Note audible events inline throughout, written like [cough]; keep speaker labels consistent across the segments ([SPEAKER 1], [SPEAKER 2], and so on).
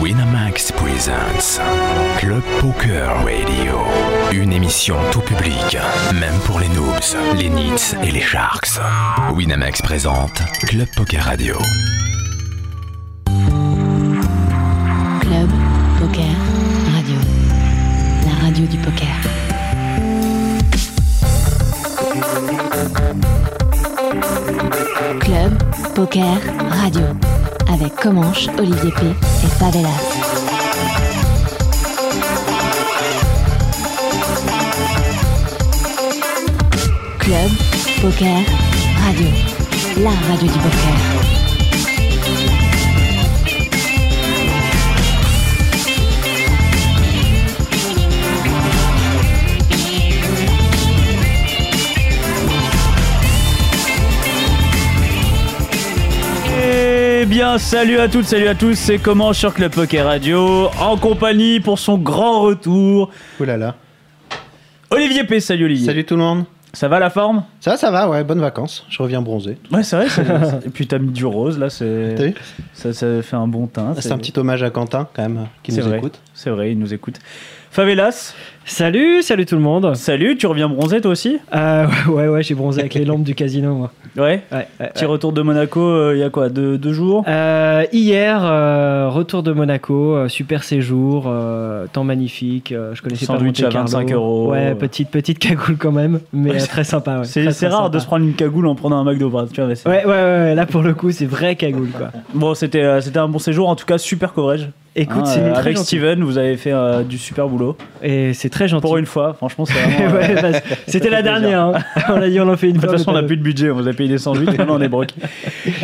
[SPEAKER 1] Winamax Presents Club Poker Radio. Une émission tout public, même pour les noobs, les nits et les sharks. Winamax présente Club Poker Radio.
[SPEAKER 2] Club Poker Radio. La radio du poker. Club Poker Radio. Avec Comanche, Olivier P. et Favelas. Club Poker Radio. La radio du poker.
[SPEAKER 3] Eh bien, salut à toutes, salut à tous, c'est comment sur Club Poker Radio, en compagnie pour son grand retour,
[SPEAKER 4] Ouh là là.
[SPEAKER 3] Olivier P. Salut Olivier.
[SPEAKER 4] Salut tout le monde.
[SPEAKER 3] Ça va la forme
[SPEAKER 4] Ça, ça va, ouais, bonnes vacances. Je reviens bronzé.
[SPEAKER 3] Ouais,
[SPEAKER 4] [laughs]
[SPEAKER 3] c'est vrai. c'est- Et puis t'as mis du rose, là,
[SPEAKER 4] T'as
[SPEAKER 3] c'est
[SPEAKER 4] vu
[SPEAKER 3] ça, ça fait un bon teint.
[SPEAKER 4] Ah, C'est un petit hommage à Quentin, quand même, qui
[SPEAKER 3] C'est
[SPEAKER 4] nous
[SPEAKER 3] vrai.
[SPEAKER 4] écoute.
[SPEAKER 3] C'est vrai, il nous écoute. Favelas,
[SPEAKER 5] Salut, salut tout le monde.
[SPEAKER 3] salut, tu reviens bronzé toi aussi
[SPEAKER 5] Euh, ouais, ouais, j'ai bronzé avec les lampes du casino, moi.
[SPEAKER 3] Ouais.
[SPEAKER 5] Ouais, ouais,
[SPEAKER 3] Petit
[SPEAKER 5] ouais.
[SPEAKER 3] retour de Monaco euh, il y a quoi Deux, deux jours
[SPEAKER 5] Euh, hier, euh, retour de Monaco, euh, super séjour, euh, temps magnifique. euh, je connaissais
[SPEAKER 3] Sandwich
[SPEAKER 5] pas
[SPEAKER 3] à
[SPEAKER 5] Monte Carlo.
[SPEAKER 3] 25 euros.
[SPEAKER 5] Ouais, petite petite cagoule quand même, mais euh, très sympa. Ouais,
[SPEAKER 3] C'est
[SPEAKER 5] Très,
[SPEAKER 3] c'est
[SPEAKER 5] très
[SPEAKER 3] rare
[SPEAKER 5] sympa.
[SPEAKER 3] de se prendre une cagoule en prenant un McDo, par- tu vois, mais c'est-
[SPEAKER 5] Ouais, ouais, ouais, ouais, là pour le coup, c'est vrai cagoule quoi.
[SPEAKER 3] Bon, c'était euh, c'était un bon séjour, en tout cas, super coverage.
[SPEAKER 5] Écoute,
[SPEAKER 3] Hein,
[SPEAKER 5] c'est
[SPEAKER 3] euh,
[SPEAKER 5] très
[SPEAKER 3] avec
[SPEAKER 5] gentil.
[SPEAKER 3] Steven, vous avez fait euh, du super boulot.
[SPEAKER 5] Et c'est très gentil.
[SPEAKER 3] Pour une fois,
[SPEAKER 5] [laughs]
[SPEAKER 3] franchement, c'est vraiment. euh,
[SPEAKER 5] Ouais,
[SPEAKER 3] [laughs]
[SPEAKER 5] parce- C'était la
[SPEAKER 3] fait plaisir. [laughs]
[SPEAKER 5] dernière. hein. on a dit, on en fait une
[SPEAKER 3] De toute
[SPEAKER 5] fois.
[SPEAKER 3] façon, on
[SPEAKER 5] mais
[SPEAKER 3] n'a
[SPEAKER 5] pas
[SPEAKER 3] plus de budget, on vous a payé
[SPEAKER 5] [laughs]
[SPEAKER 3] des sandwichs, maintenant on est broke.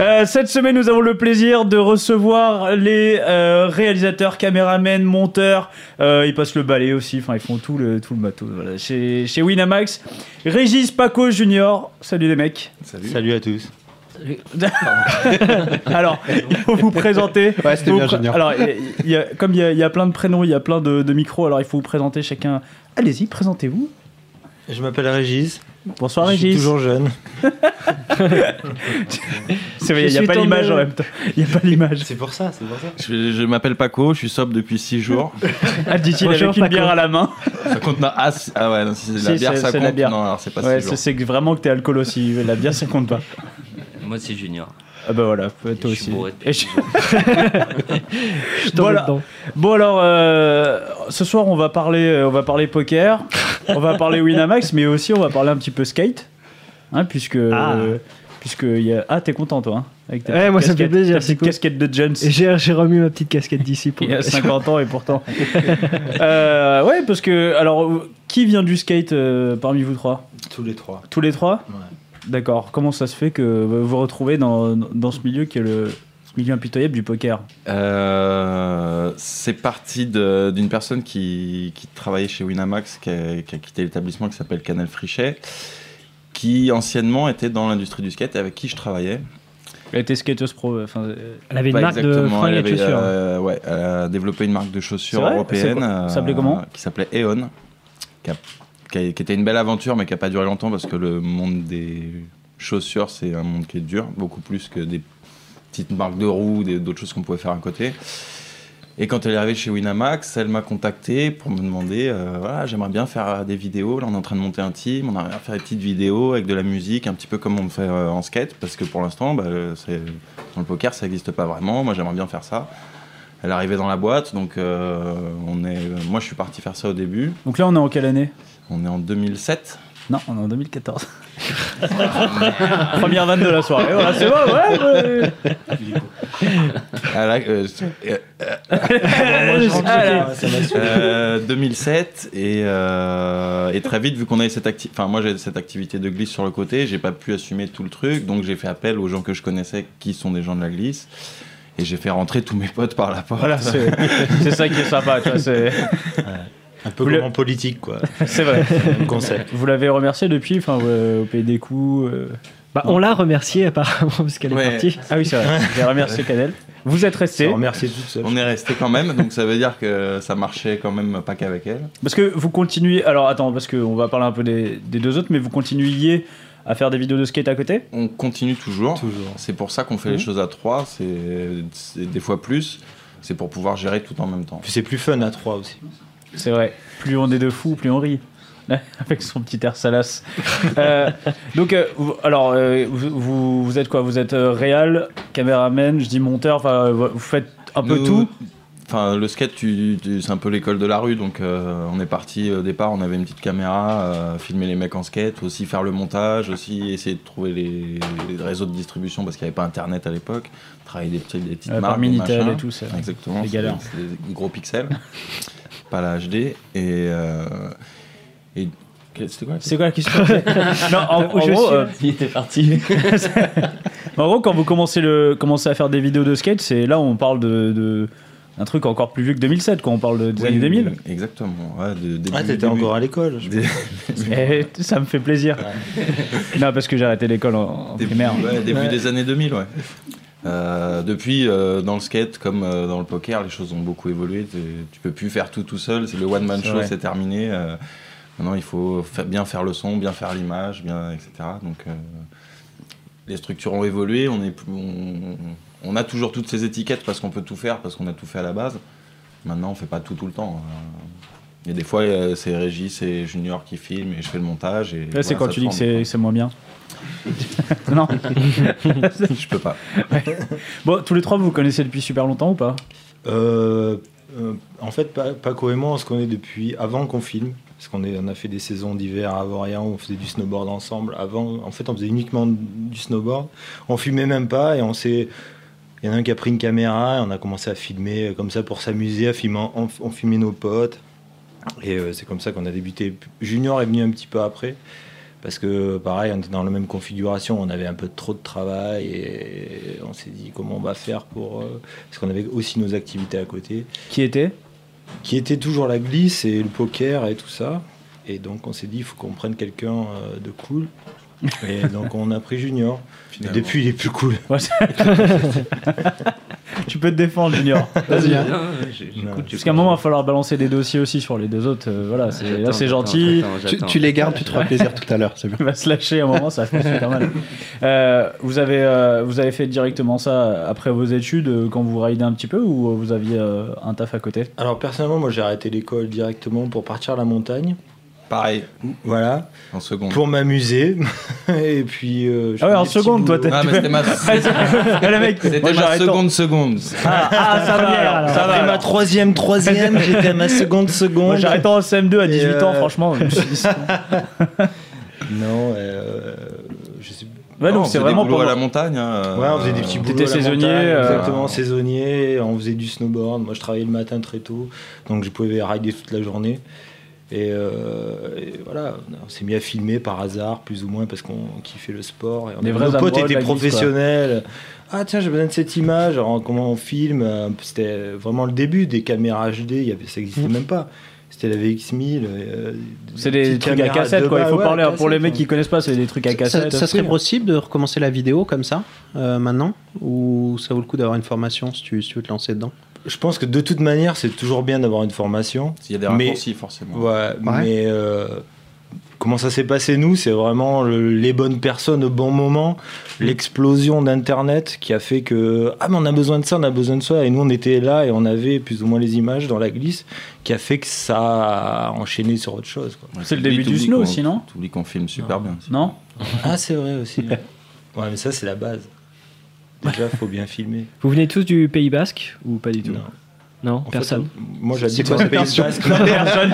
[SPEAKER 3] Euh, cette semaine, nous avons le plaisir de recevoir les euh, réalisateurs, caméramen, monteurs. Euh, ils passent le balai aussi, enfin, ils font tout le, tout le matos. voilà. Chez, chez Winamax, Régis Paco Junior. Salut les mecs.
[SPEAKER 4] Salut, à tous.
[SPEAKER 3] Alors, il faut vous présenter.
[SPEAKER 4] Ouais, c'était
[SPEAKER 3] Vous
[SPEAKER 4] bien,
[SPEAKER 3] pr-
[SPEAKER 4] Junior.
[SPEAKER 3] Alors, il y a- comme il y, a- il y a plein de prénoms, il y a plein de, de micros, alors il faut vous présenter chacun. Allez-y, présentez-vous.
[SPEAKER 6] [laughs] Je m'appelle Régis.
[SPEAKER 3] Bonsoir
[SPEAKER 6] je suis
[SPEAKER 3] Régis.
[SPEAKER 6] toujours jeune.
[SPEAKER 3] C'est
[SPEAKER 5] Je
[SPEAKER 3] vrai, il n'y a
[SPEAKER 5] suis
[SPEAKER 3] pas
[SPEAKER 5] tombé.
[SPEAKER 3] l'image en même temps. Il n'y a pas l'image.
[SPEAKER 6] C'est pour ça, c'est pour ça.
[SPEAKER 7] Je, je m'appelle Paco, je suis sobre depuis 6
[SPEAKER 5] [laughs]
[SPEAKER 7] jours.
[SPEAKER 3] Ah, dit-il
[SPEAKER 5] Bonjour,
[SPEAKER 3] avec une
[SPEAKER 5] Paco.
[SPEAKER 3] bière à la main.
[SPEAKER 7] [laughs] Ça compte dans Ah, si- ah ouais, non, si c'est
[SPEAKER 3] Si,
[SPEAKER 7] la bière,
[SPEAKER 3] c'est-
[SPEAKER 7] ça
[SPEAKER 3] c'est
[SPEAKER 7] compte.
[SPEAKER 3] la bière.
[SPEAKER 7] Non, alors c'est pas
[SPEAKER 3] Ouais,
[SPEAKER 7] 6
[SPEAKER 3] ça,
[SPEAKER 7] jours.
[SPEAKER 3] c'est que vraiment que t'es alcool aussi. La bière, ça compte pas.
[SPEAKER 8] Moi c'est Junior.
[SPEAKER 3] Ah bah voilà, toi
[SPEAKER 8] je suis
[SPEAKER 3] aussi.
[SPEAKER 8] bourré depuis
[SPEAKER 3] Et je- [laughs]
[SPEAKER 5] de- je tombe
[SPEAKER 3] Voilà.
[SPEAKER 5] dedans.
[SPEAKER 3] Bon alors, euh, ce soir on va parler, euh, on va parler poker, on va parler Winamax, mais aussi on va parler un petit peu skate, hein, puisque
[SPEAKER 5] Ah.
[SPEAKER 3] euh, puisque il y a... ah t'es content toi, hein, avec
[SPEAKER 5] Ouais,
[SPEAKER 3] petite
[SPEAKER 5] moi, ça me fait
[SPEAKER 3] casquette-
[SPEAKER 5] plaisir,
[SPEAKER 3] ta
[SPEAKER 5] c'est
[SPEAKER 3] petite
[SPEAKER 5] cool.
[SPEAKER 3] casquette de Jones.
[SPEAKER 5] Et J'ai j'ai remis ma petite casquette d'ici pour. [laughs]
[SPEAKER 3] Il y a 50 ans et pourtant. Euh, ouais, parce que alors qui vient du skate euh, parmi vous trois
[SPEAKER 6] Tous les trois.
[SPEAKER 3] Tous les trois
[SPEAKER 6] Ouais.
[SPEAKER 3] D'accord. Comment ça se fait que vous vous retrouvez dans, dans ce milieu qui est le milieu impitoyable du poker
[SPEAKER 7] Euh, c'est parti de- d'une personne qui, qui travaillait chez Winamax, qui a, qui a quitté l'établissement qui s'appelle Canal Frichet, qui anciennement était dans l'industrie du skate et avec qui je travaillais.
[SPEAKER 3] Elle était skateuse pro. Enfin, euh,
[SPEAKER 5] Elle avait une
[SPEAKER 7] Pas
[SPEAKER 5] marque de
[SPEAKER 7] exactement,
[SPEAKER 5] fringues
[SPEAKER 7] elle
[SPEAKER 5] et de
[SPEAKER 7] avait,
[SPEAKER 5] chaussures.
[SPEAKER 7] euh, ouais, elle a développé une marque de
[SPEAKER 3] C'est
[SPEAKER 7] chaussures
[SPEAKER 3] vrai C'est
[SPEAKER 7] européenne.
[SPEAKER 3] quoi Ça
[SPEAKER 7] euh,
[SPEAKER 3] s'appelait comment
[SPEAKER 7] Qui s'appelait Eon. Qui, a- qui a- qui était une belle aventure, mais qui n'a pas duré longtemps parce que le monde des chaussures, c'est un monde qui est dur, beaucoup plus que des petites marques de roues, des- d'autres choses qu'on pouvait faire à côté. Et quand elle est arrivée chez Winamax, elle m'a contacté pour me demander euh, voilà, j'aimerais bien faire euh, des vidéos. Là, on est en train de monter un team, on aimerait bien faire des petites vidéos avec de la musique, un petit peu comme on le fait euh, en skate, parce que pour l'instant, bah, euh, c'est- dans le poker, ça n'existe pas vraiment. Moi, j'aimerais bien faire ça. Elle est arrivée dans la boîte, donc euh, on est, euh, moi, je suis parti faire ça au début.
[SPEAKER 3] Donc là, on est en quelle année
[SPEAKER 7] On est en 2007.
[SPEAKER 3] Non, on est en 2014. [laughs] Première vanne de la soirée. Voilà, c'est bon, ouais. ouais.
[SPEAKER 7] Elle a- euh,
[SPEAKER 3] [laughs]
[SPEAKER 7] euh,
[SPEAKER 3] Ah Voilà.
[SPEAKER 7] Euh, 2007 et, euh, et très vite vu qu'on avait cette acti- enfin moi j'ai cette activité de glisse sur le côté j'ai pas pu assumer tout le truc donc j'ai fait appel aux gens que je connaissais qui sont des gens de la glisse et j'ai fait rentrer tous mes potes par la porte
[SPEAKER 3] [laughs] Voilà, c'est c'est ça qui est sympa. tu vois, C'est
[SPEAKER 6] [laughs] Un peu
[SPEAKER 3] Vous
[SPEAKER 6] comme
[SPEAKER 3] le-
[SPEAKER 6] en politique, quoi.
[SPEAKER 3] [laughs] c'est vrai.
[SPEAKER 6] C'est le même concept.
[SPEAKER 3] Vous l'avez remercié depuis, enfin, vous, vous payez des coups. euh.
[SPEAKER 5] Bah, on l'a remerciée apparemment parce qu'elle est
[SPEAKER 7] Ouais.
[SPEAKER 5] partie.
[SPEAKER 3] Ah oui, c'est vrai. J'ai remercié Canel. Vous êtes
[SPEAKER 6] Je
[SPEAKER 3] resté
[SPEAKER 6] remercie toute seule.
[SPEAKER 7] on est resté quand même donc ça veut dire que ça marchait quand même pas qu'avec elle
[SPEAKER 3] parce que vous continuez. Alors attends, parce qu'on va parler un peu des, des deux autres, mais vous continuiez à faire des vidéos de skate à côté.
[SPEAKER 7] on continue toujours
[SPEAKER 6] Toujours.
[SPEAKER 7] c'est pour ça qu'on fait
[SPEAKER 3] Mhm.
[SPEAKER 7] les choses à trois c'est c'est des fois plus C'est pour pouvoir gérer tout en même temps.
[SPEAKER 6] Puis c'est plus fun à 3 aussi.
[SPEAKER 3] C'est vrai. Plus on est de fous, plus on rit. [laughs] Avec son petit air salace. Euh, donc, euh, vous- alors, euh, vous, vous- vous êtes quoi Vous êtes euh, réal, caméraman, je dis monteur, enfin, vous vous faites un peu
[SPEAKER 7] Nous- [laughs]
[SPEAKER 3] tout.
[SPEAKER 7] Euh, Enfin, le skate, tu- tu- c'est un peu l'école de la rue, donc euh, on est parti au départ, on avait une petite caméra, euh, filmer les mecs en skate, aussi faire le montage, aussi essayer de trouver les, les réseaux de distribution parce qu'il n'y avait pas internet à l'époque, travailler des petites, des petites
[SPEAKER 3] Euh, par
[SPEAKER 7] marques, des
[SPEAKER 3] Minitel
[SPEAKER 7] machins.
[SPEAKER 3] et tout ça.
[SPEAKER 7] Exactement,
[SPEAKER 3] Les
[SPEAKER 7] c'est
[SPEAKER 3] galères.
[SPEAKER 7] c'est des gros pixels, [laughs] pas la HD. Et, euh, et que- c'était quoi
[SPEAKER 3] C'est quoi la question [laughs] Non, en, en
[SPEAKER 5] je
[SPEAKER 3] gros,
[SPEAKER 5] suis,
[SPEAKER 3] euh,
[SPEAKER 8] [laughs] Il était parti.
[SPEAKER 3] [laughs] en gros, quand vous commencez, le, commencez à faire des vidéos de skate, c'est là où on parle de, de- un truc encore plus vieux que 2007, quand on parle de- des
[SPEAKER 7] Oui,
[SPEAKER 3] années
[SPEAKER 7] oui,
[SPEAKER 3] 2000.
[SPEAKER 7] oui, Exactement. Ouais, de- début-
[SPEAKER 6] Ah, t'étais
[SPEAKER 7] début-
[SPEAKER 6] encore à l'école. je-
[SPEAKER 7] dé- [laughs]
[SPEAKER 3] Eh, ça me fait plaisir. non, parce que j'ai arrêté l'école en, en
[SPEAKER 7] Début,
[SPEAKER 3] primaire.
[SPEAKER 7] ouais, début
[SPEAKER 3] Ouais.
[SPEAKER 7] des années 2000, ouais. Euh, depuis, euh, dans le skate comme euh, dans le poker, les choses ont beaucoup évolué. Tu, tu peux plus faire tout tout seul. C'est le one man
[SPEAKER 3] C'est
[SPEAKER 7] show,
[SPEAKER 3] vrai.
[SPEAKER 7] c'est terminé. Euh, maintenant, il faut fa- bien faire le son, bien faire l'image, bien etc. Donc, euh, les structures ont évolué. On est, plus- on, on a toujours toutes ces étiquettes parce qu'on peut tout faire, parce qu'on a tout fait à la base. Maintenant, on fait pas tout tout le temps. Euh, Il y a des fois, euh, c'est Régis et Junior qui filment et je fais le montage. Et
[SPEAKER 3] Là, c'est
[SPEAKER 7] voilà,
[SPEAKER 3] quand
[SPEAKER 7] ça
[SPEAKER 3] tu dis que
[SPEAKER 7] tourne,
[SPEAKER 3] c'est c'est
[SPEAKER 7] [laughs]
[SPEAKER 3] moins bien. [laughs] non.
[SPEAKER 7] quoi. Je peux pas.
[SPEAKER 3] Bon, tous les trois, vous vous connaissez depuis super longtemps ou pas
[SPEAKER 6] Euh, euh, en fait, Pa- Paco et moi, on se connaît depuis avant qu'on filme. Parce qu'on est- on a fait des saisons d'hiver à Avoria, on faisait du snowboard ensemble. Avant, en fait, on faisait uniquement du snowboard. On filmait même pas et on s'est. Il y en a un qui a pris une caméra et on a commencé à filmer euh, comme ça pour s'amuser, à filmer, en- on, filmait nos potes. Et euh, c'est comme ça qu'on a débuté. Junior est venu un petit peu après. Parce que pareil, on était dans la même configuration, on avait un peu trop de travail et on s'est dit comment on va faire pour. euh, parce qu'on avait aussi nos activités à côté,
[SPEAKER 3] Qui était
[SPEAKER 6] qui étaient toujours la glisse et le poker et tout ça. Et donc on s'est dit, il faut qu'on prenne quelqu'un euh, de cool. Et donc on a pris Junior. Et
[SPEAKER 7] finalement.
[SPEAKER 6] depuis, il est
[SPEAKER 3] [laughs]
[SPEAKER 6] plus cool. [laughs]
[SPEAKER 3] Tu peux te défendre, [laughs] Junior.
[SPEAKER 4] Vas-y. hein.
[SPEAKER 8] Non, ouais, j'ai- j'écoute,
[SPEAKER 3] Parce qu'à un moment, il va falloir balancer des dossiers aussi sur les deux autres. euh, voilà, c'est- là, c'est gentil.
[SPEAKER 4] Tu, tu les gardes, tu te feras plaisir tout à l'heure, c'est bien.
[SPEAKER 3] [laughs] Il va se lâcher à un moment, ça fait super mal. Euh, vous, avez, euh, vous avez fait directement ça après vos études, euh, quand vous ridez un petit peu, ou euh, vous aviez euh, un taf à côté
[SPEAKER 6] Alors personnellement, moi j'ai arrêté l'école directement pour partir à la montagne.
[SPEAKER 7] Pareil,
[SPEAKER 6] Voilà.
[SPEAKER 7] en seconde.
[SPEAKER 6] Pour m'amuser. [laughs] et puis. euh, je
[SPEAKER 3] Ah ouais,
[SPEAKER 6] fais
[SPEAKER 3] en
[SPEAKER 6] des petits
[SPEAKER 3] seconde, toi,
[SPEAKER 6] boulots.
[SPEAKER 7] Ah, mais c'était
[SPEAKER 3] [laughs]
[SPEAKER 7] ma,
[SPEAKER 3] Ah, le mec,
[SPEAKER 7] c'était
[SPEAKER 3] moi,
[SPEAKER 7] ma
[SPEAKER 3] j'arrête en-
[SPEAKER 7] seconde seconde.
[SPEAKER 3] Ah, ah, ça va, alors, ça va.
[SPEAKER 6] Après ma
[SPEAKER 3] alors.
[SPEAKER 6] troisième, troisième, j'étais à ma seconde, seconde.
[SPEAKER 3] [laughs] Moi, j'arrête en CM2 à
[SPEAKER 6] Et,
[SPEAKER 3] 18 ans,
[SPEAKER 6] euh,
[SPEAKER 3] franchement. je me suis dit,
[SPEAKER 4] [laughs]
[SPEAKER 6] Non, euh, je sais
[SPEAKER 3] Ouais,
[SPEAKER 7] Non, on
[SPEAKER 3] donc c'est
[SPEAKER 7] faisait des
[SPEAKER 3] vraiment
[SPEAKER 7] boulots
[SPEAKER 3] pour.
[SPEAKER 7] à la montagne. hein,
[SPEAKER 6] Ouais, on faisait
[SPEAKER 7] euh,
[SPEAKER 6] des petits
[SPEAKER 3] t'étais
[SPEAKER 6] boulots. à la
[SPEAKER 3] saisonnier,
[SPEAKER 6] montagne,
[SPEAKER 3] euh,
[SPEAKER 6] Exactement, saisonnier. On faisait du snowboard. Moi, je travaillais le matin très tôt, donc je pouvais rider toute la journée. Et, euh, et voilà, on s'est mis à filmer par hasard, plus ou moins, parce qu'on kiffait le sport. Et on
[SPEAKER 3] Des
[SPEAKER 6] avait-
[SPEAKER 3] vrais
[SPEAKER 6] nos potes
[SPEAKER 3] amoureux de la
[SPEAKER 6] étaient
[SPEAKER 3] glisse, quoi.
[SPEAKER 6] professionnels. Ah tiens, j'ai besoin de cette image. Alors, comment on filme euh, C'était vraiment le début des caméras HD. il Y avait, ça
[SPEAKER 3] Mmh.
[SPEAKER 6] n'existait même pas. C'était la VX1000. euh,
[SPEAKER 3] C'est
[SPEAKER 6] petites
[SPEAKER 3] des trucs à
[SPEAKER 6] caméras
[SPEAKER 3] cassette,
[SPEAKER 6] de
[SPEAKER 3] quoi. Il
[SPEAKER 6] bas,
[SPEAKER 3] faut
[SPEAKER 6] ouais,
[SPEAKER 3] parler pour les
[SPEAKER 6] cassette,
[SPEAKER 3] mecs
[SPEAKER 6] hein.
[SPEAKER 3] qui connaissent pas, c'est des trucs à
[SPEAKER 4] Ça,
[SPEAKER 3] cassette. hein.
[SPEAKER 4] ça serait possible de recommencer la vidéo comme ça, euh, maintenant Ou ça vaut le coup d'avoir une formation si tu, si tu veux te lancer dedans
[SPEAKER 6] Je pense que de toute manière, c'est toujours bien d'avoir une formation.
[SPEAKER 7] Il y a des
[SPEAKER 6] Mais-
[SPEAKER 7] raccourcis, forcément.
[SPEAKER 6] Ouais, mais euh, comment ça s'est passé nous C'est vraiment le- les bonnes personnes au bon moment, l'explosion d'Internet qui a fait que ah mais on a besoin de ça, on a besoin de ça, et nous on était là et on avait plus ou moins les images dans la glisse, qui a fait que ça a enchaîné sur autre chose. quoi.
[SPEAKER 3] C'est le début du snow aussi, non
[SPEAKER 7] T'oublies qu'on filme super bien.
[SPEAKER 3] Non
[SPEAKER 6] Ah c'est vrai aussi.
[SPEAKER 7] [laughs]
[SPEAKER 6] ouais, mais ça c'est la base. Déjà faut bien filmer.
[SPEAKER 5] Vous venez tous du Pays Basque ou pas du tout
[SPEAKER 6] Non.
[SPEAKER 5] Non,
[SPEAKER 6] En fait,
[SPEAKER 5] personne.
[SPEAKER 6] moi j'habite
[SPEAKER 4] quoi
[SPEAKER 6] dans le
[SPEAKER 4] cette
[SPEAKER 6] Pays
[SPEAKER 4] question
[SPEAKER 6] Basque.
[SPEAKER 5] [laughs]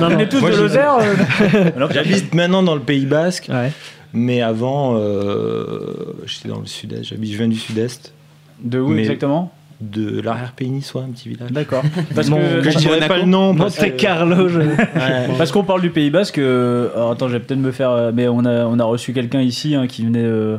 [SPEAKER 3] On est tous
[SPEAKER 6] Moi,
[SPEAKER 3] de
[SPEAKER 6] j'ai-
[SPEAKER 3] Lozère euh Alors,
[SPEAKER 6] J'habite maintenant dans le Pays Basque.
[SPEAKER 5] Ouais.
[SPEAKER 6] Mais avant, euh, j'étais dans le sud-est, j'habite, je viens du sud-est,
[SPEAKER 3] De où
[SPEAKER 6] Mais-
[SPEAKER 3] exactement
[SPEAKER 6] de l'arrière-pays niçois, un petit village.
[SPEAKER 3] D'accord. Parce
[SPEAKER 5] Mon-
[SPEAKER 3] que.
[SPEAKER 6] Que je dirais pas le nom, parce
[SPEAKER 5] Monte
[SPEAKER 6] que-
[SPEAKER 5] Carlo, je-
[SPEAKER 6] Ouais.
[SPEAKER 3] [laughs] Parce qu'on parle du Pays Basque, euh, alors attends, je vais peut-être me faire. euh, Mais on a, on a reçu quelqu'un ici hein, qui venait euh,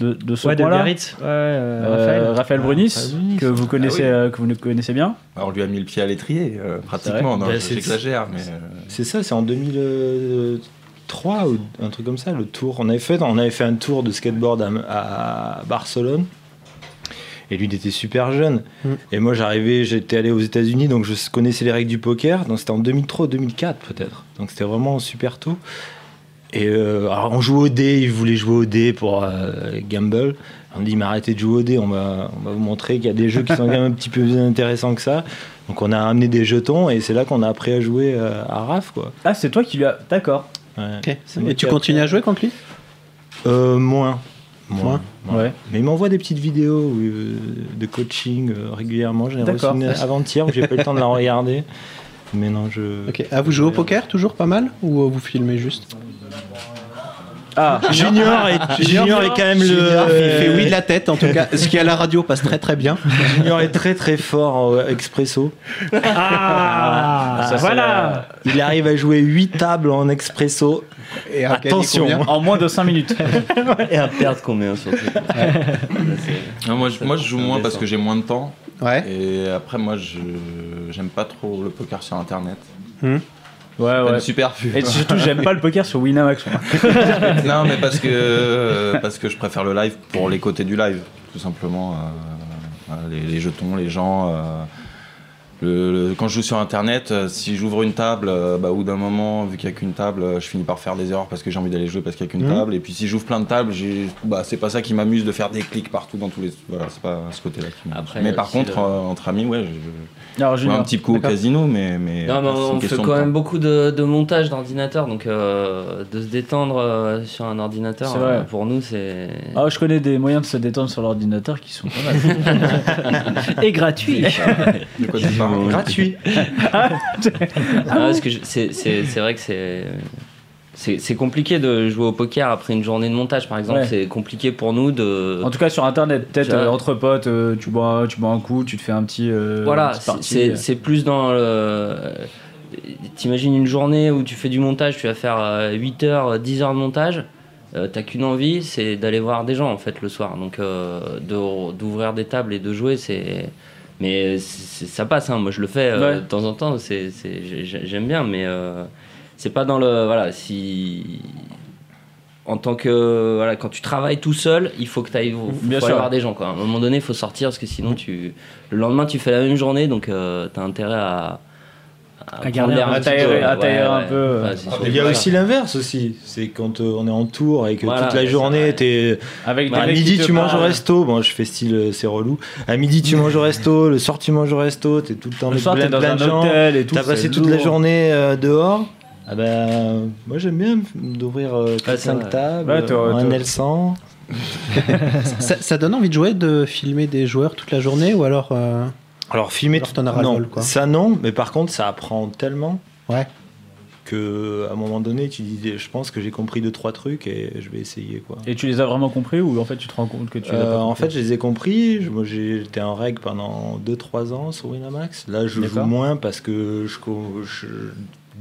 [SPEAKER 3] de, de ce
[SPEAKER 5] ouais, de
[SPEAKER 3] coin-là.
[SPEAKER 5] Biarritz. Ouais, euh,
[SPEAKER 3] Euh,
[SPEAKER 5] Raphaël.
[SPEAKER 3] Raphaël Brunis,
[SPEAKER 6] Raphaël Brunis.
[SPEAKER 3] que vous connaissez, euh, que vous connaissez bien.
[SPEAKER 7] Alors, on lui a mis le pied à l'étrier, euh, pratiquement. Non,
[SPEAKER 6] Bah, c'est-
[SPEAKER 7] J'exagère, mais. euh,
[SPEAKER 6] C'est ça, c'est en euh, 2003 ou un truc comme ça, le tour. On avait fait, on avait fait un tour de skateboard à, à Barcelone. Et lui, il était super jeune.
[SPEAKER 4] Mm.
[SPEAKER 6] Et moi, j'arrivais, j'étais allé aux États-Unis, donc je connaissais les règles du poker. Donc c'était en 2003, 2004 peut-être. Donc c'était vraiment super tôt. Et euh, alors on joue au dé, ils voulaient jouer au dé pour euh, Gamble. On dit, mais arrêtez de jouer au dé, on va, on va vous montrer qu'il y a des jeux qui sont quand même un petit peu plus intéressants que ça. Donc on a amené des jetons et c'est là qu'on a appris à jouer euh, à RAF. Quoi.
[SPEAKER 3] Ah, c'est toi qui lui as. D'accord.
[SPEAKER 6] Ouais.
[SPEAKER 4] Ok.
[SPEAKER 6] C'est moi
[SPEAKER 4] Et tu
[SPEAKER 6] qui ai
[SPEAKER 4] continues
[SPEAKER 6] appris.
[SPEAKER 4] à jouer contre lui
[SPEAKER 6] Euh, moins. Moins.
[SPEAKER 3] Ouais.
[SPEAKER 6] Mais il m'envoie des petites vidéos euh, de coaching euh, régulièrement. J'en ai reçu
[SPEAKER 4] [laughs]
[SPEAKER 3] D'accord.
[SPEAKER 6] une avant-hier, que j'ai pas eu le temps de la regarder. Mais non, je.
[SPEAKER 4] Ok. Ah, vous jouez au poker toujours pas mal Ou euh, vous filmez
[SPEAKER 6] [laughs]
[SPEAKER 4] juste [laughs]
[SPEAKER 3] Ah,
[SPEAKER 6] Junior est, Junior est quand même
[SPEAKER 4] Junior,
[SPEAKER 6] le.
[SPEAKER 4] Il fait oui de la tête en tout cas. Ce qui à la radio passe très très bien.
[SPEAKER 6] Junior est très très fort en euh, expresso.
[SPEAKER 3] ah,
[SPEAKER 6] Ah, ça, c'est
[SPEAKER 3] voilà
[SPEAKER 6] Il arrive à jouer 8 tables en expresso
[SPEAKER 4] Et à gagner
[SPEAKER 6] Attention.
[SPEAKER 4] combien
[SPEAKER 3] En moins de 5 minutes.
[SPEAKER 6] [laughs]
[SPEAKER 8] Et à perdre combien surtout Ça, c'est-
[SPEAKER 7] Non, moi, je, moi, je joue moins parce que j'ai moins de temps.
[SPEAKER 4] Ouais.
[SPEAKER 7] Et après, moi, je j'aime pas trop le poker sur Internet.
[SPEAKER 3] Ah Ouais,
[SPEAKER 7] Pas
[SPEAKER 3] ouais.
[SPEAKER 7] de superflu.
[SPEAKER 3] Et surtout, j'aime pas le poker sur Winamax. moi.
[SPEAKER 7] [laughs] non, mais parce que, euh, parce que je préfère le live pour les côtés du live, tout simplement. euh, voilà, les, les jetons, les gens. euh, le- le- quand je joue sur internet, euh, si j'ouvre une table, euh, bah, au bout d'un moment, vu qu'il n'y a qu'une table, euh, je finis par faire des erreurs parce que j'ai envie d'aller jouer parce qu'il n'y a qu'une
[SPEAKER 4] Mhm.
[SPEAKER 7] table. Et puis si j'ouvre plein de tables, j'ai- bah, c'est pas ça qui m'amuse de faire des clics partout dans tous les. Voilà, c'est pas ce côté-là qui m'amuse.
[SPEAKER 8] Après,
[SPEAKER 7] Mais
[SPEAKER 8] euh,
[SPEAKER 7] par
[SPEAKER 8] si
[SPEAKER 7] contre,
[SPEAKER 8] le-
[SPEAKER 7] euh, entre amis, ouais, je- je,
[SPEAKER 3] Alors,
[SPEAKER 7] joue un
[SPEAKER 3] Junior.
[SPEAKER 7] petit coup au
[SPEAKER 3] D'accord.
[SPEAKER 7] casino, mais. mais
[SPEAKER 8] Non, mais
[SPEAKER 7] euh, c'est une
[SPEAKER 8] on fait
[SPEAKER 7] question de
[SPEAKER 8] quand
[SPEAKER 7] temps.
[SPEAKER 8] même beaucoup de, de montage d'ordinateur, donc euh, de se détendre euh, sur un ordinateur,
[SPEAKER 3] C'est vrai.
[SPEAKER 8] euh, pour nous, c'est.
[SPEAKER 3] Ah, je connais des moyens de se détendre sur l'ordinateur qui sont pas mal.
[SPEAKER 7] [laughs]
[SPEAKER 5] Et gratuit.
[SPEAKER 7] De quoi tu parles
[SPEAKER 6] gratuit.
[SPEAKER 8] [laughs] Ah, parce que je- c'est- c'est c'est vrai que c'est. C'est c'est compliqué de jouer au poker après une journée de montage, par exemple.
[SPEAKER 3] Ouais.
[SPEAKER 8] C'est compliqué pour nous de.
[SPEAKER 3] [laughs] En tout cas, sur internet, peut-être
[SPEAKER 8] Ça-
[SPEAKER 3] euh, entre potes, euh, tu, bois, tu bois un coup, tu te fais un petit. euh,
[SPEAKER 8] voilà,
[SPEAKER 3] une petite
[SPEAKER 8] c'est-
[SPEAKER 3] partie.
[SPEAKER 8] c'est c'est plus dans le. T'imagines une journée où tu fais du montage, tu vas faire euh, 8 heures, 10 heures de montage. euh, T'as qu'une envie, c'est d'aller voir des gens en fait le soir. Donc euh, de- d'ouvrir des tables et de jouer, c'est. Mais c'est- ça passe, hein. moi je le fais euh,
[SPEAKER 3] Ouais.
[SPEAKER 8] de temps en temps, c'est- c'est- j'ai- j'ai- j'aime bien, mais euh, c'est pas dans le. Voilà, si. En tant que. Voilà, quand tu travailles tout seul, il faut que tu ailles
[SPEAKER 3] Bien sûr.
[SPEAKER 8] voir des gens. Quoi. À un moment donné, il faut sortir parce que sinon tu. Le lendemain, tu fais la même journée, donc euh, t'as intérêt à.
[SPEAKER 5] À
[SPEAKER 8] prendre
[SPEAKER 5] garder
[SPEAKER 8] l'air
[SPEAKER 5] un-
[SPEAKER 8] un
[SPEAKER 3] à
[SPEAKER 8] petit
[SPEAKER 3] t'aérer-
[SPEAKER 8] peu,
[SPEAKER 3] à
[SPEAKER 8] ouais,
[SPEAKER 3] t'aérer un
[SPEAKER 8] ouais.
[SPEAKER 3] peu. euh,
[SPEAKER 8] Enfin, c'est sûr.
[SPEAKER 6] Ah, Il y a aussi l'inverse aussi. C'est quand euh, on est en tour et que
[SPEAKER 8] Voilà,
[SPEAKER 6] toute la
[SPEAKER 8] c'est
[SPEAKER 6] journée,
[SPEAKER 8] vrai.
[SPEAKER 6] t'es.
[SPEAKER 3] Avec des
[SPEAKER 6] Bah, À
[SPEAKER 3] mecs qui
[SPEAKER 6] midi,
[SPEAKER 3] te
[SPEAKER 6] tu manges au
[SPEAKER 3] parlent.
[SPEAKER 6] resto. Bon, je fais style, euh, c'est relou. À midi, tu manges au resto. Le soir, tu manges au resto. T'es tout le temps
[SPEAKER 3] Le
[SPEAKER 6] avec
[SPEAKER 3] soir, t'es
[SPEAKER 6] plein,
[SPEAKER 3] dans
[SPEAKER 6] plein
[SPEAKER 3] un
[SPEAKER 6] de gens.
[SPEAKER 3] hôtel et tout.
[SPEAKER 6] T'as
[SPEAKER 3] c'est
[SPEAKER 6] passé toute la
[SPEAKER 3] lourd.
[SPEAKER 6] journée euh, dehors. Ah ben, moi j'aime bien d'ouvrir
[SPEAKER 8] Ouais,
[SPEAKER 6] 5
[SPEAKER 8] c'est vrai.
[SPEAKER 6] tables, euh,
[SPEAKER 3] Ouais, t'aurais-
[SPEAKER 6] un
[SPEAKER 3] t'aurais-
[SPEAKER 6] L100.
[SPEAKER 4] Ça, ça donne envie de jouer, de filmer des joueurs toute la journée ou alors. euh,
[SPEAKER 6] Alors filmer,
[SPEAKER 4] Alors,
[SPEAKER 6] tout-
[SPEAKER 4] t'en as
[SPEAKER 6] non,
[SPEAKER 4] ras-le-bol, quoi.
[SPEAKER 6] ça non, mais par contre ça apprend tellement
[SPEAKER 4] Ouais.
[SPEAKER 6] que à un moment donné tu dis, je pense que j'ai compris deux trois trucs et je vais essayer quoi.
[SPEAKER 3] Et tu les as vraiment compris ou en fait tu te rends compte que tu les as
[SPEAKER 6] Euh,
[SPEAKER 3] pas
[SPEAKER 6] en
[SPEAKER 3] compris
[SPEAKER 6] fait, je les ai compris. Je- Moi, j'ai- j'étais en règle pendant 2-3 ans sur Winamax. Là, je joue
[SPEAKER 3] D'accord.
[SPEAKER 6] moins parce que je, co- je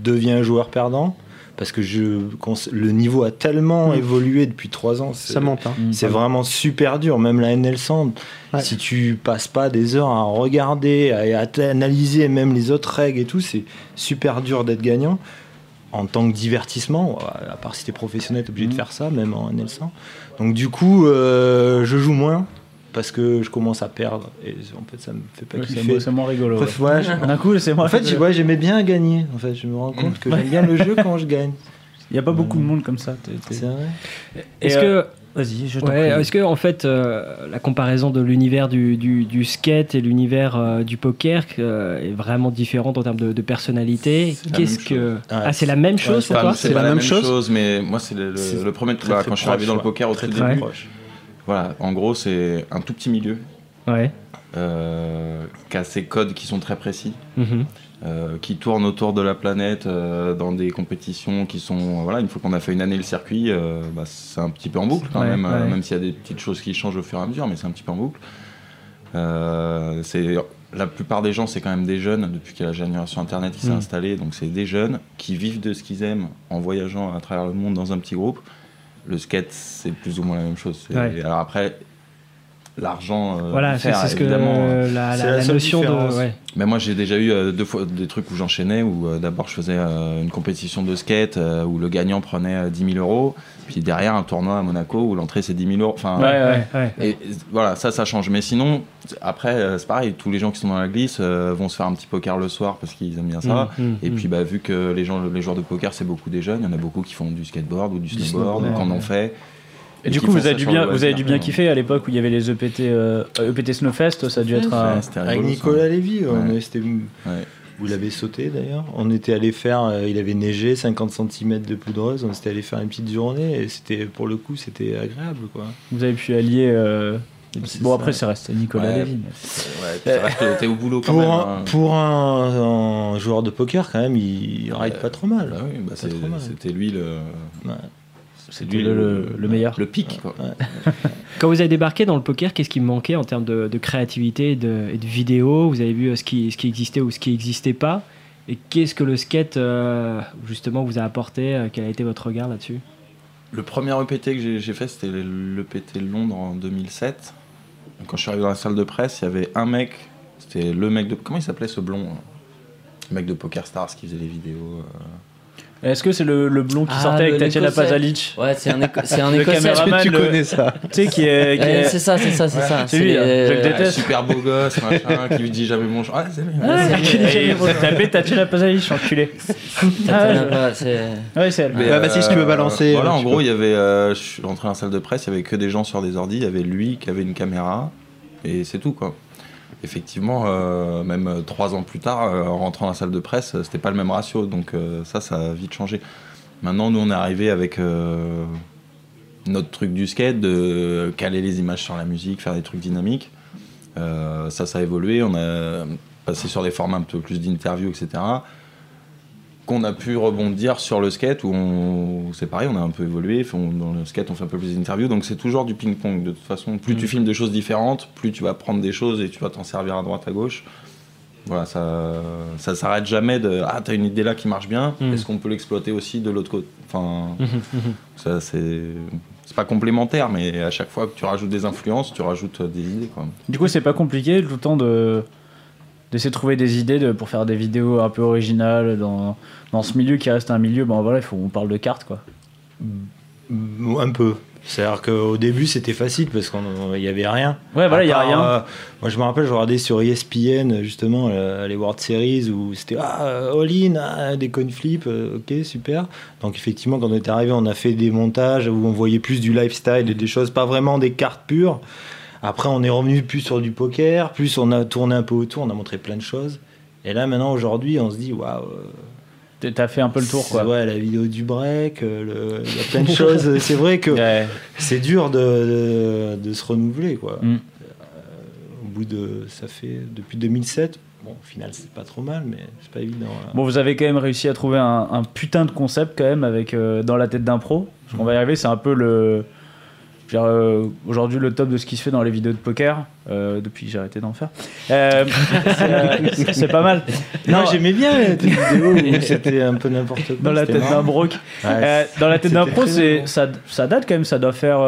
[SPEAKER 6] deviens un joueur perdant. Parce que je, cons- le niveau a tellement
[SPEAKER 3] Mm.
[SPEAKER 6] évolué depuis 3 ans. c'est-
[SPEAKER 4] Ça monte. hein.
[SPEAKER 3] Mmh.
[SPEAKER 6] C'est vraiment super dur, même la NL100.
[SPEAKER 4] Ouais.
[SPEAKER 6] Si tu passes pas des heures à regarder, à, à t- analyser même les autres règles et tout, c'est super dur d'être gagnant. En tant que divertissement, à part si t'es professionnel, t'es obligé de
[SPEAKER 3] Mhm.
[SPEAKER 6] faire ça, même en NL100. Donc du coup, euh, je joue moins parce que je commence à perdre. Et en fait, ça me fait pas
[SPEAKER 3] Ouais, c'est
[SPEAKER 6] kiffer.
[SPEAKER 3] mo- c'est moins rigolo. ouais.
[SPEAKER 6] Bref, ouais, je-
[SPEAKER 3] D'un coup, c'est moi.
[SPEAKER 6] en fait, je- ouais, j'aimais bien gagner. En fait, je me rends compte que j'aime bien
[SPEAKER 3] [laughs]
[SPEAKER 6] le jeu quand je gagne.
[SPEAKER 3] il n'y a pas beaucoup de monde comme ça. t'es- t'es-
[SPEAKER 6] C'est vrai.
[SPEAKER 3] Et,
[SPEAKER 5] Est-ce
[SPEAKER 3] euh,
[SPEAKER 5] que
[SPEAKER 3] Vas-y, je t'en
[SPEAKER 5] Ouais,
[SPEAKER 3] prie.
[SPEAKER 5] est-ce que en fait euh, la comparaison de l'univers du, du, du skate et l'univers euh, du poker euh, est vraiment différente en termes de, de personnalité
[SPEAKER 7] C'est la
[SPEAKER 5] Qu'est-ce
[SPEAKER 7] même
[SPEAKER 5] que
[SPEAKER 6] Ah,
[SPEAKER 5] ah c'est la même chose
[SPEAKER 7] Enfin,
[SPEAKER 5] pour toi
[SPEAKER 7] c'est pas la même chose, mais moi c'est le, le-
[SPEAKER 6] C'est
[SPEAKER 7] le premier truc
[SPEAKER 6] très,
[SPEAKER 7] bah,
[SPEAKER 6] très
[SPEAKER 7] quand je suis arrivé
[SPEAKER 6] proche,
[SPEAKER 7] dans le
[SPEAKER 6] ouais.
[SPEAKER 7] poker au
[SPEAKER 6] Très,
[SPEAKER 7] tout
[SPEAKER 6] très
[SPEAKER 7] début.
[SPEAKER 6] proche.
[SPEAKER 7] Voilà, en gros c'est un tout petit milieu
[SPEAKER 5] Ouais.
[SPEAKER 7] euh, qui a ses codes qui sont très précis,
[SPEAKER 5] Mhm.
[SPEAKER 7] euh, qui tourne autour de la planète euh, dans des compétitions qui sont euh, voilà une fois qu'on a fait une année le circuit, euh, bah, c'est un petit peu en boucle quand
[SPEAKER 5] Ouais,
[SPEAKER 7] même, euh,
[SPEAKER 5] ouais.
[SPEAKER 7] même s'il y a des petites choses qui changent au fur et à mesure, mais c'est un petit peu en boucle. Euh, c'est la plupart des gens, c'est quand même des jeunes, depuis qu'il y a la génération Internet qui s'est
[SPEAKER 5] Mm.
[SPEAKER 7] installée. Donc, c'est des jeunes qui vivent de ce qu'ils aiment en voyageant à travers le monde dans un petit groupe. Le skate, c'est plus ou moins la même chose. C'est-
[SPEAKER 5] Ouais.
[SPEAKER 7] Alors, après, l'argent. euh,
[SPEAKER 5] Voilà,
[SPEAKER 7] de
[SPEAKER 5] c'est
[SPEAKER 7] faire,
[SPEAKER 5] c'est ce que
[SPEAKER 7] évidemment. hein.
[SPEAKER 5] euh, la,
[SPEAKER 6] C'est
[SPEAKER 5] la-
[SPEAKER 6] la
[SPEAKER 5] la
[SPEAKER 6] seule
[SPEAKER 5] notion
[SPEAKER 6] différence.
[SPEAKER 5] de. ouais.
[SPEAKER 7] Mais moi, j'ai déjà eu euh, deux fois des trucs où j'enchaînais, où euh, d'abord je faisais euh, une compétition de skate euh, où le gagnant prenait euh, 10 000 euros, puis derrière un tournoi à Monaco où l'entrée c'est 10 000 euros. Enfin,
[SPEAKER 3] ouais.
[SPEAKER 7] Et et voilà, ça, ça change. Mais sinon, après, euh, c'est pareil, tous les gens qui sont dans la glisse euh, vont se faire un petit poker le soir parce qu'ils aiment bien ça.
[SPEAKER 3] Mmh,
[SPEAKER 5] Mm, mm,
[SPEAKER 7] Et
[SPEAKER 5] mm.
[SPEAKER 7] puis, bah, vu que les, gens, les joueurs de poker, c'est beaucoup des jeunes, il y en a beaucoup qui font du skateboard ou du snowboard,
[SPEAKER 6] snowboard,
[SPEAKER 7] ou qu'on en fait.
[SPEAKER 3] Et du
[SPEAKER 7] qui
[SPEAKER 3] coup,
[SPEAKER 7] font
[SPEAKER 3] vous
[SPEAKER 7] ça
[SPEAKER 3] avez, du
[SPEAKER 7] sur
[SPEAKER 3] bien,
[SPEAKER 7] le
[SPEAKER 3] vous avez du bien
[SPEAKER 7] loisir,
[SPEAKER 3] kiffé à l'époque où il y avait les EPT, euh, EPT Snowfest, ça a dû être un.
[SPEAKER 7] Ouais, c'était
[SPEAKER 6] Avec
[SPEAKER 7] rigolo, ça.
[SPEAKER 6] Nicolas Lévy, ouais, on
[SPEAKER 7] Ouais.
[SPEAKER 6] est- c'était- vous l'avez sauté d'ailleurs. On était allé faire, euh, il avait neigé, 50 cm de poudreuse, on était allé faire une petite journée et c'était pour le coup c'était agréable quoi.
[SPEAKER 3] Vous avez pu allier. euh, les petits-
[SPEAKER 6] C'est
[SPEAKER 3] Bon,
[SPEAKER 6] ça.
[SPEAKER 3] après, ça reste Nicolas
[SPEAKER 7] Ouais.
[SPEAKER 3] Lévy, mais-
[SPEAKER 7] Ouais, puis ça reste que t'es au boulot quand
[SPEAKER 6] Euh, Pour,
[SPEAKER 7] même.
[SPEAKER 6] un,
[SPEAKER 7] hein.
[SPEAKER 6] pour un, un joueur de poker quand même, il ride pas trop mal.
[SPEAKER 7] Bah oui, bah,
[SPEAKER 6] C'est
[SPEAKER 7] c'est-
[SPEAKER 6] trop mal.
[SPEAKER 7] c'était lui le.
[SPEAKER 6] Ouais.
[SPEAKER 3] C'était le- le- le meilleur.
[SPEAKER 7] Le pic, quoi.
[SPEAKER 5] Quand vous avez débarqué dans le poker, qu'est-ce qui manquait en termes de, de créativité et de, et de vidéo Vous avez vu euh, ce qui, ce qui existait ou ce qui n'existait pas Et qu'est-ce que le skate, euh, justement, vous a apporté euh, Quel a été votre regard là-dessus
[SPEAKER 7] Le premier EPT que j'ai- j'ai fait, c'était l'EPT Londres en 2007. Donc, Quand je suis arrivé dans la salle de presse, il y avait un mec, c'était le mec de. Comment il s'appelait ce blond hein Le mec de Poker Stars qui faisait les vidéos. euh.
[SPEAKER 3] Est-ce que c'est le, le blond qui
[SPEAKER 8] Ah,
[SPEAKER 3] sortait avec
[SPEAKER 8] le-
[SPEAKER 3] Tatiana
[SPEAKER 8] l'Écossais.
[SPEAKER 3] Pasalic
[SPEAKER 8] Ouais, c'est un,
[SPEAKER 3] [laughs]
[SPEAKER 8] éco- c'est un
[SPEAKER 3] Le Ah,
[SPEAKER 8] écossais.
[SPEAKER 3] caméraman. Pas
[SPEAKER 4] tu
[SPEAKER 3] mal,
[SPEAKER 4] connais ça.
[SPEAKER 3] Tu sais, qui est. qui
[SPEAKER 8] Ouais,
[SPEAKER 3] est-
[SPEAKER 8] c'est ça, c'est ça, c'est ça.
[SPEAKER 3] c'est lui,
[SPEAKER 8] les-
[SPEAKER 3] hein. Je le
[SPEAKER 7] Ah,
[SPEAKER 3] déteste.
[SPEAKER 7] super beau gosse, machin, qui lui dit jamais mon Ah, c'est lui.
[SPEAKER 3] Ah,
[SPEAKER 8] Ouais,
[SPEAKER 3] qui
[SPEAKER 8] c'est-
[SPEAKER 3] dit- Tapez Tatiana Pasalic, enculé.
[SPEAKER 8] Tatiana,
[SPEAKER 3] Ah,
[SPEAKER 8] pas, c'est-
[SPEAKER 3] Ouais, c'est elle.
[SPEAKER 7] Mais,
[SPEAKER 4] Bah, Baptiste, tu peux balancer,
[SPEAKER 7] Voilà,
[SPEAKER 4] euh,
[SPEAKER 7] en
[SPEAKER 4] tu
[SPEAKER 7] gros,
[SPEAKER 4] peux.
[SPEAKER 7] il y avait. euh, je suis rentré dans la salle de presse, il y avait que des gens sur des ordi, il y avait lui qui avait une caméra, et c'est tout, quoi. Effectivement, euh, même euh, trois ans plus tard, euh, en rentrant dans la salle de presse, euh, c'était pas le même ratio, donc euh, ça, ça a vite changé. Maintenant, nous, on est arrivé avec euh, notre truc du skate, de caler les images sur la musique, faire des trucs dynamiques. Euh, ça, ça a évolué. On a passé sur des formats un peu plus d'interviews, etc. Qu'on a pu rebondir sur le skate où, on- c'est pareil, on a un peu évolué. On- dans le skate, on fait un peu plus d'interviews. Donc c'est toujours du ping-pong. De toute façon, plus tu filmes des choses différentes, plus tu vas prendre des choses et tu vas t'en servir à droite, à gauche. Voilà, ça, ça s'arrête jamais de ah t'as une idée là qui marche bien.
[SPEAKER 5] Mm.
[SPEAKER 7] Est-ce qu'on peut l'exploiter aussi de l'autre côté
[SPEAKER 3] Mm.
[SPEAKER 7] Enfin,
[SPEAKER 3] [laughs]
[SPEAKER 7] ça c'est c'est pas complémentaire, mais à chaque fois que tu rajoutes des influences, tu rajoutes euh, des idées quoi.
[SPEAKER 3] Du coup, c'est pas compliqué tout le temps de d'essayer de trouver des idées de, pour faire des vidéos un peu originales dans, dans ce milieu qui reste un milieu. Ben voilà, il faut on parle de cartes quoi.
[SPEAKER 6] Mm, Un peu. C'est-à-dire qu'au début c'était facile parce qu'il y avait rien.
[SPEAKER 3] Ouais, voilà, il y a
[SPEAKER 6] À part,
[SPEAKER 3] rien.
[SPEAKER 6] euh, moi, je me rappelle, je regardais sur E ESPN, justement, euh, les World Series où c'était ah, euh, all-in, ah, des coin flips, euh, ok, super. Donc, effectivement, quand on est arrivé, on a fait des montages où on voyait plus du lifestyle et des choses, pas vraiment des cartes pures. Après, on est revenu plus sur du poker, plus on a tourné un peu autour, on a montré plein de choses. Et là, maintenant, aujourd'hui, on se dit, waouh, euh,
[SPEAKER 3] T'es- T'as fait un peu le tour quoi.
[SPEAKER 6] ouais, la vidéo du break, euh, le- il y a plein de
[SPEAKER 3] [laughs]
[SPEAKER 6] choses. C'est vrai que
[SPEAKER 3] Ouais.
[SPEAKER 6] c'est dur de, de- de se renouveler quoi.
[SPEAKER 3] Mm.
[SPEAKER 6] Euh, au bout de ça fait depuis 2007. Bon, au final c'est pas trop mal, mais c'est pas évident. hein.
[SPEAKER 3] Bon, vous avez quand même réussi à trouver un, un putain de concept quand même avec euh, dans la tête d'un pro. On va y arriver, c'est un peu le je veux dire, euh, aujourd'hui le top de ce qui se fait dans les vidéos de poker. Euh, depuis, j'ai arrêté d'en faire. Euh, c'est, euh, c'est- c'est pas mal.
[SPEAKER 6] non,
[SPEAKER 3] non.
[SPEAKER 6] j'aimais bien
[SPEAKER 3] [laughs]
[SPEAKER 6] tes vidéos où c'était un peu n'importe quoi.
[SPEAKER 3] Dans la
[SPEAKER 6] c'était
[SPEAKER 3] tête
[SPEAKER 6] marrant.
[SPEAKER 3] d'un broc.
[SPEAKER 6] Ouais,
[SPEAKER 3] Euh, dans la tête d'un
[SPEAKER 6] C'était
[SPEAKER 3] pro,
[SPEAKER 6] très
[SPEAKER 3] c'est-
[SPEAKER 6] marrant.
[SPEAKER 3] ça, ça date quand même, ça doit faire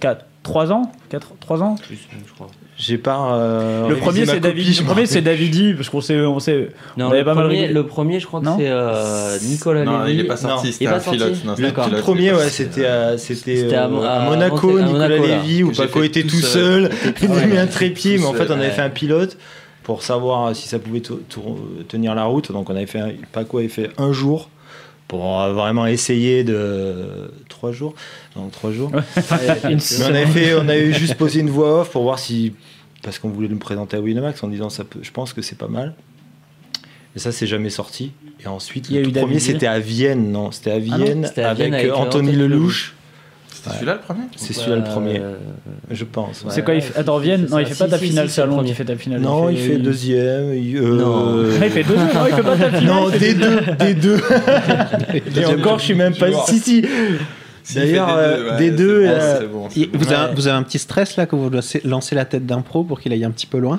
[SPEAKER 3] 4, 3 ans 4, 3 ans
[SPEAKER 8] Plus, je crois.
[SPEAKER 6] J'ai pas. euh,
[SPEAKER 3] Le
[SPEAKER 6] révisé
[SPEAKER 3] premier,
[SPEAKER 6] ma
[SPEAKER 3] c'est
[SPEAKER 6] copie,
[SPEAKER 3] David,
[SPEAKER 6] je
[SPEAKER 3] le
[SPEAKER 6] me
[SPEAKER 3] premier, c'est
[SPEAKER 6] rappelle.
[SPEAKER 3] Davidi, parce qu'on sait, on sait.
[SPEAKER 8] Non,
[SPEAKER 3] On avait
[SPEAKER 8] le,
[SPEAKER 3] pas mal
[SPEAKER 8] premier,
[SPEAKER 3] rigolé.
[SPEAKER 8] le premier, je crois
[SPEAKER 3] Non
[SPEAKER 8] que c'est euh, Nicolas
[SPEAKER 7] Non, il
[SPEAKER 8] Lévy.
[SPEAKER 7] est pas
[SPEAKER 6] non,
[SPEAKER 7] sorti,
[SPEAKER 8] il est
[SPEAKER 7] c'était
[SPEAKER 8] pas
[SPEAKER 7] un
[SPEAKER 8] sorti.
[SPEAKER 7] pilote. Non, c'était
[SPEAKER 6] Le
[SPEAKER 7] un
[SPEAKER 6] tout
[SPEAKER 7] pilote,
[SPEAKER 6] premier,
[SPEAKER 7] c'est pas-
[SPEAKER 6] ouais, c'était à, c'était,
[SPEAKER 8] C'était à
[SPEAKER 6] euh,
[SPEAKER 8] Mo-
[SPEAKER 6] à
[SPEAKER 8] à-
[SPEAKER 6] Monaco,
[SPEAKER 8] à
[SPEAKER 6] Nicolas
[SPEAKER 8] Monaco, là.
[SPEAKER 6] Lévy, où
[SPEAKER 7] Que j'ai
[SPEAKER 6] Paco
[SPEAKER 7] fait
[SPEAKER 6] était
[SPEAKER 7] tout
[SPEAKER 6] tout seul,
[SPEAKER 7] seul.
[SPEAKER 6] [laughs] il
[SPEAKER 7] Ah
[SPEAKER 6] avait
[SPEAKER 7] ouais.
[SPEAKER 6] mis un trépied,
[SPEAKER 7] Tout
[SPEAKER 6] mais en fait
[SPEAKER 7] seul,
[SPEAKER 6] on avait
[SPEAKER 7] ouais.
[SPEAKER 6] fait un pilote pour savoir euh, si ça pouvait to- tour- tenir la route. Donc on avait fait, un- Paco avait fait un jour pour euh, vraiment essayer de trois jours, donc trois jours. [laughs]
[SPEAKER 5] Une
[SPEAKER 6] Mais on
[SPEAKER 5] seule-
[SPEAKER 6] avait fait, on avait juste posé une voix off pour voir si, parce qu'on voulait le présenter à Winamax en disant ça peut, je pense que c'est pas mal. Et ça, c'est jamais sorti. Et ensuite,
[SPEAKER 3] Il y a
[SPEAKER 6] le
[SPEAKER 3] eu
[SPEAKER 6] tout premier,
[SPEAKER 3] David Ah Hill.
[SPEAKER 6] c'était à Vienne, non C'était à Vienne,
[SPEAKER 8] c'était à
[SPEAKER 6] avec,
[SPEAKER 8] Vienne avec,
[SPEAKER 6] euh,
[SPEAKER 8] euh,
[SPEAKER 6] Anthony
[SPEAKER 8] Anthony
[SPEAKER 6] Lelouch.
[SPEAKER 7] C'était
[SPEAKER 6] Ouais.
[SPEAKER 7] celui-là le premier
[SPEAKER 6] C'est celui-là le premier,
[SPEAKER 8] Euh,
[SPEAKER 6] je pense. ouais.
[SPEAKER 3] c'est quoi il
[SPEAKER 8] ouais,
[SPEAKER 3] fait,
[SPEAKER 8] si,
[SPEAKER 3] Attends,
[SPEAKER 8] si,
[SPEAKER 3] Vienne
[SPEAKER 8] c'est
[SPEAKER 3] Non, il
[SPEAKER 8] ça.
[SPEAKER 3] fait pas
[SPEAKER 8] Si,
[SPEAKER 3] ta
[SPEAKER 8] si,
[SPEAKER 3] finale
[SPEAKER 8] si,
[SPEAKER 3] salon,
[SPEAKER 8] c'est le
[SPEAKER 3] il fait ta finale.
[SPEAKER 6] Non, il fait deuxième. il- euh,
[SPEAKER 8] Non.
[SPEAKER 6] [laughs] euh,
[SPEAKER 3] Ah, il fait deuxième, non, il fait pas ta finale.
[SPEAKER 6] non, des deux,
[SPEAKER 3] [laughs]
[SPEAKER 6] des deux. Et encore, je suis même pas.
[SPEAKER 7] Toujours.
[SPEAKER 6] Si, si.
[SPEAKER 7] Si,
[SPEAKER 6] D'ailleurs,
[SPEAKER 7] il fait
[SPEAKER 6] euh,
[SPEAKER 7] ouais,
[SPEAKER 6] des
[SPEAKER 7] c'est
[SPEAKER 6] deux,
[SPEAKER 7] bon,
[SPEAKER 6] euh,
[SPEAKER 7] c'est bon, c'est
[SPEAKER 4] Il-
[SPEAKER 7] bon.
[SPEAKER 4] Vous, avez,
[SPEAKER 6] Ouais.
[SPEAKER 4] vous avez un petit stress là quand vous lancez, lancez la tête d'un pro pour qu'il aille un petit peu loin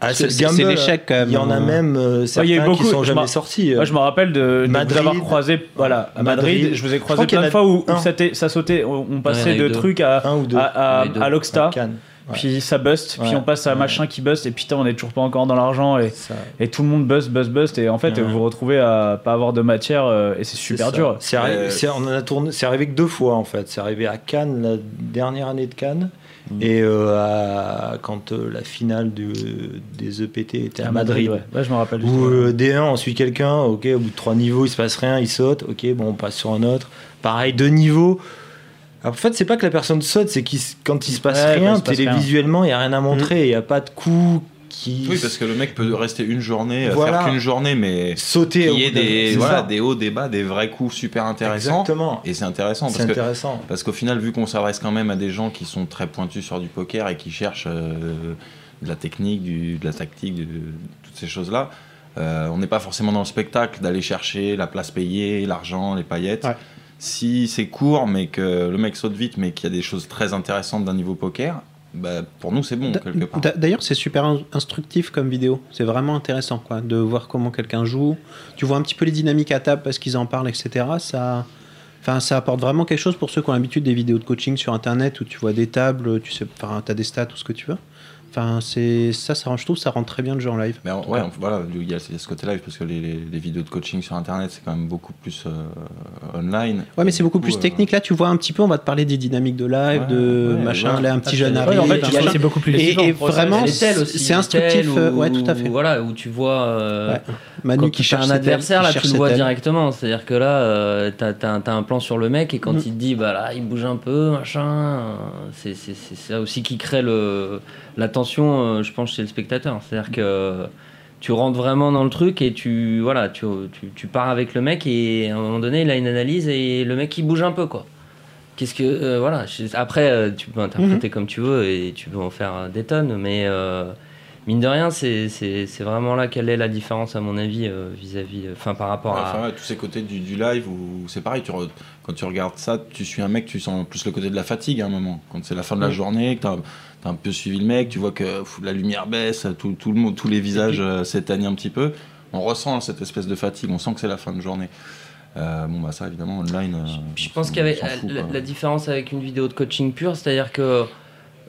[SPEAKER 6] Ah,
[SPEAKER 4] C'est-
[SPEAKER 6] le
[SPEAKER 4] c'est- c'est
[SPEAKER 6] gamble,
[SPEAKER 4] l'échec, quand même. hein.
[SPEAKER 6] Il y en a même euh,
[SPEAKER 3] Ouais, il y a eu
[SPEAKER 6] certains qui
[SPEAKER 3] beaucoup,
[SPEAKER 6] sont
[SPEAKER 3] je
[SPEAKER 6] jamais
[SPEAKER 3] m'en-
[SPEAKER 6] sortis. euh.
[SPEAKER 3] Moi, je me rappelle de, de vous
[SPEAKER 6] Madrid.
[SPEAKER 3] avoir croisé voilà, à Madrid,
[SPEAKER 6] Madrid.
[SPEAKER 3] Je vous ai
[SPEAKER 6] Je crois
[SPEAKER 3] croisé
[SPEAKER 6] qu'il
[SPEAKER 3] plein
[SPEAKER 6] y en
[SPEAKER 3] de
[SPEAKER 6] a
[SPEAKER 3] fois où, où
[SPEAKER 6] un.
[SPEAKER 3] ça, t'est- ça sautait. On, on
[SPEAKER 8] il y en a
[SPEAKER 3] passait
[SPEAKER 8] eu
[SPEAKER 3] de
[SPEAKER 8] deux.
[SPEAKER 3] trucs à,
[SPEAKER 6] Un ou deux.
[SPEAKER 3] à, à,
[SPEAKER 8] Il y en a eu deux.
[SPEAKER 3] à l'Oxta.
[SPEAKER 6] Cannes. Ouais.
[SPEAKER 3] puis ça buste, puis
[SPEAKER 6] Ouais.
[SPEAKER 3] on passe à
[SPEAKER 6] Ouais.
[SPEAKER 3] machin qui buste, et putain, on est toujours pas encore dans l'argent, et,
[SPEAKER 6] Ça-
[SPEAKER 3] et tout le monde buste, buste, buste, et en fait,
[SPEAKER 6] Ouais.
[SPEAKER 3] vous vous retrouvez à pas avoir de matière, euh, et c'est super
[SPEAKER 6] ça.
[SPEAKER 3] dur.
[SPEAKER 6] C'est arrivé,
[SPEAKER 7] Euh,
[SPEAKER 6] c'est- on en a tourné, c'est arrivé que deux fois en fait. C'est arrivé à Cannes la dernière année de Cannes
[SPEAKER 3] Mm.
[SPEAKER 6] et euh, à- quand euh, la finale du- des EPT était à, Madrid.
[SPEAKER 3] ouais. Ouais, je me rappelle. du
[SPEAKER 6] Ou
[SPEAKER 3] tout.
[SPEAKER 6] euh, D1, on suit quelqu'un, ok, au bout de trois niveaux, il se passe rien, il saute, ok, bon, on passe sur un autre. Pareil, deux niveaux. En fait, c'est pas que la personne saute, c'est qu'il s- quand il se passe
[SPEAKER 3] Ouais, quand il
[SPEAKER 6] rien,
[SPEAKER 3] se passe Mm.
[SPEAKER 6] télévisuellement, il n'y a rien à montrer, il n'y a pas de coup qui
[SPEAKER 7] Oui, parce que le mec peut rester une journée, euh,
[SPEAKER 6] Voilà.
[SPEAKER 7] faire qu'une journée, mais
[SPEAKER 6] sauter.
[SPEAKER 7] qu'il y
[SPEAKER 6] au
[SPEAKER 7] ait
[SPEAKER 6] bout d'un-
[SPEAKER 7] des,
[SPEAKER 6] c'est
[SPEAKER 7] voilà,
[SPEAKER 6] ça.
[SPEAKER 7] des hauts, des bas, des vrais coups super intéressants.
[SPEAKER 6] Exactement.
[SPEAKER 7] Et c'est intéressant
[SPEAKER 6] C'est
[SPEAKER 7] parce que
[SPEAKER 6] intéressant.
[SPEAKER 7] Parce qu'au final, vu qu'on s'adresse quand même à des gens qui sont très pointus sur du poker et qui cherchent euh, de la technique, du- de la tactique, du- toutes ces choses-là, euh, on n'est pas forcément dans le spectacle d'aller chercher la place payée, l'argent, les paillettes.
[SPEAKER 4] Ouais.
[SPEAKER 7] Si c'est court, mais que le mec saute vite, mais qu'il y a des choses très intéressantes d'un niveau poker, bah, pour nous c'est bon
[SPEAKER 4] D'a-
[SPEAKER 7] quelque part.
[SPEAKER 4] d'a- D'ailleurs, c'est super in- instructif comme vidéo. C'est vraiment intéressant quoi, de voir comment quelqu'un joue. Tu vois un petit peu les dynamiques à table parce qu'ils en parlent, etc. Ça, enfin, ça apporte vraiment quelque chose pour ceux qui ont l'habitude des vidéos de coaching sur Internet où tu vois des tables, tu sais, enfin, as des stats ou ce que tu veux. Enfin, c'est ça, ça rend, je trouve, ça rend très bien le jeu en live.
[SPEAKER 7] Mais on- ouais, on- voilà, il y a ce côté-là, parce que les, les- les vidéos de coaching sur Internet, c'est quand même beaucoup plus euh, online.
[SPEAKER 4] Ouais, mais c'est
[SPEAKER 7] Du
[SPEAKER 4] beaucoup
[SPEAKER 7] coup,
[SPEAKER 4] plus
[SPEAKER 7] euh,
[SPEAKER 4] technique. Là, tu vois un petit peu, on va te parler des dynamiques de live,
[SPEAKER 7] Ouais,
[SPEAKER 4] de
[SPEAKER 7] ouais,
[SPEAKER 4] machin.
[SPEAKER 7] ouais.
[SPEAKER 4] Là, un petit jeune
[SPEAKER 3] Ouais,
[SPEAKER 4] arrive.
[SPEAKER 3] en fait, tu
[SPEAKER 4] machin.
[SPEAKER 3] vois,
[SPEAKER 5] c'est beaucoup plus
[SPEAKER 4] et,
[SPEAKER 5] vivant.
[SPEAKER 4] et
[SPEAKER 3] process.
[SPEAKER 4] vraiment,
[SPEAKER 8] Les
[SPEAKER 4] c'est
[SPEAKER 8] tels aussi,
[SPEAKER 4] c'est
[SPEAKER 8] les
[SPEAKER 4] instructif.
[SPEAKER 8] tels
[SPEAKER 4] euh,
[SPEAKER 8] où-
[SPEAKER 4] ouais, tout à fait.
[SPEAKER 8] Voilà, où tu vois. euh,
[SPEAKER 4] Ouais. Manu
[SPEAKER 8] quand
[SPEAKER 4] qui
[SPEAKER 8] t'as
[SPEAKER 4] cherche
[SPEAKER 8] un
[SPEAKER 4] ses tels,
[SPEAKER 8] adversaire,
[SPEAKER 4] qui
[SPEAKER 8] là,
[SPEAKER 4] cherche
[SPEAKER 8] tu le
[SPEAKER 4] ses
[SPEAKER 8] vois
[SPEAKER 4] tels.
[SPEAKER 8] directement. C'est-à-dire que là, euh, t'as, t'as un- t'as un plan sur le mec et quand
[SPEAKER 4] Mm.
[SPEAKER 8] il te dit, bah là, il bouge un peu, machin. euh, C'est, c'est- c'est ça aussi qui crée le, la tension, euh, je pense, chez le spectateur. C'est-à-dire que tu rentres vraiment dans le truc et tu, voilà, tu, tu, tu pars avec le mec et à un moment donné, il a une analyse et le mec, il bouge un peu, quoi. Qu'est-ce que. euh, voilà. je- Après, euh, tu peux interpréter comme tu veux et tu peux en faire euh, des tonnes, mais. euh, Mine de rien, c'est- c'est c'est vraiment là quelle est la différence, à mon avis, euh, vis-à-vis. euh, Enfin, par rapport
[SPEAKER 7] Ouais,
[SPEAKER 8] à.
[SPEAKER 7] enfin, ouais, tous ces côtés du, du live où c'est pareil, tu re- quand tu regardes ça, tu suis un mec, tu sens plus le côté de la fatigue à un moment. Quand c'est la fin de la
[SPEAKER 4] Mm.
[SPEAKER 7] journée, que t'as t'as un peu suivi le mec, tu vois que pff, la lumière baisse, tout, tout le monde, tous les visages
[SPEAKER 4] Mm.
[SPEAKER 7] euh, s'éteignent un petit peu. On ressent cette espèce de fatigue, on sent que c'est la fin de journée. Euh, bon, bah ça, évidemment, online. euh,
[SPEAKER 8] Je
[SPEAKER 7] on
[SPEAKER 8] pense
[SPEAKER 7] s'en-
[SPEAKER 8] qu'il y avait
[SPEAKER 7] on s'en fout,
[SPEAKER 8] la,
[SPEAKER 7] quoi.
[SPEAKER 8] la différence avec une vidéo de coaching pure, c'est-à-dire que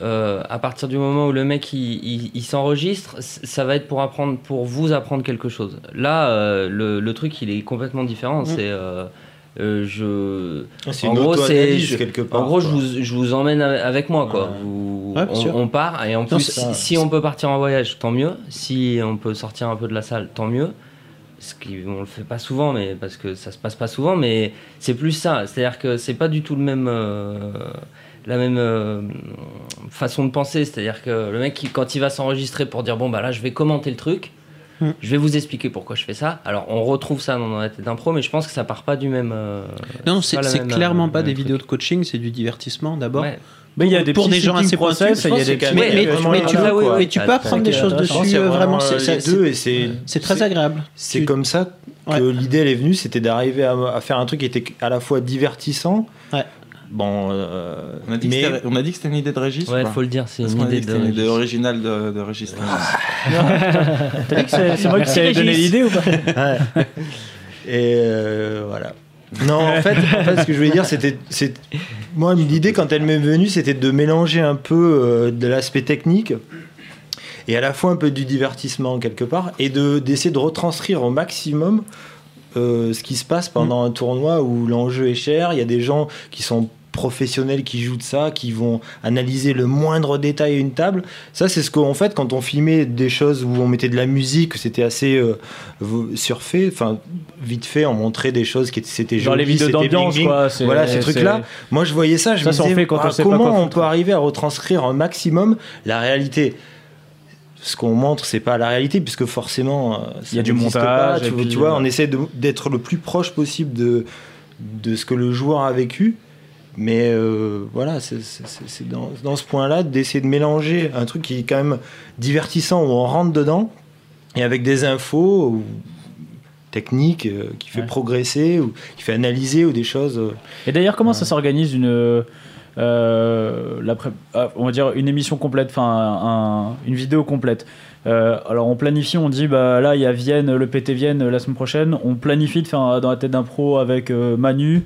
[SPEAKER 8] euh, à partir du moment où le mec il, il- il s'enregistre, c- ça va être pour apprendre, pour vous apprendre quelque chose. Là, euh, le, le truc il est complètement différent. C'est euh, euh, je
[SPEAKER 6] Mm. Ah, C'est
[SPEAKER 8] En
[SPEAKER 6] une
[SPEAKER 8] gros, c'est-
[SPEAKER 6] auto-analyse
[SPEAKER 8] je-
[SPEAKER 6] quelque part.
[SPEAKER 8] En gros, je
[SPEAKER 6] quoi.
[SPEAKER 8] vous, je vous emmène a- avec moi, quoi.
[SPEAKER 6] Ouais.
[SPEAKER 8] Vous-
[SPEAKER 4] Ouais, bien sûr.
[SPEAKER 8] on, on part, et en plus,
[SPEAKER 6] c'est ça.
[SPEAKER 8] si on peut partir en voyage, tant mieux. Si on peut sortir un peu de la salle, tant mieux. Ce qui, on le fait pas souvent, mais parce que ça se passe pas souvent, mais c'est plus ça. C'est-à-dire que c'est pas du tout le même, euh, la même euh, façon de penser. C'est-à-dire que le mec, il- quand il va s'enregistrer pour dire bon bah là, je vais commenter le truc.
[SPEAKER 4] Mm.
[SPEAKER 8] Je vais vous expliquer pourquoi je fais ça. Alors, on retrouve ça dans la tête d'un pro, mais je pense que ça part pas du même. euh,
[SPEAKER 4] Non,
[SPEAKER 8] c'est
[SPEAKER 4] c'est
[SPEAKER 8] pas la
[SPEAKER 4] c'est
[SPEAKER 8] même,
[SPEAKER 4] clairement
[SPEAKER 8] euh,
[SPEAKER 4] pas
[SPEAKER 8] le
[SPEAKER 4] des
[SPEAKER 8] truc.
[SPEAKER 4] vidéos de coaching, c'est du divertissement d'abord.
[SPEAKER 8] ouais.
[SPEAKER 3] Mais il y a des
[SPEAKER 4] pour
[SPEAKER 3] petits
[SPEAKER 4] des gens
[SPEAKER 3] shooting
[SPEAKER 4] assez pointus,
[SPEAKER 3] process,
[SPEAKER 4] je
[SPEAKER 3] il y a
[SPEAKER 4] pense
[SPEAKER 3] des
[SPEAKER 4] que-
[SPEAKER 3] petits-
[SPEAKER 4] mais- mais-
[SPEAKER 6] vraiment
[SPEAKER 4] mais
[SPEAKER 6] là,
[SPEAKER 4] tu
[SPEAKER 6] là,
[SPEAKER 4] peux-
[SPEAKER 6] quoi.
[SPEAKER 4] et tu peux
[SPEAKER 8] Ah,
[SPEAKER 4] apprendre des
[SPEAKER 8] c'est vrai
[SPEAKER 4] choses
[SPEAKER 8] que-
[SPEAKER 6] Je pense
[SPEAKER 4] dessus.
[SPEAKER 6] qu'il y a
[SPEAKER 4] euh, Vraiment,
[SPEAKER 6] euh,
[SPEAKER 4] c'est-
[SPEAKER 6] les
[SPEAKER 4] c'est
[SPEAKER 6] deux
[SPEAKER 4] [laughs]
[SPEAKER 6] et c'est
[SPEAKER 4] c'est très agréable.
[SPEAKER 6] c'est
[SPEAKER 4] Tu-
[SPEAKER 6] comme ça que
[SPEAKER 4] Ouais.
[SPEAKER 6] l'idée elle est venue, c'était d'arriver à, à faire un truc qui était à la fois divertissant.
[SPEAKER 4] Ouais.
[SPEAKER 6] Bon, euh,
[SPEAKER 7] On a dit que
[SPEAKER 6] mais
[SPEAKER 7] c'était- on a dit que c'était une idée de Régis
[SPEAKER 8] Ouais,
[SPEAKER 7] ou pas
[SPEAKER 8] faut le dire, c'est
[SPEAKER 7] Est-ce
[SPEAKER 8] une
[SPEAKER 7] qu'on a dit
[SPEAKER 8] idée
[SPEAKER 7] que c'était une idée
[SPEAKER 8] de.
[SPEAKER 7] originale de, de Régis
[SPEAKER 8] [laughs]
[SPEAKER 3] T'as dit que c'est c'est moi qui
[SPEAKER 5] Merci,
[SPEAKER 3] t'avais donné
[SPEAKER 5] Régis.
[SPEAKER 3] l'idée ou pas
[SPEAKER 6] [laughs] ouais. et euh, voilà. Non, en fait, en fait, ce que je voulais dire, c'était, c'est moi l'idée quand elle m'est venue, c'était de mélanger un peu euh, de l'aspect technique et à la fois un peu du divertissement quelque part et de d'essayer de retranscrire au maximum euh, ce qui se passe
[SPEAKER 3] Mm.
[SPEAKER 6] pendant un tournoi où l'enjeu est cher. Il y a des gens qui sont professionnels qui jouent de ça, qui vont analyser le moindre détail à une table. Ça, c'est ce qu'en fait, quand on filmait des choses où on mettait de la musique, c'était assez euh, vo- surfait, enfin, vite fait, on montrait des choses qui étaient c'était
[SPEAKER 3] Dans les
[SPEAKER 6] joli,
[SPEAKER 3] vidéos
[SPEAKER 6] c'était
[SPEAKER 3] d'ambiance,
[SPEAKER 6] bling-bling.
[SPEAKER 3] quoi. c'est-
[SPEAKER 6] Voilà, ces
[SPEAKER 3] c'est-
[SPEAKER 6] trucs-là. Moi, je voyais ça, je
[SPEAKER 3] Ça,
[SPEAKER 6] me
[SPEAKER 3] ça en
[SPEAKER 6] disais,
[SPEAKER 3] fait quand on
[SPEAKER 6] ah,
[SPEAKER 3] sait pas
[SPEAKER 6] comment
[SPEAKER 3] quoi
[SPEAKER 6] on
[SPEAKER 3] foutre.
[SPEAKER 6] peut arriver à retranscrire un maximum la réalité ce qu'on montre, c'est pas la réalité, puisque forcément, euh, ça
[SPEAKER 3] Il y a du
[SPEAKER 6] n'existe
[SPEAKER 3] montage,
[SPEAKER 6] pas.
[SPEAKER 3] et
[SPEAKER 6] Tu,
[SPEAKER 3] puis,
[SPEAKER 6] tu vois,
[SPEAKER 3] euh,
[SPEAKER 6] on essaie de- d'être le plus proche possible de, de ce que le joueur a vécu. Mais euh, voilà, c'est- c'est c'est- c'est dans, dans ce point-là d'essayer de mélanger un truc qui est quand même divertissant, où on rentre dedans, et avec des infos ou techniques euh, qui fait
[SPEAKER 3] Ouais.
[SPEAKER 6] progresser, ou qui fait analyser, ou des choses. euh,
[SPEAKER 3] Et d'ailleurs, comment ça s'organise une. euh, la pré- ah, on va dire une émission complète, enfin un- une vidéo complète. Euh, alors on planifie, on dit bah là il y a Vienne, le PT Vienne euh, la semaine prochaine. On planifie de faire un- dans la
[SPEAKER 6] Ah
[SPEAKER 3] tête d'un pro avec euh, Manu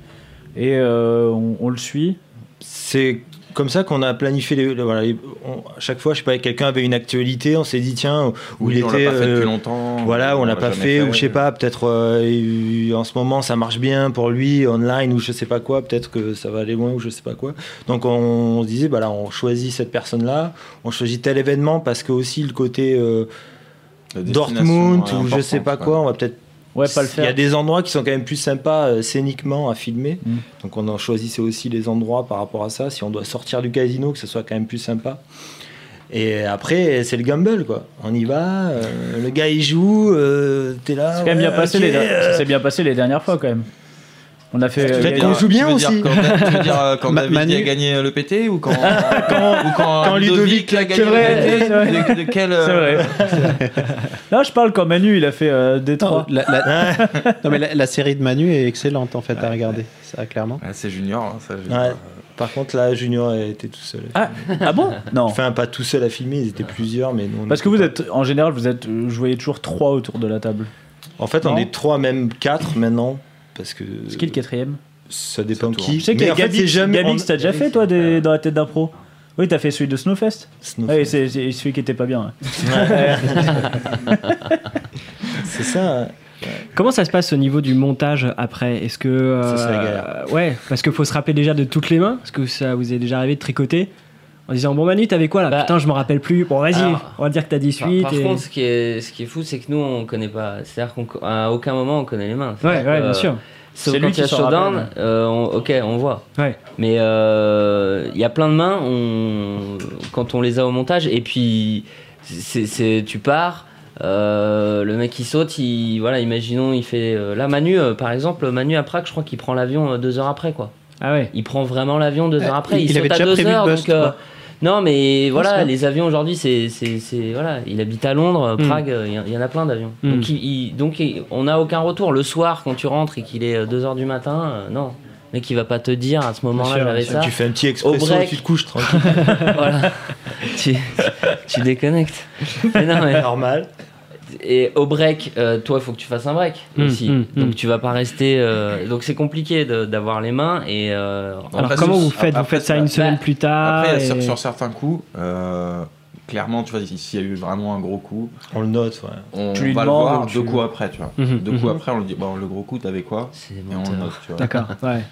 [SPEAKER 3] et euh, on, on le suit.
[SPEAKER 6] c'est comme ça qu'on a planifié les, le- voilà, les- on- à chaque fois je sais pas quelqu'un avait une actualité on s'est dit tiens où il
[SPEAKER 7] Oui, on l'a
[SPEAKER 6] était
[SPEAKER 7] pas fait
[SPEAKER 6] euh,
[SPEAKER 7] depuis longtemps.
[SPEAKER 6] voilà on l'a pas
[SPEAKER 7] jamais
[SPEAKER 6] fait, ou je sais pas [laughs] peut-être euh, en ce moment ça marche bien pour lui online ou je sais pas quoi peut-être que ça va aller loin ou je sais pas quoi donc on, on se disait bah là on choisit cette personne là on choisit tel événement parce que aussi le côté euh,
[SPEAKER 7] La destination
[SPEAKER 6] Dortmund
[SPEAKER 7] est
[SPEAKER 6] ou je sais
[SPEAKER 7] importante,
[SPEAKER 6] pas quoi on va peut-être
[SPEAKER 3] Ouais, pas le
[SPEAKER 6] il y
[SPEAKER 3] faire.
[SPEAKER 6] a des endroits qui sont quand même plus sympas euh, scéniquement à filmer.
[SPEAKER 3] Mm.
[SPEAKER 6] Donc on en choisissait aussi les endroits par rapport à ça. Si on doit sortir du casino, que ce soit quand même plus sympa. Et après, c'est le gamble, quoi. On y va, euh, le gars il joue, euh, t'es là.
[SPEAKER 3] C'est quand même
[SPEAKER 6] ouais,
[SPEAKER 3] bien passé
[SPEAKER 6] ok,
[SPEAKER 3] les.
[SPEAKER 6] euh,
[SPEAKER 3] Ça s'est bien passé les dernières fois quand même. On a fait.
[SPEAKER 7] Tu
[SPEAKER 3] euh,
[SPEAKER 7] veux
[SPEAKER 6] Peut-être
[SPEAKER 3] gagner-
[SPEAKER 7] dire-
[SPEAKER 6] qu'on joue bien
[SPEAKER 7] tu veux dire
[SPEAKER 6] aussi.
[SPEAKER 7] Quand, tu veux dire euh,
[SPEAKER 6] [laughs]
[SPEAKER 7] quand
[SPEAKER 4] Ma-
[SPEAKER 7] David
[SPEAKER 4] Manu-
[SPEAKER 7] a gagné euh, le PT ou quand, quand, ou quand,
[SPEAKER 3] quand Ludovic
[SPEAKER 7] l'a gagné
[SPEAKER 3] C'est vrai,
[SPEAKER 7] le PT
[SPEAKER 3] c'est vrai.
[SPEAKER 7] de, de quel, euh,
[SPEAKER 3] C'est vrai.
[SPEAKER 7] [laughs]
[SPEAKER 3] Là, je parle quand Manu, il a fait euh, Détroit.
[SPEAKER 4] La- la- [laughs] non, mais la, la série de Manu est excellente en fait à regarder, ça clairement.
[SPEAKER 7] Ah, c'est Junior, hein, ça. je-
[SPEAKER 6] Ouais. Par contre, là, Junior était tout seul.
[SPEAKER 3] Ah, ah
[SPEAKER 6] [laughs]
[SPEAKER 3] bon Non.
[SPEAKER 6] Enfin, pas tout seul à filmer, ils étaient plusieurs, mais nous, on
[SPEAKER 3] Parce que
[SPEAKER 6] était
[SPEAKER 3] vous
[SPEAKER 6] pas-
[SPEAKER 3] êtes, en général, vous êtes, vous voyez toujours trois autour de la table.
[SPEAKER 6] En fait, on
[SPEAKER 3] Non.
[SPEAKER 6] est trois, même quatre maintenant. Parce que.
[SPEAKER 3] C'est qui le quatrième
[SPEAKER 6] Ça dépend
[SPEAKER 7] Ça tourne.
[SPEAKER 6] qui.
[SPEAKER 3] hein. Je sais que
[SPEAKER 6] Mais en euh, fait, c'est
[SPEAKER 3] Gabix,
[SPEAKER 6] jamais.
[SPEAKER 3] Gabix,
[SPEAKER 6] on-
[SPEAKER 3] t'as déjà fait toi des- dans la tête d'un pro Oui, t'as fait celui de Snowfest.
[SPEAKER 6] Snowflake.
[SPEAKER 3] Ouais, c'est c'est celui qui était pas
[SPEAKER 6] [laughs]
[SPEAKER 3] bien. hein. ouais.
[SPEAKER 6] C'est ça.
[SPEAKER 5] Comment ça se passe au niveau du montage après Est-ce que euh,
[SPEAKER 6] Ça, c'est la galère.
[SPEAKER 5] euh, ouais, parce qu'il faut se rappeler déjà de toutes les mains, parce que ça vous est déjà arrivé de tricoter en disant bon Manu t'avais quoi là
[SPEAKER 8] Bah,
[SPEAKER 5] Putain je me rappelle plus. Bon vas-y,
[SPEAKER 8] alors,
[SPEAKER 5] on va dire que t'as 18
[SPEAKER 8] par
[SPEAKER 5] et-
[SPEAKER 8] contre, ce qui est, ce qui est fou, c'est que nous, on connaît pas. C'est-à-dire qu'à aucun moment, on connaît les mains.
[SPEAKER 5] Ouais,
[SPEAKER 8] C'est-à-dire
[SPEAKER 5] ouais,
[SPEAKER 8] que, euh,
[SPEAKER 5] bien sûr.
[SPEAKER 8] Sauf
[SPEAKER 3] C'est
[SPEAKER 8] quand
[SPEAKER 3] lui
[SPEAKER 8] il y a
[SPEAKER 3] qui s'en
[SPEAKER 8] showdown,
[SPEAKER 3] rappelle,
[SPEAKER 8] euh, on- ok, on voit.
[SPEAKER 5] Ouais.
[SPEAKER 8] Mais euh, il y a plein de mains on- quand on les a au montage. Et puis, c'est c'est- tu pars, euh, le mec il saute, il, voilà, imaginons, il fait. euh, là, Manu, euh, par exemple, Manu à Prague, je crois qu'il prend l'avion euh, deux heures après, quoi.
[SPEAKER 5] Ah ouais.
[SPEAKER 8] Il prend vraiment l'avion deux
[SPEAKER 4] Euh,
[SPEAKER 8] heures après.
[SPEAKER 4] il-
[SPEAKER 8] Il,
[SPEAKER 4] il
[SPEAKER 8] saute
[SPEAKER 4] avait
[SPEAKER 8] à
[SPEAKER 4] déjà
[SPEAKER 8] deux
[SPEAKER 4] prévu le
[SPEAKER 8] heures.
[SPEAKER 4] bust,
[SPEAKER 8] donc, euh,
[SPEAKER 4] quoi.
[SPEAKER 8] non, mais voilà,
[SPEAKER 4] bien.
[SPEAKER 8] les avions aujourd'hui, c'est, c'est, c'est- voilà, il habite à Londres,
[SPEAKER 5] Mm.
[SPEAKER 8] Prague, il y en- il y, en a plein d'avions.
[SPEAKER 5] Mm.
[SPEAKER 8] Donc, il- il- donc il- on n'a aucun retour. Le soir, quand tu rentres et qu'il est 2h du matin, euh, non, le mec, il va pas te dire à ce moment-là,
[SPEAKER 5] sûr,
[SPEAKER 8] j'avais
[SPEAKER 5] bien
[SPEAKER 8] ça.
[SPEAKER 6] Tu fais un petit
[SPEAKER 8] Au
[SPEAKER 6] expresso
[SPEAKER 8] break.
[SPEAKER 6] et tu te couches tranquille.
[SPEAKER 8] [laughs] Voilà. tu, tu déconnectes. Mais non, mais-
[SPEAKER 6] Normal.
[SPEAKER 8] et au break, euh, toi, il faut que tu fasses un break
[SPEAKER 5] Mm,
[SPEAKER 8] aussi.
[SPEAKER 5] mm,
[SPEAKER 8] donc
[SPEAKER 5] mm.
[SPEAKER 8] tu vas pas rester. euh, donc c'est compliqué de- d'avoir les mains. Et euh,
[SPEAKER 5] Alors
[SPEAKER 7] Après,
[SPEAKER 5] comment
[SPEAKER 7] c'est-
[SPEAKER 5] vous faites Vous
[SPEAKER 7] après,
[SPEAKER 5] faites ça
[SPEAKER 7] c'est-
[SPEAKER 5] une semaine
[SPEAKER 8] bah,
[SPEAKER 5] plus tard
[SPEAKER 7] Après,
[SPEAKER 5] et-
[SPEAKER 7] sur, sur certains coups, euh, clairement, tu vois, s'il y a eu vraiment un gros coup,
[SPEAKER 6] On le note, ouais.
[SPEAKER 7] on
[SPEAKER 3] Tu lui
[SPEAKER 7] va
[SPEAKER 3] demandes
[SPEAKER 7] le voir
[SPEAKER 3] ou tu-
[SPEAKER 7] deux coups après, tu vois.
[SPEAKER 5] Mhm,
[SPEAKER 7] Deux
[SPEAKER 5] mhm.
[SPEAKER 7] coups après, on lui dit, bon, le gros coup, t'avais quoi
[SPEAKER 8] c'est
[SPEAKER 7] Et on le
[SPEAKER 8] menteur.
[SPEAKER 7] note, tu vois.
[SPEAKER 5] D'accord. Ouais.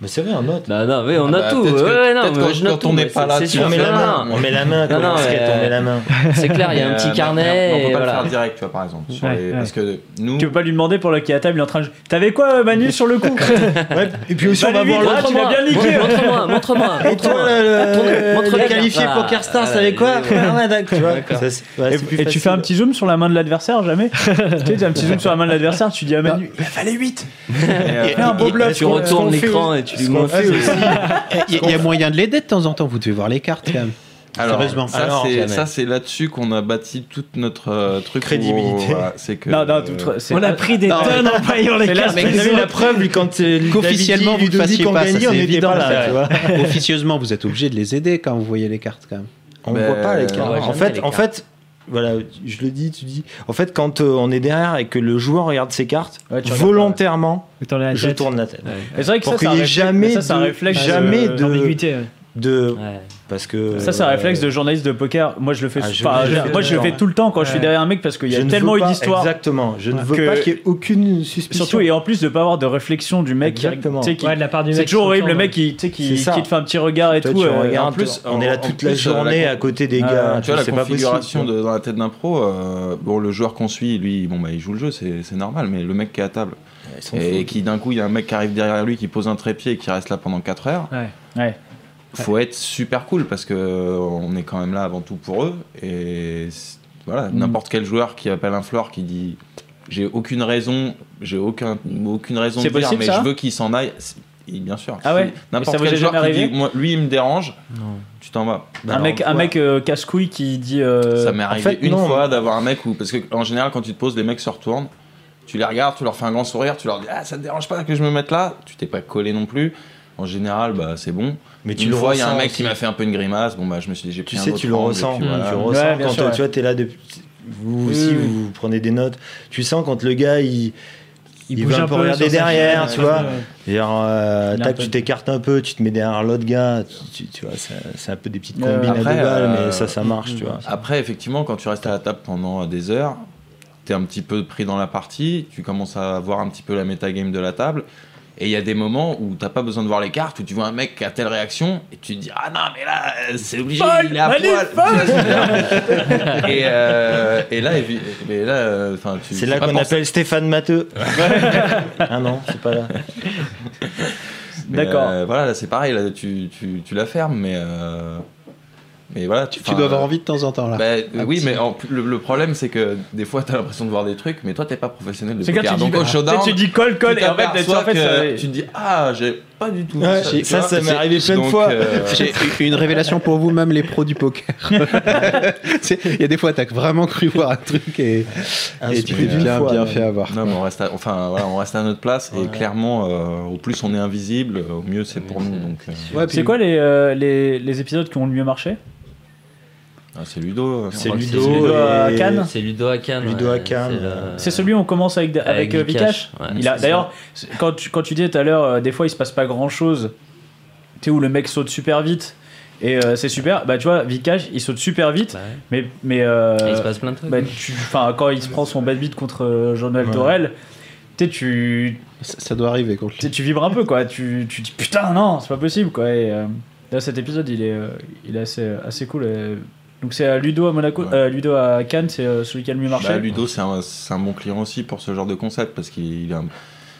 [SPEAKER 6] Mais c'est vrai, hein. on note.
[SPEAKER 8] Bah Non, non, oui, on
[SPEAKER 7] Ah
[SPEAKER 8] note
[SPEAKER 7] bah,
[SPEAKER 8] tout.
[SPEAKER 7] peut-être que-
[SPEAKER 8] Ouais, ouais, non,
[SPEAKER 7] peut-être
[SPEAKER 8] mais
[SPEAKER 7] quand-
[SPEAKER 8] je note
[SPEAKER 7] quand
[SPEAKER 8] tout,
[SPEAKER 7] on n'est
[SPEAKER 8] mais
[SPEAKER 7] pas
[SPEAKER 8] c'est-
[SPEAKER 7] là,
[SPEAKER 8] c'est
[SPEAKER 7] tu
[SPEAKER 8] sûr.
[SPEAKER 6] on met la
[SPEAKER 8] Non,
[SPEAKER 6] main.
[SPEAKER 8] non,
[SPEAKER 6] On met la main
[SPEAKER 8] Non,
[SPEAKER 6] quand
[SPEAKER 8] non,
[SPEAKER 6] on skate,
[SPEAKER 8] mais-
[SPEAKER 6] on met la main.
[SPEAKER 8] C'est clair, il y a un
[SPEAKER 7] Mais, euh,
[SPEAKER 8] petit
[SPEAKER 7] mais On
[SPEAKER 8] carnet.
[SPEAKER 7] peut
[SPEAKER 8] et
[SPEAKER 7] pas
[SPEAKER 8] voilà.
[SPEAKER 7] le faire direct, tu vois, par exemple. [laughs] sur
[SPEAKER 5] Ouais,
[SPEAKER 7] les-
[SPEAKER 5] ouais.
[SPEAKER 7] Parce que nous,
[SPEAKER 3] Tu peux pas lui demander pour le qui est à table, il est en train de. T'avais quoi, euh, Manu, sur le coup
[SPEAKER 6] [laughs] Ouais, et puis aussi, on
[SPEAKER 3] Allez,
[SPEAKER 6] va voir
[SPEAKER 3] vite,
[SPEAKER 6] l'autre.
[SPEAKER 3] tu m'as bien niqué.
[SPEAKER 6] [laughs]
[SPEAKER 8] Montre-moi, montre-moi.
[SPEAKER 6] Et toi,
[SPEAKER 8] montre-moi.
[SPEAKER 3] Euh,
[SPEAKER 6] le,
[SPEAKER 8] Montre-le,
[SPEAKER 6] montre
[SPEAKER 8] montre-le.
[SPEAKER 6] le qualifié
[SPEAKER 8] Ah,
[SPEAKER 6] Poker Stars,
[SPEAKER 8] ah,
[SPEAKER 6] t'avais quoi
[SPEAKER 8] oui, oui, oui.
[SPEAKER 6] Ah, ouais, d'accord. Tu vois, ça, c'est- ouais,
[SPEAKER 3] Et,
[SPEAKER 6] c'est plus
[SPEAKER 3] et tu
[SPEAKER 6] facile.
[SPEAKER 3] fais un petit zoom sur la main de l'adversaire,
[SPEAKER 6] [laughs]
[SPEAKER 3] jamais Tu sais, t'as un petit zoom sur la main de l'adversaire, tu dis à Manu, il fallait 8
[SPEAKER 7] euh,
[SPEAKER 3] Fais un beau
[SPEAKER 6] et-
[SPEAKER 3] bluff
[SPEAKER 8] Tu
[SPEAKER 3] quoi.
[SPEAKER 8] retournes l'écran et tu lui
[SPEAKER 6] Ce qu'on
[SPEAKER 8] montres.
[SPEAKER 6] fait aussi,
[SPEAKER 4] [laughs] Il y, a- il y a moyen de l'aider de temps en temps, vous devez voir les cartes quand même.
[SPEAKER 7] Alors,
[SPEAKER 4] Sérieusement.
[SPEAKER 7] ça,
[SPEAKER 6] Alors,
[SPEAKER 7] c'est,
[SPEAKER 8] jamais.
[SPEAKER 7] ça, c'est là-dessus qu'on a bâti toute notre euh, truc.
[SPEAKER 6] Crédibilité.
[SPEAKER 7] où, voilà, c'est que,
[SPEAKER 3] Non, non, tout-
[SPEAKER 7] euh,
[SPEAKER 3] c'est-
[SPEAKER 5] On a pris des
[SPEAKER 4] Non, mais-
[SPEAKER 5] tonnes en payant les
[SPEAKER 3] C'est là,
[SPEAKER 5] cartes.
[SPEAKER 3] c'est-
[SPEAKER 4] Mais
[SPEAKER 6] vous avez
[SPEAKER 4] vous-
[SPEAKER 6] la preuve, lui, quand euh,
[SPEAKER 4] Qu'officiellement, vous ne
[SPEAKER 6] David
[SPEAKER 4] le fassiez
[SPEAKER 6] Ludovic ont
[SPEAKER 4] pas, ça
[SPEAKER 6] gagné,
[SPEAKER 4] c'est
[SPEAKER 6] on n'était
[SPEAKER 4] évident.
[SPEAKER 6] pas là, tu vois. [laughs]
[SPEAKER 4] ça. Officieusement, vous êtes obligé de les aider quand vous voyez les cartes quand même.
[SPEAKER 6] On
[SPEAKER 7] Ben,
[SPEAKER 6] voit pas les
[SPEAKER 7] on
[SPEAKER 6] cartes.
[SPEAKER 8] voit
[SPEAKER 6] Bah, En
[SPEAKER 8] jamais les
[SPEAKER 6] fait, en
[SPEAKER 8] cartes.
[SPEAKER 6] fait, voilà, je le dis, tu dis. En fait, quand euh, on est derrière et que le joueur regarde ses cartes,
[SPEAKER 3] Ouais, tu regardes pas, ouais.
[SPEAKER 6] volontairement,
[SPEAKER 5] Mais t'en as la
[SPEAKER 6] je
[SPEAKER 5] tête.
[SPEAKER 6] tourne la tête.
[SPEAKER 5] Ouais.
[SPEAKER 3] Et C'est vrai que
[SPEAKER 6] Pour
[SPEAKER 3] ça, c'est
[SPEAKER 6] qu'il
[SPEAKER 3] un
[SPEAKER 6] y ait
[SPEAKER 3] réflexe-
[SPEAKER 6] jamais
[SPEAKER 3] mais ça, c'est un
[SPEAKER 6] de-
[SPEAKER 3] réflexe.
[SPEAKER 6] jamais
[SPEAKER 3] euh,
[SPEAKER 6] de-
[SPEAKER 5] Ambiguïté. ouais.
[SPEAKER 6] De
[SPEAKER 8] Ouais.
[SPEAKER 6] parce que
[SPEAKER 3] Ça, c'est un
[SPEAKER 6] euh,
[SPEAKER 3] réflexe de journaliste de poker. Moi, je le fais.
[SPEAKER 6] Ah, je-
[SPEAKER 3] enfin,
[SPEAKER 6] je-
[SPEAKER 3] je- moi, je le fais tout le temps quand je suis
[SPEAKER 5] Ouais.
[SPEAKER 3] derrière un mec parce qu'il y
[SPEAKER 6] je
[SPEAKER 3] a
[SPEAKER 6] ne
[SPEAKER 3] tellement
[SPEAKER 6] veux
[SPEAKER 3] eu
[SPEAKER 6] pas-
[SPEAKER 3] d'histoires.
[SPEAKER 6] Exactement. Je ne veux
[SPEAKER 3] que-
[SPEAKER 6] pas qu'il y ait aucune suspicion.
[SPEAKER 3] Surtout, et en plus de pas avoir de réflexion du mec qui-
[SPEAKER 6] Exactement.
[SPEAKER 3] tu sais, qui.
[SPEAKER 5] Ouais, de la part du mec.
[SPEAKER 3] C'est toujours
[SPEAKER 5] qui
[SPEAKER 3] horrible le
[SPEAKER 5] s'entend,
[SPEAKER 3] mec qui, tu sais, qui,
[SPEAKER 6] C'est ça.
[SPEAKER 3] qui te fait un petit regard et
[SPEAKER 6] Toi,
[SPEAKER 3] tout.
[SPEAKER 6] tu
[SPEAKER 3] euh, et
[SPEAKER 6] regardes,
[SPEAKER 3] en plus,
[SPEAKER 6] on est
[SPEAKER 7] en
[SPEAKER 6] là toute
[SPEAKER 7] plus,
[SPEAKER 6] la journée
[SPEAKER 7] euh, la-
[SPEAKER 6] à côté des
[SPEAKER 3] Ah,
[SPEAKER 6] gars.
[SPEAKER 7] tu vois, la
[SPEAKER 6] c'est pas possible.
[SPEAKER 7] configuration de- dans la tête d'un pro, euh, bon, le joueur qu'on suit, lui, bon, bah, il joue le jeu, c'est, c'est normal, mais le mec qui est à table,
[SPEAKER 6] Ils sont
[SPEAKER 7] et,
[SPEAKER 6] fous.
[SPEAKER 7] qui d'un coup, il y a un mec qui arrive derrière lui, qui pose un trépied et qui reste là pendant 4 heures,
[SPEAKER 5] Ouais.
[SPEAKER 3] Ouais.
[SPEAKER 7] faut être super cool parce que euh, on est quand même là avant tout pour eux, et c'est- voilà,
[SPEAKER 3] Mm.
[SPEAKER 7] n'importe quel joueur qui appelle un floor qui dit j'ai aucune raison, j'ai aucun, aucune raison
[SPEAKER 3] C'est
[SPEAKER 7] de dire,
[SPEAKER 3] possible,
[SPEAKER 7] mais
[SPEAKER 3] ça
[SPEAKER 7] je veux qu'il s'en aille, c'est- et bien sûr.
[SPEAKER 3] Ah ouais
[SPEAKER 7] Si
[SPEAKER 3] Et ça
[SPEAKER 7] N'importe
[SPEAKER 3] vous est
[SPEAKER 7] quel joueur
[SPEAKER 3] jamais
[SPEAKER 7] qui dit,
[SPEAKER 3] arrivé
[SPEAKER 7] moi, lui, il me dérange, tu t'en vas. Bah,
[SPEAKER 3] un mec, un mec euh, casse-couille qui dit. euh,
[SPEAKER 7] Ça m'est arrivé
[SPEAKER 6] fait,
[SPEAKER 7] une
[SPEAKER 6] non.
[SPEAKER 7] fois d'avoir un mec où. Parce qu'en général, quand tu te poses, les mecs se retournent, tu les regardes, tu leur fais un grand sourire, tu leur dis Ah, ça te dérange pas que je me mette là Tu t'es pas collé non plus. En général, bah, c'est bon.
[SPEAKER 6] Mais
[SPEAKER 7] une fois, il y a un
[SPEAKER 6] ressens
[SPEAKER 7] mec
[SPEAKER 6] aussi.
[SPEAKER 7] qui m'a fait un peu une grimace. Bon, bah, je me suis dit J'ai
[SPEAKER 6] Tu
[SPEAKER 7] pris un
[SPEAKER 6] sais,
[SPEAKER 7] autre
[SPEAKER 6] tu le
[SPEAKER 7] angle, et
[SPEAKER 6] ressens.
[SPEAKER 7] puis voilà.
[SPEAKER 6] Tu le
[SPEAKER 3] Ouais,
[SPEAKER 6] ressens
[SPEAKER 3] bien
[SPEAKER 6] quand
[SPEAKER 3] sûr,
[SPEAKER 6] euh,
[SPEAKER 3] ouais.
[SPEAKER 6] tu vois, t'es là depuis. Vous
[SPEAKER 3] Oui,
[SPEAKER 6] aussi,
[SPEAKER 3] oui.
[SPEAKER 6] vous prenez des notes. Tu sens quand le gars, il.
[SPEAKER 5] Il,
[SPEAKER 6] Il
[SPEAKER 5] bouge
[SPEAKER 6] veut un
[SPEAKER 5] un
[SPEAKER 6] peu
[SPEAKER 5] peu
[SPEAKER 6] regarder
[SPEAKER 5] sur sa
[SPEAKER 6] derrière,
[SPEAKER 5] chaise,
[SPEAKER 6] tu vois.
[SPEAKER 5] euh,
[SPEAKER 6] C'est-à-dire, euh,
[SPEAKER 5] Il a un
[SPEAKER 6] tac,
[SPEAKER 5] peu-
[SPEAKER 6] tu t'écartes un peu, tu te mets derrière l'autre gars, tu, tu- tu vois, c'est c'est un peu des petites
[SPEAKER 3] Euh,
[SPEAKER 6] combines à
[SPEAKER 7] après,
[SPEAKER 6] deux balles,
[SPEAKER 7] euh,
[SPEAKER 6] mais ça, ça marche, tu vois.
[SPEAKER 7] Après, effectivement, quand tu restes à la table pendant euh, des heures, t'es un petit peu pris dans la partie, tu commences à voir un petit peu la métagame de la table. Et il y a des moments où t'as pas besoin de voir les cartes, où tu vois un mec qui a telle réaction, et tu te dis Ah non, mais là, euh, c'est obligé, il est à
[SPEAKER 3] Allez,
[SPEAKER 7] poil. [laughs] et, euh, et là, évi- mais là euh, 'fin, tu-
[SPEAKER 6] C'est
[SPEAKER 7] tu
[SPEAKER 6] là
[SPEAKER 7] vas
[SPEAKER 6] qu'on
[SPEAKER 7] penser-
[SPEAKER 6] appelle Stéphane Matteux. ah non, c'est pas là.
[SPEAKER 7] mais,
[SPEAKER 3] D'accord.
[SPEAKER 7] euh, voilà, là, c'est pareil, là, tu, tu, tu la fermes, mais. euh, mais voilà,
[SPEAKER 4] Tu, tu dois avoir envie de temps en temps là.
[SPEAKER 7] Bah, euh,
[SPEAKER 4] Un
[SPEAKER 7] oui,
[SPEAKER 4] petit-
[SPEAKER 7] mais en plus, le, le problème, c'est que des fois, t'as l'impression de voir des trucs, mais toi, t'es pas professionnel de
[SPEAKER 3] C'est quand tu
[SPEAKER 7] poker.
[SPEAKER 3] dis,
[SPEAKER 7] Donc, au showdown,
[SPEAKER 3] peut-être tu dis colle, colle,
[SPEAKER 7] tu
[SPEAKER 3] et en fait,
[SPEAKER 7] t'aperçois
[SPEAKER 3] en fait,
[SPEAKER 7] que
[SPEAKER 3] ça-
[SPEAKER 7] tu te dis, ah, j'ai pas du tout.
[SPEAKER 6] Ouais,
[SPEAKER 7] tu
[SPEAKER 6] ça,
[SPEAKER 7] vois.
[SPEAKER 6] ça m'est arrivé plein de
[SPEAKER 7] Donc,
[SPEAKER 6] fois. [laughs]
[SPEAKER 7] euh,
[SPEAKER 4] J'ai eu une révélation pour vous, même les pros du poker. C'est- Il y a des fois, t'as vraiment cru voir un truc et,
[SPEAKER 6] Un
[SPEAKER 4] et tu t'es
[SPEAKER 6] souvenir.
[SPEAKER 4] Ah, bien,
[SPEAKER 6] Une fois, hein.
[SPEAKER 4] bien
[SPEAKER 6] même.
[SPEAKER 4] fait avoir.
[SPEAKER 7] non, mais on reste à, enfin, voilà, on reste à notre place, et clairement, euh, au plus on est invisible, au mieux c'est pour nous. Donc, euh,
[SPEAKER 4] Ouais, puis-
[SPEAKER 3] C'est quoi les, euh, les, les épisodes qui ont le mieux marché
[SPEAKER 7] ah, c'est Ludo.
[SPEAKER 6] C'est
[SPEAKER 8] crois que
[SPEAKER 6] Ludo,
[SPEAKER 8] c'est
[SPEAKER 3] Ludo à
[SPEAKER 6] et-
[SPEAKER 3] euh, Cannes.
[SPEAKER 8] C'est Ludo Akan.
[SPEAKER 6] Ludo
[SPEAKER 8] ouais,
[SPEAKER 6] Akan,
[SPEAKER 8] c'est le-
[SPEAKER 6] euh,
[SPEAKER 3] C'est celui où on commence avec, avec,
[SPEAKER 8] Avec
[SPEAKER 3] euh, Vikash.
[SPEAKER 8] Vikash, ouais,
[SPEAKER 3] Il a-
[SPEAKER 8] c'est
[SPEAKER 3] D'ailleurs, c'est- quand tu, quand tu disais tout à l'heure, euh, des fois il se passe pas grand chose, tu sais, où le mec saute super vite et euh, c'est super, bah tu vois, Vikash il saute super vite,
[SPEAKER 8] Bah ouais.
[SPEAKER 3] mais. mais euh,
[SPEAKER 8] Et Il se passe plein de trucs. hein.
[SPEAKER 3] bah, tu- enfin, quand il se prend son bad beat contre euh, Jean-Noël
[SPEAKER 6] Ouais.
[SPEAKER 3] Torel, tu sais, tu,
[SPEAKER 4] Ça, ça doit arriver contre
[SPEAKER 3] tu sais, tu vibres un peu quoi, tu, tu dis putain, non, c'est pas possible quoi. Et, euh, là, cet épisode il est, euh, il est assez, assez cool. euh. donc c'est à Ludo à Monaco,
[SPEAKER 7] Ouais.
[SPEAKER 3] euh, Ludo à Cannes, c'est euh, celui qui a le mieux marché.
[SPEAKER 7] Bah, Ludo, c'est un, c'est un bon client aussi pour ce genre de concept, parce qu'il il est, un-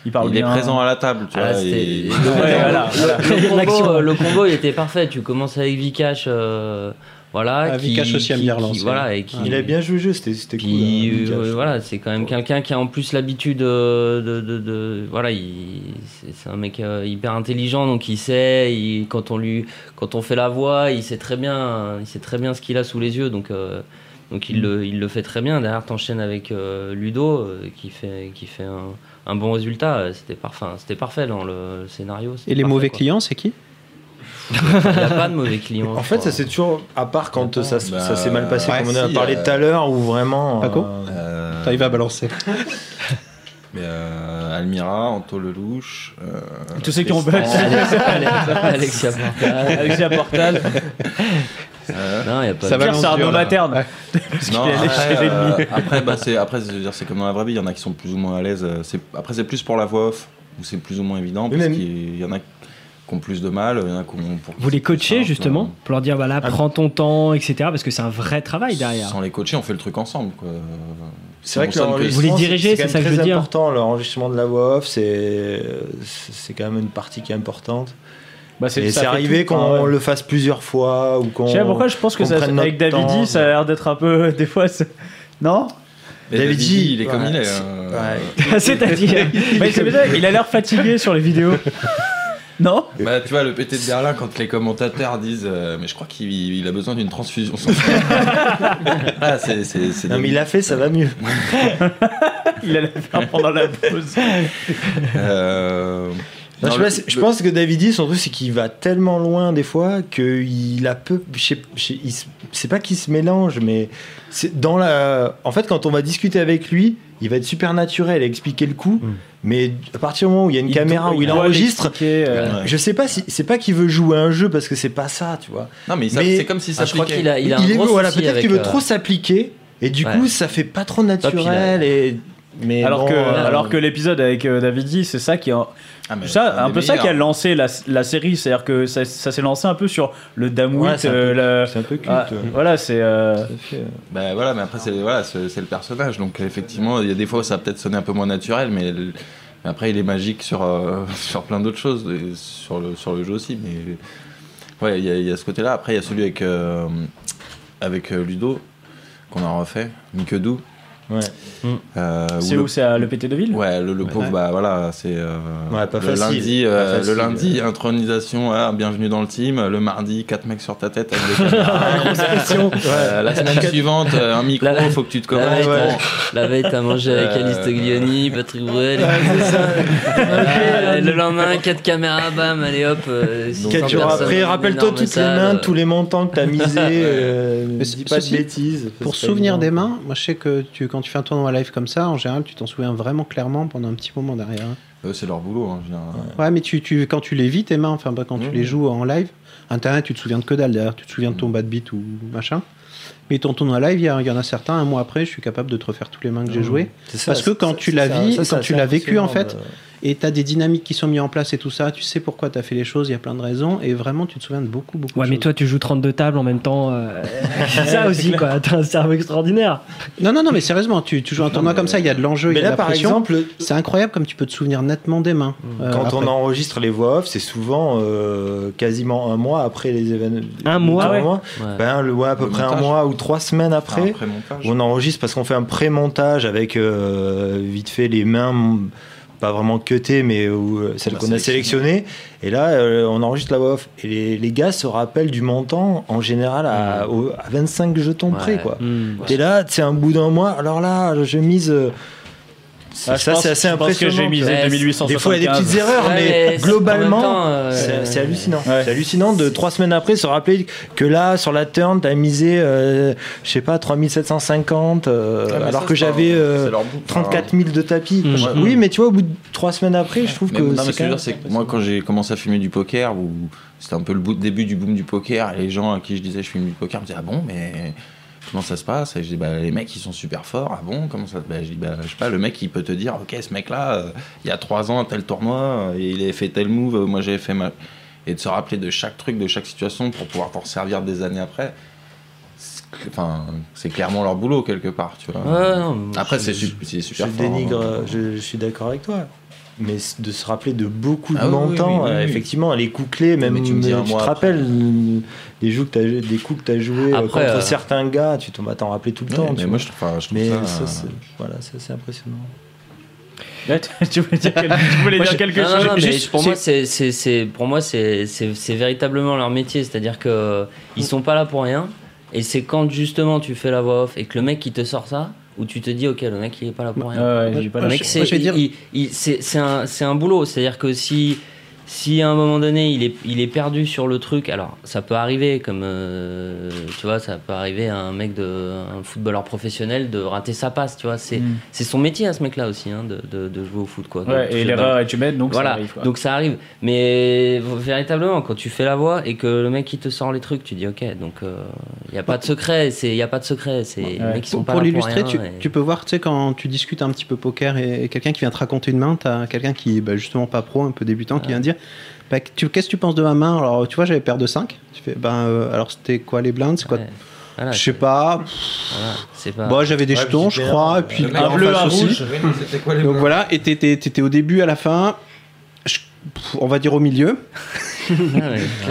[SPEAKER 3] il parle
[SPEAKER 7] il est
[SPEAKER 3] bien.
[SPEAKER 7] présent à la table, tu
[SPEAKER 8] Ah,
[SPEAKER 7] vois.
[SPEAKER 8] c'était-
[SPEAKER 7] et-
[SPEAKER 8] [laughs] Ouais,
[SPEAKER 7] [laughs]
[SPEAKER 3] voilà, voilà.
[SPEAKER 8] le,
[SPEAKER 5] L'action.
[SPEAKER 8] combo, euh, le combo, il était parfait. Tu commences avec Vikash. euh, voilà.
[SPEAKER 4] Ah,
[SPEAKER 8] qui-
[SPEAKER 4] Vikash aussi aime
[SPEAKER 8] qui-
[SPEAKER 4] bien
[SPEAKER 8] qui-
[SPEAKER 4] relancer.
[SPEAKER 8] Voilà. Et qui,
[SPEAKER 6] Il a bien joué le jeu, c'était c'était cool. hein,
[SPEAKER 8] Puis
[SPEAKER 6] Lucas,
[SPEAKER 8] euh,
[SPEAKER 6] je
[SPEAKER 8] voilà, c'est quand même quelqu'un qui a en plus l'habitude euh, de, de, de- voilà, il- c'est c'est un mec euh, hyper intelligent, donc il sait, il- quand on lui, quand on fait la voix, il sait très bien, euh, il sait très bien ce qu'il a sous les yeux, donc euh, donc
[SPEAKER 4] Mm.
[SPEAKER 8] il le, il le fait très bien. Derrière, t'enchaînes avec euh, Ludo euh, qui fait qui fait un, un bon résultat. Euh, C'était parfait, c'était parfait dans le scénario. c'était
[SPEAKER 4] Et les
[SPEAKER 8] parfait,
[SPEAKER 4] mauvais
[SPEAKER 8] quoi.
[SPEAKER 4] clients, c'est qui
[SPEAKER 8] [laughs] Il n'y a pas de
[SPEAKER 4] [laughs]
[SPEAKER 8] mauvais clients.
[SPEAKER 6] En
[SPEAKER 8] je
[SPEAKER 6] fait,
[SPEAKER 8] crois.
[SPEAKER 6] ça c'est toujours, à part quand euh,
[SPEAKER 8] Bah,
[SPEAKER 6] ça, ça s'est mal passé,
[SPEAKER 7] ouais,
[SPEAKER 3] Bah,
[SPEAKER 6] comme on en a
[SPEAKER 7] si,
[SPEAKER 6] parlé
[SPEAKER 7] euh,
[SPEAKER 6] tout à l'heure, ou vraiment.
[SPEAKER 4] Paco
[SPEAKER 6] euh,
[SPEAKER 7] Euh,
[SPEAKER 4] T'arrives à balancer.
[SPEAKER 7] mais, euh, Almira, Anto Lelouch. euh,
[SPEAKER 3] Tous ceux qui ont
[SPEAKER 7] Tristan,
[SPEAKER 8] Alexia Portal.
[SPEAKER 3] [laughs] Alexia Portal,
[SPEAKER 7] euh,
[SPEAKER 8] Non, il n'y a pas.
[SPEAKER 4] Ça
[SPEAKER 8] de-
[SPEAKER 4] va
[SPEAKER 3] Pierre Sarno Materne. [laughs] Parce qu'il est
[SPEAKER 7] Non,
[SPEAKER 3] allé
[SPEAKER 7] après,
[SPEAKER 3] chez
[SPEAKER 7] euh,
[SPEAKER 3] l'ennemi.
[SPEAKER 7] après, bah, c'est, après, je veux dire, c'est comme dans la vraie vie, il y en a qui sont plus ou moins à l'aise. euh, C'est, après, c'est plus pour la voix off, où c'est plus ou moins évident,
[SPEAKER 6] Oui,
[SPEAKER 7] parce
[SPEAKER 6] mais-
[SPEAKER 7] qu'il y en a qui ont plus de mal, il y en a qui ont... Pour,
[SPEAKER 5] Vous les coachez
[SPEAKER 7] simple, hein.
[SPEAKER 5] justement pour leur dire voilà
[SPEAKER 6] Ah.
[SPEAKER 5] prends ton temps etc parce que c'est un vrai
[SPEAKER 7] euh,
[SPEAKER 5] travail derrière.
[SPEAKER 7] Sans les coacher, on fait le truc ensemble, quoi.
[SPEAKER 6] C'est vrai
[SPEAKER 7] On
[SPEAKER 6] que
[SPEAKER 7] sonne que-
[SPEAKER 6] l'enregistrement,
[SPEAKER 5] Vous les dirigez, c'est
[SPEAKER 6] quand
[SPEAKER 5] ça que
[SPEAKER 6] même
[SPEAKER 5] je veux
[SPEAKER 6] très
[SPEAKER 5] dire.
[SPEAKER 6] important, l'enregistrement de la voix off, c'est c'est quand même une partie qui est importante.
[SPEAKER 3] Bah,
[SPEAKER 6] Et
[SPEAKER 3] ça
[SPEAKER 6] c'est
[SPEAKER 3] fait
[SPEAKER 6] arrivé
[SPEAKER 3] tout,
[SPEAKER 6] qu'on
[SPEAKER 3] hein, ouais.
[SPEAKER 6] le fasse plusieurs fois ou qu'on.
[SPEAKER 3] Je sais pas pourquoi je pense que
[SPEAKER 6] qu'on
[SPEAKER 3] ça,
[SPEAKER 6] prenne
[SPEAKER 3] avec
[SPEAKER 6] notre
[SPEAKER 3] Davidi,
[SPEAKER 6] temps.
[SPEAKER 3] ça a l'air d'être un peu. [laughs] Des fois, c'est- non
[SPEAKER 7] Mais
[SPEAKER 6] David
[SPEAKER 7] Davidi,
[SPEAKER 6] G,
[SPEAKER 7] il est comme
[SPEAKER 6] ouais,
[SPEAKER 7] il est.
[SPEAKER 6] c'est-
[SPEAKER 7] euh,
[SPEAKER 6] ouais.
[SPEAKER 3] [laughs]
[SPEAKER 5] Ah, C'est-à-dire
[SPEAKER 3] Mais c'est bizarre, Il a l'air fatigué sur les vidéos. Non
[SPEAKER 7] Bah, tu vois, le PT de Berlin, quand les commentateurs disent euh, Mais je crois qu'il il a besoin d'une transfusion
[SPEAKER 5] [laughs]
[SPEAKER 7] sanguine. ah, c'est, c'est, c'est
[SPEAKER 6] Non, mais il l'a fait, ça va mieux.
[SPEAKER 3] Il a l'air faire pendant la pause.
[SPEAKER 7] Euh, non,
[SPEAKER 6] Non, je, sais pas,
[SPEAKER 7] le-
[SPEAKER 6] c'est- je
[SPEAKER 7] le-
[SPEAKER 6] pense que Davidi, son truc, c'est qu'il va tellement loin des fois qu'il a peu. Je sais, je sais- il se- c'est pas qu'il se mélange, mais c'est dans la. En fait, quand on va discuter avec lui, il va être super naturel et expliquer le coup.
[SPEAKER 8] Hmm.
[SPEAKER 6] Mais à partir du moment où il y a une caméra où il
[SPEAKER 3] doit
[SPEAKER 6] enregistre,
[SPEAKER 3] l'expliquer, euh,
[SPEAKER 7] Ouais.
[SPEAKER 6] je sais pas si c'est pas qu'il veut jouer à un jeu parce que c'est pas ça, tu vois.
[SPEAKER 7] Non, mais, il s'app-
[SPEAKER 6] Mais-
[SPEAKER 7] c'est comme si ça
[SPEAKER 8] Ah, je crois
[SPEAKER 7] s'appliquait.
[SPEAKER 8] qu'il a, il a un
[SPEAKER 6] est
[SPEAKER 8] gros
[SPEAKER 6] voilà,
[SPEAKER 8] souci
[SPEAKER 6] peut-être qu'il
[SPEAKER 8] avec,
[SPEAKER 6] veut
[SPEAKER 8] euh,
[SPEAKER 6] trop s'appliquer et du
[SPEAKER 8] ouais.
[SPEAKER 6] coup, ça fait pas trop naturel et. Mais
[SPEAKER 3] Alors
[SPEAKER 6] bon,
[SPEAKER 3] que,
[SPEAKER 6] euh,
[SPEAKER 3] alors que l'épisode avec euh, Davidi, c'est ça qui a,
[SPEAKER 7] Ah, mais
[SPEAKER 3] ça,
[SPEAKER 7] c'est
[SPEAKER 3] un
[SPEAKER 7] des
[SPEAKER 3] peu ça qui a
[SPEAKER 7] meilleurs.
[SPEAKER 3] lancé la, la série, c'est-à-dire que ça, ça s'est lancé un peu sur le Damwit,
[SPEAKER 6] Ouais, c'est un peu-
[SPEAKER 3] euh, le-
[SPEAKER 6] c'est un peu culte.
[SPEAKER 3] Ah, voilà, c'est euh,
[SPEAKER 6] Ça fait, euh,
[SPEAKER 7] Bah voilà, mais après c'est voilà, c'est c'est le personnage. Donc effectivement, il y a des fois où ça va peut-être sonner un peu moins naturel, mais, le- mais après il est magique sur euh, [laughs] sur plein d'autres choses, et sur le sur le jeu aussi. Mais ouais, il y, a- il y a ce côté-là. Après il y a celui avec euh, avec euh, Ludo qu'on a refait, Mikedou.
[SPEAKER 6] Ouais.
[SPEAKER 7] Euh, où
[SPEAKER 3] c'est
[SPEAKER 7] le-
[SPEAKER 3] où c'est à l'EPT de Ville.
[SPEAKER 7] Ouais, le, le pauvre,
[SPEAKER 6] Mm. Ouais.
[SPEAKER 7] bah voilà, c'est. euh,
[SPEAKER 6] Ouais,
[SPEAKER 7] le
[SPEAKER 6] pas facile.
[SPEAKER 7] Lundi,
[SPEAKER 6] Pas
[SPEAKER 7] euh,
[SPEAKER 6] facile.
[SPEAKER 7] le lundi, intronisation, ah, bienvenue dans le team. Le mardi, quatre mecs sur ta tête
[SPEAKER 6] [laughs]
[SPEAKER 7] avec des caméras.
[SPEAKER 8] [laughs]
[SPEAKER 7] Euh, La semaine suivante, euh, un micro,
[SPEAKER 8] La-
[SPEAKER 7] faut que tu te
[SPEAKER 8] La
[SPEAKER 7] commandes.
[SPEAKER 8] veille,
[SPEAKER 7] Bon,
[SPEAKER 8] t'as- la veille, t'as mangé avec
[SPEAKER 7] Euh,
[SPEAKER 8] Alice Toglioni, Patrick Bruel. Euh, le lendemain, 4 caméras, bam, allez hop. euh, 600
[SPEAKER 6] Quatre jours
[SPEAKER 8] personnes,
[SPEAKER 6] après, rappelle-toi
[SPEAKER 8] énorme
[SPEAKER 6] toutes les
[SPEAKER 8] salle,
[SPEAKER 6] mains,
[SPEAKER 8] euh,
[SPEAKER 4] [laughs]
[SPEAKER 6] tous les montants que t'as misé. euh,
[SPEAKER 4] Mais
[SPEAKER 6] dis
[SPEAKER 4] ce-
[SPEAKER 6] pas de
[SPEAKER 4] ceci,
[SPEAKER 6] bêtises.
[SPEAKER 4] Pour
[SPEAKER 6] C'est pas
[SPEAKER 4] souvenir
[SPEAKER 6] évident.
[SPEAKER 4] des mains, moi je sais que tu, quand quand tu fais un tournoi live comme ça, en général, tu t'en souviens vraiment clairement pendant un petit moment derrière. hein.
[SPEAKER 7] Eux, c'est leur boulot. hein, je veux dire.
[SPEAKER 4] Ouais, mais tu, tu, quand tu les vis, tes mains, enfin, bah, quand tu
[SPEAKER 7] Mhm.
[SPEAKER 4] les joues en live, internet, tu te souviens de que dalle d'ailleurs, tu te souviens de ton bad beat ou machin. Mais ton tournoi live, il y, a- il y en a certains, un mois après, je suis capable de te refaire tous les mains que j'ai jouées.
[SPEAKER 6] C'est ça,
[SPEAKER 4] Parce que quand
[SPEAKER 6] c'est-
[SPEAKER 4] tu
[SPEAKER 6] c'est
[SPEAKER 4] l'as
[SPEAKER 6] ça,
[SPEAKER 4] vis,
[SPEAKER 6] ça, c'est
[SPEAKER 4] quand tu
[SPEAKER 6] assez
[SPEAKER 4] l'as vécu, en
[SPEAKER 6] impressionnant
[SPEAKER 4] fait,
[SPEAKER 6] de-
[SPEAKER 4] et t'as des dynamiques qui sont mises en place et tout ça, tu sais pourquoi t'as fait les choses, il y a plein de raisons, et vraiment, tu te souviens de beaucoup, beaucoup
[SPEAKER 5] Ouais,
[SPEAKER 4] de
[SPEAKER 5] mais
[SPEAKER 4] choses.
[SPEAKER 5] toi, tu joues 32 tables en même temps. euh,
[SPEAKER 8] [laughs]
[SPEAKER 5] c'est ça aussi, quoi. T'as un cerveau extraordinaire.
[SPEAKER 4] Non, non, non, mais sérieusement, tu, tu joues un tournoi comme ça, il y a de l'enjeu, il y
[SPEAKER 6] Mais
[SPEAKER 4] a de
[SPEAKER 6] là,
[SPEAKER 4] la
[SPEAKER 6] par
[SPEAKER 4] pression.
[SPEAKER 6] exemple, Mmh.
[SPEAKER 4] C'est incroyable comme tu peux te souvenir nettement des mains. euh,
[SPEAKER 6] quand on
[SPEAKER 4] après.
[SPEAKER 6] enregistre les voix off, c'est souvent euh, quasiment un mois après les événements.
[SPEAKER 5] Un
[SPEAKER 6] le
[SPEAKER 5] mois
[SPEAKER 6] tournoi.
[SPEAKER 8] Ouais.
[SPEAKER 6] Ben, le, ouais, à peu
[SPEAKER 7] Le
[SPEAKER 6] près
[SPEAKER 7] montage.
[SPEAKER 6] un mois ou trois semaines
[SPEAKER 7] Enfin,
[SPEAKER 6] après.
[SPEAKER 7] après montage.
[SPEAKER 6] On enregistre parce qu'on fait un pré-montage avec euh, vite fait les mains m- pas vraiment cutées mais où, euh, celles
[SPEAKER 7] On a
[SPEAKER 6] qu'on a sélectionnées et là euh, on enregistre la voix off et les, les gars se rappellent du montant en général à, au- à 25 jetons
[SPEAKER 8] Ouais.
[SPEAKER 6] près quoi t'es là c'est un bout d'un mois alors là je mise euh,
[SPEAKER 3] Ah, je
[SPEAKER 6] ça
[SPEAKER 3] pense-
[SPEAKER 6] c'est assez
[SPEAKER 3] je pense que
[SPEAKER 6] impressionnant
[SPEAKER 3] j'ai misé
[SPEAKER 8] Ouais,
[SPEAKER 3] 2875.
[SPEAKER 6] des fois il y a des petites erreurs
[SPEAKER 8] Ouais,
[SPEAKER 6] mais,
[SPEAKER 8] c'est-
[SPEAKER 6] globalement
[SPEAKER 8] en même temps, euh,
[SPEAKER 6] c'est c'est hallucinant.
[SPEAKER 3] Ouais.
[SPEAKER 6] C'est hallucinant de trois semaines après se rappeler que là, sur la turn, t'as misé, euh, je sais pas, 3750,
[SPEAKER 7] Ah,
[SPEAKER 6] euh,
[SPEAKER 7] mais
[SPEAKER 6] alors
[SPEAKER 7] ça,
[SPEAKER 6] que
[SPEAKER 7] c'est leur-
[SPEAKER 6] j'avais euh,
[SPEAKER 7] c'est leur boulot.
[SPEAKER 6] 34 000 de tapis.
[SPEAKER 5] Mm.
[SPEAKER 6] Enfin,
[SPEAKER 7] Mm.
[SPEAKER 6] Oui, mais tu vois, au bout de trois semaines après, je trouve
[SPEAKER 7] Mais
[SPEAKER 6] que.
[SPEAKER 7] non, mais ce que je
[SPEAKER 6] quand
[SPEAKER 7] veux
[SPEAKER 6] même-
[SPEAKER 7] dire, c'est que moi, quand j'ai commencé à filmer du poker, où c'était un peu le bout- début du boom du poker, et les gens à qui je disais je filme du poker me disaient Ah bon, mais comment ça se passe Et je dis Bah, les mecs, ils sont super forts, ah bon Comment ça bah, Je dis Bah, je sais pas, le mec, il peut te dire Ok, ce mec-là, euh, il y a trois ans, à tel tournoi, euh, il avait fait tel move, euh, moi j'avais fait ma. Et de se rappeler de chaque truc, de chaque situation pour pouvoir t'en servir des années après. c'est- Enfin, c'est clairement leur boulot quelque part, tu vois.
[SPEAKER 8] Ouais, non, mais moi,
[SPEAKER 7] Après,
[SPEAKER 8] je-
[SPEAKER 7] c'est su- c'est
[SPEAKER 6] Je
[SPEAKER 7] super fort. hein.
[SPEAKER 6] dénigre, euh, je, je suis d'accord avec toi. Mais c- de se rappeler de beaucoup de
[SPEAKER 7] Ah oui, oui,
[SPEAKER 6] montants,
[SPEAKER 7] oui, oui,
[SPEAKER 6] euh,
[SPEAKER 7] oui.
[SPEAKER 6] effectivement, les coups clés, même
[SPEAKER 7] Mais
[SPEAKER 6] tu,
[SPEAKER 7] tu me dis un
[SPEAKER 6] te
[SPEAKER 7] mois après.
[SPEAKER 6] rappelles euh, des, jeux que t'as- des coups que tu as joués euh,
[SPEAKER 8] Après,
[SPEAKER 6] contre
[SPEAKER 8] euh,
[SPEAKER 6] certains gars, tu t'en vas t'en rappeler tout le
[SPEAKER 7] Ouais,
[SPEAKER 6] temps.
[SPEAKER 7] mais
[SPEAKER 6] tu
[SPEAKER 7] moi,
[SPEAKER 6] vois.
[SPEAKER 7] je, enfin, je trouve
[SPEAKER 6] mais
[SPEAKER 7] ça,
[SPEAKER 6] ça,
[SPEAKER 7] euh,
[SPEAKER 6] c'est- voilà, ça, c'est impressionnant.
[SPEAKER 3] tu voulais dire, quel- tu voulais
[SPEAKER 8] Moi,
[SPEAKER 3] dire
[SPEAKER 8] je-
[SPEAKER 3] quelque
[SPEAKER 8] non,
[SPEAKER 3] chose
[SPEAKER 8] non, non, mais
[SPEAKER 3] Juste-
[SPEAKER 8] pour moi, c'est, c'est, c'est- pour moi, c'est, c'est, c'est véritablement leur métier. C'est-à-dire que ils sont pas là pour rien. Et c'est quand justement tu fais la voix off et que le mec qui te sort ça, où tu te dis, ok, le mec il est pas là pour rien.
[SPEAKER 3] Ah ouais, j'ai pas
[SPEAKER 4] Moi,
[SPEAKER 8] Le
[SPEAKER 3] la-
[SPEAKER 4] je-
[SPEAKER 8] mec, c'est,
[SPEAKER 4] moi, je vais
[SPEAKER 8] il-
[SPEAKER 4] dire-
[SPEAKER 8] il- il- c'est, c'est un, c'est un boulot. C'est-à-dire que si, si à un moment donné il est, il est perdu sur le truc, alors ça peut arriver, comme euh, tu vois, ça peut arriver à un mec, de, un footballeur professionnel de rater sa passe, tu vois. C'est,
[SPEAKER 3] Mm.
[SPEAKER 8] c'est son métier à ce mec-là aussi, hein, de, de- de jouer au foot, quoi. de
[SPEAKER 3] Ouais,
[SPEAKER 8] toucher
[SPEAKER 3] et
[SPEAKER 8] la balle.
[SPEAKER 3] l'erreur est humaine, donc
[SPEAKER 8] voilà,
[SPEAKER 3] ça arrive. quoi.
[SPEAKER 8] donc ça arrive. Mais véritablement, quand tu fais la voix et que le mec il te sort les trucs, tu dis ok, donc il n'y a pas de secret, il n'y a pas de secret, c'est les mecs qui sont
[SPEAKER 4] Pour,
[SPEAKER 8] pas
[SPEAKER 4] pour
[SPEAKER 8] là
[SPEAKER 4] l'illustrer,
[SPEAKER 8] pour
[SPEAKER 4] tu,
[SPEAKER 8] rien, et-
[SPEAKER 4] tu peux voir, tu sais, quand tu discutes un petit peu poker et, et quelqu'un qui vient te raconter une main, t'as quelqu'un qui, bah, justement, pas pro, un peu débutant, qui vient dire bah, tu- Qu'est-ce que tu penses de ma main Alors, tu vois, j'avais paire de 5. Tu fais Ben, euh, alors c'était quoi les blindes C'est quoi
[SPEAKER 8] Ouais. Voilà,
[SPEAKER 4] Je sais pas.
[SPEAKER 8] voilà, c'est pas.
[SPEAKER 4] Bah, j'avais des
[SPEAKER 6] Ouais,
[SPEAKER 4] jetons, je
[SPEAKER 6] petite
[SPEAKER 4] crois, et
[SPEAKER 6] paire,
[SPEAKER 4] puis
[SPEAKER 6] euh,
[SPEAKER 4] le
[SPEAKER 7] un
[SPEAKER 4] gars en
[SPEAKER 3] bleu,
[SPEAKER 4] face
[SPEAKER 3] un
[SPEAKER 4] aussi.
[SPEAKER 3] rouge.
[SPEAKER 7] Oui, mais c'était quoi les
[SPEAKER 4] Donc
[SPEAKER 7] blancs
[SPEAKER 4] voilà, et t'étais t'étais au début, à la fin, je- pff, on va dire au milieu. [laughs]
[SPEAKER 8] Ah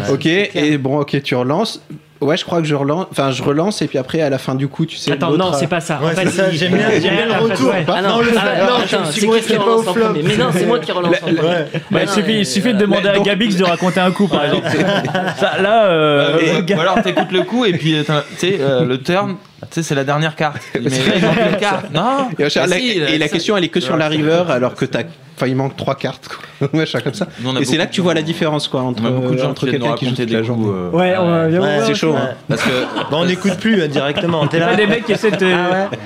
[SPEAKER 8] ouais.
[SPEAKER 4] ok, et bon, ok, tu relances. Ouais, je crois que je relance. Enfin, je relance, et puis après, à la fin du coup, tu sais.
[SPEAKER 5] Attends,
[SPEAKER 4] l'autre
[SPEAKER 5] non,
[SPEAKER 4] a-
[SPEAKER 5] c'est pas ça.
[SPEAKER 6] Ouais,
[SPEAKER 5] en fait,
[SPEAKER 6] c'est ça,
[SPEAKER 5] il-
[SPEAKER 6] j'aime bien-
[SPEAKER 5] il-
[SPEAKER 6] j'aime bien le
[SPEAKER 5] en fait,
[SPEAKER 6] retour.
[SPEAKER 5] ouais.
[SPEAKER 8] Ah non,
[SPEAKER 6] le-
[SPEAKER 8] ah,
[SPEAKER 6] non,
[SPEAKER 8] non,
[SPEAKER 6] je
[SPEAKER 8] attends,
[SPEAKER 6] me suis
[SPEAKER 8] c'est qui
[SPEAKER 6] gouré,
[SPEAKER 8] qui
[SPEAKER 6] pas au
[SPEAKER 8] relance en
[SPEAKER 6] flop.
[SPEAKER 8] premier Mais non, c'est moi qui relance en premier.
[SPEAKER 3] Bah, il
[SPEAKER 8] Non,
[SPEAKER 3] suffit,
[SPEAKER 8] mais-
[SPEAKER 3] il suffit de demander à Gabix de raconter un coup, par exemple.
[SPEAKER 6] [laughs]
[SPEAKER 3] Ça, là, euh,
[SPEAKER 7] Euh,
[SPEAKER 3] le
[SPEAKER 7] ou,
[SPEAKER 3] gars-
[SPEAKER 7] ou alors t'écoutes le coup et puis euh, t'as- tu sais euh, le turn tu sais c'est la dernière carte mais là il manque une
[SPEAKER 4] [laughs]
[SPEAKER 7] carte [laughs] non
[SPEAKER 4] Et, la,
[SPEAKER 7] Mais si,
[SPEAKER 4] et
[SPEAKER 7] là,
[SPEAKER 4] la
[SPEAKER 7] ça-
[SPEAKER 4] question, elle est que sur la river, alors que t'as. Enfin, il manque trois cartes, quoi. [laughs] Machin comme ça.
[SPEAKER 7] Nous, on a
[SPEAKER 4] Et c'est là
[SPEAKER 7] beaucoup
[SPEAKER 4] que tu
[SPEAKER 7] de
[SPEAKER 4] vois
[SPEAKER 7] gens-
[SPEAKER 4] la différence, quoi,
[SPEAKER 7] on a
[SPEAKER 4] entre,
[SPEAKER 7] beaucoup de gens
[SPEAKER 4] Euh, entre
[SPEAKER 7] qui viennent nous
[SPEAKER 4] quelqu'un qui joue
[SPEAKER 7] raconter
[SPEAKER 4] toute la
[SPEAKER 7] des
[SPEAKER 4] journée.
[SPEAKER 7] coups euh,
[SPEAKER 5] Ouais, on va bien
[SPEAKER 4] c'est chaud. hein.
[SPEAKER 7] parce
[SPEAKER 5] [laughs]
[SPEAKER 6] [laughs]
[SPEAKER 7] que
[SPEAKER 6] Bah, on n'écoute plus hein, directement. T'es
[SPEAKER 3] Là,
[SPEAKER 6] là. Ah
[SPEAKER 3] des mecs qui essaient de.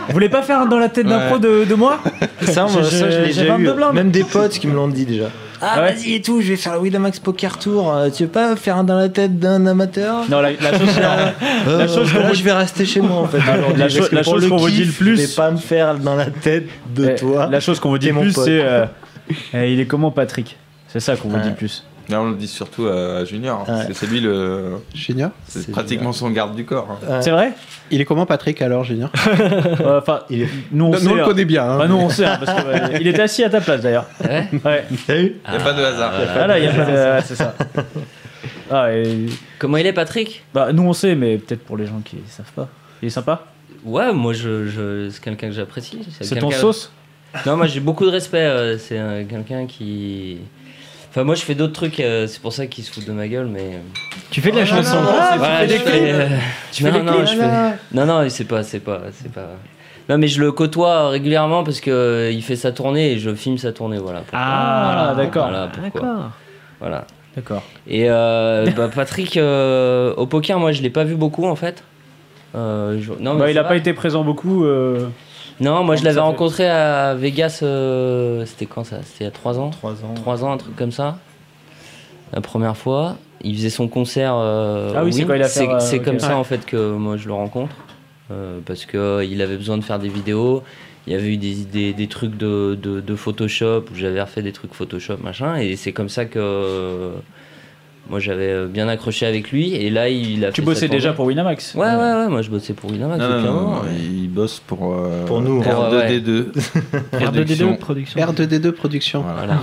[SPEAKER 3] Vous voulez pas faire un dans la tête d'un
[SPEAKER 7] Ouais.
[SPEAKER 3] pro de, de moi
[SPEAKER 6] Ça, moi, ça, je
[SPEAKER 3] J'ai-
[SPEAKER 6] l'ai
[SPEAKER 3] j'ai
[SPEAKER 6] déjà
[SPEAKER 3] 22
[SPEAKER 6] eu.
[SPEAKER 3] blindes.
[SPEAKER 6] Même des potes qui me l'ont dit déjà. Ah,
[SPEAKER 3] ouais
[SPEAKER 6] vas-y et tout, je vais faire le Winamax Poker Tour. euh, tu veux pas faire un dans la tête d'un amateur
[SPEAKER 3] Non, la,
[SPEAKER 5] [laughs]
[SPEAKER 3] la chose, la,
[SPEAKER 6] Euh,
[SPEAKER 3] la chose qu'on
[SPEAKER 6] là,
[SPEAKER 3] vous-
[SPEAKER 6] je vais rester chez moi
[SPEAKER 3] [laughs]
[SPEAKER 6] en fait. aujourd'hui,
[SPEAKER 3] la
[SPEAKER 6] parce
[SPEAKER 3] chose-
[SPEAKER 6] que
[SPEAKER 3] la
[SPEAKER 6] pour
[SPEAKER 3] chose qu'on vous dit
[SPEAKER 6] kiff,
[SPEAKER 3] le plus-
[SPEAKER 6] Je vais pas me faire dans la tête de
[SPEAKER 3] eh,
[SPEAKER 6] toi.
[SPEAKER 3] la chose qu'on vous dit
[SPEAKER 6] T'es
[SPEAKER 3] le
[SPEAKER 6] mon
[SPEAKER 3] plus,
[SPEAKER 6] pote.
[SPEAKER 3] c'est. euh, eh, il est comment Patrick C'est ça qu'on vous dit
[SPEAKER 6] Ouais.
[SPEAKER 3] le plus.
[SPEAKER 7] là on le dit surtout à Junior
[SPEAKER 6] Ouais.
[SPEAKER 7] parce que c'est lui le
[SPEAKER 4] Junior
[SPEAKER 7] c'est
[SPEAKER 6] C'est
[SPEAKER 7] pratiquement son garde du corps hein.
[SPEAKER 6] Ouais.
[SPEAKER 3] C'est vrai
[SPEAKER 4] Il est comment, Patrick, alors, Junior
[SPEAKER 3] Euh, Enfin,
[SPEAKER 6] Il est-
[SPEAKER 3] nous on
[SPEAKER 4] Non,
[SPEAKER 3] sait.
[SPEAKER 4] on le
[SPEAKER 3] hein.
[SPEAKER 4] connaît bien. hein.
[SPEAKER 3] Bah, nous on sait, hein, parce que, euh, il était assis à ta place d'ailleurs.
[SPEAKER 8] Ouais.
[SPEAKER 3] Ouais.
[SPEAKER 6] T'as vu
[SPEAKER 7] y a pas de hasard
[SPEAKER 3] Ah là, il y a pas de-
[SPEAKER 6] [laughs]
[SPEAKER 3] ouais, c'est ça. Ah, et-
[SPEAKER 8] Comment il est, Patrick
[SPEAKER 3] Bah, nous on sait, mais peut-être pour les gens qui savent pas. Il est sympa
[SPEAKER 8] Ouais, moi, je, je- c'est quelqu'un que j'apprécie.
[SPEAKER 3] C'est ton
[SPEAKER 8] quelqu'un-
[SPEAKER 3] sauce
[SPEAKER 8] Non, moi, j'ai beaucoup de respect. euh, C'est euh, quelqu'un qui. Enfin, moi, je fais d'autres trucs, euh, c'est pour ça qu'ils se foutent de ma gueule, mais.
[SPEAKER 5] Tu fais de la chanson.
[SPEAKER 8] Ouais,
[SPEAKER 3] Ah, des
[SPEAKER 8] je fais, euh, non, non, je fais-
[SPEAKER 6] Voilà.
[SPEAKER 8] Non, non, c'est pas, c'est pas, c'est pas. Non, mais je le côtoie régulièrement parce que euh, il fait sa tournée et je filme sa tournée, voilà.
[SPEAKER 5] Ah,
[SPEAKER 3] Ah, d'accord.
[SPEAKER 8] Voilà pourquoi.
[SPEAKER 5] D'accord.
[SPEAKER 8] Voilà.
[SPEAKER 3] D'accord.
[SPEAKER 8] Et euh, bah, Patrick, euh, au poker, moi, je l'ai pas vu beaucoup en fait. Euh, je- Non, mais
[SPEAKER 3] Bah, il
[SPEAKER 8] ça
[SPEAKER 3] a
[SPEAKER 8] va.
[SPEAKER 3] pas été présent beaucoup. euh,
[SPEAKER 8] Non, moi je
[SPEAKER 6] Ça
[SPEAKER 8] l'avais
[SPEAKER 6] fait-
[SPEAKER 8] rencontré à Vegas, euh, c'était quand ça C'était il y a 3 ans
[SPEAKER 6] 3 ans.
[SPEAKER 8] 3 ans, un truc comme ça. La première fois. Il faisait son concert. euh,
[SPEAKER 3] Ah oui,
[SPEAKER 8] au
[SPEAKER 3] c'est
[SPEAKER 8] Wynn.
[SPEAKER 3] quand il a fait,
[SPEAKER 8] C'est
[SPEAKER 3] euh,
[SPEAKER 8] c'est
[SPEAKER 3] ok.
[SPEAKER 8] comme
[SPEAKER 3] Ouais.
[SPEAKER 8] ça en fait que moi je le rencontre. euh, parce qu'il avait besoin de faire des vidéos. Il y avait eu des, des, des trucs de, de, de Photoshop, où j'avais refait des trucs Photoshop, machin. Et c'est comme ça que. euh, moi j'avais euh, bien accroché avec lui. Et là il a
[SPEAKER 3] Tu
[SPEAKER 8] fait sa
[SPEAKER 3] bossais déjà
[SPEAKER 8] tournée.
[SPEAKER 3] pour Winamax
[SPEAKER 8] Ouais, ouais, ouais, moi je bossais pour Winamax.
[SPEAKER 7] Non, non,
[SPEAKER 8] depuis un
[SPEAKER 7] non,
[SPEAKER 8] moment,
[SPEAKER 7] non,
[SPEAKER 8] mais-
[SPEAKER 7] il bosse pour, euh,
[SPEAKER 6] Pour nous.
[SPEAKER 8] Pour, euh, ouais.
[SPEAKER 7] R2D2. [laughs]
[SPEAKER 5] R2D2 production.
[SPEAKER 4] R2D2 Production.
[SPEAKER 7] Voilà.
[SPEAKER 8] Voilà.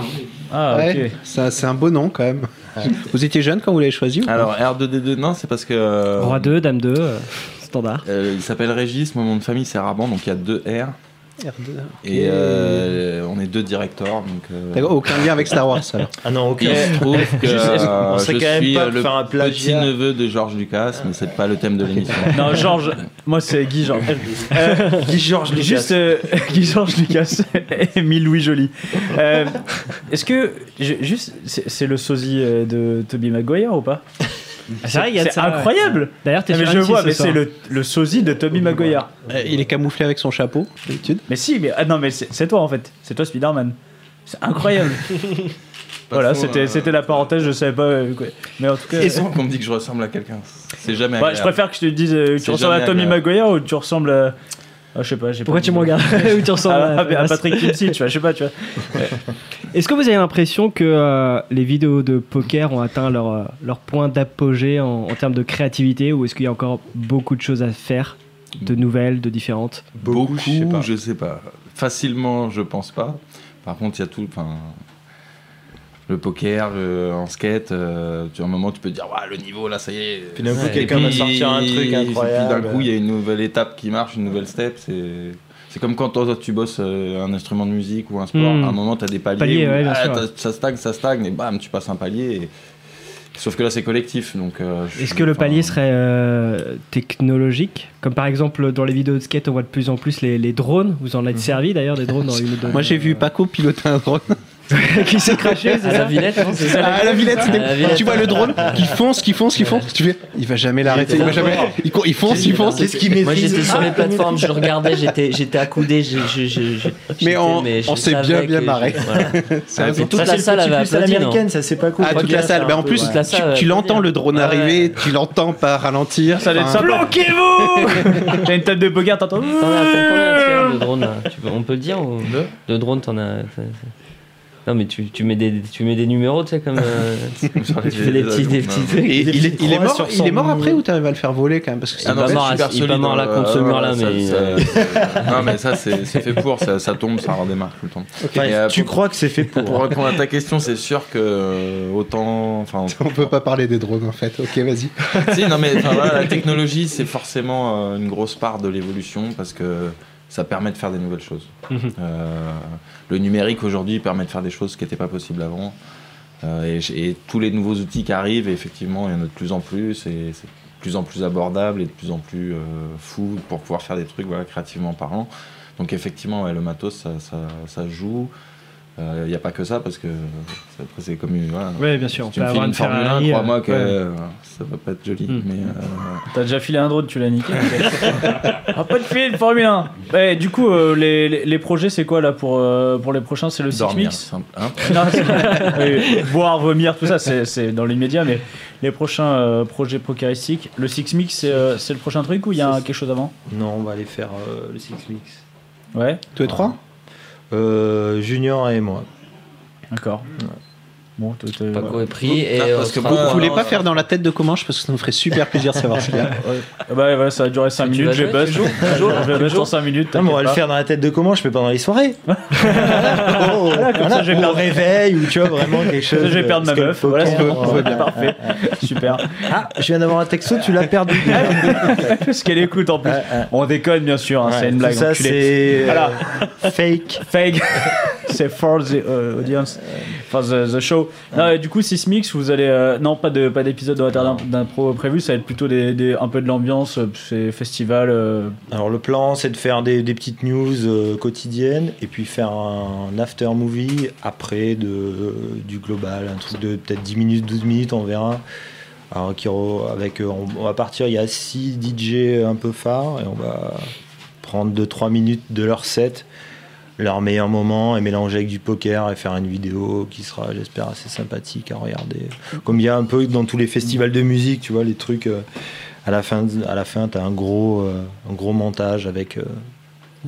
[SPEAKER 3] Ah,
[SPEAKER 4] Ouais, ça, c'est un beau nom quand même. [laughs] Vous étiez jeune quand vous l'avez choisi ou pas
[SPEAKER 7] Alors R2D2, non, c'est parce que euh,
[SPEAKER 5] Roi 2, Dame 2, euh, standard.
[SPEAKER 7] euh, il s'appelle Régis, mon nom de famille c'est Raban, donc il y a deux R.
[SPEAKER 4] R2D2.
[SPEAKER 7] Et euh, on est deux directeurs, donc. euh,
[SPEAKER 4] D'accord, aucun lien avec Star Wars alors.
[SPEAKER 6] Ah non, ok.
[SPEAKER 7] Il
[SPEAKER 6] [laughs]
[SPEAKER 7] se
[SPEAKER 4] [laughs]
[SPEAKER 7] trouve que
[SPEAKER 6] Je sais, on
[SPEAKER 7] euh, je
[SPEAKER 6] serait quand même
[SPEAKER 7] suis
[SPEAKER 6] pas
[SPEAKER 7] euh, le
[SPEAKER 6] pour faire un plagiat.
[SPEAKER 7] petit neveu de Georges Lucas, mais c'est pas le thème de
[SPEAKER 6] [laughs]
[SPEAKER 7] l'émission.
[SPEAKER 3] ok. Non, Georges, moi c'est Guy Georges. Euh,
[SPEAKER 6] Guy Georges Lucas.
[SPEAKER 3] Juste euh, [laughs] Guy Georges Lucas et Émile Louis Joly. Euh, Est-ce que je- juste c'est c'est le sosie euh, de Toby Maguire ou pas
[SPEAKER 5] Ah, c'est vrai, il y a de
[SPEAKER 3] C'est
[SPEAKER 5] ça, ouais.
[SPEAKER 3] incroyable.
[SPEAKER 5] D'ailleurs, t'es
[SPEAKER 3] Ah, mais
[SPEAKER 5] sur
[SPEAKER 3] je
[SPEAKER 5] M6
[SPEAKER 3] vois,
[SPEAKER 5] ce
[SPEAKER 3] mais
[SPEAKER 5] soir.
[SPEAKER 3] c'est le, le sosie de Toby Maguire.
[SPEAKER 4] Euh, Il est camouflé avec son chapeau, d'habitude.
[SPEAKER 3] Mais si, mais ah non, mais c'est c'est toi en fait. C'est toi Spider-Man. C'est
[SPEAKER 7] [laughs]
[SPEAKER 9] [laughs]
[SPEAKER 3] incroyable. voilà,
[SPEAKER 7] faux,
[SPEAKER 3] c'était
[SPEAKER 7] euh,
[SPEAKER 3] c'était la parenthèse, je savais pas. euh, quoi. Mais en tout cas. euh,
[SPEAKER 7] Et souvent qu'on me dit que je ressemble à quelqu'un, c'est jamais.
[SPEAKER 6] bah,
[SPEAKER 3] Ouais, je
[SPEAKER 7] agréable.
[SPEAKER 3] préfère que je te dise euh,
[SPEAKER 7] C'est
[SPEAKER 3] tu ressembles à
[SPEAKER 7] jamais
[SPEAKER 3] Tommy
[SPEAKER 7] agréable.
[SPEAKER 3] Maguire ou tu ressembles à. Ah, je sais pas, j'ai
[SPEAKER 5] Pourquoi
[SPEAKER 3] pas-
[SPEAKER 5] tu me regardes [laughs] Où tu ressembles
[SPEAKER 3] Ah,
[SPEAKER 5] à-
[SPEAKER 3] ah, mais à Patrick Kimsey, tu vois, je sais pas, tu vois.
[SPEAKER 5] Est-ce que vous avez l'impression que euh, les vidéos de poker ont atteint leur, euh, leur point d'apogée en, en termes de créativité ou est-ce qu'il y a encore beaucoup de choses à faire de nouvelles, de différentes.
[SPEAKER 7] Beaucoup,
[SPEAKER 6] je sais pas.
[SPEAKER 7] je sais pas. Facilement, je pense pas. Par contre, il y a tout. Enfin, le poker, le- en skate, euh, tu, à un moment, tu peux te dire
[SPEAKER 4] Ah,
[SPEAKER 7] Ouah, le niveau, là, ça y est.
[SPEAKER 6] Puis d'un coup,
[SPEAKER 8] Ouais.
[SPEAKER 6] quelqu'un
[SPEAKER 7] Et
[SPEAKER 6] va
[SPEAKER 7] puis-
[SPEAKER 6] sortir un
[SPEAKER 7] et
[SPEAKER 6] truc
[SPEAKER 7] puis
[SPEAKER 6] incroyable.
[SPEAKER 7] d'un coup, il y a une nouvelle étape qui marche, une nouvelle step. C'est. C'est comme quand toi, toi, tu bosses euh, un instrument de musique ou un sport,
[SPEAKER 5] Hmm.
[SPEAKER 7] à un moment tu as des paliers,
[SPEAKER 5] Palier,
[SPEAKER 7] où,
[SPEAKER 5] ouais, bien
[SPEAKER 7] ah,
[SPEAKER 5] sûr,
[SPEAKER 7] t'as- ça stagne, ça stagne, et bam, tu passes un palier. et- Sauf que là c'est collectif, donc... euh, je-
[SPEAKER 5] Est-ce que le
[SPEAKER 7] enfin,
[SPEAKER 5] palier serait euh, technologique Comme par exemple dans les vidéos de skate, on voit de plus en plus les, les drones. Vous en êtes servi d'ailleurs des drones dans une de-
[SPEAKER 4] Moi j'ai vu Paco piloter un [laughs] drone.
[SPEAKER 5] qui s'est craché.
[SPEAKER 8] À la Villette, non, c'est ça
[SPEAKER 4] Ah, la Villette, c'était-
[SPEAKER 8] À la Villette.
[SPEAKER 4] Tu vois le [laughs] drone qui fonce, qui fonce, qui fonce. Tu fais, il va jamais l'arrêter. Il va jamais. Il, court, il fonce, il fonce.
[SPEAKER 6] Qu'est-ce qu'il
[SPEAKER 8] Moi
[SPEAKER 6] maîtrise
[SPEAKER 8] j'étais
[SPEAKER 4] [laughs]
[SPEAKER 8] sur
[SPEAKER 4] Ah,
[SPEAKER 8] les plateformes, je le regardais, j'étais j'étais accoudé, je, je, je, je- j'étais-
[SPEAKER 4] on-
[SPEAKER 8] je
[SPEAKER 4] on s'est
[SPEAKER 8] savais
[SPEAKER 4] bien,
[SPEAKER 8] que
[SPEAKER 4] bien
[SPEAKER 8] je-
[SPEAKER 4] marré.
[SPEAKER 8] voilà.
[SPEAKER 4] [laughs]
[SPEAKER 8] Ah,
[SPEAKER 4] C'est un
[SPEAKER 8] mais
[SPEAKER 4] peu-
[SPEAKER 8] toute la salle avait
[SPEAKER 6] plus à
[SPEAKER 8] applaudi, non
[SPEAKER 6] l'américaine, ça c'est pas cool.
[SPEAKER 4] Ah, toute la salle. Bah, en plus,
[SPEAKER 8] ouais. Toute la
[SPEAKER 4] tu-
[SPEAKER 8] salle,
[SPEAKER 4] tu,
[SPEAKER 8] ouais,
[SPEAKER 4] l'entends
[SPEAKER 8] faut
[SPEAKER 4] le drone
[SPEAKER 8] dire.
[SPEAKER 4] arriver, tu l'entends pas ralentir.
[SPEAKER 3] Ça allait être
[SPEAKER 4] Enfin,
[SPEAKER 3] ça. Bloquez-vous T'as une table de poker, t'entends
[SPEAKER 8] T'en as t'en as
[SPEAKER 4] euh,
[SPEAKER 8] un, tiens, de drone là. Tu peux- On peut le dire ou... De drone, t'en as. ça- ça- Non mais tu, tu, mets des, tu mets des numéros, tu sais,
[SPEAKER 4] [laughs]
[SPEAKER 8] comme. euh, tu fais des petits, des petits trucs.
[SPEAKER 4] Et il, est, il est
[SPEAKER 6] croix
[SPEAKER 4] mort,
[SPEAKER 6] sur
[SPEAKER 4] il est mort
[SPEAKER 6] son-
[SPEAKER 4] après ou t'arrives à le faire voler quand même parce que c'est
[SPEAKER 7] Ah
[SPEAKER 8] Il est
[SPEAKER 7] non,
[SPEAKER 8] pas
[SPEAKER 7] mais
[SPEAKER 8] mort
[SPEAKER 7] je suis
[SPEAKER 8] à-
[SPEAKER 7] super
[SPEAKER 8] il est pas
[SPEAKER 7] solide,
[SPEAKER 8] mort à la
[SPEAKER 7] hein,
[SPEAKER 8] contre ce
[SPEAKER 7] ouais,
[SPEAKER 8] mur-là,
[SPEAKER 7] ouais,
[SPEAKER 8] mais- euh.
[SPEAKER 7] ça- ça- [laughs] non, mais ça, c'est c'est fait pour, ça, ça tombe, ça redémarre tout le temps. Et, euh,
[SPEAKER 6] tu
[SPEAKER 7] pour-
[SPEAKER 6] crois que c'est fait pour.
[SPEAKER 5] hein.
[SPEAKER 7] Pour répondre à ta question, c'est sûr que euh, autant. Enfin,
[SPEAKER 4] [laughs] On peut pas parler des drones en fait. Ok, vas-y. [laughs]
[SPEAKER 7] si, non, mais enfin, voilà, la
[SPEAKER 8] [laughs]
[SPEAKER 7] technologie, c'est forcément euh, une grosse part de l'évolution parce que ça permet de faire des nouvelles choses.
[SPEAKER 5] Mhm.
[SPEAKER 7] Euh, le numérique aujourd'hui permet de faire des choses qui n'étaient pas possibles avant. Euh, et, j- et tous les nouveaux outils qui arrivent, et effectivement, il y en a de plus en plus et c'est de plus en plus abordable et de plus en plus euh, fou pour pouvoir faire des trucs voilà, créativement parlant. Donc effectivement, ouais, le matos, ça, ça, ça joue. Euh, Il n'y a pas que ça parce que euh, après, c'est comme une, voilà,
[SPEAKER 5] Oui, bien sûr. On
[SPEAKER 7] si tu
[SPEAKER 5] peut
[SPEAKER 7] me files
[SPEAKER 5] avoir
[SPEAKER 7] une
[SPEAKER 5] une
[SPEAKER 7] Formule 1,
[SPEAKER 5] Ferrari.
[SPEAKER 7] crois-moi que
[SPEAKER 5] euh, ouais.
[SPEAKER 7] euh, ça va pas être joli.
[SPEAKER 5] Hmm.
[SPEAKER 7] Mais, euh,
[SPEAKER 3] T'as déjà filé un drone, tu l'as niqué. ah, pas de fil, Formule 1. Eh, du coup, euh, les, les, les projets, c'est quoi là pour, euh, pour les prochains C'est le Six
[SPEAKER 7] dormir,
[SPEAKER 3] Mix
[SPEAKER 7] simple, hein.
[SPEAKER 3] Non, c'est- oui, boire, vomir, tout ça, c'est- c'est dans l'immédiat, mais les prochains euh, projets procaristiques, le Six Mix, c'est euh, c'est le prochain truc ou il y a
[SPEAKER 6] C'est-
[SPEAKER 3] un- quelque chose avant
[SPEAKER 6] Non, on va aller faire euh, le Six Mix.
[SPEAKER 3] Ouais,
[SPEAKER 4] Tous les trois
[SPEAKER 6] Euh, Junior et moi.
[SPEAKER 3] d'accord. Bon, tout, euh,
[SPEAKER 8] Paco est pris et. euh,
[SPEAKER 7] Ah,
[SPEAKER 8] on
[SPEAKER 7] parce que
[SPEAKER 8] sera-
[SPEAKER 7] beaucoup-
[SPEAKER 4] Vous
[SPEAKER 7] non,
[SPEAKER 4] voulez
[SPEAKER 7] non,
[SPEAKER 4] pas
[SPEAKER 7] ça-
[SPEAKER 4] faire dans la tête de Comanche parce que ça nous ferait super plaisir de [laughs] savoir ce qu'il y a.
[SPEAKER 3] Ah bah ouais, voilà, ça va durer 5
[SPEAKER 8] Tu
[SPEAKER 3] minutes,
[SPEAKER 8] vas
[SPEAKER 3] je
[SPEAKER 8] jouer,
[SPEAKER 3] buzz.
[SPEAKER 8] tu joues Tu joues
[SPEAKER 3] Je buzz
[SPEAKER 8] Tu
[SPEAKER 3] dans
[SPEAKER 8] joues
[SPEAKER 3] 5 minutes.
[SPEAKER 6] Non, Ah, mais on va
[SPEAKER 3] t'inquiète
[SPEAKER 6] le faire dans la tête de comment Je mais pas dans
[SPEAKER 3] [laughs]
[SPEAKER 6] les soirées. oh, voilà,
[SPEAKER 3] comme ça, je vais
[SPEAKER 6] ou au
[SPEAKER 3] perdre-
[SPEAKER 6] réveil ou tu vois vraiment quelque
[SPEAKER 3] pas.
[SPEAKER 6] chose.
[SPEAKER 3] Je vais perdre ma
[SPEAKER 6] parce que
[SPEAKER 3] meuf,
[SPEAKER 6] le
[SPEAKER 3] voilà, c'est
[SPEAKER 6] poker,
[SPEAKER 3] bon,
[SPEAKER 6] euh,
[SPEAKER 3] parfait, super.
[SPEAKER 6] Ah, je viens d'avoir un texto, tu l'as perdu.
[SPEAKER 3] [laughs] Parce qu'elle écoute en plus.
[SPEAKER 6] Ah, ah.
[SPEAKER 3] On déconne bien sûr, hein, c'est
[SPEAKER 6] Ouais,
[SPEAKER 3] une
[SPEAKER 6] tout
[SPEAKER 3] blague.
[SPEAKER 6] Ça,
[SPEAKER 3] enculé.
[SPEAKER 6] c'est.
[SPEAKER 3] Voilà.
[SPEAKER 6] euh, fake.
[SPEAKER 3] [laughs] Fake. c'est for the euh, audience. For the, the show. Non, et du coup, Sismix, vous allez. euh, non, pas de pas d'épisode de retard d'im- d'impro prévu, ça va être plutôt des, des- un peu de l'ambiance, euh, c'est festival. euh,
[SPEAKER 6] Alors, le plan, c'est de faire des, des petites news euh, quotidiennes et puis faire un after movie après de, du global, un truc de peut-être 10 minutes, 12 minutes, on verra. Alors, qui re- avec, euh, on, on va partir, il y a 6 DJ un peu phares et on va prendre 2-3 minutes de leur set, leur meilleur moment, et mélanger avec du poker et faire une vidéo qui sera, j'espère, assez sympathique à regarder. Comme il y a un peu dans tous les festivals de musique, tu vois, les trucs. euh, à la fin, à la fin, t'as un gros, euh, un gros montage avec. euh,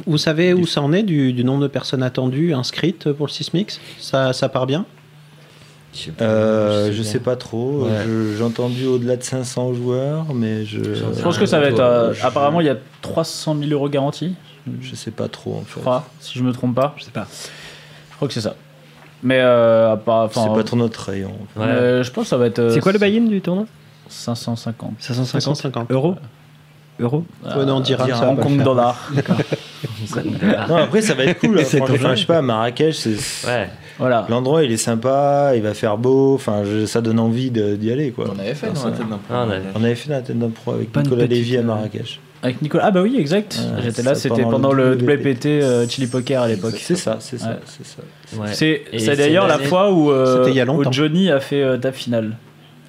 [SPEAKER 4] Vous savez où
[SPEAKER 6] Du-
[SPEAKER 4] ça en est du, du nombre de personnes attendues, inscrites pour le Sismix ça, ça part bien
[SPEAKER 6] euh, je sais pas trop.
[SPEAKER 4] Ouais.
[SPEAKER 6] Je- J'ai entendu au-delà de 500 joueurs, mais je.
[SPEAKER 3] Je pense que ça va être. euh,
[SPEAKER 6] Je-
[SPEAKER 3] apparemment, il y a 300 000 euros garantis,
[SPEAKER 6] Je sais pas trop en fait.
[SPEAKER 3] je crois, si je me trompe pas.
[SPEAKER 5] Je sais pas.
[SPEAKER 3] Je crois que c'est ça. Mais euh, à part-
[SPEAKER 6] C'est
[SPEAKER 3] enfin,
[SPEAKER 6] pas trop notre rayon.
[SPEAKER 8] Ouais.
[SPEAKER 3] euh, je pense que ça va être. euh,
[SPEAKER 5] C'est quoi le buy-in du tournoi
[SPEAKER 3] 550.
[SPEAKER 5] 550
[SPEAKER 4] 550.
[SPEAKER 5] euros Euros
[SPEAKER 4] Ouais, non, on dira que ça va
[SPEAKER 3] euh, Hong
[SPEAKER 4] pas
[SPEAKER 3] Kong
[SPEAKER 4] le faire.
[SPEAKER 3] dollars.
[SPEAKER 6] Non, après ça va être [laughs] cool. hein,
[SPEAKER 5] C'est
[SPEAKER 6] franchement.
[SPEAKER 5] ton
[SPEAKER 6] Enfin, je sais pas, Marrakech, c'est
[SPEAKER 8] Ouais.
[SPEAKER 3] Voilà.
[SPEAKER 6] l'endroit, il est sympa, il va faire beau. Enfin, je- ça donne envie de- d'y aller quoi.
[SPEAKER 7] On avait fait dans la tête d'un pro.
[SPEAKER 8] Ah, on avait-
[SPEAKER 6] On avait fait la tête d'un pro avec
[SPEAKER 5] Bonne
[SPEAKER 6] Nicolas
[SPEAKER 5] petite,
[SPEAKER 6] Lévy à
[SPEAKER 5] euh,
[SPEAKER 6] Marrakech.
[SPEAKER 3] Avec Nicolas. Ah bah oui, exact.
[SPEAKER 6] Ouais,
[SPEAKER 3] J'étais là,
[SPEAKER 6] c'est
[SPEAKER 3] c'était pendant,
[SPEAKER 6] pendant
[SPEAKER 3] le
[SPEAKER 6] le
[SPEAKER 3] WPT euh, Chili Poker à l'époque.
[SPEAKER 6] C'est ça, c'est ça,
[SPEAKER 3] Ouais.
[SPEAKER 6] c'est ça.
[SPEAKER 8] ouais.
[SPEAKER 3] C'est
[SPEAKER 8] Et
[SPEAKER 3] c'est
[SPEAKER 8] c'est
[SPEAKER 3] d'ailleurs la
[SPEAKER 8] l'année-
[SPEAKER 3] fois où, euh,
[SPEAKER 4] C'était il y a longtemps.
[SPEAKER 3] où Johnny a fait euh, table finale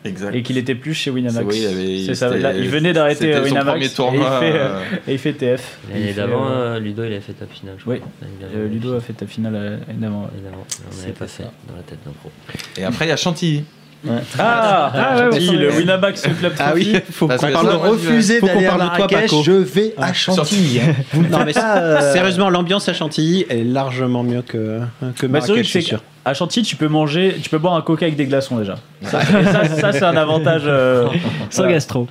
[SPEAKER 7] Exact.
[SPEAKER 3] et qu'il était plus chez Winamax.
[SPEAKER 7] Oui, il avait-
[SPEAKER 3] C'est ça,
[SPEAKER 7] c'était-
[SPEAKER 3] là, il venait d'arrêter
[SPEAKER 7] c'était
[SPEAKER 3] euh,
[SPEAKER 7] son
[SPEAKER 3] Winamax.
[SPEAKER 7] premier tournoi,
[SPEAKER 3] Et il fait, euh,
[SPEAKER 7] euh,
[SPEAKER 3] et il fait TF. Il
[SPEAKER 8] L'année
[SPEAKER 3] fait,
[SPEAKER 8] d'avant,
[SPEAKER 3] euh,
[SPEAKER 8] euh, Ludo, il a fait ta finale, je
[SPEAKER 3] oui.
[SPEAKER 8] crois. L'année d'avant,
[SPEAKER 3] euh,
[SPEAKER 8] il a
[SPEAKER 3] Ludo
[SPEAKER 8] fait-
[SPEAKER 3] a fait table finale euh, l'année d'avant. ouais.
[SPEAKER 8] l'année d'avant, On n'avait
[SPEAKER 3] C'était
[SPEAKER 8] pas fait
[SPEAKER 3] ça.
[SPEAKER 8] dans la tête d'un pro.
[SPEAKER 7] Et après, il y a Chantilly.
[SPEAKER 3] Ah,
[SPEAKER 5] ouais, on
[SPEAKER 3] oui,
[SPEAKER 5] s'en
[SPEAKER 3] le
[SPEAKER 5] est-
[SPEAKER 3] Winamax Club
[SPEAKER 4] Ah oui, faut
[SPEAKER 7] Parce
[SPEAKER 4] qu'on
[SPEAKER 7] que
[SPEAKER 4] parle
[SPEAKER 7] ça,
[SPEAKER 4] de
[SPEAKER 7] moi, je
[SPEAKER 4] refuser
[SPEAKER 5] Faut qu'on
[SPEAKER 4] d'aller à
[SPEAKER 5] parle de toi,
[SPEAKER 4] Marrakech.
[SPEAKER 5] Paco.
[SPEAKER 4] Je vais à
[SPEAKER 7] Ah,
[SPEAKER 4] Chantilly.
[SPEAKER 7] Chantilly.
[SPEAKER 4] non, mais sérieusement, l'ambiance à Chantilly est largement mieux que, que
[SPEAKER 3] Bah, c'est
[SPEAKER 4] Marrakech,
[SPEAKER 3] vrai que
[SPEAKER 4] je suis
[SPEAKER 3] c'est-
[SPEAKER 4] sûr.
[SPEAKER 3] À Chantilly, tu peux manger, tu peux boire un coca avec des glaçons déjà. Ça, et ça, ça, c'est un avantage euh,
[SPEAKER 5] Sans
[SPEAKER 3] voilà.
[SPEAKER 5] gastro.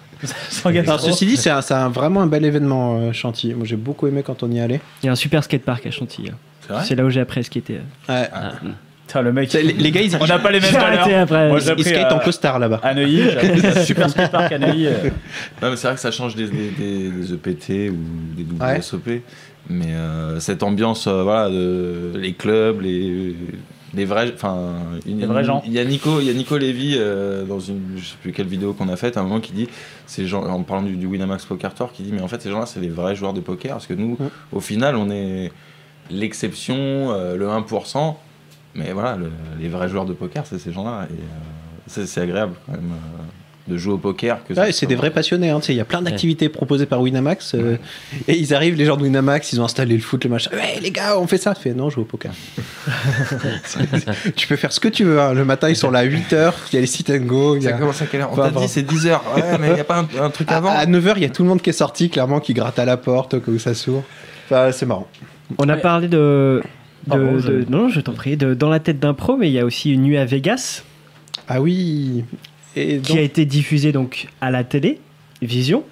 [SPEAKER 3] sans gastro.
[SPEAKER 4] Alors, ceci dit, c'est un- c'est un- vraiment un bel événement, euh, Chantilly. Moi, j'ai beaucoup aimé quand on y allait.
[SPEAKER 5] Il y a un super skatepark à Chantilly. hein.
[SPEAKER 7] C'est vrai
[SPEAKER 5] C'est là où j'ai appris à skater.
[SPEAKER 4] Ouais.
[SPEAKER 3] Ah. Putain, le mec,
[SPEAKER 4] C'est- Les, les gars, ils,
[SPEAKER 3] on n'a pas les mêmes
[SPEAKER 5] J'ai arrêté
[SPEAKER 3] valeurs.
[SPEAKER 5] après.
[SPEAKER 3] Moi,
[SPEAKER 5] Je-
[SPEAKER 3] j'ai appris
[SPEAKER 4] ils skatent
[SPEAKER 3] à-
[SPEAKER 4] en costard là-bas.
[SPEAKER 3] à Neuilly, j'ai appris
[SPEAKER 4] [laughs]
[SPEAKER 3] [laughs] ça, super skatepark à Neuilly. euh.
[SPEAKER 7] Non, mais c'est vrai que ça change des, des- des- des EPT ou des
[SPEAKER 4] Ouais.
[SPEAKER 7] WSOP. Mais euh, cette ambiance, euh, voilà, de- les clubs, les, les vrais. Enfin, il y a-
[SPEAKER 3] Les vrais gens.
[SPEAKER 7] Il y a Nico, il y a Nico Lévy, euh, dans une. Je sais plus quelle vidéo qu'on a faite, à un moment qui dit ces gens, en parlant du, du Winamax Poker Tour, qui dit Mais en fait, ces gens-là, c'est les vrais joueurs de poker. Parce que nous,
[SPEAKER 4] Ouais.
[SPEAKER 7] au final, on est l'exception, euh, le 1%. Mais voilà, le- les vrais joueurs de poker, c'est ces gens-là. Et euh, c'est c'est agréable, quand même, euh, de jouer au poker. que ça
[SPEAKER 4] Ouais, c'est
[SPEAKER 7] soit-
[SPEAKER 4] des vrais passionnés. hein, tu sais, Il y a plein d'activités proposées par Winamax. euh, Et ils arrivent, les gens de Winamax, ils ont installé le foot, le machin. Ouais, les gars, on fait ça. Tu fais non, je joue au poker. [laughs] tu peux faire ce que tu veux. hein. Le matin, ils sont là à 8h. Il y a les sit and go. il y
[SPEAKER 7] Ça
[SPEAKER 4] a-
[SPEAKER 7] commence à quelle heure On
[SPEAKER 4] Peu
[SPEAKER 7] t'a
[SPEAKER 4] importe.
[SPEAKER 7] dit c'est 10h. Ouais, mais il a pas un, un truc
[SPEAKER 4] À,
[SPEAKER 7] avant
[SPEAKER 4] à 9h, il y a tout le monde qui est sorti, clairement, qui gratte à la porte, que ça s'ouvre. Enfin, c'est marrant.
[SPEAKER 5] On a parlé de. de-
[SPEAKER 3] Pardon, je-
[SPEAKER 5] de- [laughs] non, je t'en prie. de- dans la tête d'un pro, mais il y a aussi une nuit à Vegas
[SPEAKER 4] Ah oui. Et donc,
[SPEAKER 5] qui a été diffusée donc à la télé, Vision.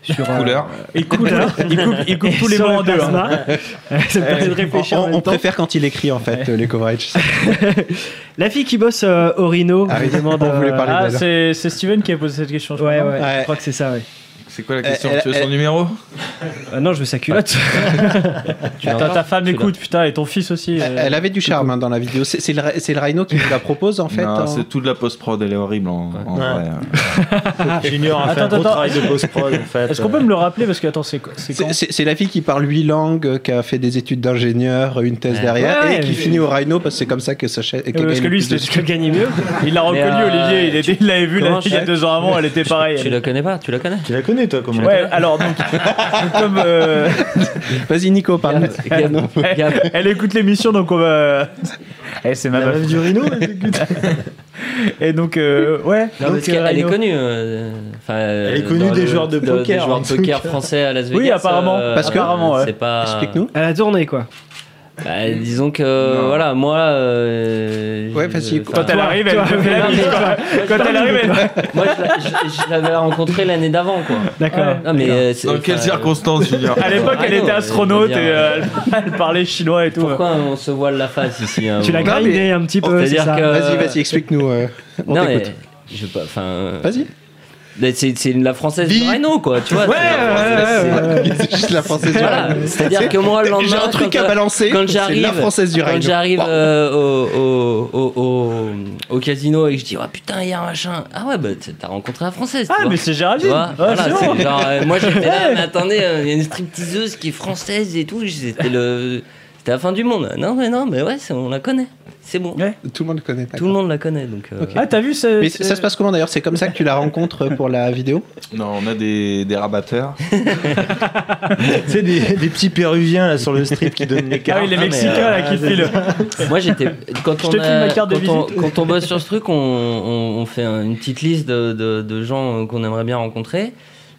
[SPEAKER 5] Sur, euh,
[SPEAKER 7] Couleur.
[SPEAKER 3] Il coupe, il coupe, il coupe tous les
[SPEAKER 5] mots
[SPEAKER 3] mots en deux. hein.
[SPEAKER 4] [laughs]
[SPEAKER 5] Ça me permet de réfléchir. en
[SPEAKER 4] on,
[SPEAKER 5] même
[SPEAKER 4] on
[SPEAKER 5] temps.
[SPEAKER 4] préfère quand il écrit, en fait, euh, les
[SPEAKER 5] [laughs]
[SPEAKER 4] coverages.
[SPEAKER 5] La fille qui bosse euh, au Rhino.
[SPEAKER 4] Ah
[SPEAKER 5] je
[SPEAKER 4] oui,
[SPEAKER 5] demande,
[SPEAKER 4] on voulait
[SPEAKER 5] euh,
[SPEAKER 4] parler.
[SPEAKER 3] Ah,
[SPEAKER 4] Allez,
[SPEAKER 3] c'est c'est Steven qui a posé cette question. je
[SPEAKER 5] Ouais, ouais,
[SPEAKER 3] crois, non
[SPEAKER 5] je
[SPEAKER 4] Ouais.
[SPEAKER 5] crois que c'est ça, ouais.
[SPEAKER 7] C'est quoi la
[SPEAKER 4] Euh,
[SPEAKER 7] question
[SPEAKER 4] elle-
[SPEAKER 7] Tu veux son
[SPEAKER 4] elle-
[SPEAKER 7] numéro
[SPEAKER 5] Ah non, je veux sa culotte. [laughs]
[SPEAKER 3] Putain, ta femme écoute, putain, et ton fils aussi. euh.
[SPEAKER 4] Elle elle avait du charme hein, dans la vidéo. C'est c'est le, c'est le Rhino qui nous la propose en fait.
[SPEAKER 7] Non,
[SPEAKER 4] hein.
[SPEAKER 7] c'est tout de la post-prod, elle est horrible en, en
[SPEAKER 6] Ouais.
[SPEAKER 7] vrai. hein.
[SPEAKER 4] Ah.
[SPEAKER 6] Junior a fait un
[SPEAKER 3] Attends,
[SPEAKER 6] gros
[SPEAKER 3] attends.
[SPEAKER 6] travail de post-prod en fait.
[SPEAKER 3] Est-ce qu'on peut me le rappeler Parce que, attends, c'est quoi C'est
[SPEAKER 4] Euh,
[SPEAKER 3] quand
[SPEAKER 4] C'est- C'est c'est la fille qui parle huit langues, euh, qui a fait des études d'ingénieur, une thèse
[SPEAKER 8] Ouais.
[SPEAKER 4] derrière,
[SPEAKER 5] Ouais,
[SPEAKER 4] et qui
[SPEAKER 5] mais-
[SPEAKER 4] finit au Rhino parce que c'est comme ça que ça cha- qu'elle
[SPEAKER 3] parce
[SPEAKER 4] gagne
[SPEAKER 3] que
[SPEAKER 4] le
[SPEAKER 3] lui,
[SPEAKER 4] plus de-
[SPEAKER 5] Je peux gagner mieux.
[SPEAKER 3] Il l'a reconnu,
[SPEAKER 8] euh,
[SPEAKER 3] Olivier. Il, était- il l'avait vu
[SPEAKER 8] comment
[SPEAKER 3] il y a
[SPEAKER 8] [laughs] je-
[SPEAKER 3] deux ans avant, elle était pareille.
[SPEAKER 8] Tu
[SPEAKER 3] elle-
[SPEAKER 8] la connais pas Tu la connais
[SPEAKER 6] Tu la connais toi comment
[SPEAKER 3] Ouais, alors
[SPEAKER 6] [laughs]
[SPEAKER 3] donc, comme euh,
[SPEAKER 4] Vas-y Nico, parle.
[SPEAKER 8] Gab, Gab,
[SPEAKER 3] elle écoute l'émission, donc on va. Eh, c'est ma
[SPEAKER 6] La
[SPEAKER 3] meuf.
[SPEAKER 6] meuf du Rhino elle écoute.
[SPEAKER 3] [laughs] Et donc, euh, ouais.
[SPEAKER 8] Non,
[SPEAKER 3] donc,
[SPEAKER 8] parce qu'elle
[SPEAKER 3] euh,
[SPEAKER 8] elle est
[SPEAKER 3] Rhino.
[SPEAKER 8] connue. euh, enfin, euh,
[SPEAKER 6] Elle est connue
[SPEAKER 8] dans
[SPEAKER 6] des joueurs de
[SPEAKER 8] dans- des
[SPEAKER 6] poker,
[SPEAKER 8] joueurs
[SPEAKER 6] en
[SPEAKER 8] de
[SPEAKER 6] tout
[SPEAKER 8] poker
[SPEAKER 6] cas.
[SPEAKER 8] français à Las Vegas. euh,
[SPEAKER 3] Oui, apparemment,
[SPEAKER 5] euh,
[SPEAKER 4] parce que-
[SPEAKER 3] apparemment, ouais.
[SPEAKER 8] c'est pas.
[SPEAKER 4] Explique-nous.
[SPEAKER 5] Elle a tourné, quoi.
[SPEAKER 8] Bah, disons que euh,
[SPEAKER 7] Non.
[SPEAKER 8] voilà, moi. euh,
[SPEAKER 4] Ouais,
[SPEAKER 8] je-
[SPEAKER 4] facile.
[SPEAKER 8] enfin,
[SPEAKER 3] Quand elle arrive, elle
[SPEAKER 5] toi,
[SPEAKER 3] te fait la
[SPEAKER 5] toi,
[SPEAKER 3] bise, quoi. Quand elle arrive, elle.
[SPEAKER 8] Moi, je la- je je l'avais rencontrée l'année d'avant, quoi.
[SPEAKER 5] D'accord.
[SPEAKER 8] Non, mais. euh, c'est-
[SPEAKER 7] Dans quelles
[SPEAKER 8] enfin,
[SPEAKER 7] circonstances, Junior
[SPEAKER 3] À l'époque, elle
[SPEAKER 8] Ah non,
[SPEAKER 3] était
[SPEAKER 8] euh,
[SPEAKER 3] astronaute
[SPEAKER 8] je
[SPEAKER 3] et
[SPEAKER 8] veux dire,
[SPEAKER 3] euh, [laughs] elle, elle parlait chinois et tout.
[SPEAKER 8] Pourquoi on se voile la face ici hein,
[SPEAKER 5] Tu l'as
[SPEAKER 8] bon.
[SPEAKER 5] grindé
[SPEAKER 4] mais-
[SPEAKER 5] un petit peu, c'est
[SPEAKER 8] C'est-à-dire
[SPEAKER 5] ça.
[SPEAKER 8] que.
[SPEAKER 4] Vas-y, vas-y, explique-nous. euh, on
[SPEAKER 8] Non, mais.
[SPEAKER 4] t'écoute.
[SPEAKER 8] Je veux pas. Enfin. euh,
[SPEAKER 4] Vas-y.
[SPEAKER 8] mais C'est c'est la française du
[SPEAKER 4] Vite.
[SPEAKER 8] Rhino, quoi, tu vois. c'est la française-
[SPEAKER 5] ouais, ouais, ouais.
[SPEAKER 4] C'est [laughs] juste la française du
[SPEAKER 8] Voilà,
[SPEAKER 4] Rhino.
[SPEAKER 8] c'est-à-dire que moi, le lendemain.
[SPEAKER 4] J'ai un truc
[SPEAKER 8] quand
[SPEAKER 4] à
[SPEAKER 8] ça-
[SPEAKER 4] balancer.
[SPEAKER 8] quand
[SPEAKER 4] c'est
[SPEAKER 8] j'arrive
[SPEAKER 4] la française du Rhino.
[SPEAKER 8] Quand j'arrive
[SPEAKER 4] Bon.
[SPEAKER 8] euh, au, au, au, au- au casino et que je dis, oh putain, hier machin. Ah ouais, bah t'as- t'as rencontré la française. tu
[SPEAKER 3] Ah,
[SPEAKER 8] vois.
[SPEAKER 3] mais c'est Géraldine!
[SPEAKER 8] Tu vois,
[SPEAKER 3] Ah,
[SPEAKER 8] voilà,
[SPEAKER 3] c'est bon.
[SPEAKER 8] c'est genre, euh, moi j'étais là,
[SPEAKER 3] Ouais.
[SPEAKER 8] mais attendez, euh, il y a une stripteaseuse qui est française et tout. C'était le. C'était la fin du monde. Non, mais non, mais ouais, c'est- on la connaît. c'est bon.
[SPEAKER 3] Ouais.
[SPEAKER 4] Tout le monde connaît.
[SPEAKER 8] Tout le monde la connaît. Donc, euh,
[SPEAKER 4] Ok.
[SPEAKER 3] Ah, t'as vu ce-
[SPEAKER 4] Mais
[SPEAKER 3] ce-
[SPEAKER 4] ça se passe comment d'ailleurs C'est comme ça que tu la rencontres euh, pour la vidéo
[SPEAKER 7] Non, on a des, des
[SPEAKER 8] [laughs]
[SPEAKER 3] [laughs]
[SPEAKER 7] rabatteurs.
[SPEAKER 6] tu sais, des, des petits Péruviens là, sur le
[SPEAKER 4] [laughs]
[SPEAKER 6] strip qui donnent les cartes.
[SPEAKER 3] Ah oui, les
[SPEAKER 6] mais,
[SPEAKER 3] Mexicains
[SPEAKER 6] euh,
[SPEAKER 3] là qui
[SPEAKER 6] c'est-
[SPEAKER 3] filent.
[SPEAKER 8] Moi, j'étais. Quand,
[SPEAKER 3] Je
[SPEAKER 8] on
[SPEAKER 3] te file
[SPEAKER 8] a-
[SPEAKER 3] ma carte de
[SPEAKER 8] quand on-
[SPEAKER 3] visite.
[SPEAKER 8] quand on bosse sur ce truc, on, on- on fait un- une petite liste de, de- de gens euh, qu'on aimerait bien rencontrer.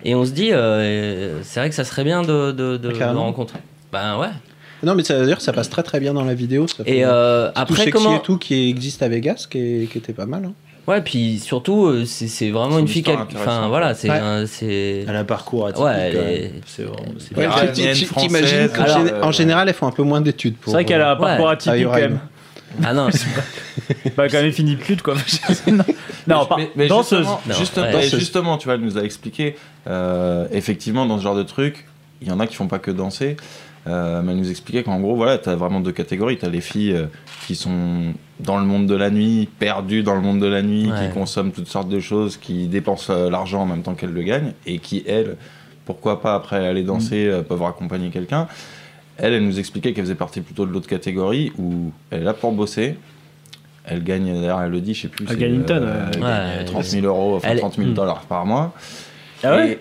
[SPEAKER 8] Et on se dit, euh, c'est vrai que ça serait bien de, de, de-
[SPEAKER 4] Ah, carrément.
[SPEAKER 8] de rencontrer. Ben ouais.
[SPEAKER 4] Non, mais ça- d'ailleurs, ça passe très très bien dans la vidéo. Ça fait
[SPEAKER 8] Et euh,
[SPEAKER 4] tout
[SPEAKER 8] après,
[SPEAKER 4] sexy
[SPEAKER 8] comment.
[SPEAKER 4] et tout qui existe à Vegas, qui, est- qui était pas mal. hein.
[SPEAKER 8] Ouais, puis surtout, euh, c'est c'est vraiment
[SPEAKER 7] C'est
[SPEAKER 8] une
[SPEAKER 7] une
[SPEAKER 8] fille qui.
[SPEAKER 7] histoire
[SPEAKER 8] a- Enfin,
[SPEAKER 7] intéressante.
[SPEAKER 8] voilà, c'est.
[SPEAKER 4] Ouais.
[SPEAKER 8] un- c'est-
[SPEAKER 6] Elle a un parcours atypique.
[SPEAKER 8] Ouais, elle
[SPEAKER 6] quand
[SPEAKER 8] est-
[SPEAKER 6] même. C'est vraiment- c'est
[SPEAKER 7] Ouais,
[SPEAKER 6] bien.
[SPEAKER 7] Ah,
[SPEAKER 4] Tu-
[SPEAKER 7] elle est
[SPEAKER 4] tu- tu-
[SPEAKER 7] française,
[SPEAKER 4] T'imagines qu'en
[SPEAKER 8] alors,
[SPEAKER 4] gé-
[SPEAKER 7] euh,
[SPEAKER 4] en général, elles font un peu moins d'études. euh,
[SPEAKER 3] C'est vrai qu'elle a un parcours
[SPEAKER 8] Ouais.
[SPEAKER 3] atypique quand même.
[SPEAKER 8] Ah non,
[SPEAKER 3] Bah, quand même, il finit pute, quoi. [laughs] non, non, pas.
[SPEAKER 7] mais, mais
[SPEAKER 3] danseuse.
[SPEAKER 7] justement,
[SPEAKER 8] Non,
[SPEAKER 7] juste-
[SPEAKER 8] ouais.
[SPEAKER 7] et justement, tu vois, elle nous a expliqué, euh, effectivement, dans ce genre de truc, il y en a qui font pas que danser. Euh, mais elle nous expliquait qu'en gros, voilà, t'as vraiment deux catégories. T'as les filles euh, qui sont dans le monde de la nuit, perdues dans le monde de la nuit,
[SPEAKER 8] Ouais.
[SPEAKER 7] qui consomment toutes sortes de choses, qui dépensent euh, l'argent en même temps qu'elles le gagnent, et qui, elles, pourquoi pas après aller danser, euh, peuvent accompagner quelqu'un. Elle, elle nous expliquait qu'elle faisait partie plutôt de l'autre catégorie où elle est là pour bosser. Elle gagne, d'ailleurs, elle le dit, je sais plus.
[SPEAKER 5] Elle
[SPEAKER 7] c'est,
[SPEAKER 5] gagne une tonne,
[SPEAKER 7] elle
[SPEAKER 8] ouais.
[SPEAKER 7] gagne
[SPEAKER 8] Ouais,
[SPEAKER 7] 30 000 euros, enfin
[SPEAKER 8] Elle-
[SPEAKER 7] 30 000 dollars par mois.
[SPEAKER 3] Ah ouais
[SPEAKER 7] Et- et-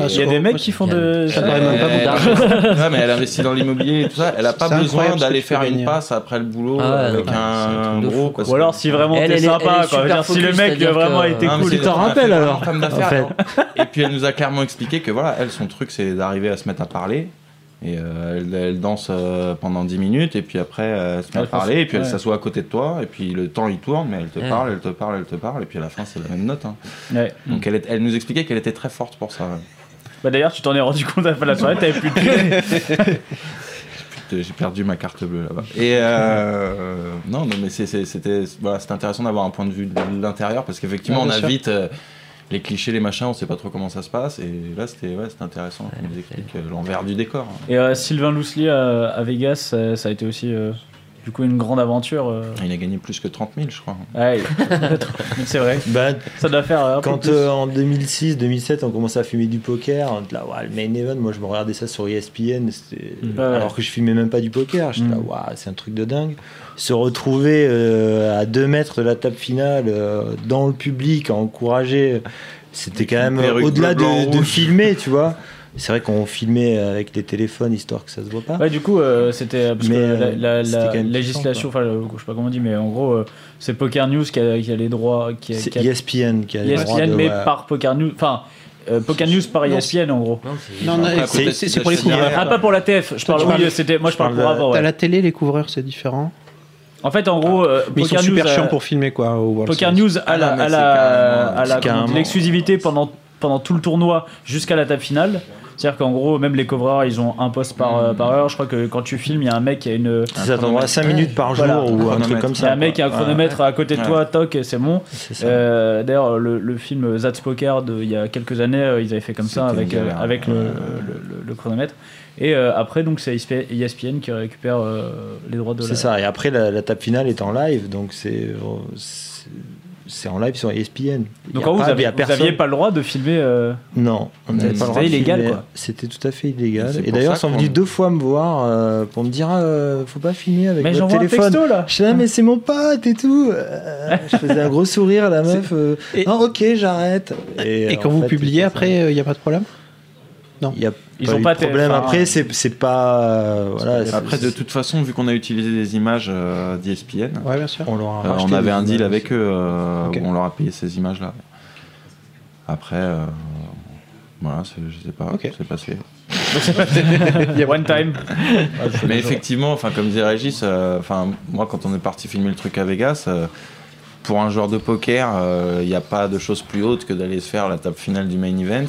[SPEAKER 4] Ah,
[SPEAKER 3] Il y a des mecs qui font de.
[SPEAKER 4] Ça me paraît même pas
[SPEAKER 7] elle-
[SPEAKER 4] beaucoup.
[SPEAKER 7] Euh, [laughs] Ouais, mais elle investit
[SPEAKER 3] [laughs]
[SPEAKER 7] dans l'immobilier et tout ça. Elle a pas
[SPEAKER 4] C'est incroyable
[SPEAKER 7] besoin
[SPEAKER 4] ce que
[SPEAKER 7] d'aller
[SPEAKER 4] tu peux
[SPEAKER 7] faire une
[SPEAKER 4] gagner.
[SPEAKER 7] passe après le boulot
[SPEAKER 8] Ah ouais,
[SPEAKER 7] avec
[SPEAKER 8] non,
[SPEAKER 7] un,
[SPEAKER 8] c'est un truc de
[SPEAKER 7] gros.
[SPEAKER 8] fou,
[SPEAKER 7] parce
[SPEAKER 3] Ou
[SPEAKER 7] que-
[SPEAKER 3] alors, si vraiment
[SPEAKER 8] Elle,
[SPEAKER 3] t'es
[SPEAKER 8] elle est- elle
[SPEAKER 3] sympa,
[SPEAKER 8] est
[SPEAKER 3] quoi. Je veux
[SPEAKER 8] super
[SPEAKER 3] dire, si le
[SPEAKER 8] focus,
[SPEAKER 3] mec
[SPEAKER 8] c'est-à-dire
[SPEAKER 3] vraiment
[SPEAKER 8] que-
[SPEAKER 3] a été
[SPEAKER 7] Non, mais
[SPEAKER 3] cool.
[SPEAKER 7] c'est-
[SPEAKER 9] Tu t'en
[SPEAKER 7] on a fait
[SPEAKER 9] rappelles,
[SPEAKER 7] vraiment
[SPEAKER 9] alors.
[SPEAKER 7] femme d'affaires,
[SPEAKER 9] En fait.
[SPEAKER 7] non. Et puis elle nous a clairement expliqué que voilà, elle, son truc, c'est d'arriver à se mettre à parler. Et euh, elle, elle danse euh, pendant 10 minutes, et puis après, euh, elle se met à
[SPEAKER 3] Elle pense-
[SPEAKER 7] parler, et puis elle
[SPEAKER 3] ouais.
[SPEAKER 7] s'assoit à côté de toi, et puis le temps il tourne, mais elle te
[SPEAKER 8] Ouais.
[SPEAKER 7] parle, elle te parle, elle te parle, et puis à la fin, c'est la même note. hein.
[SPEAKER 3] Ouais.
[SPEAKER 7] Donc elle, est- elle nous expliquait qu'elle était très forte pour ça.
[SPEAKER 3] Bah, d'ailleurs, tu t'en es rendu compte à la fin de la soirée, t'avais plus de thune.
[SPEAKER 7] Putain, J'ai perdu ma carte bleue là-bas. Et euh, non, non, mais c'est- c'est- c'était voilà, c'était intéressant d'avoir un point de vue de l'intérieur, parce qu'effectivement,
[SPEAKER 4] Ouais,
[SPEAKER 7] on
[SPEAKER 4] bien
[SPEAKER 7] a
[SPEAKER 4] sûr.
[SPEAKER 7] vite. euh, les clichés, les machins, on sait pas trop comment ça se passe. Et là, c'était ouais, c'était intéressant. qu'on nous explique euh, l'envers du décor.
[SPEAKER 3] Et euh, Sylvain Loosely à, à Vegas, euh, ça a été aussi, euh, du coup, une grande aventure. euh.
[SPEAKER 7] Il a gagné plus que 30 000, je crois.
[SPEAKER 3] Ouais, c'est vrai.
[SPEAKER 6] Bah,
[SPEAKER 3] Ça doit faire un peu
[SPEAKER 6] Quand
[SPEAKER 3] Ah, plus.
[SPEAKER 6] euh, en 2006-2007 on commençait à fumer du poker, on était là, Ouah, le main event, moi je me regardais ça sur E ESPN, c'était-
[SPEAKER 3] Mm.
[SPEAKER 6] alors que je fumais même pas du poker, j'étais là,
[SPEAKER 3] Mm.
[SPEAKER 6] Ouah, c'est un truc de dingue. Se retrouver euh, à 2 mètres de la table finale, euh, dans le public, à encourager, c'était quand même
[SPEAKER 7] perruque
[SPEAKER 6] au-delà
[SPEAKER 7] bleu, blanc,
[SPEAKER 6] de, de
[SPEAKER 7] rouge.
[SPEAKER 6] filmer, tu vois. C'est vrai qu'on filmait avec les téléphones histoire que ça se voit pas.
[SPEAKER 3] Ouais, du coup, euh, c'était parce
[SPEAKER 6] Mais,
[SPEAKER 3] que
[SPEAKER 6] euh,
[SPEAKER 3] la, la-
[SPEAKER 6] c'était
[SPEAKER 3] la
[SPEAKER 6] quand même
[SPEAKER 3] législation, enfin, le- je sais pas comment on dit, mais en gros, euh, c'est Poker News qui a, qui a les droits, qui a,
[SPEAKER 6] C'est E
[SPEAKER 3] qui a-
[SPEAKER 6] ESPN qui a le droit
[SPEAKER 3] ESPN,
[SPEAKER 6] de-
[SPEAKER 3] mais
[SPEAKER 6] ouais.
[SPEAKER 3] par Poker News, enfin, euh, Poker News par
[SPEAKER 4] Non,
[SPEAKER 3] ESPN en gros.
[SPEAKER 8] non, c'est-
[SPEAKER 4] Non, non,
[SPEAKER 7] Après,
[SPEAKER 4] c'est-
[SPEAKER 7] peut-être
[SPEAKER 4] c'est
[SPEAKER 7] qu'il
[SPEAKER 4] c'est pour les
[SPEAKER 7] achète
[SPEAKER 4] couvreurs.
[SPEAKER 7] derrière.
[SPEAKER 3] Ah, pas pour la TF, je parle,
[SPEAKER 4] tu
[SPEAKER 3] oui,
[SPEAKER 4] parles-
[SPEAKER 3] c'était, moi je
[SPEAKER 6] tu
[SPEAKER 3] parle pour
[SPEAKER 6] parles de-
[SPEAKER 3] avant,
[SPEAKER 4] T'as
[SPEAKER 3] ouais.
[SPEAKER 4] la télé, les couvreurs, c'est différent.
[SPEAKER 3] En fait, en gros, euh,
[SPEAKER 4] Mais ils sont
[SPEAKER 3] Poker
[SPEAKER 4] super
[SPEAKER 3] News,
[SPEAKER 4] chiants
[SPEAKER 3] a-
[SPEAKER 4] pour filmer quoi. Au World
[SPEAKER 3] Poker
[SPEAKER 4] Series.
[SPEAKER 3] News à la,
[SPEAKER 7] Ah non, mais
[SPEAKER 3] à
[SPEAKER 7] c'est
[SPEAKER 3] la,
[SPEAKER 7] carrément-
[SPEAKER 3] à la-
[SPEAKER 6] c'est
[SPEAKER 3] comment on dit,
[SPEAKER 6] carrément-
[SPEAKER 3] l'exclusivité pendant, pendant tout le tournoi jusqu'à la table finale. C'est-à-dire qu'en gros, même les couvreurs, ils ont un poste par, euh, par heure. Je crois que quand tu filmes, il y a un mec qui a une.
[SPEAKER 6] Ça attendra 5 minutes par jour
[SPEAKER 3] Voilà.
[SPEAKER 6] ou un truc
[SPEAKER 7] Chronomètre.
[SPEAKER 6] comme
[SPEAKER 3] Il y
[SPEAKER 6] ça.
[SPEAKER 3] a un mec qui
[SPEAKER 6] quoi.
[SPEAKER 3] a un chronomètre à côté de
[SPEAKER 7] Ouais.
[SPEAKER 3] toi, toc, c'est bon.
[SPEAKER 6] Ouais, c'est ça.
[SPEAKER 3] Euh, D'ailleurs, le, le film That's Poker de, il y a quelques années, euh, ils avaient fait comme ça
[SPEAKER 7] C'était
[SPEAKER 3] avec,
[SPEAKER 7] une
[SPEAKER 3] euh,
[SPEAKER 7] galère.
[SPEAKER 3] avec le,
[SPEAKER 7] Ouais.
[SPEAKER 3] le- le- le chronomètre. Et euh, après, donc c'est ESPN qui récupère euh, les droits de la.
[SPEAKER 6] C'est ça. Et après, la, la table finale est en live, donc c'est euh, c'est- c'est en live sur E ESPN. Il y
[SPEAKER 3] Donc
[SPEAKER 6] a
[SPEAKER 3] en gros,
[SPEAKER 6] pas-
[SPEAKER 3] vous
[SPEAKER 6] il y
[SPEAKER 3] n'aviez
[SPEAKER 6] a personne-
[SPEAKER 3] pas le droit de filmer. euh,
[SPEAKER 6] Non, on n'avait
[SPEAKER 7] C'était
[SPEAKER 6] pas le droit de
[SPEAKER 3] illégal,
[SPEAKER 6] filmer.
[SPEAKER 3] quoi.
[SPEAKER 6] C'était tout à fait
[SPEAKER 7] C'est
[SPEAKER 6] illégal. Et
[SPEAKER 7] pour
[SPEAKER 6] d'ailleurs,
[SPEAKER 7] ça
[SPEAKER 6] ils sont
[SPEAKER 7] qu'on-
[SPEAKER 6] venus deux fois me voir euh, pour me dire, ah, euh, faut pas filmer avec
[SPEAKER 3] Mais
[SPEAKER 6] votre
[SPEAKER 3] j'envoie un
[SPEAKER 6] téléphone.
[SPEAKER 3] texto là.
[SPEAKER 6] Je suis là, mais c'est mon pote et tout. Euh, je faisais un gros sourire à la meuf. euh,
[SPEAKER 4] Et-
[SPEAKER 6] Non, ok, j'arrête.
[SPEAKER 4] Et,
[SPEAKER 6] en
[SPEAKER 4] quand vous
[SPEAKER 6] fait,
[SPEAKER 4] publiez
[SPEAKER 6] c'était ça.
[SPEAKER 4] après, il n'y a pas de problème
[SPEAKER 6] il y a
[SPEAKER 3] Ils
[SPEAKER 6] pas
[SPEAKER 3] ont
[SPEAKER 6] eu
[SPEAKER 3] pas
[SPEAKER 6] de problème.
[SPEAKER 3] TF1.
[SPEAKER 6] Après, c'est c'est pas. euh, voilà, c'est-
[SPEAKER 7] Après, de toute façon, vu qu'on a utilisé des images euh, d'ESPN,
[SPEAKER 4] Ouais, bien sûr.
[SPEAKER 6] on leur a
[SPEAKER 7] euh, on
[SPEAKER 6] racheté
[SPEAKER 7] avait
[SPEAKER 6] des
[SPEAKER 7] un deal
[SPEAKER 6] images.
[SPEAKER 7] avec eux euh,
[SPEAKER 4] Ok.
[SPEAKER 7] où on leur a payé ces images-là. Après, euh, voilà, c'est- je sais pas,
[SPEAKER 4] Ok.
[SPEAKER 7] c'est
[SPEAKER 6] [laughs]
[SPEAKER 7] passé.
[SPEAKER 3] Il y a one time.
[SPEAKER 7] Mais effectivement, enfin comme disait Régis, euh, enfin moi quand on est parti filmer le truc à Vegas, euh, pour un joueur de poker, euh, il n'y a pas de chose plus haute que d'aller se faire la table finale du main event.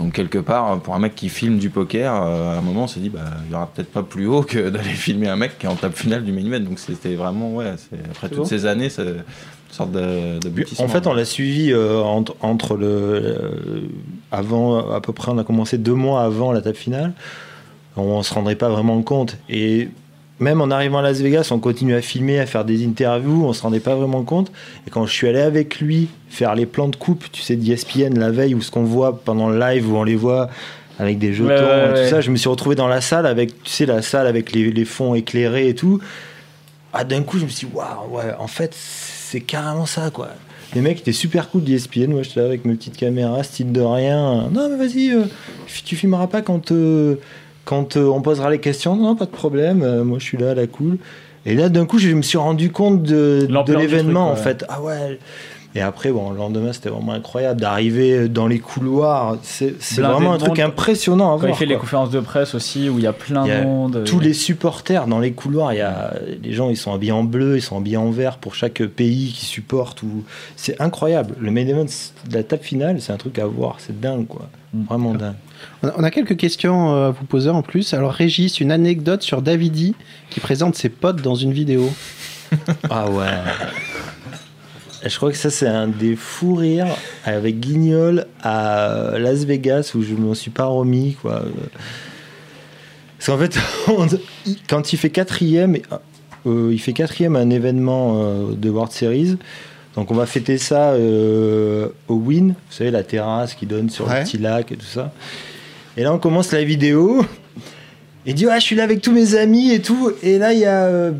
[SPEAKER 7] Donc quelque part, euh, pour un mec qui filme du poker, euh, à un moment on s'est dit, bah il y aura peut-être pas plus haut que [laughs] d'aller filmer un mec qui est en table finale du main event. Donc c'était vraiment ouais, c'est- après toutes
[SPEAKER 4] bon.
[SPEAKER 7] ces années, c'est une sorte de,
[SPEAKER 6] Puis,
[SPEAKER 7] d'aboutissement.
[SPEAKER 6] En fait, on l'a suivi euh, entre, entre le. euh, avant, à peu près, on a commencé deux mois avant la table finale. On se rendrait pas vraiment compte. Et même en arrivant à Las Vegas, on continue à filmer, à faire des interviews, on se rendait pas vraiment compte. Et quand je suis allé avec lui faire les plans de coupe, tu sais, d'ESPN la veille, ou ce qu'on voit pendant le live, où on les voit avec des jetons
[SPEAKER 3] Ouais, ouais,
[SPEAKER 6] et tout
[SPEAKER 3] ouais.
[SPEAKER 6] ça, je me suis retrouvé dans la salle avec, tu sais, la salle avec les, les fonds éclairés et tout. ah, d'un coup, je me suis dit, waouh, ouais, en fait, c'est carrément ça, quoi. Les mecs étaient super cool d'ESPN. Moi, j'étais là avec mes petites caméras, style de rien. Non, mais vas-y, euh, tu filmeras pas quand, euh, quand euh, on posera les questions. Non, pas de problème. euh, moi, je suis là, à la cool. Et là, d'un coup, je me suis rendu compte de, de
[SPEAKER 3] L'ampleur du
[SPEAKER 6] l'événement, en
[SPEAKER 3] truc, ouais.
[SPEAKER 6] fait. Ah ouais. Et après, bon, le lendemain, c'était vraiment incroyable d'arriver euh, dans les couloirs. C'est c'est
[SPEAKER 3] Blindé
[SPEAKER 6] vraiment
[SPEAKER 3] de
[SPEAKER 6] un truc
[SPEAKER 3] monde.
[SPEAKER 6] impressionnant à
[SPEAKER 3] Quand il
[SPEAKER 6] voir.
[SPEAKER 3] fait les
[SPEAKER 6] quoi.
[SPEAKER 3] conférences de presse aussi, où il y a plein
[SPEAKER 6] euh, Il y
[SPEAKER 3] de
[SPEAKER 6] a
[SPEAKER 3] monde.
[SPEAKER 6] Tous les supporters dans les couloirs, il y a les gens, ils sont habillés en bleu, ils sont habillés en vert pour chaque pays qui supporte. Ou... C'est incroyable. Le main event de la table finale, c'est un truc à voir. C'est dingue, quoi. Vraiment dingue.
[SPEAKER 4] On a- On a quelques questions euh, à vous poser en plus. Alors, Régis, une anecdote sur Davidi qui présente ses potes dans une vidéo.
[SPEAKER 6] [laughs] Ah ouais. Je crois que ça, c'est un des fous rires avec Guignol à Las Vegas où je m'en suis pas remis, quoi. Parce qu'en fait, [laughs] on- quand il fait quatrième, euh, il fait quatrième à un événement euh, de World Series. Donc on va fêter ça euh, au Win, vous savez, la terrasse qui donne sur
[SPEAKER 4] Ouais.
[SPEAKER 6] le petit lac et tout ça. Et là, on commence la vidéo. Il dit, ouais, je suis là avec tous mes amis et tout. Et là, il y a... euh,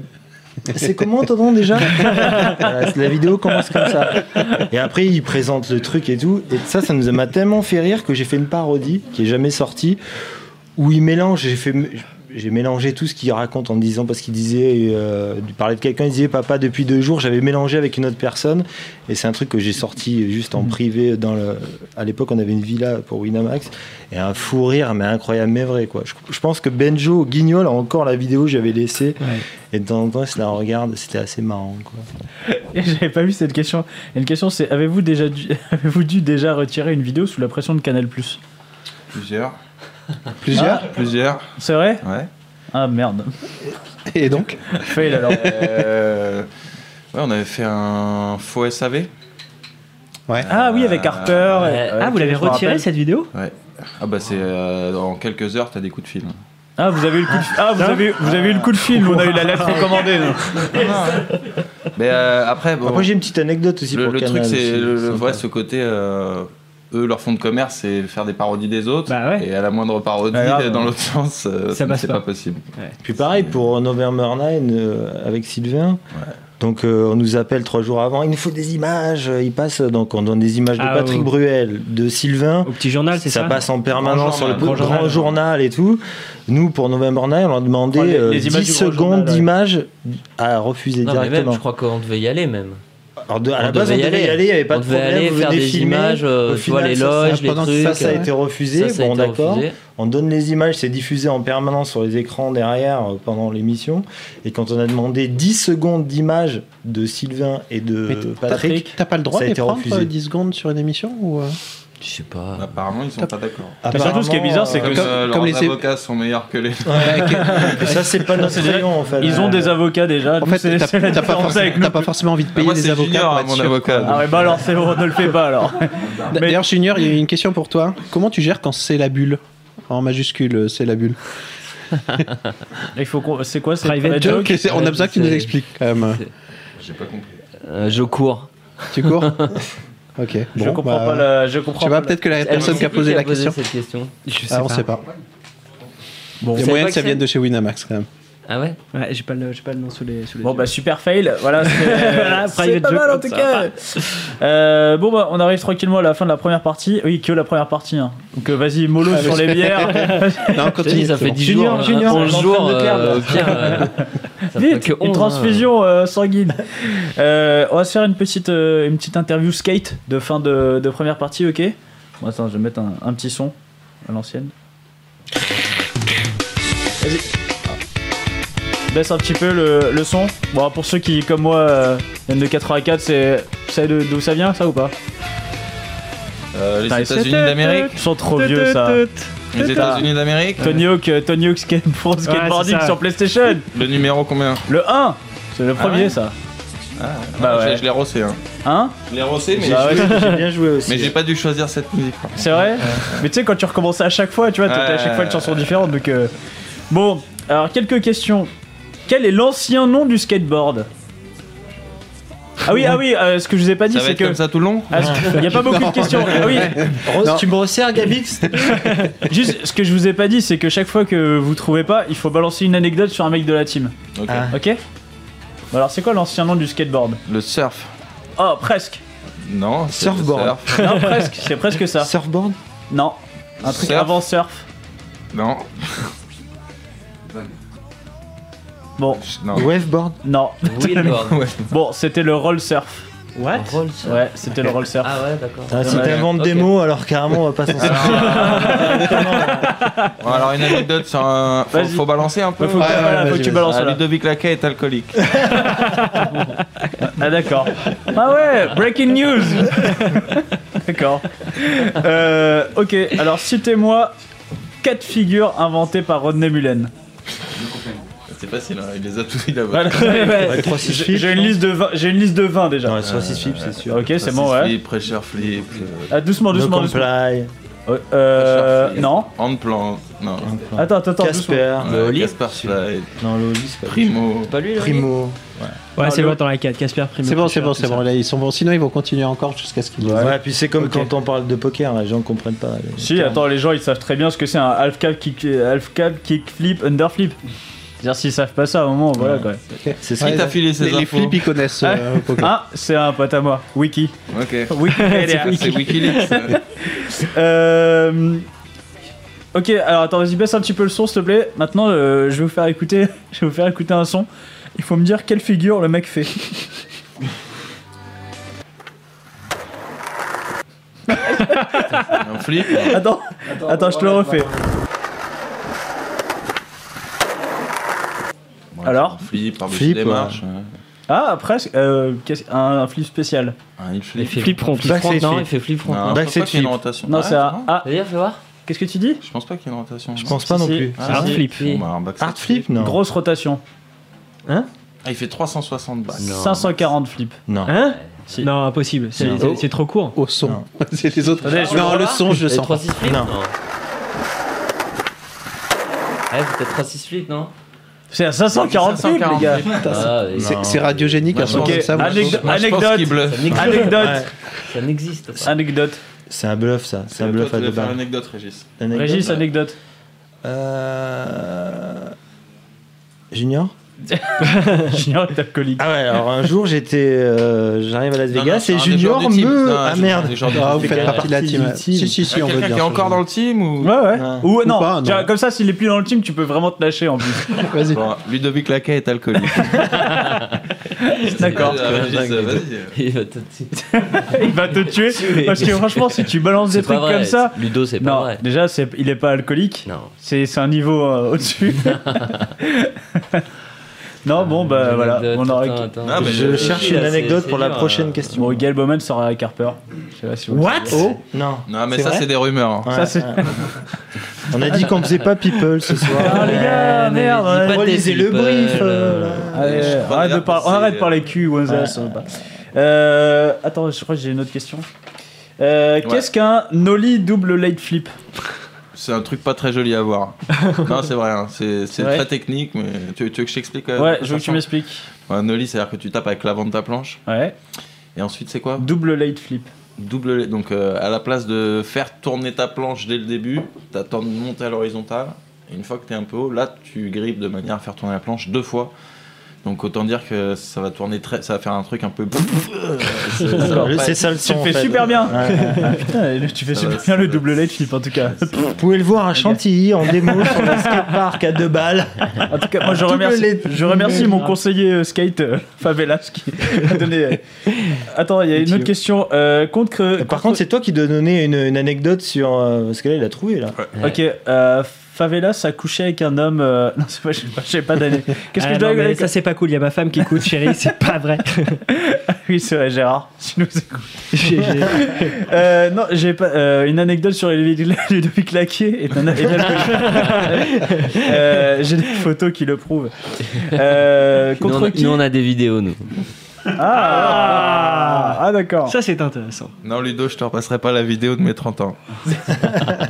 [SPEAKER 6] c'est comment ton
[SPEAKER 7] [laughs]
[SPEAKER 6] nom déjà
[SPEAKER 7] Euh,
[SPEAKER 6] Voilà, La vidéo commence comme ça. Et après, il présente le truc et tout. Et ça, ça nous m'a tellement fait rire que j'ai fait une parodie qui est jamais sortie où il mélange. J'ai fait. J'ai mélangé tout ce qu'il raconte en disant, parce qu'il disait, euh, il parlait de quelqu'un, il disait Papa, depuis deux jours, j'avais mélangé avec une autre personne. Et c'est un truc que j'ai sorti juste en privé. Dans le... À l'époque, on avait une villa pour Winamax. Et un fou rire, mais incroyable, mais vrai. Quoi. Je, je pense que Benjo Guignol a encore la vidéo que j'avais laissée. Et de temps en temps, il se la regarde. C'était assez marrant.
[SPEAKER 3] euh,
[SPEAKER 6] Quoi.
[SPEAKER 3] [laughs] Et J'avais pas vu cette question. Et une question, c'est avez-vous déjà dû, [laughs] avez-vous dû déjà retirer une vidéo sous la pression de Canal Plus
[SPEAKER 7] Plusieurs. Ah,
[SPEAKER 4] Plusieurs
[SPEAKER 7] Plusieurs,
[SPEAKER 3] C'est vrai
[SPEAKER 7] ouais.
[SPEAKER 3] Ah merde.
[SPEAKER 4] Et donc
[SPEAKER 3] Fail alors.
[SPEAKER 7] Euh, ouais, on avait fait un faux SAV.
[SPEAKER 4] Ouais.
[SPEAKER 3] Ah oui, avec Harper. et-
[SPEAKER 5] ah, vous l'avez
[SPEAKER 3] je me
[SPEAKER 5] retiré
[SPEAKER 3] rappelle.
[SPEAKER 5] cette vidéo
[SPEAKER 7] Euh, Ah bah c'est euh, en quelques heures t'as des coups de fil.
[SPEAKER 3] Ah, vous avez eu le coup de, ah, vous avez, vous avez eu le coup de
[SPEAKER 4] Ah.
[SPEAKER 3] film, on a eu la [laughs] lettre recommandée. nous.
[SPEAKER 7] Mais euh, après, bon,
[SPEAKER 6] Après, j'ai une petite anecdote aussi
[SPEAKER 7] le,
[SPEAKER 6] pour
[SPEAKER 7] le
[SPEAKER 6] Canal
[SPEAKER 7] truc c'est
[SPEAKER 6] aussi,
[SPEAKER 7] le, le
[SPEAKER 6] sympa.
[SPEAKER 7] vrai ce côté. euh, eux leur fond de commerce c'est faire des parodies des autres.
[SPEAKER 5] Bah ouais.
[SPEAKER 7] Et à la moindre parodie
[SPEAKER 3] Ah, grave.
[SPEAKER 7] dans l'autre sens, euh,
[SPEAKER 5] Ça passe
[SPEAKER 7] c'est
[SPEAKER 5] pas.
[SPEAKER 7] pas. possible.
[SPEAKER 6] Puis pareil pour November 9 euh, avec Sylvain. Donc euh, on nous appelle trois jours avant. Il nous faut des images. Euh, Il passe donc on donne des images de
[SPEAKER 5] Ah,
[SPEAKER 6] Patrick
[SPEAKER 5] oui.
[SPEAKER 6] Bruel, de Sylvain.
[SPEAKER 5] Au petit journal, c'est ça
[SPEAKER 6] passe en permanence sur le
[SPEAKER 7] journal,
[SPEAKER 6] grand
[SPEAKER 5] grand
[SPEAKER 6] journal,
[SPEAKER 5] journal.
[SPEAKER 6] et tout. Nous, pour November 9, on a demandé
[SPEAKER 3] Oh, les-
[SPEAKER 6] euh,
[SPEAKER 3] les images
[SPEAKER 6] 10
[SPEAKER 3] du grand
[SPEAKER 6] secondes
[SPEAKER 3] journal, ouais.
[SPEAKER 6] d'images à refuser
[SPEAKER 8] Non, mais même,
[SPEAKER 6] directement.
[SPEAKER 8] je crois qu'on devait y aller même.
[SPEAKER 6] Alors, de- à
[SPEAKER 8] on
[SPEAKER 6] la base, on
[SPEAKER 8] devait y
[SPEAKER 6] devait y
[SPEAKER 8] aller.
[SPEAKER 6] aller, il n'y avait pas
[SPEAKER 8] On
[SPEAKER 6] de
[SPEAKER 8] devait
[SPEAKER 6] problème.
[SPEAKER 8] aller
[SPEAKER 6] vous
[SPEAKER 8] faire
[SPEAKER 6] venez
[SPEAKER 8] des
[SPEAKER 6] filmer.
[SPEAKER 8] images, euh,
[SPEAKER 6] Au
[SPEAKER 8] tu vois,
[SPEAKER 6] final,
[SPEAKER 8] les
[SPEAKER 6] ça, ça-
[SPEAKER 8] loges, les
[SPEAKER 6] pendant que
[SPEAKER 8] trucs. euh,
[SPEAKER 6] Ça, ça a été refusé.
[SPEAKER 8] Ça, ça a
[SPEAKER 6] bon,
[SPEAKER 8] été
[SPEAKER 6] d'accord.
[SPEAKER 8] refusé.
[SPEAKER 6] On donne les images, c'est diffusé en permanence sur les écrans derrière euh, pendant l'émission. Et quand on a demandé 10 secondes d'images de Sylvain et de
[SPEAKER 4] Mais t-
[SPEAKER 6] Patrick,
[SPEAKER 4] T'as pas le droit
[SPEAKER 6] ça a
[SPEAKER 4] de les
[SPEAKER 6] été
[SPEAKER 4] prendre
[SPEAKER 6] refusé.
[SPEAKER 4] euh, 10 secondes sur une émission ou, euh
[SPEAKER 8] Je sais pas.
[SPEAKER 7] Apparemment ils sont pas d'accord.
[SPEAKER 3] Mais surtout, ce qui est bizarre, c'est que
[SPEAKER 7] Comme,
[SPEAKER 4] Comme-
[SPEAKER 7] euh,
[SPEAKER 4] comme
[SPEAKER 7] leurs
[SPEAKER 4] les-
[SPEAKER 7] avocats sont meilleurs que les. [laughs]
[SPEAKER 6] que ça, c'est pas notre rayon en fait.
[SPEAKER 3] Ils ont des avocats déjà.
[SPEAKER 4] En
[SPEAKER 3] Nous,
[SPEAKER 4] fait,
[SPEAKER 3] c'est
[SPEAKER 4] t'as
[SPEAKER 3] c'est la
[SPEAKER 4] t'as pas,
[SPEAKER 3] différence
[SPEAKER 4] forc-
[SPEAKER 3] avec nous.
[SPEAKER 4] t'as pas forcément envie de payer
[SPEAKER 7] Bah, Moi
[SPEAKER 4] des
[SPEAKER 7] c'est
[SPEAKER 4] avocats.
[SPEAKER 7] Junior
[SPEAKER 4] pour
[SPEAKER 7] à
[SPEAKER 4] être
[SPEAKER 7] mon
[SPEAKER 4] sûr.
[SPEAKER 7] avocat. donc.
[SPEAKER 3] Ah ouais, bah alors, c'est bon, ne le fais pas alors.
[SPEAKER 4] [laughs] D'a- D'ailleurs, Junior, il y a une question pour toi. Comment tu gères quand c'est la bulle En majuscule, euh, c'est la bulle.
[SPEAKER 3] Ah, Il faut qu'on- C'est quoi, c'est
[SPEAKER 5] Private
[SPEAKER 3] la
[SPEAKER 5] joke.
[SPEAKER 4] Ok, c'est- on a besoin que tu nous
[SPEAKER 8] c'est-
[SPEAKER 4] expliques
[SPEAKER 3] Ah,
[SPEAKER 4] quand même.
[SPEAKER 7] J'ai pas compris.
[SPEAKER 8] Euh, je cours.
[SPEAKER 4] Tu
[SPEAKER 8] [laughs]
[SPEAKER 4] cours Ok.
[SPEAKER 3] Je
[SPEAKER 4] bon,
[SPEAKER 3] comprends
[SPEAKER 4] bah,
[SPEAKER 3] pas la. Je comprends
[SPEAKER 4] Je sais pas,
[SPEAKER 3] pas
[SPEAKER 4] peut-être que la
[SPEAKER 8] Elle
[SPEAKER 4] personne
[SPEAKER 8] sait
[SPEAKER 4] qui a posé la question.
[SPEAKER 8] cette question.
[SPEAKER 4] Ah, on sait pas.
[SPEAKER 3] Bon.
[SPEAKER 4] Il y a
[SPEAKER 8] C'est
[SPEAKER 4] moyen
[SPEAKER 8] pas
[SPEAKER 4] que ça
[SPEAKER 8] que
[SPEAKER 4] vienne
[SPEAKER 8] c'est-
[SPEAKER 4] de chez Winamax quand même.
[SPEAKER 8] Ah ouais
[SPEAKER 5] Ouais, j'ai pas, le- j'ai pas le nom hein, sous les, sous les
[SPEAKER 3] Bon
[SPEAKER 5] yeux.
[SPEAKER 3] bah super fail, voilà, c'est
[SPEAKER 5] [laughs] Voilà,
[SPEAKER 3] c'est
[SPEAKER 5] private
[SPEAKER 3] pas
[SPEAKER 5] joke,
[SPEAKER 3] mal en
[SPEAKER 5] hop,
[SPEAKER 3] tout
[SPEAKER 5] ça
[SPEAKER 3] cas. Euh, bon bah on arrive tranquillement à la fin de la première partie, oui que la première partie, hein. donc euh, vas-y mollo
[SPEAKER 8] Ah,
[SPEAKER 3] sur les
[SPEAKER 8] [laughs]
[SPEAKER 3] bières,
[SPEAKER 4] Non,
[SPEAKER 8] Je te dis,
[SPEAKER 4] continue.
[SPEAKER 8] ça
[SPEAKER 4] c'est
[SPEAKER 8] fait
[SPEAKER 4] bon.
[SPEAKER 8] 10
[SPEAKER 3] Junior,
[SPEAKER 8] jours,
[SPEAKER 3] Junior,
[SPEAKER 8] 11
[SPEAKER 3] on est en
[SPEAKER 8] jours,
[SPEAKER 3] train de perdre.
[SPEAKER 8] euh, Pierre. euh, ça fait
[SPEAKER 3] vite,
[SPEAKER 8] que 11,
[SPEAKER 3] une
[SPEAKER 8] hein.
[SPEAKER 3] transfusion euh, sanguine. Euh, on va se faire une petite, euh, une petite interview skate de fin de, de première partie, ok Bon, Attends, je vais mettre un, un petit son à l'ancienne. Vas-y. Ah. Baisse un petit peu le, le son. Bon, pour ceux qui, comme moi, euh, viennent de 84, c'est, vous savez de- d'où ça vient, ça ou pas
[SPEAKER 7] Euh,
[SPEAKER 3] Putain,
[SPEAKER 7] les États-Unis d'Amérique.
[SPEAKER 3] Ils sont trop vieux, ça.
[SPEAKER 7] Les États-Unis d'Amérique.
[SPEAKER 3] Tony Hawk, euh, Tony Hawk Skate Pro Skateboarding
[SPEAKER 5] ça.
[SPEAKER 3] sur PlayStation.
[SPEAKER 7] Le numéro combien
[SPEAKER 3] Le 1, c'est le premier,
[SPEAKER 7] ouais
[SPEAKER 3] ça.
[SPEAKER 7] Ah,
[SPEAKER 3] Bah
[SPEAKER 7] je-
[SPEAKER 3] ouais.
[SPEAKER 7] Je l'ai rossé. Hein.
[SPEAKER 3] Hein
[SPEAKER 7] Je l'ai rossé, mais,
[SPEAKER 3] Bah ouais.
[SPEAKER 6] J'ai bien joué aussi.
[SPEAKER 7] mais j'ai pas dû choisir cette musique.
[SPEAKER 3] C'est vrai Mais tu sais, quand tu recommençais à chaque fois, tu vois, t'étais à chaque fois une chanson différente. Donc, euh, Bon, alors quelques questions. Quel est l'ancien nom du skateboard Ah oui, ah oui, euh, ce que je vous ai pas dit,
[SPEAKER 7] Ça va
[SPEAKER 3] c'est
[SPEAKER 7] être
[SPEAKER 3] que.
[SPEAKER 7] comme ça tout le long
[SPEAKER 3] Ah, ce- Il n'y a pas beaucoup de questions. Ah oui,
[SPEAKER 4] [laughs]
[SPEAKER 6] Rose,
[SPEAKER 4] Non.
[SPEAKER 6] tu me resserres, [laughs] Gabix
[SPEAKER 3] juste ce que je vous ai pas dit,
[SPEAKER 4] Ah.
[SPEAKER 3] c'est que chaque fois que vous trouvez pas, il faut balancer une anecdote sur un mec de la team.
[SPEAKER 7] Ok.
[SPEAKER 3] Ok Alors, c'est quoi l'ancien nom du skateboard
[SPEAKER 7] Le surf.
[SPEAKER 3] Oh, presque
[SPEAKER 7] Non, c'est le
[SPEAKER 4] Surfboard.
[SPEAKER 7] surf.
[SPEAKER 3] Non, presque, c'est presque ça.
[SPEAKER 4] Surfboard
[SPEAKER 3] Non, un truc
[SPEAKER 7] Surf.
[SPEAKER 3] avant surf.
[SPEAKER 7] Non.
[SPEAKER 3] Bon,
[SPEAKER 7] non.
[SPEAKER 4] Waveboard
[SPEAKER 3] non.
[SPEAKER 8] Wheelboard.
[SPEAKER 3] [laughs] bon, c'était le roll surf.
[SPEAKER 4] What
[SPEAKER 8] Roll surf.
[SPEAKER 3] Ouais, c'était le roll surf.
[SPEAKER 8] Ah ouais, d'accord.
[SPEAKER 6] Ah, si
[SPEAKER 7] Ouais.
[SPEAKER 6] t'inventes des
[SPEAKER 8] Ok.
[SPEAKER 6] mots, alors carrément, on va pas
[SPEAKER 4] Ah.
[SPEAKER 6] s'en sortir.
[SPEAKER 7] Bon, alors une anecdote sur un... faut,
[SPEAKER 3] Vas-y.
[SPEAKER 7] faut balancer un peu.
[SPEAKER 3] Ouais, faut que,
[SPEAKER 6] Ouais,
[SPEAKER 3] tu- voilà, faut
[SPEAKER 6] ouais,
[SPEAKER 3] que
[SPEAKER 6] vas-y,
[SPEAKER 3] tu
[SPEAKER 6] vas-y.
[SPEAKER 3] balances
[SPEAKER 7] Ah,
[SPEAKER 3] là.
[SPEAKER 7] Ludovic Laquet est alcoolique.
[SPEAKER 3] Ah d'accord. Ah ouais, breaking
[SPEAKER 8] [laughs]
[SPEAKER 3] news. d'accord. Euh, ok, alors citez-moi quatre figures inventées par Rodney Mullen.
[SPEAKER 7] C'est facile, hein, il les a tous il a
[SPEAKER 3] Voilà.
[SPEAKER 6] trois, six
[SPEAKER 3] J'ai
[SPEAKER 6] chiffres,
[SPEAKER 3] j'ai une
[SPEAKER 6] non
[SPEAKER 3] liste de 20, j'ai une liste de 20 déjà.
[SPEAKER 6] Ouais, 6 flips, c'est sûr.
[SPEAKER 3] ok, c'est bon, ouais.
[SPEAKER 7] Flip, pressure flip, euh,
[SPEAKER 3] Ah, doucement,
[SPEAKER 6] No
[SPEAKER 3] doucement, doucement.
[SPEAKER 6] comply,
[SPEAKER 3] Euh, euh,
[SPEAKER 7] Pressure flip.
[SPEAKER 3] non.
[SPEAKER 7] hand plan, non.
[SPEAKER 3] Attends, attends, attends, doucement.
[SPEAKER 6] Casper,
[SPEAKER 7] Ouais, Gaspard Slide,
[SPEAKER 6] non, Loli, c'est pas
[SPEAKER 7] Primo.
[SPEAKER 8] Pas lui, là
[SPEAKER 6] Primo.
[SPEAKER 5] Ouais, c'est
[SPEAKER 3] le-
[SPEAKER 5] bon, t'en as 4. Casper Primo.
[SPEAKER 4] C'est bon, c'est
[SPEAKER 5] Fischer,
[SPEAKER 4] bon,
[SPEAKER 5] tout
[SPEAKER 4] c'est
[SPEAKER 5] ça.
[SPEAKER 4] bon. Là, ils sont bons. Sinon, ils vont continuer encore jusqu'à ce qu'ils.
[SPEAKER 6] Ouais, puis c'est comme
[SPEAKER 3] Ok.
[SPEAKER 6] quand on parle de poker, les gens comprennent pas. les
[SPEAKER 3] Si,
[SPEAKER 6] termes.
[SPEAKER 3] attends, les gens ils savent très bien ce que c'est un half cap kick, euh, half cap kick flip, under flip. C'est-à-dire s'ils savent pas ça, à un moment, voilà quoi.
[SPEAKER 6] C'est
[SPEAKER 7] Qui t'a filé ces
[SPEAKER 4] Les, les
[SPEAKER 7] infos
[SPEAKER 4] flips, ils connaissent. euh, au poker.
[SPEAKER 3] Ah, c'est un pote à moi, Wiki. [laughs]
[SPEAKER 7] Ok.
[SPEAKER 3] Wikipédia.
[SPEAKER 7] C'est Wikileaks. euh.
[SPEAKER 3] [laughs] Euh... Ok, alors attends, vas-y, baisse un petit peu le son, s'il te plaît. Maintenant, euh, je vais vous faire écouter, [laughs] je vais vous faire écouter un son. Il faut me dire quelle figure le mec fait.
[SPEAKER 7] [laughs]
[SPEAKER 3] [laughs]
[SPEAKER 7] un flip.
[SPEAKER 3] Attends, attends, je te le refais.
[SPEAKER 7] Bon,
[SPEAKER 3] Alors
[SPEAKER 7] un flip, par-dessus
[SPEAKER 6] Flip,
[SPEAKER 7] des
[SPEAKER 6] ouais.
[SPEAKER 7] marches. ouais.
[SPEAKER 3] Ah, presque. euh, qu'est-ce- un, un flip spécial.
[SPEAKER 7] Un hip
[SPEAKER 8] Il
[SPEAKER 7] flip.
[SPEAKER 8] fait
[SPEAKER 5] Flip
[SPEAKER 8] flip
[SPEAKER 5] front.
[SPEAKER 6] Back
[SPEAKER 8] front.
[SPEAKER 6] side
[SPEAKER 8] Non,
[SPEAKER 6] flip.
[SPEAKER 8] il fait flip front.
[SPEAKER 7] Non,
[SPEAKER 6] Back
[SPEAKER 7] je pense pas
[SPEAKER 6] side
[SPEAKER 7] qu'il y ait une
[SPEAKER 6] flip.
[SPEAKER 7] rotation.
[SPEAKER 3] hein. Non,
[SPEAKER 7] Ah,
[SPEAKER 3] c'est un. Ah,
[SPEAKER 8] D'ailleurs, fais voir.
[SPEAKER 3] qu'est-ce que tu dis
[SPEAKER 7] Je pense pas qu'il y ait une rotation.
[SPEAKER 6] Je pense pas non
[SPEAKER 3] Si, si.
[SPEAKER 6] plus.
[SPEAKER 7] Ah,
[SPEAKER 5] Hard
[SPEAKER 7] si.
[SPEAKER 5] flip.
[SPEAKER 7] Bon, bah, un backside
[SPEAKER 6] Hard flip, non.
[SPEAKER 3] Grosse rotation.
[SPEAKER 7] Ah, il fait 360
[SPEAKER 3] Bah,
[SPEAKER 7] back.
[SPEAKER 3] 540 flips.
[SPEAKER 6] Non.
[SPEAKER 5] Hein
[SPEAKER 3] Si.
[SPEAKER 5] Non, impossible. C'est
[SPEAKER 6] Non.
[SPEAKER 5] c'est- c'est trop court.
[SPEAKER 4] Au son.
[SPEAKER 5] [laughs]
[SPEAKER 6] Non.
[SPEAKER 4] c'est les autres.
[SPEAKER 3] Attendez, je
[SPEAKER 4] non, le son, je le sens.
[SPEAKER 8] 3 6 flip
[SPEAKER 6] Non.
[SPEAKER 8] Ouais, peut-être 3 6 flip, non
[SPEAKER 3] C'est à 540 flips, les gars.
[SPEAKER 7] 540 flips.
[SPEAKER 8] Ah, et ça
[SPEAKER 4] C'est- C'est radiogénique
[SPEAKER 7] Moi,
[SPEAKER 4] à
[SPEAKER 7] je pense-
[SPEAKER 3] Ok,
[SPEAKER 4] ce ça.
[SPEAKER 7] moi, je
[SPEAKER 3] anecdote-
[SPEAKER 7] pense- moi, je pense
[SPEAKER 3] anecdote.
[SPEAKER 7] qu'il bluffe.
[SPEAKER 8] ça n'existe-
[SPEAKER 3] Anecdote,
[SPEAKER 8] ça n'existe pas.
[SPEAKER 3] anecdote.
[SPEAKER 6] C'est un bluff, ça. C'est un
[SPEAKER 7] Toi,
[SPEAKER 6] bluff
[SPEAKER 7] tu
[SPEAKER 6] à
[SPEAKER 7] devais
[SPEAKER 6] deux
[SPEAKER 7] faire
[SPEAKER 6] balles.
[SPEAKER 7] anecdote, Régis.
[SPEAKER 6] Anecdote bah.
[SPEAKER 3] Régis, anecdote.
[SPEAKER 6] Euh, Junior
[SPEAKER 3] [laughs] Junior est alcoolique.
[SPEAKER 6] Ah ouais, alors un jour j'étais. euh, J'arrive à Las
[SPEAKER 7] Non, non,
[SPEAKER 6] Vegas
[SPEAKER 7] c'est
[SPEAKER 6] et
[SPEAKER 7] un des
[SPEAKER 6] Junior
[SPEAKER 7] joueurs du team.
[SPEAKER 6] me.
[SPEAKER 7] Non, un
[SPEAKER 6] Ah
[SPEAKER 7] des
[SPEAKER 6] merde
[SPEAKER 7] joueurs du
[SPEAKER 4] Ah,
[SPEAKER 7] team.
[SPEAKER 4] vous faites
[SPEAKER 6] Quelqu'un
[SPEAKER 4] partie de la
[SPEAKER 6] qui
[SPEAKER 4] team.
[SPEAKER 6] est utile.
[SPEAKER 4] Si, si,
[SPEAKER 3] Ah,
[SPEAKER 4] si, on veut
[SPEAKER 7] Quelqu'un
[SPEAKER 4] bien.
[SPEAKER 7] qui est encore dans le team ou
[SPEAKER 3] Ouais, ouais.
[SPEAKER 6] Ouais.
[SPEAKER 3] Ou non,
[SPEAKER 4] pas, non.
[SPEAKER 3] tiens, comme ça, s'il est plus dans le team, tu peux vraiment te lâcher en plus.
[SPEAKER 4] Vas-y.
[SPEAKER 7] Bon, Ludovic Laquet est alcoolique.
[SPEAKER 3] [laughs] D'accord.
[SPEAKER 7] Euh, Régis, euh, vas-y.
[SPEAKER 8] Il va te- C'est
[SPEAKER 3] [laughs] Il va te tuer. Parce que franchement, si tu balances des
[SPEAKER 8] pas
[SPEAKER 3] trucs
[SPEAKER 8] vrai.
[SPEAKER 3] comme ça.
[SPEAKER 8] Ludo, c'est pas
[SPEAKER 3] Non,
[SPEAKER 8] vrai.
[SPEAKER 3] déjà, c'est- il est pas alcoolique.
[SPEAKER 8] Non.
[SPEAKER 3] C'est c'est un niveau euh, au-dessus.
[SPEAKER 8] [laughs]
[SPEAKER 10] Ah
[SPEAKER 3] non, bon, bah voilà. On aurait.
[SPEAKER 8] Attends, attends.
[SPEAKER 7] Ah, mais
[SPEAKER 6] Je
[SPEAKER 7] euh,
[SPEAKER 6] cherche
[SPEAKER 8] si,
[SPEAKER 6] une
[SPEAKER 8] là, c'est-
[SPEAKER 6] anecdote
[SPEAKER 8] c'est
[SPEAKER 6] pour la
[SPEAKER 8] dur,
[SPEAKER 6] prochaine
[SPEAKER 8] euh,
[SPEAKER 6] question.
[SPEAKER 3] Bon, Gail Bowman sort avec Harper. Je sais pas si vous-
[SPEAKER 5] What
[SPEAKER 6] Oh Non.
[SPEAKER 7] Non, mais
[SPEAKER 6] C'est
[SPEAKER 7] ça,
[SPEAKER 6] vrai
[SPEAKER 7] c'est des rumeurs. hein.
[SPEAKER 6] Ouais,
[SPEAKER 3] Ça, c'est-
[SPEAKER 6] ouais. On a dit qu'on faisait pas people ce
[SPEAKER 3] Ah, les
[SPEAKER 6] soir.
[SPEAKER 3] gars, merde,
[SPEAKER 8] mais dis
[SPEAKER 3] ouais.
[SPEAKER 8] pas tes
[SPEAKER 6] Relisez le
[SPEAKER 8] people,
[SPEAKER 6] brief,
[SPEAKER 8] euh,
[SPEAKER 6] euh,
[SPEAKER 7] Je
[SPEAKER 3] Allez,
[SPEAKER 7] crois
[SPEAKER 3] arrête de
[SPEAKER 7] d'ailleurs
[SPEAKER 3] par-
[SPEAKER 7] que
[SPEAKER 3] on
[SPEAKER 7] c'est,
[SPEAKER 3] arrête
[SPEAKER 7] euh,
[SPEAKER 3] par les culs, Wanza,
[SPEAKER 6] ouais.
[SPEAKER 3] ça va pas. Euh, attends, je crois que j'ai une autre question. Euh, Qu'est-ce qu'un Nolly double late flip
[SPEAKER 7] C'est un truc pas très joli à
[SPEAKER 3] [laughs]
[SPEAKER 7] voir. non, c'est vrai, hein. c'est c'est
[SPEAKER 3] vrai.
[SPEAKER 7] très technique, mais tu, tu veux que je t'explique euh,
[SPEAKER 3] Ouais,
[SPEAKER 7] de
[SPEAKER 3] je veux que tu
[SPEAKER 7] façon
[SPEAKER 3] m'expliques.
[SPEAKER 7] Un nollie, c'est-à-dire que tu tapes avec l'avant de ta planche,
[SPEAKER 3] Ouais,
[SPEAKER 7] et ensuite, c'est quoi
[SPEAKER 3] double late flip.
[SPEAKER 7] Double. Donc, euh, à la place de faire tourner ta planche dès le début, t'attends de monter à l'horizontale, et une fois que t'es un peu haut, là, tu grippes de manière à faire tourner la planche deux fois. Donc, autant dire que ça va tourner très. Ça va faire un truc
[SPEAKER 8] [laughs]
[SPEAKER 7] un peu. [laughs] C'est- ça va pas
[SPEAKER 6] C'est
[SPEAKER 7] être-
[SPEAKER 6] ça le
[SPEAKER 3] Tu
[SPEAKER 6] son.
[SPEAKER 3] le
[SPEAKER 6] en
[SPEAKER 3] fais
[SPEAKER 6] fait.
[SPEAKER 3] super bien. Ah,
[SPEAKER 6] Ouais, ouais.
[SPEAKER 3] Putain, tu fais
[SPEAKER 7] Ça
[SPEAKER 3] super
[SPEAKER 7] va,
[SPEAKER 3] bien
[SPEAKER 7] ça
[SPEAKER 3] le
[SPEAKER 7] va.
[SPEAKER 3] double late flip en tout cas.
[SPEAKER 6] Vous pouvez le voir à Chantilly en démo sur le skatepark à deux balles.
[SPEAKER 3] En tout cas, moi je remercie,
[SPEAKER 6] late
[SPEAKER 3] je remercie mon conseiller euh, skate euh, [laughs] Favelas qui a donné. euh, Attends, il y a une autre question. Euh, contre, que-
[SPEAKER 6] Par contre, c'est toi qui dois donner une, une anecdote sur. euh, parce que là, il a trouvé là.
[SPEAKER 3] Ok, euh, Favelas a couché avec un homme. euh, [laughs] Non, c'est pas, je sais pas, je sais pas d'année. Qu'est-ce que
[SPEAKER 5] Ah,
[SPEAKER 3] je dois
[SPEAKER 5] non, mais
[SPEAKER 3] avec
[SPEAKER 5] Ça, c'est pas cool. Il y a ma femme qui écoute,
[SPEAKER 3] [laughs]
[SPEAKER 5] chérie. C'est pas vrai.
[SPEAKER 3] Oui, c'est vrai, Gérard. [laughs] Si nous écoute.
[SPEAKER 5] J'ai- j'ai-
[SPEAKER 3] [laughs] Euh, non, j'ai pas. euh, une anecdote sur Ludovic [laughs] Ludovic Laquier est un. est
[SPEAKER 5] [laughs]
[SPEAKER 3] un alcoolique. Euh, j'ai des photos qui le prouvent. Euh,
[SPEAKER 8] Nous,
[SPEAKER 3] contre
[SPEAKER 8] on a-
[SPEAKER 3] qui
[SPEAKER 8] nous, on a des vidéos, nous.
[SPEAKER 3] Ah, ah d'accord.
[SPEAKER 5] Ça, c'est intéressant.
[SPEAKER 7] Non, Ludo, je te repasserai pas la vidéo de mes 30 ans.
[SPEAKER 8] Ah.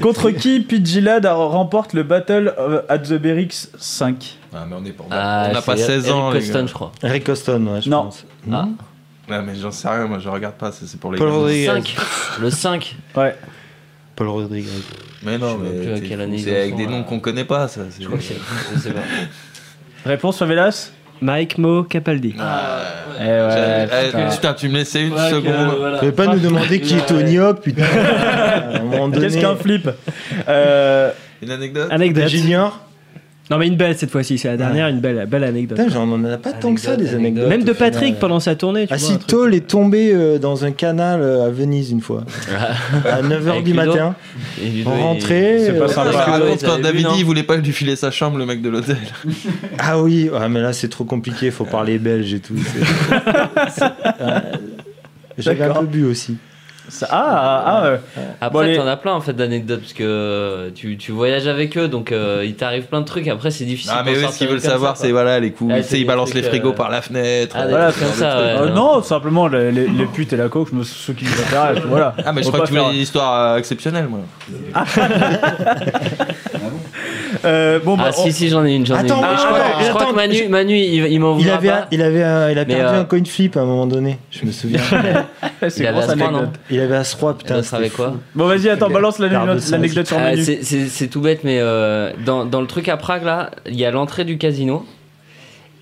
[SPEAKER 3] Contre qui Pidgilad remporte le Battle of- at the Berix 5
[SPEAKER 7] Ah, mais on est pas.
[SPEAKER 8] Ah,
[SPEAKER 7] on n'a pas
[SPEAKER 8] c'est
[SPEAKER 7] 16
[SPEAKER 8] Eric
[SPEAKER 7] ans, les
[SPEAKER 8] Coston,
[SPEAKER 7] gars.
[SPEAKER 8] je crois.
[SPEAKER 6] Rick Coston, ouais, je
[SPEAKER 3] Non.
[SPEAKER 6] pense.
[SPEAKER 8] Ah,
[SPEAKER 7] Non, mais j'en sais rien, moi je regarde pas, c'est c'est pour les
[SPEAKER 6] Paul
[SPEAKER 7] gamins.
[SPEAKER 6] Rodriguez.
[SPEAKER 8] 5. Le 5.
[SPEAKER 3] Ouais.
[SPEAKER 6] Paul Rodriguez.
[SPEAKER 7] Mais non,
[SPEAKER 8] Je sais plus à
[SPEAKER 7] mais
[SPEAKER 8] quelle année
[SPEAKER 7] t'es-
[SPEAKER 8] ils en
[SPEAKER 7] c'est avec
[SPEAKER 8] sont,
[SPEAKER 7] des
[SPEAKER 8] là.
[SPEAKER 7] noms qu'on connaît pas, ça. c'est-
[SPEAKER 8] Je crois que c'est. Je sais pas.
[SPEAKER 3] Réponse Favelas
[SPEAKER 5] Mike Mo Capaldi.
[SPEAKER 7] Euh,
[SPEAKER 3] Eh ouais,
[SPEAKER 7] J'avais- eh,
[SPEAKER 3] putain.
[SPEAKER 7] putain, tu me laissais une
[SPEAKER 8] euh,
[SPEAKER 7] seconde.
[SPEAKER 6] Tu ne pas nous demander qui est Tony Hawk,
[SPEAKER 5] [laughs]
[SPEAKER 6] putain. À
[SPEAKER 8] [laughs]
[SPEAKER 6] un moment donné,
[SPEAKER 3] Qu'est-ce qu'un flip Euh,
[SPEAKER 7] Une anecdote
[SPEAKER 5] Anecdote.
[SPEAKER 6] Junior.
[SPEAKER 5] Non mais une belle cette fois-ci, c'est la dernière, une belle, belle anecdote.
[SPEAKER 6] Putain, j'en on en a pas tant que ça des anecdotes.
[SPEAKER 5] Même de
[SPEAKER 6] au final.
[SPEAKER 5] Patrick pendant sa tournée. Tu
[SPEAKER 6] Ah
[SPEAKER 5] vois,
[SPEAKER 6] si,
[SPEAKER 5] [laughs] un truc.
[SPEAKER 6] Toll est tombé euh, dans un canal euh, à Venise une fois, à 9h
[SPEAKER 8] Avec
[SPEAKER 6] du
[SPEAKER 8] Ludo.
[SPEAKER 6] matin. On rentrait.
[SPEAKER 3] C'est pas
[SPEAKER 6] euh,
[SPEAKER 3] sympa.
[SPEAKER 7] Parce que
[SPEAKER 8] Ah ouais,
[SPEAKER 7] quand
[SPEAKER 8] t'avais vu,
[SPEAKER 7] Davidi
[SPEAKER 8] non
[SPEAKER 7] il voulait pas lui filer sa chambre, le mec de
[SPEAKER 8] [laughs]
[SPEAKER 7] l'hôtel.
[SPEAKER 6] Ah oui, ah, mais là c'est trop compliqué, faut parler belge et tout. c'est- c'est- euh, J'avais un
[SPEAKER 3] D'accord.
[SPEAKER 6] peu bu aussi.
[SPEAKER 3] ça- ah, ah, euh, Bon,
[SPEAKER 8] Après,
[SPEAKER 3] allez.
[SPEAKER 8] t'en as plein en fait d'anecdotes parce que euh, tu, tu voyages avec eux donc euh, il t'arrive plein de trucs. Après, c'est difficile.
[SPEAKER 7] Ah, mais
[SPEAKER 8] d'en
[SPEAKER 7] eux, ce
[SPEAKER 8] sortir
[SPEAKER 7] qu'ils veulent
[SPEAKER 8] comme ça,
[SPEAKER 7] savoir,
[SPEAKER 8] quoi.
[SPEAKER 7] c'est voilà, les coups.
[SPEAKER 8] Ah,
[SPEAKER 7] Tu
[SPEAKER 8] c'est
[SPEAKER 7] sais, ils
[SPEAKER 8] des
[SPEAKER 7] balancent les
[SPEAKER 8] trucs,
[SPEAKER 7] frigos
[SPEAKER 8] euh,
[SPEAKER 7] par la fenêtre.
[SPEAKER 8] Ah, des
[SPEAKER 7] euh,
[SPEAKER 8] trucs comme
[SPEAKER 7] ce genre
[SPEAKER 8] ça,
[SPEAKER 7] de
[SPEAKER 8] ouais.
[SPEAKER 7] trucs.
[SPEAKER 3] euh,
[SPEAKER 8] non.
[SPEAKER 3] non, simplement les, les- les putes et la coke, je me ceux qui nous intéressent. [laughs] Voilà.
[SPEAKER 7] Ah, mais je
[SPEAKER 3] Faut
[SPEAKER 7] crois
[SPEAKER 3] pas
[SPEAKER 7] que tu voulais
[SPEAKER 3] faire-
[SPEAKER 7] une histoire euh, exceptionnelle, moi.
[SPEAKER 8] Ah,
[SPEAKER 3] Euh, bon, bah,
[SPEAKER 8] Ah,
[SPEAKER 3] on-
[SPEAKER 8] si, si, j'en ai une. J'en ai une.
[SPEAKER 6] Attends,
[SPEAKER 8] Mais je
[SPEAKER 6] ah,
[SPEAKER 8] crois,
[SPEAKER 6] ouais,
[SPEAKER 8] je crois
[SPEAKER 6] attends,
[SPEAKER 8] que Manu, Manu il, il m'en
[SPEAKER 6] Il
[SPEAKER 8] voudra
[SPEAKER 6] avait,
[SPEAKER 8] pas.
[SPEAKER 6] il avait, un- il a
[SPEAKER 8] Mais,
[SPEAKER 6] perdu
[SPEAKER 8] euh,
[SPEAKER 6] un coin flip à un moment donné. Je
[SPEAKER 3] [laughs]
[SPEAKER 6] me souviens.
[SPEAKER 3] c'est
[SPEAKER 8] Il
[SPEAKER 3] une
[SPEAKER 8] avait
[SPEAKER 3] grosse
[SPEAKER 8] à ce point,
[SPEAKER 3] anecdote.
[SPEAKER 8] non
[SPEAKER 6] il avait As-3,
[SPEAKER 8] Et
[SPEAKER 6] putain.
[SPEAKER 8] d'autres avec
[SPEAKER 6] c'était
[SPEAKER 8] quoi
[SPEAKER 6] fou.
[SPEAKER 3] Bon, vas-y, attends,
[SPEAKER 6] Il
[SPEAKER 3] balance l'anecdote
[SPEAKER 6] perd
[SPEAKER 3] l'anecdote sur
[SPEAKER 8] Ah,
[SPEAKER 3] Manu.
[SPEAKER 8] c'est- C'est c'est tout bête, mais euh, dans, dans le truc à Prague, là, il y a l'entrée du casino.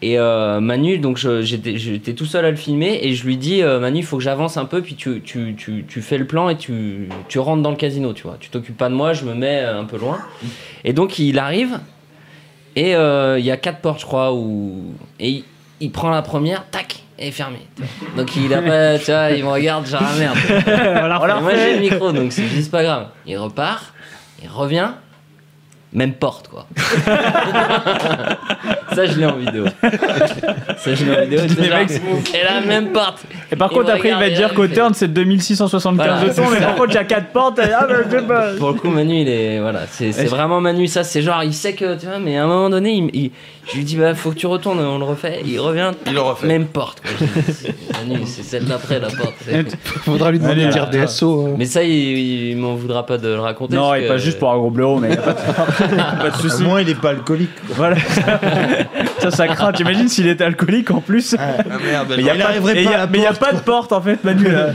[SPEAKER 8] Et euh, Manu, donc je- j'étais j'étais tout seul à le filmer, et je lui dis euh, Manu, il faut que j'avance un peu, puis tu, tu, tu, tu fais le plan et tu, tu rentres dans le casino, tu vois. Tu t'occupes pas de moi, je me mets euh, un peu loin. Et donc il arrive, et euh, il y a quatre portes, je crois, où. Et il, il prend la première, tac, et fermée. tu vois. Donc il a pas, tu vois, il me regarde, genre ah, merde.
[SPEAKER 3] [laughs]
[SPEAKER 5] Voilà.
[SPEAKER 8] Et moi j'ai le micro donc c'est juste pas grave. Il repart, il revient, même porte
[SPEAKER 3] [laughs]
[SPEAKER 8] quoi. ça je l'ai en vidéo. Ça je l'ai en
[SPEAKER 6] [laughs]
[SPEAKER 8] vidéo.
[SPEAKER 3] Les
[SPEAKER 8] Genre,
[SPEAKER 3] mecs, c'est
[SPEAKER 8] et la même porte.
[SPEAKER 3] Et par
[SPEAKER 8] Et
[SPEAKER 3] contre,
[SPEAKER 8] vous
[SPEAKER 3] après, il va te
[SPEAKER 8] regardez
[SPEAKER 3] dire
[SPEAKER 8] là,
[SPEAKER 3] qu'au
[SPEAKER 8] il fait-
[SPEAKER 3] turn, c'est 2675
[SPEAKER 8] Voilà,
[SPEAKER 3] de ton,
[SPEAKER 8] c'est
[SPEAKER 3] mais
[SPEAKER 8] ça.
[SPEAKER 3] par contre, il y a 4 portes. et- Ah, bah, je sais pas.
[SPEAKER 8] Pour le coup Manu il est voilà c'est c'est vraiment Manu ça c'est genre il sait que tu vois mais à un moment donné il, il- je lui dis bah faut que tu retournes on le refait il revient
[SPEAKER 7] Il le refait.
[SPEAKER 8] même porte quoi. Je dis, Manu c'est celle d'après la porte. c'est tout.
[SPEAKER 4] Faudra lui demander de dire hein. des assauts.
[SPEAKER 8] Mais ça il, il m'en voudra pas de le raconter.
[SPEAKER 3] Non,
[SPEAKER 8] parce
[SPEAKER 3] et
[SPEAKER 8] que-
[SPEAKER 3] pas juste pour un gros blaireau, mais y a
[SPEAKER 8] [laughs]
[SPEAKER 3] pas de, pas de
[SPEAKER 6] Ah, Au
[SPEAKER 3] soucis.
[SPEAKER 6] moins, il est pas alcoolique. quoi.
[SPEAKER 3] Voilà. ça, ça craint. T'imagines s'il était alcoolique en plus
[SPEAKER 7] Ah merde,
[SPEAKER 3] Mais y a
[SPEAKER 6] il
[SPEAKER 3] pas-
[SPEAKER 6] arriverait
[SPEAKER 3] et
[SPEAKER 6] pas
[SPEAKER 3] y a-
[SPEAKER 6] à la
[SPEAKER 3] Mais il n'y a pas de porte en fait, Manu. Là.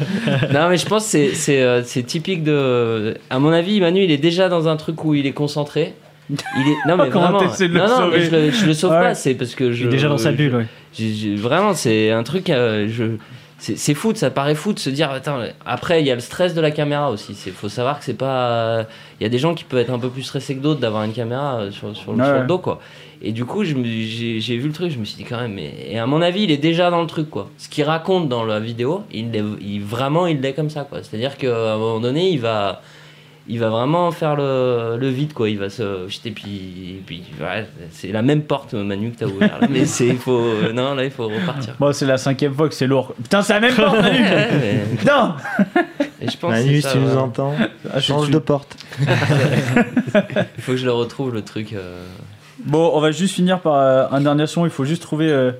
[SPEAKER 8] Non, mais je pense que c'est- c'est euh, c'est typique de. À mon avis, Manu, il est déjà dans un truc où il est concentré. Il est... Non, mais
[SPEAKER 3] [laughs] Comment
[SPEAKER 8] vraiment.
[SPEAKER 3] t'essaies de le
[SPEAKER 8] non, non, mais
[SPEAKER 3] sauver
[SPEAKER 8] je le, je le sauve
[SPEAKER 3] Ouais.
[SPEAKER 8] pas, c'est parce que je.
[SPEAKER 5] Il est déjà dans sa bulle, ouais.
[SPEAKER 8] j'ai- j'ai- Vraiment, c'est un truc. euh, je... C'est c'est fou, ça paraît fou de se dire. Attends, après, il y a le stress de la caméra aussi. Il faut savoir que c'est pas. Il y a des gens qui peuvent être un peu plus stressés que d'autres d'avoir une caméra euh, sur, sur,
[SPEAKER 3] Ouais.
[SPEAKER 8] sur le dos, quoi. Et du coup, je me- j'ai j'ai vu le truc, je me suis dit quand même. mais- Et à mon avis, il est déjà dans le truc, quoi. Ce qu'il raconte dans la vidéo, il, l'est- il- vraiment, il l'est comme ça, quoi. C'est-à-dire qu'à un moment donné, il va, il va vraiment faire le, le vide, quoi. Il va se. Et puis, et puis ouais, c'est la même porte, Manu, que t'as ouvert. [laughs] là. Mais c'est, il faut. euh, Non, là, il faut repartir.
[SPEAKER 3] [laughs] Bon, c'est la cinquième fois que c'est lourd. Putain, c'est la même porte,
[SPEAKER 8] Ouais,
[SPEAKER 3] [laughs] Manu.
[SPEAKER 8] mais-
[SPEAKER 3] Putain
[SPEAKER 8] et je pense que
[SPEAKER 6] Manu,
[SPEAKER 8] c'est ça,
[SPEAKER 6] si
[SPEAKER 8] Ah,
[SPEAKER 6] tu nous
[SPEAKER 8] voilà.
[SPEAKER 6] entends,
[SPEAKER 3] Ah, je
[SPEAKER 6] change
[SPEAKER 3] suis- [laughs]
[SPEAKER 6] de porte.
[SPEAKER 8] [laughs] Il faut que je le retrouve, le truc. euh,
[SPEAKER 3] Bon, on va juste finir par euh, un dernier son. Il faut juste trouver euh,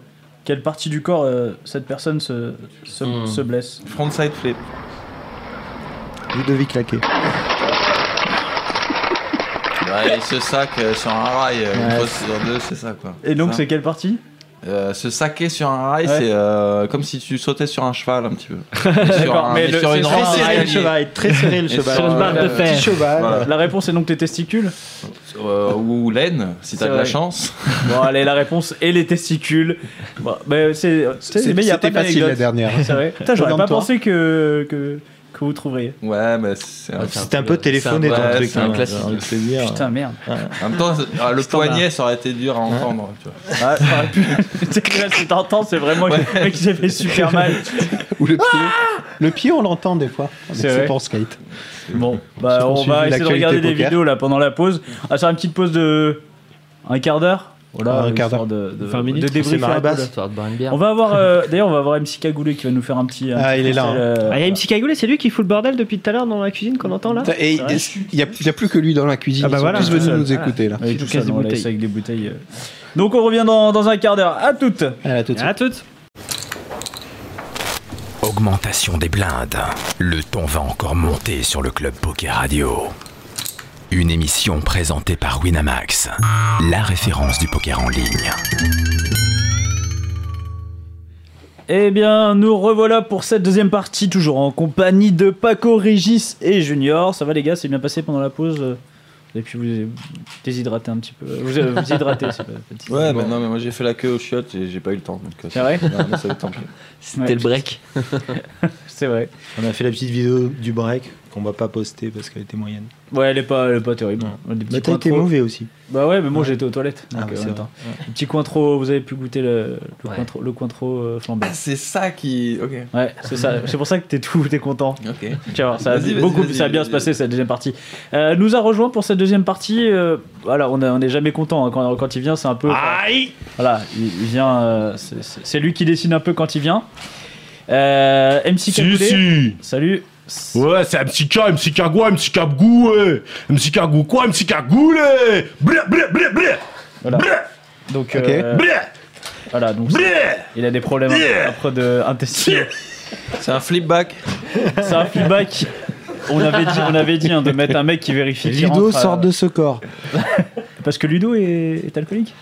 [SPEAKER 3] quelle partie du corps euh, cette personne se, se,
[SPEAKER 8] Hmm.
[SPEAKER 3] se blesse.
[SPEAKER 7] Frontside flip.
[SPEAKER 6] Ludovic
[SPEAKER 3] [laughs]
[SPEAKER 6] Laquet.
[SPEAKER 7] Ouais, et ce sac euh, sur un rail, euh, une fois
[SPEAKER 6] Ouais.
[SPEAKER 7] sur deux, c'est ça quoi.
[SPEAKER 3] Et donc,
[SPEAKER 7] Ça.
[SPEAKER 3] c'est quelle partie
[SPEAKER 7] Euh, se saquer sur un rail,
[SPEAKER 3] Ouais.
[SPEAKER 7] c'est euh, comme si tu sautais sur un cheval un petit
[SPEAKER 3] [laughs]
[SPEAKER 7] peu. Mais sur, un-
[SPEAKER 3] mais le-
[SPEAKER 7] sur
[SPEAKER 3] c'est
[SPEAKER 7] une
[SPEAKER 3] sur un
[SPEAKER 7] rampe
[SPEAKER 3] rail,
[SPEAKER 7] escalier.
[SPEAKER 6] le cheval,
[SPEAKER 7] [laughs]
[SPEAKER 6] très serré le
[SPEAKER 7] Et
[SPEAKER 6] cheval.
[SPEAKER 5] Sur une barre de
[SPEAKER 7] euh,
[SPEAKER 5] fer.
[SPEAKER 6] Petit cheval.
[SPEAKER 7] Voilà.
[SPEAKER 3] La réponse est donc tes testicules
[SPEAKER 7] Euh, ou laine, si
[SPEAKER 3] C'est
[SPEAKER 7] t'as de la
[SPEAKER 3] vrai.
[SPEAKER 7] chance.
[SPEAKER 3] [laughs] Bon, allez, la réponse et les testicules. Bon, bah, c'est, c'est- mais il y a
[SPEAKER 4] C'était
[SPEAKER 3] pas
[SPEAKER 4] facile la
[SPEAKER 3] d'anecdote.
[SPEAKER 4] dernière. [laughs]
[SPEAKER 3] C'est vrai. Putain, j'aurais pas
[SPEAKER 4] Demande-toi.
[SPEAKER 3] pensé que, que, que vous trouveriez.
[SPEAKER 7] Ouais, mais c'est un-
[SPEAKER 8] c'est
[SPEAKER 6] C'était un peu téléphoné
[SPEAKER 7] c'est un-
[SPEAKER 6] ton
[SPEAKER 7] ouais,
[SPEAKER 6] truc.
[SPEAKER 7] c'est un
[SPEAKER 6] hein,
[SPEAKER 8] classique.
[SPEAKER 6] j'ai envie de te dire.
[SPEAKER 3] Putain, merde.
[SPEAKER 7] En même temps, ah, le
[SPEAKER 3] Standard.
[SPEAKER 7] poignet, ça aurait été dur à entendre. tu vois.
[SPEAKER 3] Ah, ça aurait pu- Tu sais que là, si t'entends, c'est vraiment
[SPEAKER 7] Ouais.
[SPEAKER 3] le mec qui s'est fait
[SPEAKER 4] [laughs]
[SPEAKER 3] super mal.
[SPEAKER 4] Ou le pied. Le pied, on l'entend des fois. Mais
[SPEAKER 3] C'est vrai.
[SPEAKER 4] C'est pour skate.
[SPEAKER 3] Bon,
[SPEAKER 4] Ceux
[SPEAKER 3] bah,
[SPEAKER 4] qui ont
[SPEAKER 3] on va
[SPEAKER 4] suivi
[SPEAKER 3] essayer de
[SPEAKER 4] l'actualité
[SPEAKER 3] regarder des
[SPEAKER 4] poker.
[SPEAKER 3] vidéos là pendant la pause. On va faire une petite pause de un quart d'heure. Voilà, euh,
[SPEAKER 4] Un quart
[SPEAKER 3] histoire de, de,
[SPEAKER 5] 20 minutes.
[SPEAKER 3] de débriefer
[SPEAKER 6] C'est marré
[SPEAKER 3] un peu,
[SPEAKER 6] basse.
[SPEAKER 3] là.
[SPEAKER 8] Histoire de boire une bière.
[SPEAKER 3] On va avoir, euh, d'ailleurs, on va avoir MC Cagoulé qui va nous faire un petit. un
[SPEAKER 4] Ah,
[SPEAKER 3] petit
[SPEAKER 4] il est là,
[SPEAKER 3] conseil, euh,
[SPEAKER 5] Ah, il y a MC Cagoulé, c'est lui qui fout le bordel depuis tout à l'heure dans la cuisine qu'on entend là
[SPEAKER 4] Et
[SPEAKER 3] vrai.
[SPEAKER 4] il n'y a, il y a plus que lui dans la cuisine.
[SPEAKER 5] Ah bah
[SPEAKER 4] Ils sont
[SPEAKER 5] voilà.
[SPEAKER 4] tous venus
[SPEAKER 3] Tout
[SPEAKER 4] nous
[SPEAKER 3] seul.
[SPEAKER 4] écouter là.
[SPEAKER 3] avec,
[SPEAKER 5] Qui
[SPEAKER 3] tout
[SPEAKER 5] nous
[SPEAKER 3] ça,
[SPEAKER 5] casse des
[SPEAKER 3] on l'a
[SPEAKER 5] bouteilles.
[SPEAKER 3] laissé avec des bouteilles. euh. Donc on revient dans, dans un quart d'heure. À toutes.
[SPEAKER 4] À la toute
[SPEAKER 5] À toutes
[SPEAKER 1] Augmentation des blindes. Le ton va encore monter sur le Club Poker Radio. Une émission présentée par Winamax, la référence du poker en ligne.
[SPEAKER 3] Eh bien, nous revoilà pour cette deuxième partie, toujours en compagnie de Paco, Régis et Junior. Ça va les gars, c'est bien passé pendant la pause euh, Et puis vous déshydratez un petit peu. Vous euh, vous hydratez, c'est pas pas
[SPEAKER 4] bah,
[SPEAKER 7] Ouais,
[SPEAKER 3] bon.
[SPEAKER 7] mais non, mais moi j'ai fait la queue au chiottes et j'ai pas eu le temps. donc, euh,
[SPEAKER 3] C'est vrai
[SPEAKER 7] non, mais ça, tant pis.
[SPEAKER 8] C'était
[SPEAKER 3] Ouais.
[SPEAKER 8] le
[SPEAKER 3] [laughs]
[SPEAKER 8] break.
[SPEAKER 3] C'est vrai.
[SPEAKER 6] On a fait la petite vidéo du break qu'on va pas poster parce qu'elle était moyenne.
[SPEAKER 3] Ouais, elle est pas, elle est pas terrible.
[SPEAKER 6] Non.
[SPEAKER 3] Des petits
[SPEAKER 6] Mais t'as
[SPEAKER 3] coins
[SPEAKER 6] été
[SPEAKER 3] trop-
[SPEAKER 6] mauvais aussi.
[SPEAKER 3] Bah ouais, mais moi
[SPEAKER 6] Ouais.
[SPEAKER 3] j'étais aux toilettes.
[SPEAKER 6] Ah,
[SPEAKER 3] donc,
[SPEAKER 6] bah,
[SPEAKER 3] euh,
[SPEAKER 6] c'est
[SPEAKER 3] en même
[SPEAKER 6] vrai.
[SPEAKER 3] temps. Petit coin trop, vous avez pu goûter le, le
[SPEAKER 8] Ouais.
[SPEAKER 3] coin trop, le coin trop euh, flambant.
[SPEAKER 7] Ah, c'est ça qui. Ok.
[SPEAKER 3] Ouais, c'est ça. C'est pour ça que t'es tout, t'es content.
[SPEAKER 7] Ok.
[SPEAKER 3] Tu vas voir, ça a,
[SPEAKER 7] Vas-y, vas-y,
[SPEAKER 3] beaucoup,
[SPEAKER 7] vas-y,
[SPEAKER 3] ça a bien
[SPEAKER 7] vas-y.
[SPEAKER 3] se passer cette deuxième partie. Euh, nous a rejoint pour cette deuxième partie. euh, voilà, on a- on n'est jamais content hein, quand, quand il vient, c'est un peu. Voilà, il, il vient. euh, c'est- c'est c'est lui qui décide un peu quand il vient. Euh, MC Kakouté.
[SPEAKER 9] si
[SPEAKER 3] Salut.
[SPEAKER 9] Ouais, c'est MC K, MC Kagwa, MC Kabgou, ouais. MC Kagou quoi, MC Kagou, les Blé, blé, blé, blé
[SPEAKER 3] Voilà.
[SPEAKER 9] Blé,
[SPEAKER 3] Donc, euh,
[SPEAKER 9] blé,
[SPEAKER 3] voilà, donc
[SPEAKER 9] blé
[SPEAKER 3] il a des problèmes un-
[SPEAKER 9] Yeah.
[SPEAKER 3] après de intestinaux.
[SPEAKER 7] [laughs] C'est un flip back.
[SPEAKER 3] C'est un feedback. On avait dit, on avait dit hein, de mettre un mec qui vérifie. qu'il
[SPEAKER 4] Lido
[SPEAKER 3] rentre euh, à-
[SPEAKER 4] sort de ce corps.
[SPEAKER 3] [laughs] Parce que Ludo est, est alcoolique.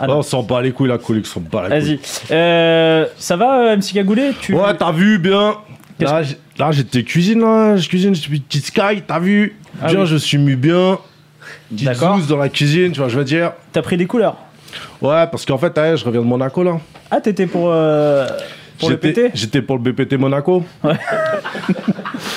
[SPEAKER 3] Ah non.
[SPEAKER 9] Ah, on s'en bat les couilles, la collègue s'en bat les couilles.
[SPEAKER 3] Vas-y. Euh, ça va, euh, MC Cagoulé tu...
[SPEAKER 9] Ouais, t'as vu, bien.
[SPEAKER 3] Qu'est-ce
[SPEAKER 9] Là, j'ai- là, j'étais cuisine, là. Je cuisine, je suis petite Sky, t'as vu
[SPEAKER 3] Ah
[SPEAKER 9] Bien,
[SPEAKER 3] oui.
[SPEAKER 9] je suis mis bien. Petite
[SPEAKER 3] D'accord.
[SPEAKER 9] zouze dans la cuisine, tu vois, je veux dire.
[SPEAKER 3] T'as pris des couleurs.
[SPEAKER 9] Ouais, parce qu'en fait, ouais, je reviens de Monaco, là.
[SPEAKER 3] Ah, t'étais pour, euh, pour le
[SPEAKER 9] J'étais-
[SPEAKER 3] PT
[SPEAKER 9] J'étais pour le BPT Monaco. [laughs]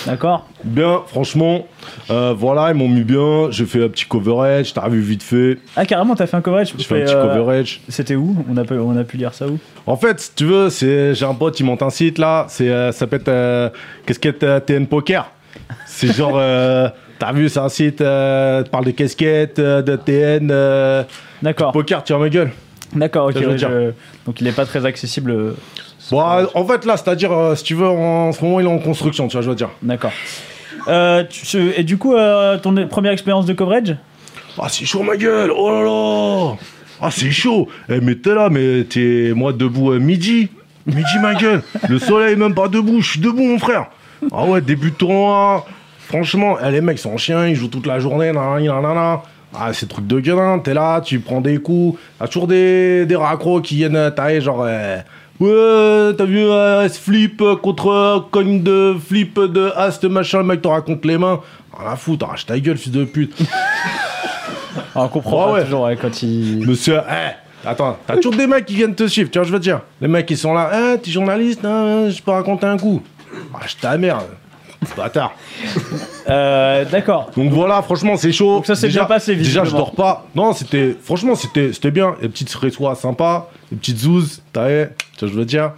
[SPEAKER 3] D'accord.
[SPEAKER 9] Bien, franchement, euh, voilà, ils m'ont mis bien. J'ai fait un petit coverage, t'as vu vite fait.
[SPEAKER 3] Ah, carrément, t'as fait un coverage.
[SPEAKER 9] Je fais un petit
[SPEAKER 3] euh,
[SPEAKER 9] coverage.
[SPEAKER 3] C'était où on a, pu, on a pu lire ça où
[SPEAKER 9] En fait, si tu veux, c'est j'ai un pote, il monte un site là. C'est euh, ça s'appelle euh, casquette euh, TN Poker.
[SPEAKER 3] [laughs]
[SPEAKER 9] C'est genre, euh, t'as vu, c'est un site. Euh, parle de casquettes, euh, de TN euh,
[SPEAKER 3] D'accord.
[SPEAKER 9] poker. Tu vois ma gueule.
[SPEAKER 3] D'accord, ok.
[SPEAKER 9] Ça, je veux
[SPEAKER 3] ouais,
[SPEAKER 9] dire.
[SPEAKER 3] je- Donc il est pas très accessible. euh,
[SPEAKER 9] Bon, euh, en fait, là, c'est-à-dire, euh, si tu veux, en, en ce moment, il est en construction. Tu vois, je veux dire.
[SPEAKER 3] D'accord. Euh, tu- tu- et du coup, euh, ton première expérience de coverage
[SPEAKER 9] Ah, c'est chaud, ma gueule. Oh là là. Ah, c'est chaud. Eh, mais t'es là, mais t'es moi debout à midi. Midi, ma gueule. Le soleil est même pas debout. Je suis debout, mon frère. Ah ouais, début de tournoi. Franchement, eh, les mecs sont chiens. Ils jouent toute la journée. Nanani, nanana. Ah, c'est truc de gueulin. T'es là, tu prends des coups. T'as toujours des, des raccros qui viennent tailler, genre. euh, Ouais, t'as vu euh, As flip euh, contre euh, cogne de flip de As de machin, le mec te raconte les mains. Ah la foutre, arrache ta gueule, fils de pute.
[SPEAKER 3] Ah, On comprend
[SPEAKER 9] Ah
[SPEAKER 3] pas
[SPEAKER 9] ouais.
[SPEAKER 3] toujours ouais, quand il.
[SPEAKER 9] Monsieur, eh, attends, t'as toujours des mecs qui viennent te suivre, tu vois, je veux dire. Les mecs, ils sont là, eh, t'es journaliste, hein, je peux raconter un coup. Ah, je ta mère, euh, bâtard.
[SPEAKER 3] Euh, D'accord.
[SPEAKER 9] Donc voilà, franchement, c'est chaud.
[SPEAKER 3] Donc ça s'est
[SPEAKER 9] Déjà-
[SPEAKER 3] bien passé,
[SPEAKER 9] Déjà, je
[SPEAKER 3] visiblement.
[SPEAKER 9] dors pas. Non, c'était, franchement, c'était c'était bien. Les petites résois sympas, les petites zouzes, t'as vu, tu vois, je veux dire.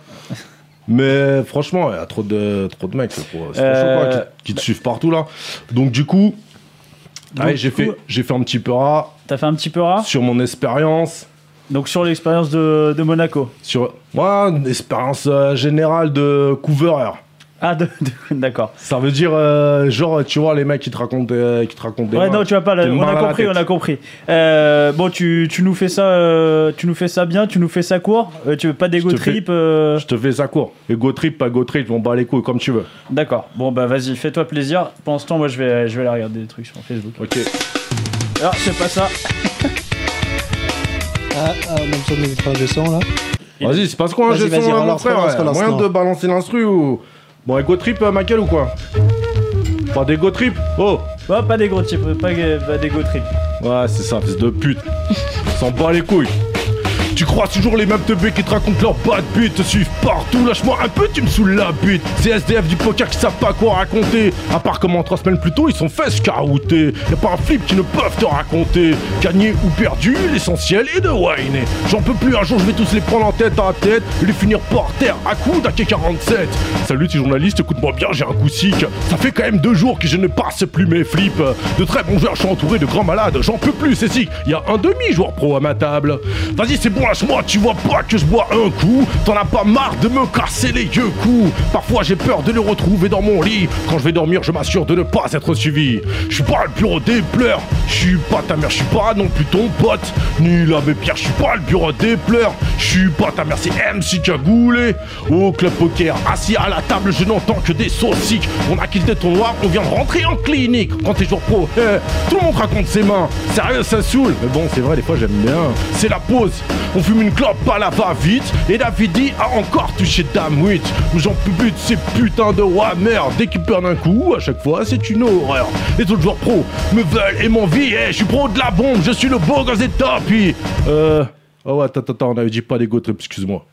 [SPEAKER 9] Mais franchement, il y a trop de, trop de mecs, c'est trop, c'est trop
[SPEAKER 3] Euh,
[SPEAKER 9] chaud, quoi, qui, qui te suivent partout, là. Donc du coup,
[SPEAKER 3] Donc,
[SPEAKER 9] Ah ouais, j'ai
[SPEAKER 3] du coup-
[SPEAKER 9] fait, j'ai fait un petit peu rat
[SPEAKER 3] T'as fait un petit peu rare
[SPEAKER 9] sur mon expérience.
[SPEAKER 3] Donc sur l'expérience de, de Monaco.
[SPEAKER 9] Sur moi, une expérience euh, générale de couvreur.
[SPEAKER 3] Ah, de- de- [laughs] d'accord.
[SPEAKER 9] Ça veut dire, euh, genre, tu vois, les mecs qui te racontent, euh, qui te racontent des
[SPEAKER 3] Ouais,
[SPEAKER 9] mains.
[SPEAKER 3] non, tu vas pas. là,
[SPEAKER 9] T'es
[SPEAKER 3] on
[SPEAKER 9] mal
[SPEAKER 3] a
[SPEAKER 9] à la
[SPEAKER 3] compris,
[SPEAKER 9] tête.
[SPEAKER 3] on a compris. Euh, bon, tu, tu nous fais ça, euh, tu nous fais ça bien, tu nous fais ça court. euh, tu veux pas
[SPEAKER 9] Je
[SPEAKER 3] d'égo
[SPEAKER 9] te fais-
[SPEAKER 3] trip euh,
[SPEAKER 9] Je te fais ça court. Et go trip, pas go trip, on bat les couilles comme tu veux.
[SPEAKER 3] D'accord. Bon bah vas-y, fais-toi plaisir. Pendant ce temps, moi je vais, je vais aller regarder des trucs sur Facebook.
[SPEAKER 9] Ok.
[SPEAKER 3] Ah, c'est pas ça.
[SPEAKER 4] Ah, ah, même ça, mes frères de sang là.
[SPEAKER 3] Il-
[SPEAKER 9] Vas-y, c'est parce qu'on a
[SPEAKER 4] Vas-y,
[SPEAKER 9] j'ai
[SPEAKER 4] vas-y,
[SPEAKER 9] son hein, mon
[SPEAKER 4] relance,
[SPEAKER 9] frère.
[SPEAKER 4] relance,
[SPEAKER 9] ouais.
[SPEAKER 4] relance,
[SPEAKER 9] Moyen
[SPEAKER 4] non.
[SPEAKER 9] de balancer l'instru ou. Bon, et go trip, euh, ma gueule ou quoi Pas des go trip Oh
[SPEAKER 3] Oh, pas d'égo trip, pas, pas d'égo trip.
[SPEAKER 9] Ouais, c'est ça, fils de
[SPEAKER 3] [laughs]
[SPEAKER 9] pute. S'en bat les couilles. Tu crois toujours les mêmes teubés qui te racontent leur pas de but, te suivent partout, lâche-moi un peu, tu me saoules la bute. Ces SDF du poker qui savent pas quoi raconter. À part comment trois semaines plus tôt, ils sont fesses caroutés. Y'a pas un flip qui ne peuvent te raconter. Gagné ou perdu, l'essentiel est de whiner. J'en peux plus, un jour je vais tous les prendre en tête à tête, et les finir par terre à coups d'AK-47. Salut, tes journalistes, écoute-moi bien, j'ai un coup sick. Ça fait quand même deux jours que je ne passe plus mes flips. De très bons joueurs, je suis entouré de grands malades. J'en peux plus, c'est si. Il y a un demi-joueur pro à ma table. Vas-y, c'est bon, lâche-moi, tu vois pas que je bois un coup. T'en as pas marre de me casser les yeux coups. Parfois, j'ai peur de le retrouver dans mon lit. Quand je vais dormir, je m'assure de ne pas être suivi. Je suis pas le bureau des pleurs. Je suis pas ta mère, je suis pas non plus ton pote. Ni l'abbé Pierre, je suis pas le bureau des pleurs. Je suis pas ta mère, c'est MC Cagoulé. Au club poker, assis à la table, je n'entends que des sauciques. On a quitté ton noir, on vient de rentrer en clinique. Quand t'es jour pro, [laughs] eh, tout le monde raconte ses mains. Sérieux, ça saoule. Mais bon, c'est vrai, des fois j'aime bien. C'est la pause. On fume une clope à la va-vite. Et Davidi a encore touché Dame 8. Où j'en publie de ces putains de Whammer. Dès qu'ils perdent un coup, à chaque fois, c'est une horreur. Les autres joueurs pro me veulent et m'envient. Eh, je suis pro de la bombe, je suis le beau gars des top. Puis, euh. Oh, attends, attends, attends, on avait dit pas d'ego trip, excuse-moi.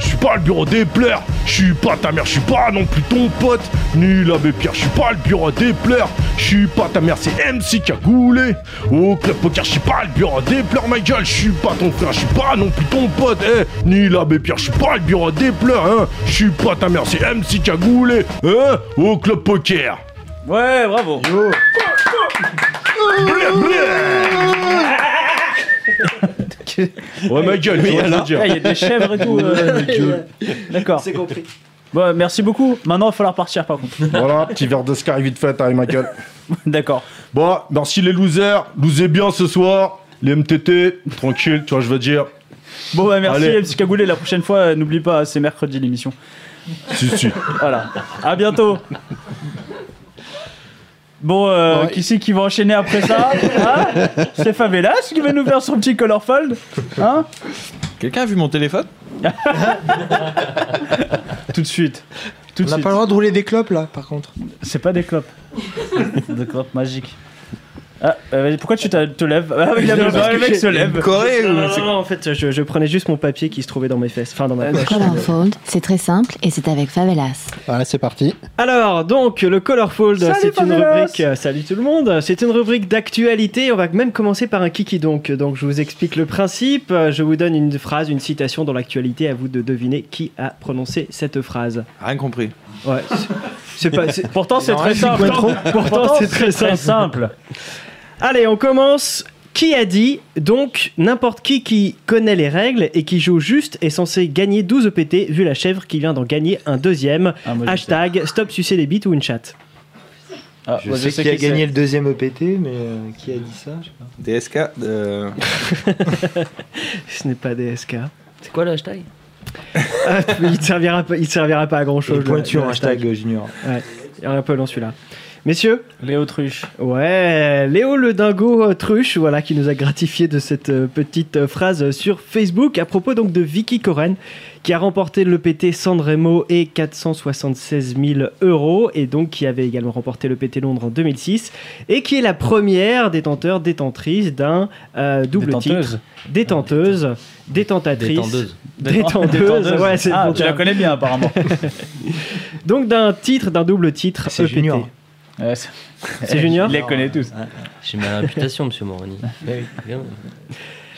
[SPEAKER 9] Je suis pas le bureau des pleurs, je suis pas ta mère, je suis pas non plus ton pote, ni l'abbé Pierre, je suis pas le bureau des pleurs, je suis pas ta mère, c'est MC qui a goulé. Au club poker, je suis pas le bureau des pleurs, ma gueule, je suis pas ton frère, je suis pas non plus ton pote, eh, ni l'abbé Pierre, je suis pas le bureau des pleurs, hein, je suis pas ta mère, c'est MC qui a goulé, hein, au club poker.
[SPEAKER 3] Ouais, bravo.
[SPEAKER 9] Blé, blé. Ouais, ma gueule, tu vois ce que je veux dire.
[SPEAKER 3] Ah, Il y a des chèvres
[SPEAKER 5] [laughs]
[SPEAKER 3] et tout. euh, D'accord.
[SPEAKER 5] C'est compris.
[SPEAKER 3] Bon, merci beaucoup. Maintenant, il va falloir partir par contre.
[SPEAKER 9] [laughs] Voilà, petit verre de Sky vite fait, allez ma gueule.
[SPEAKER 3] [laughs] D'accord.
[SPEAKER 9] Bon, merci les losers, losez bien ce soir. Les MTT, tranquille, tu vois, je veux dire.
[SPEAKER 3] Bon, bah, merci,
[SPEAKER 9] Allez.
[SPEAKER 3] MC Cagoulé. La prochaine fois, euh, n'oublie pas, c'est mercredi l'émission.
[SPEAKER 9] Si, si.
[SPEAKER 3] Voilà. À bientôt. Bon, euh,
[SPEAKER 4] Ouais.
[SPEAKER 3] qui c'est qui va enchaîner après ça Hein C'est Favelas qui va nous faire son petit color fold Hein
[SPEAKER 7] Quelqu'un a vu mon téléphone
[SPEAKER 3] Tout de suite. Tout
[SPEAKER 11] On
[SPEAKER 3] de
[SPEAKER 11] n'a
[SPEAKER 3] suite.
[SPEAKER 11] pas le droit de rouler des clopes là, par contre.
[SPEAKER 3] C'est pas des clopes. des clopes magiques. Ah, euh, vas-y, pourquoi tu t'as- te lèves Ah, avec la main, le mec se lève.
[SPEAKER 7] Corée
[SPEAKER 5] Non, non, non, en fait, je, je prenais juste mon papier qui se trouvait dans mes fesses, enfin dans
[SPEAKER 2] Ah,
[SPEAKER 5] ma poche. Euh,
[SPEAKER 2] Colorfold, c'est très simple et c'est avec Favelas.
[SPEAKER 11] Voilà, c'est parti.
[SPEAKER 5] Alors, donc, le Colorfold,
[SPEAKER 3] Salut,
[SPEAKER 5] c'est une
[SPEAKER 3] Favelas
[SPEAKER 5] rubrique. euh, Salut tout le monde. C'est une rubrique d'actualité. On va même commencer par un kiki donc. Donc, je vous explique le principe. Euh, Je vous donne une phrase, une citation dans l'actualité. À vous de deviner qui a prononcé cette phrase.
[SPEAKER 7] Rien compris.
[SPEAKER 5] Ouais. c'est- C'est pas. c'est-
[SPEAKER 3] Pourtant, c'est
[SPEAKER 11] Non,
[SPEAKER 3] très
[SPEAKER 11] je suis
[SPEAKER 3] simple.
[SPEAKER 11] Cointreau.
[SPEAKER 3] [laughs] Pourtant, c'est très
[SPEAKER 5] simple.
[SPEAKER 3] simple.
[SPEAKER 5] Allez, on commence. Qui a dit Donc, n'importe qui qui connaît les règles et qui joue juste est censé gagner 12 EPT vu la chèvre qui vient d'en gagner un deuxième.
[SPEAKER 3] Ah, moi, je sais.
[SPEAKER 5] Hashtag stop sucer les bites ou une chatte. [laughs]
[SPEAKER 3] Ah,
[SPEAKER 6] Je
[SPEAKER 3] moi,
[SPEAKER 6] sais qui a
[SPEAKER 3] c'est.
[SPEAKER 6] gagné le deuxième EPT, mais euh, qui a dit ça je sais pas.
[SPEAKER 7] DSK euh,
[SPEAKER 6] [laughs]
[SPEAKER 5] Ce n'est pas DSK.
[SPEAKER 8] C'est quoi le hashtag
[SPEAKER 5] Ah, [laughs] il ne servira, pas- il te servira pas à grand
[SPEAKER 6] Et
[SPEAKER 5] chose.
[SPEAKER 6] pointu en hashtag euh, junior.
[SPEAKER 5] Il est un peu long celui-là. Messieurs,
[SPEAKER 3] Les autruches.
[SPEAKER 5] ouais, Léo le dingo euh, truche, voilà, qui nous a gratifié de cette euh, petite euh, phrase sur Facebook à propos donc de Vicky Coren, qui a remporté le PT Sanremo et 476 000 euros, et donc qui avait également remporté le PT Londres en 2006, et qui est la première détenteur détentrice d'un euh, double titre, détenteuse, détentatrice,
[SPEAKER 8] Détenteuse.
[SPEAKER 5] détenteuse, ouais, c'est le
[SPEAKER 3] Ah,
[SPEAKER 5] bon
[SPEAKER 3] tu la
[SPEAKER 5] terme.
[SPEAKER 3] connais bien apparemment.
[SPEAKER 5] [laughs] Donc d'un titre, d'un double titre
[SPEAKER 6] C'est
[SPEAKER 5] EPT.
[SPEAKER 6] junior.
[SPEAKER 3] Ouais, c'est-
[SPEAKER 5] C'est
[SPEAKER 3] [laughs]
[SPEAKER 6] Eh,
[SPEAKER 5] Junior
[SPEAKER 3] Il les connaît tous.
[SPEAKER 6] Ah,
[SPEAKER 8] J'ai ma réputation, monsieur
[SPEAKER 6] [laughs]
[SPEAKER 8] Moroni.
[SPEAKER 6] Eh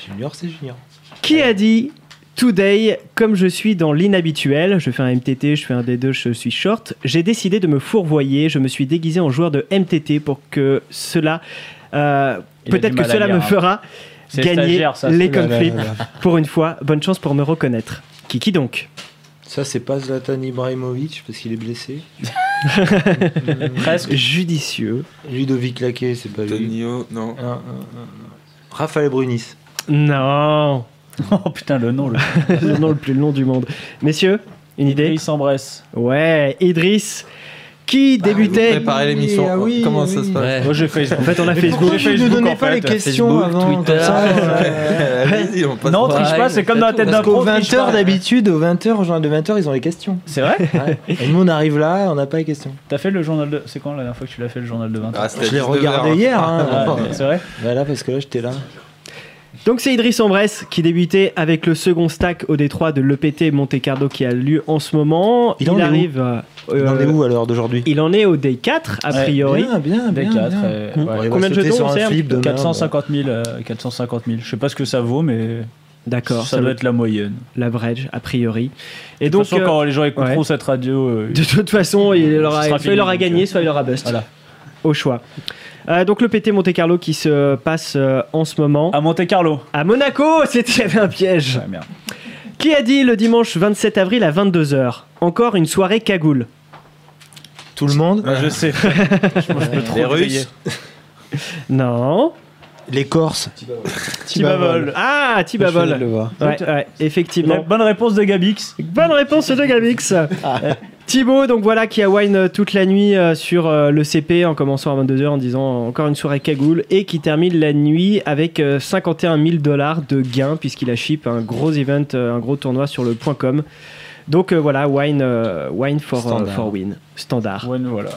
[SPEAKER 6] Junior, c'est junior.
[SPEAKER 5] Qui a dit Today, comme je suis dans l'inhabituel, je fais un MTT, je fais un D2, je suis short, j'ai décidé de me fourvoyer, je me suis déguisé en joueur de MTT pour que cela... euh,
[SPEAKER 3] Il a
[SPEAKER 5] Peut-être
[SPEAKER 3] du
[SPEAKER 5] que
[SPEAKER 3] mal à
[SPEAKER 5] cela
[SPEAKER 3] lire,
[SPEAKER 5] me
[SPEAKER 3] hein.
[SPEAKER 5] fera
[SPEAKER 3] C'est
[SPEAKER 5] gagner
[SPEAKER 3] stagiaire, ça.
[SPEAKER 5] les
[SPEAKER 6] Oh là là
[SPEAKER 5] conflits.
[SPEAKER 6] là là.
[SPEAKER 5] Pour une fois, bonne chance pour me reconnaître. Kiki donc
[SPEAKER 6] Ça, c'est pas Zlatan Ibrahimovic parce qu'il est blessé.
[SPEAKER 3] [laughs] Presque.
[SPEAKER 5] Judicieux.
[SPEAKER 6] Ludovic Laquet, c'est pas lui.
[SPEAKER 7] Tonio, non.
[SPEAKER 6] Non, non, non, non. Raphaël Brunis.
[SPEAKER 5] Non
[SPEAKER 3] Oh putain, le nom. Le...
[SPEAKER 5] [laughs] Le nom le plus long du monde. Messieurs, une idée
[SPEAKER 3] Il s'embrasse.
[SPEAKER 5] Ouais, Idriss, qui débutait...
[SPEAKER 7] Préparer Bah, l'émission.
[SPEAKER 11] ah oui,
[SPEAKER 7] Comment
[SPEAKER 11] oui.
[SPEAKER 7] ça se passe
[SPEAKER 8] Ouais.
[SPEAKER 3] Moi, j'ai Facebook.
[SPEAKER 5] En fait, on a Facebook.
[SPEAKER 11] Pourquoi tu ne
[SPEAKER 3] Facebook, en
[SPEAKER 11] donnais pas
[SPEAKER 3] fait,
[SPEAKER 11] les questions
[SPEAKER 8] Facebook,
[SPEAKER 11] avant comme
[SPEAKER 8] Twitter.
[SPEAKER 7] [laughs]
[SPEAKER 11] ça, euh,
[SPEAKER 7] Allez-y, on passe.
[SPEAKER 3] Non,
[SPEAKER 8] Ouais,
[SPEAKER 3] triche pas, c'est comme dans la tête d'un
[SPEAKER 8] parce
[SPEAKER 3] pro.
[SPEAKER 6] Au
[SPEAKER 3] triche
[SPEAKER 6] 20h
[SPEAKER 3] pas.
[SPEAKER 6] d'habitude, au 20h, au journal de 20h, ils ont les questions.
[SPEAKER 3] C'est vrai
[SPEAKER 6] Et nous, on arrive là, on n'a pas les questions.
[SPEAKER 3] T'as fait le journal de. C'est quand la dernière fois que tu l'as fait le journal de 20
[SPEAKER 7] Ah, c'était
[SPEAKER 6] Je l'ai
[SPEAKER 7] 19
[SPEAKER 6] regardé
[SPEAKER 7] heures.
[SPEAKER 6] hier. Hein.
[SPEAKER 3] C'est vrai
[SPEAKER 6] Voilà, parce que là, j'étais là.
[SPEAKER 5] Donc c'est Idriss Ambrès qui débutait avec le second stack au Détroit de l'EPT Monte Carlo qui a lieu en ce moment.
[SPEAKER 6] Il en est où
[SPEAKER 5] arrive. euh,
[SPEAKER 6] On en est
[SPEAKER 5] euh,
[SPEAKER 6] où à l'heure d'aujourd'hui
[SPEAKER 5] Il en est au day 4 a
[SPEAKER 3] Ouais,
[SPEAKER 5] priori.
[SPEAKER 6] Bien, bien, bien.
[SPEAKER 3] D4.
[SPEAKER 6] bien.
[SPEAKER 3] euh, ouais.
[SPEAKER 6] On va
[SPEAKER 5] Combien de
[SPEAKER 6] sauter
[SPEAKER 5] jetons,
[SPEAKER 6] sur
[SPEAKER 5] on sait
[SPEAKER 6] un flip demain.
[SPEAKER 3] 450 000, euh, 450 000. Je sais pas ce que ça vaut, mais
[SPEAKER 5] D'accord,
[SPEAKER 3] ça doit être la moyenne.
[SPEAKER 5] la bridge a priori. Et
[SPEAKER 3] De toute
[SPEAKER 5] donc
[SPEAKER 3] façon,
[SPEAKER 5] euh,
[SPEAKER 3] quand les gens écouteront
[SPEAKER 5] ouais.
[SPEAKER 3] cette radio, euh,
[SPEAKER 5] de toute façon il
[SPEAKER 3] Ce
[SPEAKER 5] aura,
[SPEAKER 3] sera
[SPEAKER 5] soit
[SPEAKER 3] fini,
[SPEAKER 5] il aura
[SPEAKER 3] donc,
[SPEAKER 5] gagné
[SPEAKER 3] euh,
[SPEAKER 5] soit il aura bust.
[SPEAKER 3] Voilà.
[SPEAKER 5] Au choix. Euh, donc l'EPT Monte Carlo qui se passe euh, en ce moment
[SPEAKER 3] à Monte Carlo.
[SPEAKER 5] à Monaco. C'était il y avait un piège.
[SPEAKER 3] Ouais, merde.
[SPEAKER 5] Qui a dit le dimanche 27 avril à 22h Encore une soirée cagoule.
[SPEAKER 6] Tout le monde.
[SPEAKER 3] Ouais, je sais.
[SPEAKER 7] Les
[SPEAKER 3] grillé.
[SPEAKER 7] Russes.
[SPEAKER 5] Non.
[SPEAKER 6] Les Corses.
[SPEAKER 3] Tibavol.
[SPEAKER 5] Ah,
[SPEAKER 6] Je venais de
[SPEAKER 5] Tibavol.
[SPEAKER 6] le voir.
[SPEAKER 5] Ouais, ouais,
[SPEAKER 3] La
[SPEAKER 5] effectivement.
[SPEAKER 3] bonne réponse de Gabix.
[SPEAKER 4] [laughs]
[SPEAKER 5] Bonne réponse de Gabix. Thibaut, donc voilà, qui a wine euh, toute la nuit euh, sur euh, le CP en commençant à 22h en disant euh, encore une soirée cagoule et qui termine la nuit avec euh, 51 000 dollars de gains puisqu'il a chip un gros event, euh, un gros tournoi sur le point .com. Donc euh, voilà, wine, euh, wine for, euh,
[SPEAKER 6] Standard.
[SPEAKER 5] for win, standard.
[SPEAKER 3] Ouais, voilà.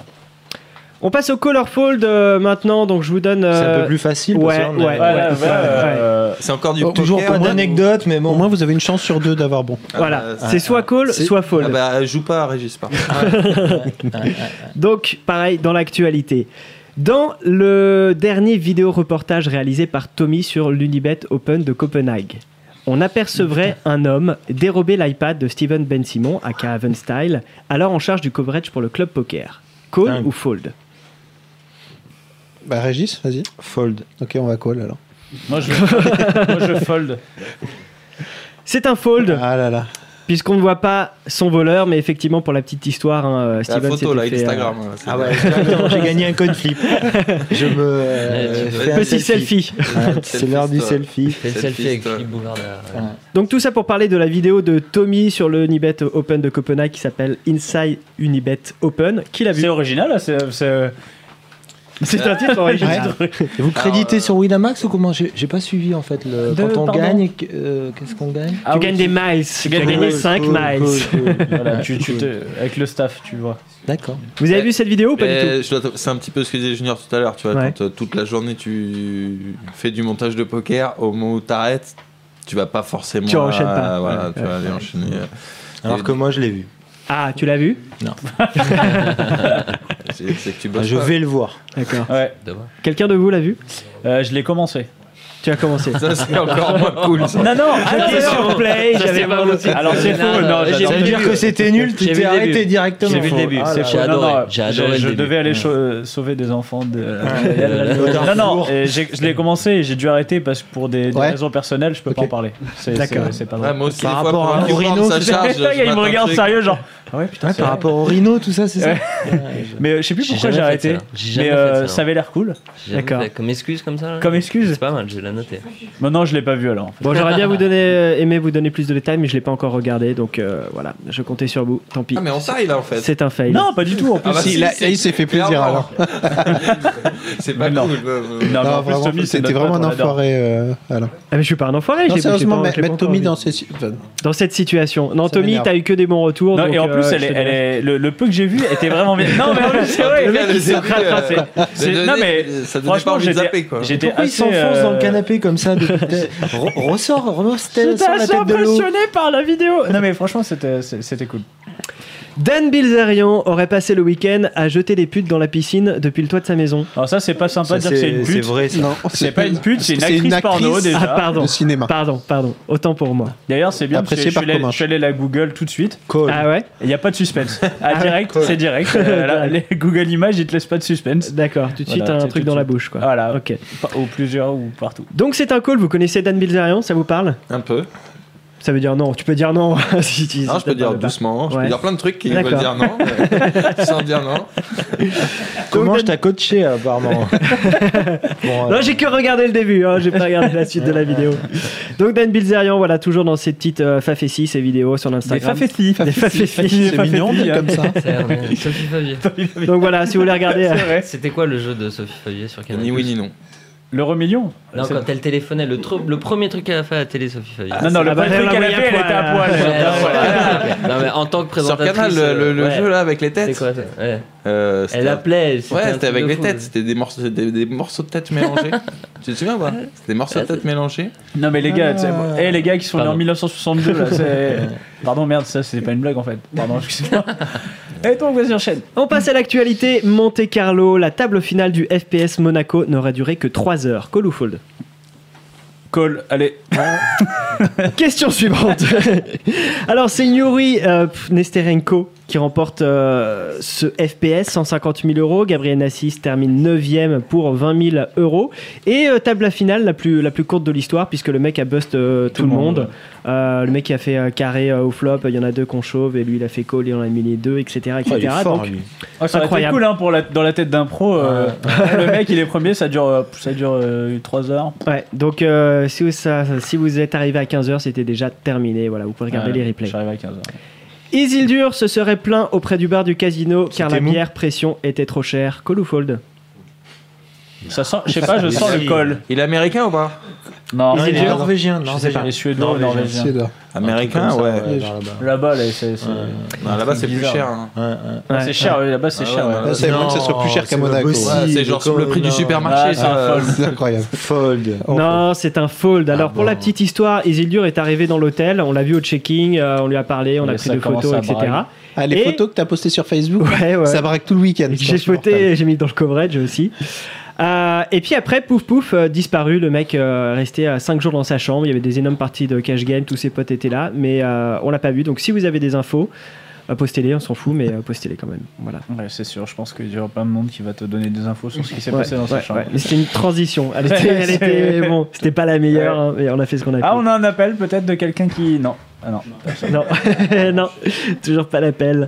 [SPEAKER 5] On passe au Colorfold euh, maintenant, donc je vous donne...
[SPEAKER 4] C'est un
[SPEAKER 5] euh,
[SPEAKER 4] peu plus facile. parce
[SPEAKER 5] ouais,
[SPEAKER 4] que là, on a-
[SPEAKER 5] ouais,
[SPEAKER 3] Voilà,
[SPEAKER 5] ouais,
[SPEAKER 3] voilà,
[SPEAKER 5] ouais.
[SPEAKER 3] euh,
[SPEAKER 7] C'est encore du
[SPEAKER 4] Oh,
[SPEAKER 7] poker,
[SPEAKER 4] toujours pas
[SPEAKER 7] Dan.
[SPEAKER 6] Anecdote, mais
[SPEAKER 4] Au
[SPEAKER 6] bon.
[SPEAKER 4] moins, vous avez une chance sur deux d'avoir bon.
[SPEAKER 5] Voilà,
[SPEAKER 7] Ah,
[SPEAKER 11] bah,
[SPEAKER 5] c'est soit call,
[SPEAKER 7] c'est-
[SPEAKER 5] soit fold.
[SPEAKER 7] Ah bah, joue pas à Régis, par contre.
[SPEAKER 5] [laughs] Donc, pareil, dans l'actualité. Dans le dernier vidéo reportage réalisé par Tommy sur l'Unibet Open de Copenhague, on apercevrait un homme dérober l'iPad de Steven Ben Simon, à Haven Style, alors en charge du coverage pour le club poker. Call
[SPEAKER 6] Dingue.
[SPEAKER 5] ou fold
[SPEAKER 4] Ah,
[SPEAKER 11] Bah, Régis, vas-y.
[SPEAKER 6] Fold.
[SPEAKER 11] Ok, on va call alors.
[SPEAKER 4] [laughs]
[SPEAKER 3] Moi, je, moi, je fold.
[SPEAKER 5] C'est un fold,
[SPEAKER 11] Ah là là.
[SPEAKER 5] puisqu'on ne voit pas son voleur, mais effectivement, pour la petite histoire, hein,
[SPEAKER 7] La
[SPEAKER 5] Steven
[SPEAKER 7] photo,
[SPEAKER 5] s'était
[SPEAKER 7] là,
[SPEAKER 5] fait, euh,
[SPEAKER 7] Instagram. là, c'est-
[SPEAKER 6] Ah ouais, directement, j'ai gagné un
[SPEAKER 5] [laughs]
[SPEAKER 6] code flip. Je me.
[SPEAKER 8] [laughs] Ouais,
[SPEAKER 6] euh,
[SPEAKER 8] tu
[SPEAKER 6] fais un
[SPEAKER 5] Petit selfie.
[SPEAKER 6] Ouais, C'est l'heure du
[SPEAKER 7] Selfie,
[SPEAKER 6] selfie.
[SPEAKER 8] Fais le
[SPEAKER 7] Selfie,
[SPEAKER 8] selfie avec
[SPEAKER 7] toi.
[SPEAKER 8] Philippe Bouvard. là.
[SPEAKER 5] Donc tout ça pour parler de la vidéo de Tommy sur le Unibet Open de Copenhague qui s'appelle Inside Unibet Open. Qui l'a vu
[SPEAKER 3] C'est original, là, c'est- c'est.
[SPEAKER 5] C'est un titre original.
[SPEAKER 11] Et vous
[SPEAKER 7] créditez sur
[SPEAKER 11] Winamax ou comment J'ai pas suivi en fait. Le...
[SPEAKER 3] Deux, quand on pardon. gagne,
[SPEAKER 11] euh, qu'est-ce qu'on gagne
[SPEAKER 3] Ah,
[SPEAKER 5] tu gagnes des miles. Tu
[SPEAKER 3] gagnes
[SPEAKER 5] as
[SPEAKER 3] des
[SPEAKER 5] gagné
[SPEAKER 3] miles.
[SPEAKER 5] 5 miles.
[SPEAKER 3] Voilà, tu, tu te- avec le staff, tu vois.
[SPEAKER 11] D'accord.
[SPEAKER 5] [laughs] Vous avez vu cette vidéo ou pas du tout
[SPEAKER 7] Mais Euh, je dois t'avou- C'est un petit peu ce que disait Junior tout à l'heure, tu vois.
[SPEAKER 5] Ouais.
[SPEAKER 7] Quand euh, toute la journée tu fais du montage de poker, au moment où t'arrêtes, tu vas pas forcément.
[SPEAKER 5] Tu enchaînes
[SPEAKER 7] à-
[SPEAKER 5] pas.
[SPEAKER 7] Voilà,
[SPEAKER 5] Ouais,
[SPEAKER 7] tu
[SPEAKER 5] ouais.
[SPEAKER 7] vas aller enchaîner. euh,
[SPEAKER 6] Alors que moi, je l'ai vu.
[SPEAKER 5] Ah, tu l'as vu
[SPEAKER 7] [laughs] C'est c'est que tu bosses.
[SPEAKER 6] Ah, Je
[SPEAKER 7] pas.
[SPEAKER 6] vais le voir.
[SPEAKER 5] D'accord.
[SPEAKER 3] Ouais,
[SPEAKER 5] Quelqu'un de vous l'a vu
[SPEAKER 3] Euh, je l'ai commencé.
[SPEAKER 5] Tu as commencé.
[SPEAKER 7] Ça, c'est encore
[SPEAKER 3] [laughs]
[SPEAKER 7] moins cool. Ça.
[SPEAKER 3] Non, non,
[SPEAKER 5] J'étais sur Play,
[SPEAKER 8] Ça,
[SPEAKER 5] j'avais
[SPEAKER 8] c'est pas
[SPEAKER 5] pas
[SPEAKER 8] possible.
[SPEAKER 3] Alors, c'est
[SPEAKER 8] Non,
[SPEAKER 3] faux,
[SPEAKER 8] non,
[SPEAKER 3] non,
[SPEAKER 8] j'ai
[SPEAKER 3] j'adore.
[SPEAKER 6] Ça veut dire que c'était nul, tu
[SPEAKER 8] J'ai vu
[SPEAKER 6] t'es
[SPEAKER 8] le début.
[SPEAKER 6] arrêté directement. Ah
[SPEAKER 3] J'ai vu le début,
[SPEAKER 8] J'ai
[SPEAKER 3] c'est faux. Non,
[SPEAKER 8] adoré,
[SPEAKER 3] non,
[SPEAKER 8] j'ai
[SPEAKER 3] je-
[SPEAKER 8] adoré
[SPEAKER 3] je
[SPEAKER 8] le début.
[SPEAKER 3] devais aller cho- euh, sauver des enfants [laughs] de. non,
[SPEAKER 6] Darfour.
[SPEAKER 3] non, et j'ai- je l'ai commencé et j'ai dû arrêter parce que pour des, des
[SPEAKER 11] Ouais.
[SPEAKER 3] raisons personnelles, je peux pas
[SPEAKER 11] Ok.
[SPEAKER 3] en parler. C'est-
[SPEAKER 5] D'accord.
[SPEAKER 3] C'est c'est pas
[SPEAKER 7] Ouais,
[SPEAKER 3] vrai.
[SPEAKER 7] moi aussi,
[SPEAKER 6] Par
[SPEAKER 7] des fois,
[SPEAKER 6] rapport
[SPEAKER 7] pour
[SPEAKER 6] à
[SPEAKER 7] un
[SPEAKER 6] un
[SPEAKER 7] client,
[SPEAKER 6] Bruno,
[SPEAKER 7] ça charge. je
[SPEAKER 3] [laughs] il me
[SPEAKER 7] m'attends
[SPEAKER 3] regarde
[SPEAKER 7] truc.
[SPEAKER 3] sérieux, genre. Ah ouais, putain,
[SPEAKER 11] Ouais,
[SPEAKER 3] c'est
[SPEAKER 11] par
[SPEAKER 3] vrai.
[SPEAKER 11] rapport au Rhino, tout ça, c'est ça
[SPEAKER 3] Mais euh, je sais plus
[SPEAKER 8] J'ai
[SPEAKER 3] pourquoi j'ai
[SPEAKER 8] jamais fait
[SPEAKER 3] arrêté.
[SPEAKER 8] ça, là. J'ai
[SPEAKER 3] Mais
[SPEAKER 8] jamais
[SPEAKER 3] euh,
[SPEAKER 8] fait ça, hein.
[SPEAKER 3] ça avait l'air cool.
[SPEAKER 8] J'ai
[SPEAKER 5] D'accord.
[SPEAKER 8] fait Comme excuse comme ça là.
[SPEAKER 3] Comme excuse.
[SPEAKER 8] C'est pas mal, je vais la noter.
[SPEAKER 3] Maintenant, je l'ai pas vu alors. en fait.
[SPEAKER 5] Bon, j'aurais bien vous
[SPEAKER 3] [laughs]
[SPEAKER 5] donner, euh, aimé vous donner plus de détails, mais je l'ai pas encore regardé, donc euh, voilà, je comptais sur vous. Tant pis.
[SPEAKER 7] Ah, mais on taille là en fait.
[SPEAKER 5] C'est un fail.
[SPEAKER 3] Non, pas du tout. En plus,
[SPEAKER 7] Ah bah
[SPEAKER 3] il-
[SPEAKER 7] si,
[SPEAKER 11] là,
[SPEAKER 7] c'est-
[SPEAKER 11] là, il s'est fait plaisir,
[SPEAKER 7] clairement.
[SPEAKER 11] alors.
[SPEAKER 7] c'est pas
[SPEAKER 3] Non.
[SPEAKER 7] cool. euh,
[SPEAKER 3] Non, mais en plus,
[SPEAKER 11] vraiment,
[SPEAKER 3] Tommy, c'est
[SPEAKER 11] c'était
[SPEAKER 3] notre
[SPEAKER 11] vraiment
[SPEAKER 3] pote,
[SPEAKER 11] un
[SPEAKER 3] on l'adore.
[SPEAKER 11] enfoiré. euh, alors.
[SPEAKER 5] Ah, mais je suis pas un
[SPEAKER 11] Non,
[SPEAKER 5] enfoiré. j'ai- j'ai
[SPEAKER 11] sérieusement,
[SPEAKER 5] pas-
[SPEAKER 11] mais-
[SPEAKER 5] j'ai pas
[SPEAKER 11] mettre
[SPEAKER 5] encore
[SPEAKER 11] Tommy
[SPEAKER 5] vu.
[SPEAKER 11] dans ses. enfin,
[SPEAKER 5] dans cette situation. Non,
[SPEAKER 11] Ça
[SPEAKER 5] Tommy,
[SPEAKER 11] m'énerve.
[SPEAKER 5] t'as eu que des bons retours.
[SPEAKER 3] Non,
[SPEAKER 5] donc,
[SPEAKER 3] et en
[SPEAKER 5] euh,
[SPEAKER 3] plus,
[SPEAKER 5] je
[SPEAKER 3] elle est,
[SPEAKER 5] te
[SPEAKER 3] elle
[SPEAKER 5] dirais.
[SPEAKER 3] est- le, le peu que j'ai vu était vraiment bien. Non, mais en plus, c'est vrai, le mec, il
[SPEAKER 7] les
[SPEAKER 3] s'est
[SPEAKER 7] élus, euh,
[SPEAKER 3] rattrapé.
[SPEAKER 7] ça
[SPEAKER 3] C'est-
[SPEAKER 7] donnait-
[SPEAKER 3] Non, mais
[SPEAKER 7] [laughs] ça donnait pas
[SPEAKER 3] franchement,
[SPEAKER 7] envie de
[SPEAKER 3] j'étais
[SPEAKER 7] zapper quoi.
[SPEAKER 3] j'étais
[SPEAKER 11] Pourquoi il
[SPEAKER 3] assez.
[SPEAKER 11] s'enfonce dans le
[SPEAKER 3] euh,
[SPEAKER 11] canapé comme ça
[SPEAKER 3] [laughs]
[SPEAKER 11] depuis tout à l'heure Re- Ressors, ressors,
[SPEAKER 3] J'étais
[SPEAKER 11] sors la
[SPEAKER 3] assez
[SPEAKER 11] tête de l'eau.
[SPEAKER 3] impressionné par la vidéo. Non, mais franchement, c'était c'est- c'était cool.
[SPEAKER 5] Dan Bilzerian aurait passé le week-end à jeter des putes dans la piscine depuis le toit de sa maison.
[SPEAKER 3] Alors, ça, c'est pas sympa
[SPEAKER 6] Ça,
[SPEAKER 3] de dire que c'est une
[SPEAKER 6] C'est c'est
[SPEAKER 3] pute.
[SPEAKER 6] vrai, ça.
[SPEAKER 11] Non,
[SPEAKER 3] C'est pas une pute, c'est une actrice, porno déjà.
[SPEAKER 5] [laughs] Ah, pardon.
[SPEAKER 11] de cinéma.
[SPEAKER 5] Pardon, pardon. Autant pour moi.
[SPEAKER 3] D'ailleurs, c'est bien parce que
[SPEAKER 11] Apprécié
[SPEAKER 3] je suis
[SPEAKER 11] par
[SPEAKER 3] allé-
[SPEAKER 11] commun.
[SPEAKER 3] je suis allé la Google tout de suite.
[SPEAKER 5] Ah ouais
[SPEAKER 3] Il n'y a pas
[SPEAKER 5] [laughs]
[SPEAKER 3] de suspense. Ah, direct, c'est direct. Euh, là, les Google Images, ils te laissent pas de suspense.
[SPEAKER 5] D'accord, tout de suite
[SPEAKER 3] Voilà,
[SPEAKER 5] un
[SPEAKER 3] c'est
[SPEAKER 5] truc
[SPEAKER 3] tout de
[SPEAKER 5] dans la
[SPEAKER 3] suite.
[SPEAKER 5] bouche quoi.
[SPEAKER 3] Voilà,
[SPEAKER 5] Ok.
[SPEAKER 3] Pas- ou plusieurs ou partout.
[SPEAKER 5] Donc c'est un call, vous connaissez Dan Bilzerian, ça vous parle
[SPEAKER 7] Un peu.
[SPEAKER 5] Ça veut dire non, tu peux dire non [laughs] si tu
[SPEAKER 7] Non,
[SPEAKER 5] si
[SPEAKER 7] je
[SPEAKER 5] ça
[SPEAKER 7] peux
[SPEAKER 5] te
[SPEAKER 7] dire
[SPEAKER 5] parle pas.
[SPEAKER 7] doucement, je
[SPEAKER 5] Ouais.
[SPEAKER 7] peux dire plein de trucs qui veulent
[SPEAKER 5] D'accord.
[SPEAKER 7] dire non, mais sans dire non.
[SPEAKER 6] Comment je t'ai coaché apparemment Bon, euh,
[SPEAKER 5] Non, j'ai que regardé le début, hein, j'ai pas regardé la suite de la vidéo. Donc Dan Bilzerian, voilà, toujours dans ses petites euh, facéties, ses vidéos sur Instagram.
[SPEAKER 3] fafétis.
[SPEAKER 5] Des faféties.
[SPEAKER 11] C'est mignon, dit
[SPEAKER 3] hein.
[SPEAKER 11] comme
[SPEAKER 8] [laughs]
[SPEAKER 11] ça.
[SPEAKER 8] Ça a l'air bien. Sophie Favier.
[SPEAKER 5] Donc voilà, si vous
[SPEAKER 8] [laughs]
[SPEAKER 5] voulez
[SPEAKER 3] [laughs]
[SPEAKER 5] regarder. euh,
[SPEAKER 8] C'était quoi le jeu de Sophie Favier sur Canal
[SPEAKER 7] Ni oui ni non.
[SPEAKER 3] L'euro million
[SPEAKER 8] Non,
[SPEAKER 3] C'est-
[SPEAKER 8] quand elle téléphonait, le, tru- le premier truc qu'elle a fait à la télé, Sophie Favier.
[SPEAKER 3] Non, non, le
[SPEAKER 5] Ah bah,
[SPEAKER 3] premier
[SPEAKER 5] elle
[SPEAKER 3] truc
[SPEAKER 5] l'a
[SPEAKER 3] qu'elle a
[SPEAKER 5] envoyé
[SPEAKER 3] fait, elle
[SPEAKER 5] à
[SPEAKER 3] était à
[SPEAKER 5] poil.
[SPEAKER 3] poil.
[SPEAKER 8] Ouais,
[SPEAKER 3] elle.
[SPEAKER 8] alors, voilà. Ah, non mais en tant que
[SPEAKER 7] Sur
[SPEAKER 8] présentatrice
[SPEAKER 7] Canal, le, le-
[SPEAKER 8] euh,
[SPEAKER 7] le
[SPEAKER 8] ouais.
[SPEAKER 7] jeu là avec les
[SPEAKER 8] C'est
[SPEAKER 7] têtes.
[SPEAKER 8] quoi ça Ouais.
[SPEAKER 7] euh, c'était-
[SPEAKER 8] Elle appelait. c'était un
[SPEAKER 7] Ouais, c'était
[SPEAKER 8] truc
[SPEAKER 7] avec
[SPEAKER 8] de
[SPEAKER 7] les
[SPEAKER 8] fou.
[SPEAKER 7] têtes, c'était des morceaux, des, des morceaux de tête
[SPEAKER 3] [laughs]
[SPEAKER 7] mélangés. tu te souviens ou pas C'était des morceaux de
[SPEAKER 8] Ouais,
[SPEAKER 7] tête mélangés.
[SPEAKER 3] Non, mais les gars, tu sais,
[SPEAKER 5] Ah.
[SPEAKER 3] bon, eh, les gars qui sont nés en
[SPEAKER 8] Pardon.
[SPEAKER 3] 1962, là, c'est. Pardon, merde, ça, c'était pas une blague en fait. Pardon, excusez-moi. Et donc, vas-y, enchaîne.
[SPEAKER 5] On passe à l'actualité Monte Carlo. La table finale du FPS Monaco n'aura duré que 3 heures. Call ou fold
[SPEAKER 3] Call, allez.
[SPEAKER 5] [laughs] Question suivante. Alors, c'est Yuri euh, pff, Nesterenko qui remporte euh, ce FPS, 150 000 euros. Gabriel Nassis termine 9ème pour 20 000 euros. Et euh, table finale la plus, la plus courte de l'histoire, puisque le mec a bust euh, tout, le monde. Euh, le mec qui a fait euh, carré euh, au flop, il y en a deux qu'on chauve, et lui il a fait call, il en a mis les deux, etc.
[SPEAKER 3] Oh,
[SPEAKER 5] etc.
[SPEAKER 6] il est fort,
[SPEAKER 5] Donc,
[SPEAKER 6] lui.
[SPEAKER 3] Ah, ça aurait été
[SPEAKER 5] Incroyable.
[SPEAKER 3] cool hein, pour la, dans la tête d'un pro. euh, [laughs] le mec, il est premier, ça dure, euh, ça dure 3 heures.
[SPEAKER 5] Ouais, donc euh, si, vous, ça- si vous êtes arrivé à 15h, c'était déjà terminé. Voilà, vous pouvez regarder
[SPEAKER 3] Ouais,
[SPEAKER 5] les replays.
[SPEAKER 3] J'arrive à 15 heures.
[SPEAKER 5] Isildur se serait plaint auprès du bar du casino car la
[SPEAKER 6] C'était mou.
[SPEAKER 5] bière pression était trop chère. Call ou fold
[SPEAKER 3] eh, Ça sent, je sais pas, je sens le col.
[SPEAKER 7] Il est américain ou pas
[SPEAKER 3] Non,
[SPEAKER 4] Non, il est
[SPEAKER 3] Norvégien.
[SPEAKER 4] norvégien.
[SPEAKER 3] Je sais pas, les Suédois,
[SPEAKER 4] Norvégien.
[SPEAKER 3] Norvégiens.
[SPEAKER 7] Américain,
[SPEAKER 6] Comme ça,
[SPEAKER 7] ouais.
[SPEAKER 6] vers là-bas.
[SPEAKER 3] Là-bas, là, c'est c'est-
[SPEAKER 7] Non, Là-bas, c'est plus
[SPEAKER 3] Bizarre.
[SPEAKER 7] cher. hein.
[SPEAKER 6] Ouais, ouais.
[SPEAKER 3] c'est cher, oui, là-bas, c'est
[SPEAKER 7] Ah
[SPEAKER 3] cher.
[SPEAKER 7] ouais,
[SPEAKER 3] ouais.
[SPEAKER 7] ouais.
[SPEAKER 4] C'est vraiment que ça soit plus cher
[SPEAKER 6] Non,
[SPEAKER 4] qu'à
[SPEAKER 6] Oh, c'est pas
[SPEAKER 4] Monaco.
[SPEAKER 6] possible.
[SPEAKER 7] Ouais, c'est genre
[SPEAKER 6] Comme-
[SPEAKER 7] le prix du
[SPEAKER 6] non.
[SPEAKER 7] supermarché,
[SPEAKER 3] Ah, c'est
[SPEAKER 7] ça.
[SPEAKER 3] un fold.
[SPEAKER 4] C'est
[SPEAKER 7] [laughs]
[SPEAKER 4] incroyable.
[SPEAKER 6] Fold.
[SPEAKER 4] Oh,
[SPEAKER 5] Non, c'est un
[SPEAKER 4] Ah
[SPEAKER 5] fold. Alors pour la petite histoire, Isildur est arrivé dans l'hôtel, on l'a vu au checking, euh, on lui a parlé, on
[SPEAKER 3] Et
[SPEAKER 5] a
[SPEAKER 3] ça
[SPEAKER 5] pris des
[SPEAKER 3] commence
[SPEAKER 5] photos,
[SPEAKER 3] à
[SPEAKER 5] etc.
[SPEAKER 3] brailler.
[SPEAKER 4] Ah, les
[SPEAKER 5] Et-
[SPEAKER 4] photos que t'as postées sur Facebook,
[SPEAKER 5] Ouais, ouais.
[SPEAKER 4] ça braque tout le week-end.
[SPEAKER 5] J'ai fouetté, j'ai mis dans le coverage aussi. Euh, et puis après, pouf pouf, euh, disparu. Le mec euh, resté à 5 jours dans sa chambre. Il y avait des énormes parties de cash game. Tous ses potes étaient là, mais euh, on l'a pas vu. Donc si vous avez des infos, euh, postez-les. On s'en fout, mais euh, postez-les quand même. Voilà.
[SPEAKER 3] Ouais, c'est sûr, je pense qu'il y aura pas de monde qui va te donner des infos sur ce qui s'est
[SPEAKER 5] Ouais,
[SPEAKER 3] passé dans sa
[SPEAKER 5] ouais,
[SPEAKER 3] chambre.
[SPEAKER 5] ouais. Mais c'était une transition. Elle
[SPEAKER 3] [laughs]
[SPEAKER 5] était, elle était- bon, c'était pas la meilleure, hein, mais on a fait ce qu'on a
[SPEAKER 3] Ah,
[SPEAKER 5] pu.
[SPEAKER 3] on a un appel peut-être de quelqu'un qui. Non. Ah non.
[SPEAKER 5] Non, [laughs] non, toujours pas l'appel.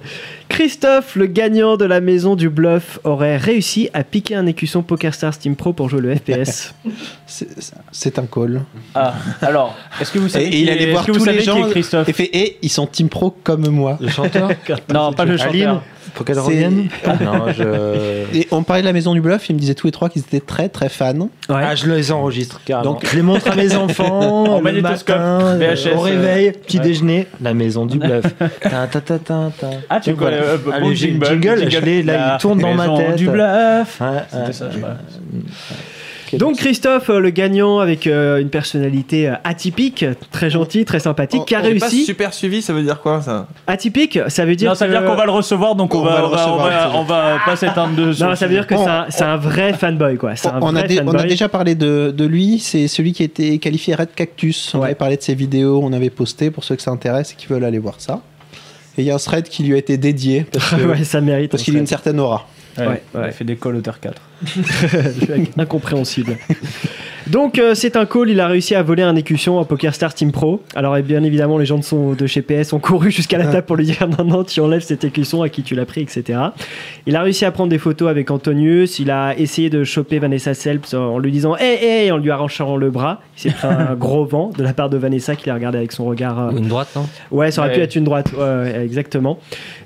[SPEAKER 5] Christophe, le gagnant de la maison du bluff, aurait réussi à piquer un écusson PokerStars Steam Pro pour jouer le FPS.
[SPEAKER 4] [laughs] C'est c'est un call.
[SPEAKER 3] Ah, alors, est-ce que vous
[SPEAKER 4] Et,
[SPEAKER 3] savez.
[SPEAKER 4] et il
[SPEAKER 3] qui est-
[SPEAKER 4] allait
[SPEAKER 3] est-ce
[SPEAKER 4] voir
[SPEAKER 3] que vous
[SPEAKER 4] tous les
[SPEAKER 3] savez qui
[SPEAKER 4] gens
[SPEAKER 3] est Christophe
[SPEAKER 4] et fait et ils sont team pro comme moi. [laughs]
[SPEAKER 11] Le chanteur
[SPEAKER 3] Non, pas le chanteur.
[SPEAKER 11] Faut qu'elle
[SPEAKER 4] C'est- [laughs]
[SPEAKER 11] revienne Non, je.
[SPEAKER 4] Et on parlait de la maison du bluff, ils me disaient tous les trois qu'ils étaient très très fans.
[SPEAKER 5] Ouais.
[SPEAKER 11] Ah, je les enregistre carrément.
[SPEAKER 4] Donc-
[SPEAKER 11] Donc, je les montre à
[SPEAKER 3] [laughs]
[SPEAKER 11] mes enfants
[SPEAKER 3] En
[SPEAKER 11] le
[SPEAKER 3] magnétoscope,
[SPEAKER 11] matin, euh,
[SPEAKER 3] VHS,
[SPEAKER 11] au réveil, petit
[SPEAKER 3] ouais.
[SPEAKER 11] déjeuner, la maison du
[SPEAKER 3] [laughs]
[SPEAKER 11] bluff. Tin, tin, tin, tin, tin.
[SPEAKER 3] Ah, tu
[SPEAKER 11] Donc,
[SPEAKER 3] connais.
[SPEAKER 11] voilà.
[SPEAKER 3] euh, bon
[SPEAKER 11] Ah, le
[SPEAKER 3] jingle,
[SPEAKER 11] jingle,
[SPEAKER 3] jingle.
[SPEAKER 11] je l'ai, là, il tourne dans ma
[SPEAKER 3] Maison
[SPEAKER 11] tête.
[SPEAKER 3] du bluff.
[SPEAKER 11] Ouais,
[SPEAKER 3] C'était
[SPEAKER 11] ouais.
[SPEAKER 3] ça, je sais pas.
[SPEAKER 5] Donc Christophe, euh, le gagnant avec euh, une personnalité euh, atypique, très gentil, très
[SPEAKER 4] Oh,
[SPEAKER 5] sympathique, qui a
[SPEAKER 7] J'ai pas
[SPEAKER 5] réussi.
[SPEAKER 7] super suivi, ça veut dire quoi ça
[SPEAKER 5] Atypique, ça veut dire
[SPEAKER 3] Non, ça veut
[SPEAKER 5] que-
[SPEAKER 3] dire qu'on va le recevoir, donc on,
[SPEAKER 4] On
[SPEAKER 3] va,
[SPEAKER 4] va le
[SPEAKER 3] on va, on va,
[SPEAKER 4] recevoir,
[SPEAKER 3] on va pas s'éteindre de
[SPEAKER 5] Non, ça veut dire que
[SPEAKER 4] On-
[SPEAKER 5] c'est un, c'est un vrai fanboy quoi. C'est un
[SPEAKER 4] Oh, On, on a
[SPEAKER 5] vrai
[SPEAKER 4] dé- on a
[SPEAKER 5] fanboy.
[SPEAKER 4] déjà parlé de, de lui, c'est celui qui était qualifié Red Cactus. On
[SPEAKER 5] Ouais.
[SPEAKER 4] avait parlé de ses vidéos, on avait posté pour ceux que ça intéresse et qui veulent aller voir ça. Et il y a un thread qui lui a été dédié
[SPEAKER 5] [laughs]
[SPEAKER 4] parce que-
[SPEAKER 5] ouais, ça mérite.
[SPEAKER 4] parce
[SPEAKER 5] en
[SPEAKER 4] qu'il a une certaine aura.
[SPEAKER 3] Ouais,
[SPEAKER 5] Ouais,
[SPEAKER 3] il
[SPEAKER 5] ouais.
[SPEAKER 3] fait des calls auteur 4. [laughs]
[SPEAKER 5] [laughs] Incompréhensible. Donc euh, c'est un call, il a réussi à voler un écusson à PokerStars Team Pro. Alors et bien évidemment les gens de, son, de chez PS ont couru jusqu'à la table pour lui dire non non tu enlèves cet écusson à qui tu l'as pris etc. Il a réussi à prendre des photos avec Antonius, il a essayé de choper Vanessa Selps en lui disant hé hé en lui arrachant le bras. Il s'est pris
[SPEAKER 3] [laughs]
[SPEAKER 5] un gros vent de la part de Vanessa qui l'a regardé avec son regard... euh,
[SPEAKER 8] Une droite, non
[SPEAKER 5] Ouais ça aurait pu
[SPEAKER 3] Ouais.
[SPEAKER 5] être une droite, Ouais, ouais, exactement.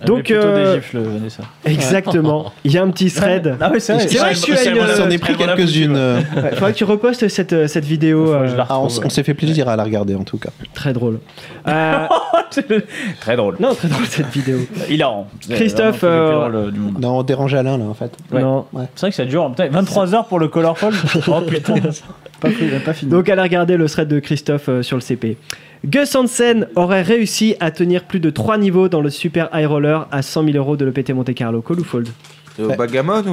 [SPEAKER 3] Donc,
[SPEAKER 5] Donc,
[SPEAKER 3] plutôt
[SPEAKER 5] euh,
[SPEAKER 3] des gifles, Vanessa.
[SPEAKER 5] Exactement. Il y a un petit thread.
[SPEAKER 3] Ah, oui, c'est vrai.
[SPEAKER 5] C'est vrai que je suis à une-
[SPEAKER 4] On s'en est pris quelques-unes. euh,
[SPEAKER 5] Ouais, faudrait que tu repostes cette, euh, cette vidéo.
[SPEAKER 3] Faut que je
[SPEAKER 5] euh,
[SPEAKER 3] la
[SPEAKER 4] ah, on s- on s'est fait plaisir à la regarder en tout cas.
[SPEAKER 5] Très drôle.
[SPEAKER 3] [laughs]
[SPEAKER 5] Euh,
[SPEAKER 3] Très drôle.
[SPEAKER 5] non, [laughs] très drôle
[SPEAKER 3] [laughs]
[SPEAKER 5] cette vidéo.
[SPEAKER 3] [laughs] Hilarant. C'est
[SPEAKER 5] Christophe,
[SPEAKER 3] vraiment le plus
[SPEAKER 5] euh,
[SPEAKER 3] drôle du monde.
[SPEAKER 4] Non, on dérange Alain là en fait.
[SPEAKER 3] Ouais.
[SPEAKER 5] Non.
[SPEAKER 3] C'est vrai que ça dure putain, 23 heures pour le colorful. Oh putain, pas, fini, pas fini.
[SPEAKER 5] Donc, elle a regardé le thread de Christophe euh, sur le CP. Gus Hansen aurait réussi à tenir plus de 3 niveaux dans le Super High Roller à 100 000 euros de l'EPT Monte Carlo. Call ou fold
[SPEAKER 7] T'es Au backgammon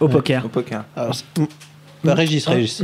[SPEAKER 7] ou
[SPEAKER 5] Au poker.
[SPEAKER 7] au poker
[SPEAKER 4] Alors, c'est- mm. Bah,
[SPEAKER 3] Hein
[SPEAKER 4] Régis, Régis.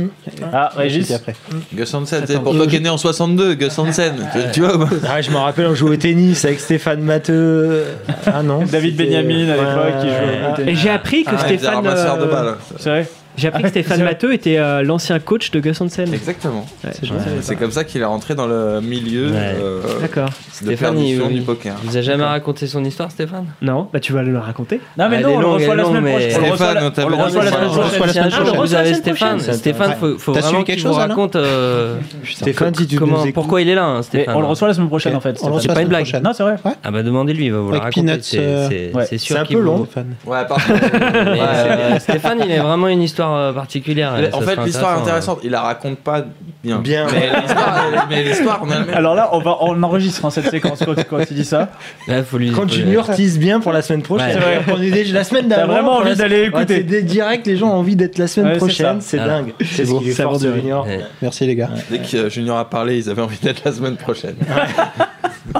[SPEAKER 3] ah, Régis,
[SPEAKER 4] C'était après.
[SPEAKER 7] Gus Hansen, c'est pour toi qui est né en 62, Gus Hansen. Tu- Tu vois ou pas
[SPEAKER 11] Ah, je me rappelle, on jouait au tennis avec Stéphane Matteux. Ah non
[SPEAKER 3] [laughs] David
[SPEAKER 11] c'était-
[SPEAKER 3] Benjamin à l'époque qui
[SPEAKER 11] Ouais.
[SPEAKER 3] joue.
[SPEAKER 5] Et j'ai appris que
[SPEAKER 7] Ah, il faisait
[SPEAKER 5] Stéphane,
[SPEAKER 7] ramasseur de
[SPEAKER 5] euh,
[SPEAKER 7] balles.
[SPEAKER 3] C'est vrai. Ah,
[SPEAKER 5] j'ai appris que Stéphane
[SPEAKER 3] C'est vrai.
[SPEAKER 5] Matteux était euh, l'ancien coach de Gus Hansen.
[SPEAKER 7] Exactement.
[SPEAKER 5] Ouais, je-
[SPEAKER 7] C'est comme ça qu'il est rentré dans le milieu
[SPEAKER 11] Ouais.
[SPEAKER 7] euh,
[SPEAKER 5] D'accord.
[SPEAKER 7] de
[SPEAKER 8] Stéphane,
[SPEAKER 7] perdition
[SPEAKER 8] il-
[SPEAKER 7] du poker.
[SPEAKER 8] Il vous a jamais raconté son histoire, Stéphane
[SPEAKER 5] Non, bah tu vas le raconter.
[SPEAKER 3] Non, mais
[SPEAKER 8] Elle
[SPEAKER 3] non,
[SPEAKER 8] est
[SPEAKER 3] on le
[SPEAKER 8] longue,
[SPEAKER 3] reçoit
[SPEAKER 8] elle
[SPEAKER 3] la
[SPEAKER 8] est
[SPEAKER 3] semaine
[SPEAKER 8] longue, mais-
[SPEAKER 3] prochaine. On le reçoit
[SPEAKER 7] Stéphane,
[SPEAKER 3] la-
[SPEAKER 7] on t'a
[SPEAKER 3] on le
[SPEAKER 7] pas
[SPEAKER 3] reçoit
[SPEAKER 7] dit
[SPEAKER 3] la
[SPEAKER 7] ça.
[SPEAKER 3] semaine
[SPEAKER 7] On le
[SPEAKER 4] reçoit la semaine
[SPEAKER 3] prochaine.
[SPEAKER 8] Si un
[SPEAKER 4] prochaine. Ah,
[SPEAKER 8] jour vous
[SPEAKER 5] la
[SPEAKER 8] avez
[SPEAKER 5] semaine
[SPEAKER 8] Stéphane,
[SPEAKER 5] prochaine,
[SPEAKER 8] Stéphane,
[SPEAKER 4] Ouais.
[SPEAKER 8] faut, faut
[SPEAKER 4] T'as
[SPEAKER 8] vraiment
[SPEAKER 4] suivi quelque
[SPEAKER 8] qu'il vous
[SPEAKER 4] chose, Alain
[SPEAKER 8] raconte euh,
[SPEAKER 4] Putain,
[SPEAKER 11] Stéphane, si tu nous
[SPEAKER 8] comment,
[SPEAKER 11] écoutes-
[SPEAKER 8] pourquoi il est là, hein,
[SPEAKER 3] Mais
[SPEAKER 8] Stéphane.
[SPEAKER 3] on le reçoit la semaine prochaine en fait.
[SPEAKER 4] on le
[SPEAKER 8] C'est
[SPEAKER 4] reçoit
[SPEAKER 8] pas
[SPEAKER 4] la semaine
[SPEAKER 8] une blague.
[SPEAKER 4] prochaine.
[SPEAKER 3] Non, c'est vrai.
[SPEAKER 8] Ah bah demandez-lui, il va vous la
[SPEAKER 4] Avec
[SPEAKER 8] raconter.
[SPEAKER 4] Peanuts, euh,
[SPEAKER 8] C'est c'est-
[SPEAKER 3] ouais.
[SPEAKER 8] c'est sûr
[SPEAKER 11] C'est un
[SPEAKER 8] qu'il
[SPEAKER 11] peu
[SPEAKER 8] vous-
[SPEAKER 11] long.
[SPEAKER 7] Ouais, pardon.
[SPEAKER 8] [laughs] Mais,
[SPEAKER 7] Ouais,
[SPEAKER 8] euh, Stéphane, il a vraiment une histoire euh, particulière.
[SPEAKER 7] Mais
[SPEAKER 8] et ça
[SPEAKER 7] en fait,
[SPEAKER 8] sera
[SPEAKER 7] l'histoire est intéressante. Il la raconte pas bien.
[SPEAKER 11] Bien.
[SPEAKER 7] Mais l'histoire, elle- mais l'histoire, on a le même.
[SPEAKER 3] Alors là, on va on enregistre hein, cette séquence quand, quand tu dis ça.
[SPEAKER 8] euh, Là, faut lui
[SPEAKER 11] Quand
[SPEAKER 8] faut lui-
[SPEAKER 11] Junior tease bien pour la semaine prochaine,
[SPEAKER 8] Ouais.
[SPEAKER 11] c'est vrai. On est déjà- la semaine
[SPEAKER 3] T'as
[SPEAKER 11] d'avant.
[SPEAKER 3] vraiment
[SPEAKER 11] pour la
[SPEAKER 3] envie d'aller
[SPEAKER 11] Ouais, c'est
[SPEAKER 3] écouter.
[SPEAKER 11] des- direct, les gens ont envie d'être la semaine
[SPEAKER 3] Ouais, c'est
[SPEAKER 11] prochaine, c'est
[SPEAKER 8] Ah.
[SPEAKER 11] dingue. C'est ce
[SPEAKER 5] beau,
[SPEAKER 11] qu'il est
[SPEAKER 5] ça
[SPEAKER 11] fort,
[SPEAKER 5] aborde
[SPEAKER 11] ce Junior.
[SPEAKER 8] Ouais.
[SPEAKER 4] Merci les gars.
[SPEAKER 7] Dès que euh, Junior a parlé, ils avaient envie d'être la semaine prochaine.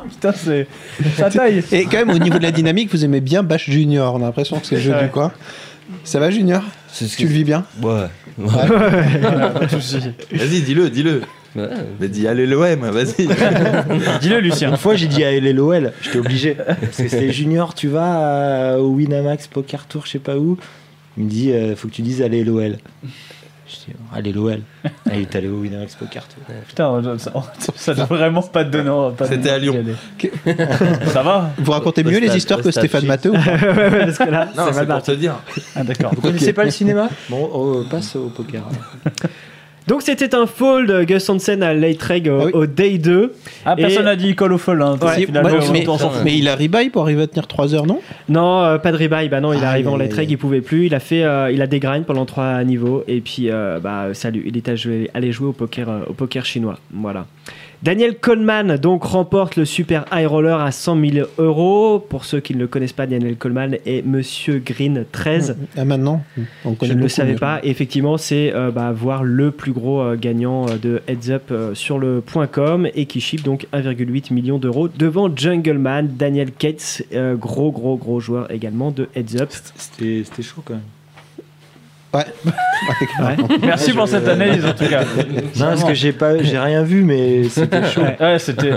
[SPEAKER 3] Putain,
[SPEAKER 5] [laughs]
[SPEAKER 3] c'est ça taille.
[SPEAKER 4] Et quand même, au niveau de la dynamique, vous aimez bien Bash Junior. On a l'impression que c'est le jeu
[SPEAKER 3] Ouais.
[SPEAKER 4] du coin. Ça va, Junior
[SPEAKER 8] C'est ce
[SPEAKER 4] Tu le vis bien
[SPEAKER 8] Ouais.
[SPEAKER 7] [laughs] Vas-y, dis-le, dis-le.
[SPEAKER 8] Ouais.
[SPEAKER 7] Mais dis allez l'OM, vas-y.
[SPEAKER 3] Dis-le, Lucien.
[SPEAKER 11] Une fois, j'ai dit à LLOL, j'étais
[SPEAKER 3] [laughs]
[SPEAKER 11] obligé. Parce que [laughs] c'était Junior, tu vas euh, au Winamax Poker Tour, je sais pas où. Il me dit, euh, faut que tu dises à LLOL. Je dis, allez LOL. Ah, Il est allé au Winamax Poker Tour.
[SPEAKER 3] Putain, [laughs] ça, ça doit vraiment pas te donner. pas te
[SPEAKER 7] C'était
[SPEAKER 3] donner
[SPEAKER 7] à Lyon.
[SPEAKER 3] envie d'y aller. Ça va
[SPEAKER 4] Vous racontez
[SPEAKER 7] Au
[SPEAKER 4] mieux les
[SPEAKER 7] stade,
[SPEAKER 4] histoires
[SPEAKER 7] au
[SPEAKER 4] que
[SPEAKER 7] stade,
[SPEAKER 4] Stéphane
[SPEAKER 7] si.
[SPEAKER 4] Matteux ou pas
[SPEAKER 5] [laughs] Ouais, ouais, parce que là,
[SPEAKER 7] Non,
[SPEAKER 5] c'est mal
[SPEAKER 7] c'est pour
[SPEAKER 5] parti.
[SPEAKER 7] te dire.
[SPEAKER 3] Ah, d'accord.
[SPEAKER 11] Vous connaissez pas le cinéma Bon, on passe au poker.
[SPEAKER 5] Donc c'était un fold euh, Gus Hansen à Leitreg au,
[SPEAKER 4] Ah oui.
[SPEAKER 5] au day 2.
[SPEAKER 3] Ah, personne
[SPEAKER 5] Et-
[SPEAKER 3] n'a dit Call of Fall, hein,
[SPEAKER 4] Si,
[SPEAKER 3] finalement,
[SPEAKER 4] moi,
[SPEAKER 3] on
[SPEAKER 4] mais,
[SPEAKER 3] s'en fout.
[SPEAKER 4] mais il a rebuy pour arriver à tenir 3 heures, non
[SPEAKER 5] Non, euh, pas de rebuy, bah non, il est
[SPEAKER 4] Aïe,
[SPEAKER 5] arrivé en
[SPEAKER 4] aïe,
[SPEAKER 5] Leitreg,
[SPEAKER 4] aïe.
[SPEAKER 5] il pouvait plus, il a fait euh, il a dégrind pendant trois niveaux et puis euh, bah euh, salut, il est à jouer- allé jouer au poker euh, au poker chinois. Voilà. Daniel Coleman donc remporte le Super High Roller à 100 000 euros. Pour ceux qui ne le connaissent pas, Daniel Coleman est Monsieur Green 13.
[SPEAKER 4] Ah, maintenant on
[SPEAKER 5] Je
[SPEAKER 4] connaît
[SPEAKER 5] ne le
[SPEAKER 4] beaucoup
[SPEAKER 5] savais
[SPEAKER 4] mieux.
[SPEAKER 5] pas. Et effectivement, c'est euh, bah, voir le plus gros euh, gagnant euh, de Heads Up euh, sur le point .com et qui chip donc 1,8 million d'euros devant Jungleman, Daniel Cates, euh, gros gros gros joueur également de Heads Up.
[SPEAKER 6] C'était c'était chaud quand même.
[SPEAKER 4] [laughs]
[SPEAKER 5] Ouais.
[SPEAKER 3] Merci pour cette analyse, en tout cas.
[SPEAKER 11] Non, parce que j'ai pas, j'ai rien vu, mais c'était chaud.
[SPEAKER 3] Ouais,
[SPEAKER 11] [laughs]
[SPEAKER 3] c'était.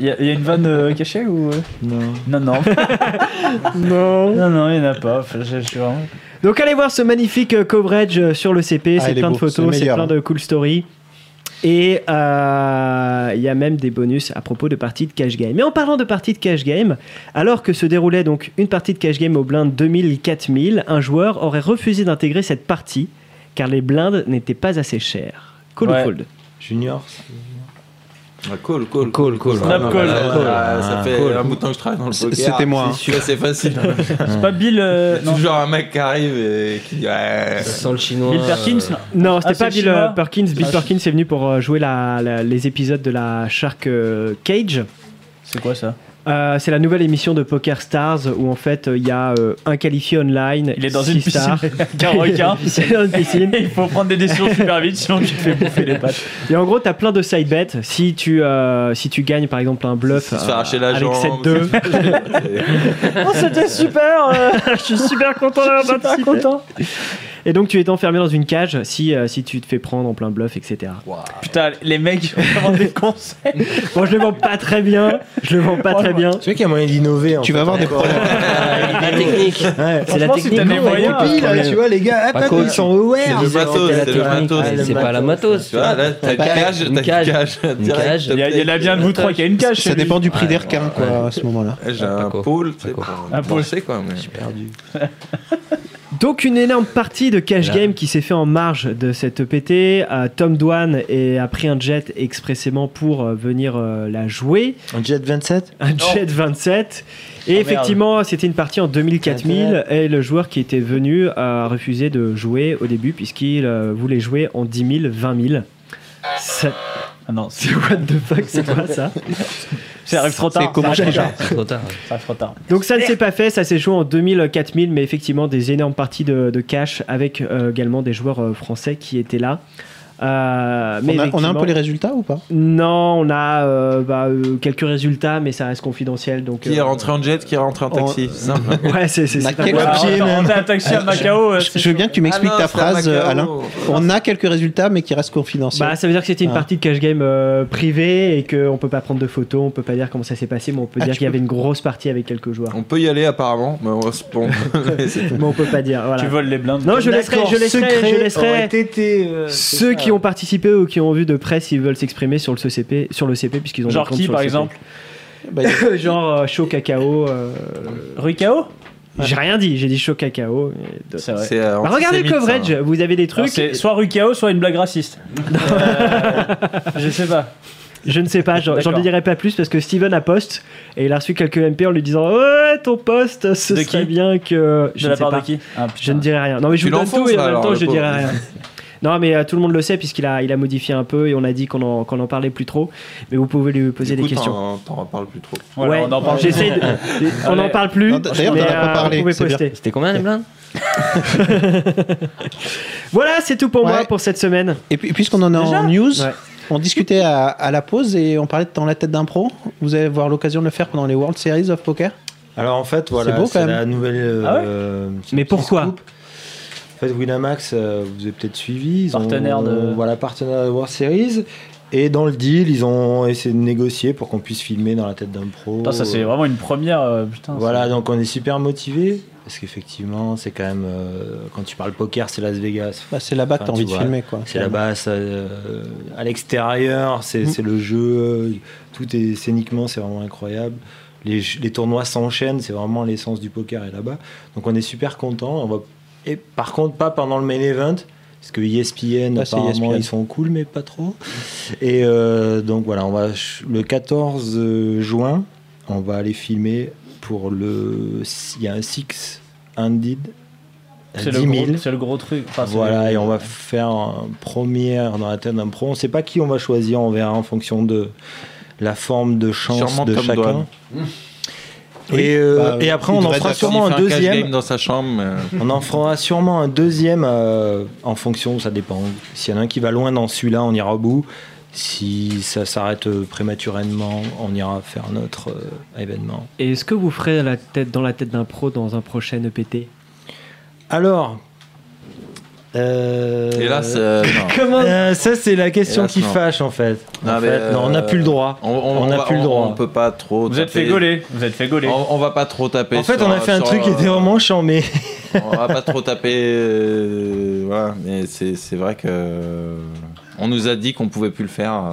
[SPEAKER 3] Il y, a- y a une vanne euh, cachée ou. euh Non,
[SPEAKER 6] Non.
[SPEAKER 3] non.
[SPEAKER 5] [laughs] Non.
[SPEAKER 3] Non, non, il n'y en a pas. Enfin, je, je suis vraiment-
[SPEAKER 5] Donc allez voir ce magnifique euh, coverage euh, sur le CP.
[SPEAKER 4] Ah,
[SPEAKER 5] c'est
[SPEAKER 4] il est
[SPEAKER 5] plein de
[SPEAKER 4] beau. C'est le
[SPEAKER 5] photos, c'est
[SPEAKER 4] meilleur,
[SPEAKER 5] plein
[SPEAKER 4] hein.
[SPEAKER 5] de cool stories. Et euh, il y a même des bonus à propos de parties de cash game. Mais en parlant de parties de cash game, alors que se déroulait donc une partie de cash game aux blindes 2000-4000, un joueur aurait refusé d'intégrer cette partie car les blindes n'étaient pas assez chères. Call
[SPEAKER 3] Ouais.
[SPEAKER 5] ou fold
[SPEAKER 6] Junior.
[SPEAKER 7] Ah, Call, call,
[SPEAKER 8] Call, call.
[SPEAKER 7] Ah,
[SPEAKER 3] Snap call.
[SPEAKER 7] ah,
[SPEAKER 3] Call.
[SPEAKER 7] ah, Ça fait
[SPEAKER 11] Call.
[SPEAKER 7] un bout de temps que je travaille dans le
[SPEAKER 4] C-
[SPEAKER 7] poker.
[SPEAKER 4] c'était moi, hein.
[SPEAKER 7] C'est sûr, C'est facile. [laughs]
[SPEAKER 3] C'est pas Bill. euh, non,
[SPEAKER 7] Toujours un mec qui arrive et qui dit ouais.
[SPEAKER 8] Sans le chinois.
[SPEAKER 3] Bill Perkins
[SPEAKER 8] euh,
[SPEAKER 3] non.
[SPEAKER 5] Non, c'était
[SPEAKER 3] Ah, c'est
[SPEAKER 5] pas
[SPEAKER 3] le
[SPEAKER 5] Bill
[SPEAKER 3] chinois
[SPEAKER 5] euh, Perkins. Bill
[SPEAKER 3] Ah,
[SPEAKER 5] Perkins est venu pour euh, jouer la- la- les épisodes de la Shark euh, Cage.
[SPEAKER 3] C'est quoi ça
[SPEAKER 5] Euh, c'est la nouvelle émission de Poker Stars où en fait euh, il y a euh, un qualifié online.
[SPEAKER 3] Il est dans
[SPEAKER 5] six
[SPEAKER 3] une piscine.
[SPEAKER 5] stars.
[SPEAKER 3] [laughs] Qu'un requin.
[SPEAKER 5] [laughs] Il est dans une piscine.
[SPEAKER 3] [laughs] Il faut prendre des décisions super vite, sinon tu te fais bouffer les pattes.
[SPEAKER 5] Et en gros, t'as plein de side bets. Si tu, euh, si tu gagnes par exemple un bluff
[SPEAKER 7] Se
[SPEAKER 5] euh,
[SPEAKER 7] faire arracher la
[SPEAKER 5] avec
[SPEAKER 7] jambe.
[SPEAKER 5] 7-2. oh, c'était super euh, [laughs] Je suis super content d'avoir participé. [laughs] Et donc, tu es enfermé dans une cage si, euh, si tu te fais prendre en plein bluff, etc.
[SPEAKER 3] Putain, les mecs, ils ont vraiment des conseils.
[SPEAKER 5] [laughs] Bon, je le vends pas très bien. Je le vends pas très bien.
[SPEAKER 11] Tu vois qu'il y a moyen d'innover. en
[SPEAKER 4] Tu
[SPEAKER 11] fait,
[SPEAKER 4] vas avoir des
[SPEAKER 11] encore.
[SPEAKER 4] problèmes.
[SPEAKER 5] [laughs]
[SPEAKER 8] La technique.
[SPEAKER 11] Ouais.
[SPEAKER 5] C'est la
[SPEAKER 3] Franchement, si
[SPEAKER 5] technique.
[SPEAKER 3] t'as des
[SPEAKER 5] Non,
[SPEAKER 3] moyens,
[SPEAKER 5] écoute,
[SPEAKER 8] hein,
[SPEAKER 11] Puis, là,
[SPEAKER 5] problème.
[SPEAKER 11] tu vois, les gars, attends,
[SPEAKER 8] cool.
[SPEAKER 11] ils sont
[SPEAKER 3] hein.
[SPEAKER 11] aware.
[SPEAKER 7] C'est le
[SPEAKER 11] Ils ont
[SPEAKER 7] matos,
[SPEAKER 11] la
[SPEAKER 7] c'est le
[SPEAKER 11] technique.
[SPEAKER 7] matos.
[SPEAKER 11] Ouais, le
[SPEAKER 8] C'est pas la Ah, matos.
[SPEAKER 7] Tu vois, là, t'as une
[SPEAKER 8] Une
[SPEAKER 7] cage, t'as une
[SPEAKER 8] cage.
[SPEAKER 7] cage.
[SPEAKER 8] Une
[SPEAKER 7] direct,
[SPEAKER 8] cage.
[SPEAKER 7] t'as
[SPEAKER 3] Il y, a- il y en a bien de vous trois qui a une cache.
[SPEAKER 4] Ça dépend du prix
[SPEAKER 8] Ouais,
[SPEAKER 4] des requins,
[SPEAKER 8] ouais,
[SPEAKER 4] quoi,
[SPEAKER 8] ouais.
[SPEAKER 4] à ce moment-là.
[SPEAKER 7] J'ai un
[SPEAKER 8] Paco.
[SPEAKER 7] pôle, tu sais,
[SPEAKER 8] Paco.
[SPEAKER 7] pour
[SPEAKER 3] Un pôle.
[SPEAKER 7] lancer, quoi. Mais... J'ai perdu.
[SPEAKER 5] Donc une énorme partie de cash
[SPEAKER 8] Là.
[SPEAKER 5] game qui s'est fait en marge de cette EPT. Euh, Tom Dwan est- a pris un jet expressément pour euh, venir euh, la jouer.
[SPEAKER 11] Un Jet 27
[SPEAKER 5] Un jet 27. Et
[SPEAKER 3] Oh, merde.
[SPEAKER 5] effectivement, c'était une partie en 2000-4000 et le joueur qui était venu euh, a refusé de jouer au début puisqu'il euh, voulait jouer en 10 000, 20 000. Ça-
[SPEAKER 3] Ah non, c'est-
[SPEAKER 5] C'est what the fuck, c'est quoi ça
[SPEAKER 3] ça arrive trop tard.
[SPEAKER 4] C'est comment
[SPEAKER 3] ça arrive
[SPEAKER 4] déjà
[SPEAKER 3] trop tard,
[SPEAKER 8] C'est trop tard.
[SPEAKER 3] Ça arrive trop tard.
[SPEAKER 5] Donc ça ne s'est pas fait, ça s'est joué en 2000-4000, mais effectivement des énormes parties de, de cash avec euh, également des joueurs euh, français qui étaient là. Euh, mais
[SPEAKER 4] On a, on a un
[SPEAKER 5] effectivement-
[SPEAKER 4] peu les résultats ou pas
[SPEAKER 5] Non, on a euh, bah, euh, quelques résultats, mais ça reste confidentiel. Donc,
[SPEAKER 7] Qui est
[SPEAKER 5] euh,
[SPEAKER 7] rentré en jet, qui est rentré en taxi. c'est simple. hein.
[SPEAKER 5] Ouais, c'est c'est-
[SPEAKER 4] On a
[SPEAKER 5] c'est un-
[SPEAKER 4] quelques-
[SPEAKER 5] Ouais.
[SPEAKER 3] Alors,
[SPEAKER 4] papier,
[SPEAKER 3] attends,
[SPEAKER 4] même.
[SPEAKER 3] on a un taxi à Macao. euh,
[SPEAKER 4] je,
[SPEAKER 3] c'est
[SPEAKER 4] je veux bien que tu m'expliques
[SPEAKER 7] Ah non,
[SPEAKER 4] ta
[SPEAKER 7] c'est à
[SPEAKER 4] phrase,
[SPEAKER 7] Macao.
[SPEAKER 4] euh, Alain. On a quelques résultats, mais qui restent confidentiels.
[SPEAKER 5] Bah, ça veut dire que c'était une
[SPEAKER 4] Ah.
[SPEAKER 5] partie de cash game euh, privée et qu'on peut pas prendre de photos, on peut pas dire comment ça s'est passé, mais on peut
[SPEAKER 4] Ah,
[SPEAKER 5] dire
[SPEAKER 4] tu
[SPEAKER 5] qu'il y
[SPEAKER 4] peux-
[SPEAKER 5] avait une grosse partie avec quelques joueurs.
[SPEAKER 7] On peut y aller apparemment, mais on se bon. mais c'est-
[SPEAKER 5] mais on peut pas dire. Voilà.
[SPEAKER 3] Tu voles les blindes.
[SPEAKER 5] Non, je laisserai, je laisserai, je laisserai. Ceux qui
[SPEAKER 11] ont
[SPEAKER 5] ont participé ou qui ont vu de près s'ils veulent s'exprimer sur le CP, sur le CP puisqu'ils ont
[SPEAKER 3] Genre
[SPEAKER 5] des comptes
[SPEAKER 3] qui,
[SPEAKER 5] sur
[SPEAKER 3] par
[SPEAKER 5] le
[SPEAKER 7] [laughs]
[SPEAKER 5] CP.
[SPEAKER 3] exemple
[SPEAKER 4] Bah, y a-
[SPEAKER 5] [laughs] Genre euh, chaud cacao. euh,
[SPEAKER 3] Ricao
[SPEAKER 5] J'ai rien dit, j'ai dit chaud cacao. et d'autres.
[SPEAKER 3] C'est vrai.
[SPEAKER 7] c'est, euh,
[SPEAKER 5] Bah, regardez le
[SPEAKER 7] antisémite,
[SPEAKER 5] coverage,
[SPEAKER 7] ça.
[SPEAKER 5] vous avez des
[SPEAKER 3] Alors,
[SPEAKER 5] trucs. [laughs]
[SPEAKER 3] c'est soit Ricao, soit une blague raciste. Euh, je sais pas.
[SPEAKER 5] Je ne sais pas, j'en j'en
[SPEAKER 3] D'accord.
[SPEAKER 5] dirai pas plus parce que Steven a poste et il a reçu quelques MP en lui disant Ouais, ton poste, ce
[SPEAKER 3] De
[SPEAKER 5] serait
[SPEAKER 3] qui
[SPEAKER 5] bien que. Je
[SPEAKER 3] de
[SPEAKER 5] ne
[SPEAKER 3] la
[SPEAKER 5] sais
[SPEAKER 3] part
[SPEAKER 5] pas.
[SPEAKER 3] de qui Ah, putain.
[SPEAKER 5] Je ne dirai rien. Non, mais je
[SPEAKER 7] Tu
[SPEAKER 5] vous donne
[SPEAKER 7] l'enfonces,
[SPEAKER 5] tout et en
[SPEAKER 7] là,
[SPEAKER 5] même
[SPEAKER 7] alors,
[SPEAKER 5] temps,
[SPEAKER 7] le
[SPEAKER 5] je
[SPEAKER 7] pauvre.
[SPEAKER 5] dirai
[SPEAKER 7] [laughs]
[SPEAKER 5] rien. Non, mais euh, tout le monde le sait puisqu'il a, il a modifié un peu et on a dit qu'on en, qu'on en parlait plus trop. Mais vous pouvez lui poser
[SPEAKER 7] Du
[SPEAKER 5] des
[SPEAKER 7] coup,
[SPEAKER 5] questions.
[SPEAKER 7] T'en t'en reparles plus trop.
[SPEAKER 3] Voilà,
[SPEAKER 5] ouais,
[SPEAKER 3] on en parle.
[SPEAKER 5] j'essaie de- [laughs] on n'en parle plus.
[SPEAKER 4] Non, d'ailleurs,
[SPEAKER 5] mais,
[SPEAKER 4] t'en as pas
[SPEAKER 5] euh,
[SPEAKER 4] parlé,
[SPEAKER 5] Vous pouvez
[SPEAKER 4] c'est bien.
[SPEAKER 5] poster.
[SPEAKER 8] C'était combien les blindes
[SPEAKER 5] Voilà, c'est tout pour
[SPEAKER 4] Ouais.
[SPEAKER 5] moi pour cette semaine.
[SPEAKER 4] Et puis, puisqu'on en est en news,
[SPEAKER 5] Ouais.
[SPEAKER 4] on discutait à, à la pause et on parlait de dans la tête d'un pro. Vous allez avoir l'occasion de le faire pendant les World Series of Poker.
[SPEAKER 6] Alors en fait, voilà,
[SPEAKER 4] C'est beau, quand même.
[SPEAKER 6] la nouvelle. euh,
[SPEAKER 3] Ah ouais
[SPEAKER 6] euh, c'est
[SPEAKER 5] Mais
[SPEAKER 6] un petit
[SPEAKER 5] pourquoi
[SPEAKER 6] scoop. En fait, Winamax, euh, vous avez peut-être suivi. ils ont-
[SPEAKER 3] Partenaire de-
[SPEAKER 6] Voilà, partenaire de World Series. Et dans le deal, ils ont essayé de négocier pour qu'on puisse filmer dans la tête d'un pro.
[SPEAKER 3] Putain, ça, c'est vraiment une première. euh, putain,
[SPEAKER 6] Voilà,
[SPEAKER 3] c'est-
[SPEAKER 6] donc on est super motivé. Parce qu'effectivement, c'est quand même. euh, quand tu parles poker, c'est Las Vegas.
[SPEAKER 4] Bah, c'est là-bas que
[SPEAKER 6] Enfin,
[SPEAKER 4] t'as envie
[SPEAKER 6] tu
[SPEAKER 4] de
[SPEAKER 6] vois,
[SPEAKER 4] filmer, quoi.
[SPEAKER 6] C'est là-bas, ça, euh, à l'extérieur, c'est c'est le jeu, euh, tout est scéniquement, c'est vraiment incroyable. Les, j- les tournois s'enchaînent, c'est vraiment l'essence du poker est là-bas. Donc on est super content. On va et par contre pas pendant le main event. E
[SPEAKER 11] Parce que ESPN,
[SPEAKER 4] Ah, c'est
[SPEAKER 11] Bah, apparemment,
[SPEAKER 4] ESPN.
[SPEAKER 11] ils sont cool, mais pas trop. Et euh, donc voilà, on va, ch- le 14 juin, on va aller filmer pour le. Il y a un Six Handed. à
[SPEAKER 3] C'est
[SPEAKER 11] 10
[SPEAKER 3] le,
[SPEAKER 11] 000.
[SPEAKER 3] gros- c'est le gros truc. Enfin, c'est-
[SPEAKER 11] Voilà, et on va faire un première dans la tête d'un pro. On ne sait pas qui on va choisir, on verra en fonction de la forme de chance
[SPEAKER 7] Sûrement
[SPEAKER 11] de
[SPEAKER 7] Tom
[SPEAKER 11] chacun.
[SPEAKER 7] Doane.
[SPEAKER 11] Et, euh,
[SPEAKER 4] Bah,
[SPEAKER 11] et après,
[SPEAKER 4] il
[SPEAKER 11] on en
[SPEAKER 4] devrait
[SPEAKER 11] fera
[SPEAKER 4] d'accord,
[SPEAKER 11] sûrement
[SPEAKER 4] il
[SPEAKER 11] un
[SPEAKER 4] fait un cash
[SPEAKER 11] deuxième.
[SPEAKER 7] game dans sa chambre. euh,
[SPEAKER 11] [laughs] On en fera sûrement un deuxième euh, en fonction, ça dépend. S'il y en a un qui va loin dans celui-là, on ira au bout. Si ça s'arrête euh, prématurément, on ira faire notre euh, événement.
[SPEAKER 5] Et est-ce que vous ferez la tête, dans la tête d'un pro dans un prochain E EPT
[SPEAKER 11] Alors. euh,
[SPEAKER 7] Et là, c'est, euh,
[SPEAKER 11] [laughs]
[SPEAKER 7] non.
[SPEAKER 11] euh, ça, c'est la question
[SPEAKER 7] Hélas,
[SPEAKER 11] qui
[SPEAKER 7] non.
[SPEAKER 11] fâche en fait. En
[SPEAKER 7] Non, mais,
[SPEAKER 11] fait, non, on n'a
[SPEAKER 7] euh,
[SPEAKER 11] plus le droit.
[SPEAKER 7] On, on-
[SPEAKER 11] On n'a
[SPEAKER 7] on va-
[SPEAKER 11] plus le
[SPEAKER 7] on-
[SPEAKER 11] droit.
[SPEAKER 7] On peut pas trop.
[SPEAKER 3] Vous êtes fait
[SPEAKER 7] taper.
[SPEAKER 3] gauler. Vous êtes fait gauler.
[SPEAKER 7] On, on va pas trop taper.
[SPEAKER 11] En fait,
[SPEAKER 7] sur-
[SPEAKER 11] on a fait un
[SPEAKER 7] sur,
[SPEAKER 11] truc qui
[SPEAKER 7] euh,
[SPEAKER 11] était vraiment mais
[SPEAKER 7] [laughs] On va pas trop taper. euh, voilà, mais c'est c'est vrai que euh, on nous a dit qu'on pouvait plus le faire euh,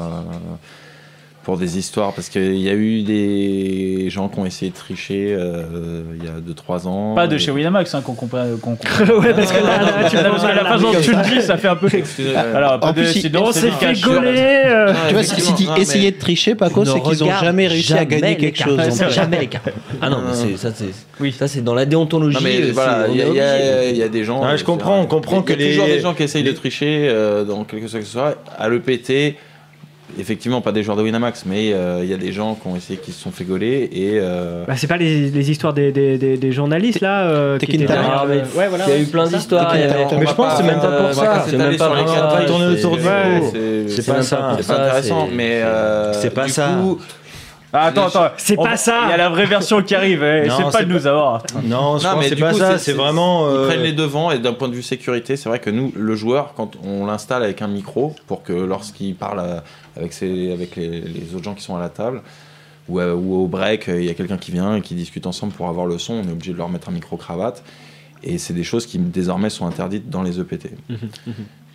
[SPEAKER 7] pour des histoires parce qu'il y a eu des gens qui ont essayé de tricher euh, il y a 2-3 ans.
[SPEAKER 3] Pas de
[SPEAKER 7] Et-
[SPEAKER 3] chez Winamax hein, qu'on comprenne.
[SPEAKER 5] [laughs]
[SPEAKER 3] qu'on comprenne.
[SPEAKER 5] Ouais, parce que là,
[SPEAKER 3] Non,
[SPEAKER 5] là,
[SPEAKER 3] parce
[SPEAKER 5] tu
[SPEAKER 3] que la
[SPEAKER 5] poses la-
[SPEAKER 3] la façon dont tu le dis, ça fait un peu.
[SPEAKER 7] Excusez-moi.
[SPEAKER 3] Euh, Alors, pas
[SPEAKER 4] Ah, En
[SPEAKER 3] de
[SPEAKER 4] plus, il-
[SPEAKER 3] silence,
[SPEAKER 5] On
[SPEAKER 3] c'est
[SPEAKER 5] s'est
[SPEAKER 3] du
[SPEAKER 5] fait
[SPEAKER 3] cash.
[SPEAKER 5] gauler euh.
[SPEAKER 7] Non,
[SPEAKER 4] Tu vois, si si
[SPEAKER 7] effectivement.
[SPEAKER 4] tu
[SPEAKER 7] Non, mais-
[SPEAKER 4] essayez de tricher, Paco, c'est qu'ils ont jamais réussi à gagner quelque chose. euh. en
[SPEAKER 3] C'est
[SPEAKER 4] fait.
[SPEAKER 3] vrai.
[SPEAKER 8] Jamais les cartes. Ah non, mais c'est- ça c'est oui. ça c'est dans la déontologie.
[SPEAKER 7] Non, mais
[SPEAKER 8] euh,
[SPEAKER 7] voilà,
[SPEAKER 8] c'est- on
[SPEAKER 7] il y, a-
[SPEAKER 8] est
[SPEAKER 7] il y
[SPEAKER 8] obligé.
[SPEAKER 7] a- il y a des gens. euh,
[SPEAKER 11] Ouais, Ah, je comprends, on comprend
[SPEAKER 7] Il y a-
[SPEAKER 11] que
[SPEAKER 7] Il y a toujours
[SPEAKER 11] les-
[SPEAKER 7] des gens qui essayent
[SPEAKER 11] les-
[SPEAKER 7] de tricher euh, dans quelque chose que ce soit. À l'EPT, effectivement, pas des joueurs de Winamax, mais euh, il y a des gens qui ont essayé, qui se sont fait gauler. Et, euh,
[SPEAKER 5] Bah, c'est pas les, les histoires des, des, des, des journalistes là euh, qui
[SPEAKER 4] Tekken
[SPEAKER 5] étaient
[SPEAKER 4] Timer.
[SPEAKER 5] derrière,
[SPEAKER 8] Ah, mais
[SPEAKER 5] euh, ouais, voilà,
[SPEAKER 8] il y a
[SPEAKER 5] ouais,
[SPEAKER 8] eu plein
[SPEAKER 5] c'est ça.
[SPEAKER 8] d'histoires. il y avait-
[SPEAKER 7] on
[SPEAKER 11] mais
[SPEAKER 7] va euh,
[SPEAKER 11] je pense que c'est même pas pour
[SPEAKER 7] on va
[SPEAKER 11] ça.
[SPEAKER 7] s'étaler
[SPEAKER 8] C'est même
[SPEAKER 7] sur
[SPEAKER 8] pas
[SPEAKER 7] les
[SPEAKER 8] pour
[SPEAKER 7] quatre
[SPEAKER 8] ça,
[SPEAKER 7] pages,
[SPEAKER 11] tourner autour du
[SPEAKER 7] c'est-
[SPEAKER 11] pot.
[SPEAKER 7] C'est
[SPEAKER 11] C'est
[SPEAKER 7] c'est
[SPEAKER 11] pas
[SPEAKER 7] même
[SPEAKER 11] ça.
[SPEAKER 7] pas- c'est
[SPEAKER 8] C'est
[SPEAKER 7] pas intéressant,
[SPEAKER 8] c'est-
[SPEAKER 7] mais. euh,
[SPEAKER 11] C'est pas
[SPEAKER 7] du
[SPEAKER 11] ça.
[SPEAKER 7] coup,
[SPEAKER 3] Ah, attends, attends.
[SPEAKER 5] C'est
[SPEAKER 3] On
[SPEAKER 5] pas
[SPEAKER 3] va-
[SPEAKER 5] ça.
[SPEAKER 3] Il y a la vraie version qui arrive. eh,
[SPEAKER 11] Non,
[SPEAKER 3] C'est pas
[SPEAKER 11] c'est
[SPEAKER 3] de nous avoir.
[SPEAKER 11] Non, je
[SPEAKER 7] Non,
[SPEAKER 11] pense
[SPEAKER 7] mais
[SPEAKER 11] que c'est
[SPEAKER 7] du
[SPEAKER 11] pas
[SPEAKER 7] coup,
[SPEAKER 11] ça. C'est vraiment.
[SPEAKER 7] Ils
[SPEAKER 11] euh,
[SPEAKER 7] prennent les devants et d'un point de vue sécurité, c'est vrai que nous, le joueur, quand on l'installe avec un micro, pour que lorsqu'il parle à- avec, ses- avec les, les autres gens qui sont à la table, ou, à- ou au break, euh, il y a quelqu'un qui vient et qui discute ensemble pour avoir le son, on est obligé de leur mettre un micro-cravate. Et c'est des choses qui désormais sont interdites dans les
[SPEAKER 5] [laughs]
[SPEAKER 7] EPT.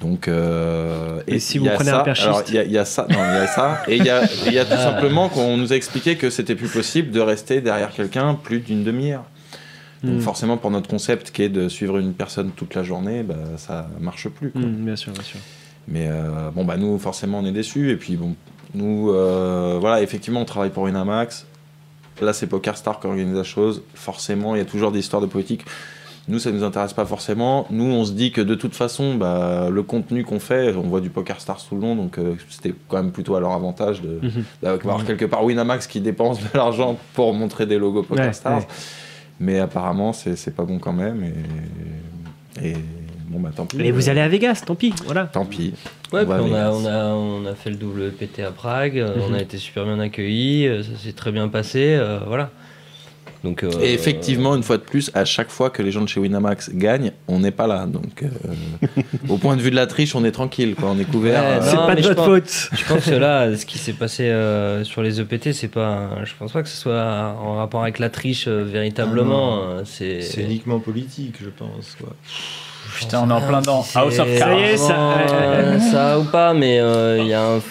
[SPEAKER 7] Donc, euh,
[SPEAKER 5] Et Mhm, si
[SPEAKER 7] il
[SPEAKER 5] vous
[SPEAKER 7] y a
[SPEAKER 5] prenez
[SPEAKER 7] ça,
[SPEAKER 5] un perchiste Ah.
[SPEAKER 7] alors, il y, a- il y a ça, non, il y a ça, et il y a, et il y a tout simplement qu'on nous a expliqué que c'était plus possible de rester derrière quelqu'un plus d'une demi-heure. Donc
[SPEAKER 5] Mm.
[SPEAKER 7] forcément, pour notre concept qui est de suivre une personne toute la journée, bah, ça marche plus. quoi.
[SPEAKER 5] Hum, bien sûr, bien sûr.
[SPEAKER 7] Mais euh, bon, bah nous, forcément, on est déçus. Et puis bon, nous, euh, voilà, effectivement, on travaille pour Winamax. Là, c'est PokerStar qui organise la chose. Forcément, il y a toujours des histoires de politique. Nous, ça nous intéresse pas forcément. Nous, on se dit que de toute façon, bah, le contenu qu'on fait, on voit du PokerStars tout le long, donc euh, c'était quand même plutôt à leur avantage de-
[SPEAKER 5] Mhm.
[SPEAKER 7] d'avoir quelque part Winamax qui dépense de l'argent pour montrer des logos PokerStars.
[SPEAKER 5] Ouais, ouais.
[SPEAKER 7] Mais apparemment, c'est c'est pas bon quand même. Et, et bon, bah tant pis.
[SPEAKER 5] Mais vous allez à Vegas, tant pis, voilà.
[SPEAKER 7] Tant pis.
[SPEAKER 8] Ouais,
[SPEAKER 7] On va
[SPEAKER 8] puis on, a,
[SPEAKER 7] à
[SPEAKER 8] on, a, on a fait le double PT à Prague, euh, on a été super bien accueillis, euh, ça s'est très bien passé, euh, voilà. Donc, euh,
[SPEAKER 7] Et effectivement, une fois de plus, à chaque fois que les gens de chez Winamax gagnent, on n'est pas là. Donc, euh, [laughs] au point de vue de la triche, on est tranquille, quoi. On est couvert.
[SPEAKER 8] Ouais,
[SPEAKER 7] euh,
[SPEAKER 5] C'est
[SPEAKER 8] Non,
[SPEAKER 5] pas
[SPEAKER 8] mais
[SPEAKER 5] de
[SPEAKER 8] je
[SPEAKER 5] votre
[SPEAKER 8] pense-
[SPEAKER 5] faute.
[SPEAKER 8] Je pense que là, ce qui s'est passé euh, sur les EPT, c'est pas, un- je pense pas que ce soit un- en rapport avec la triche euh, véritablement.
[SPEAKER 3] hein,
[SPEAKER 8] euh, c'est
[SPEAKER 6] Ah C'est uniquement politique, je pense. Quoi.
[SPEAKER 3] Putain, on est en plein dedans. Oh.
[SPEAKER 8] C'est-
[SPEAKER 3] Ah, House of
[SPEAKER 5] Ça y
[SPEAKER 3] Cards.
[SPEAKER 5] est, ça-
[SPEAKER 8] Euh, [laughs] ça ou pas, mais euh, il y a un-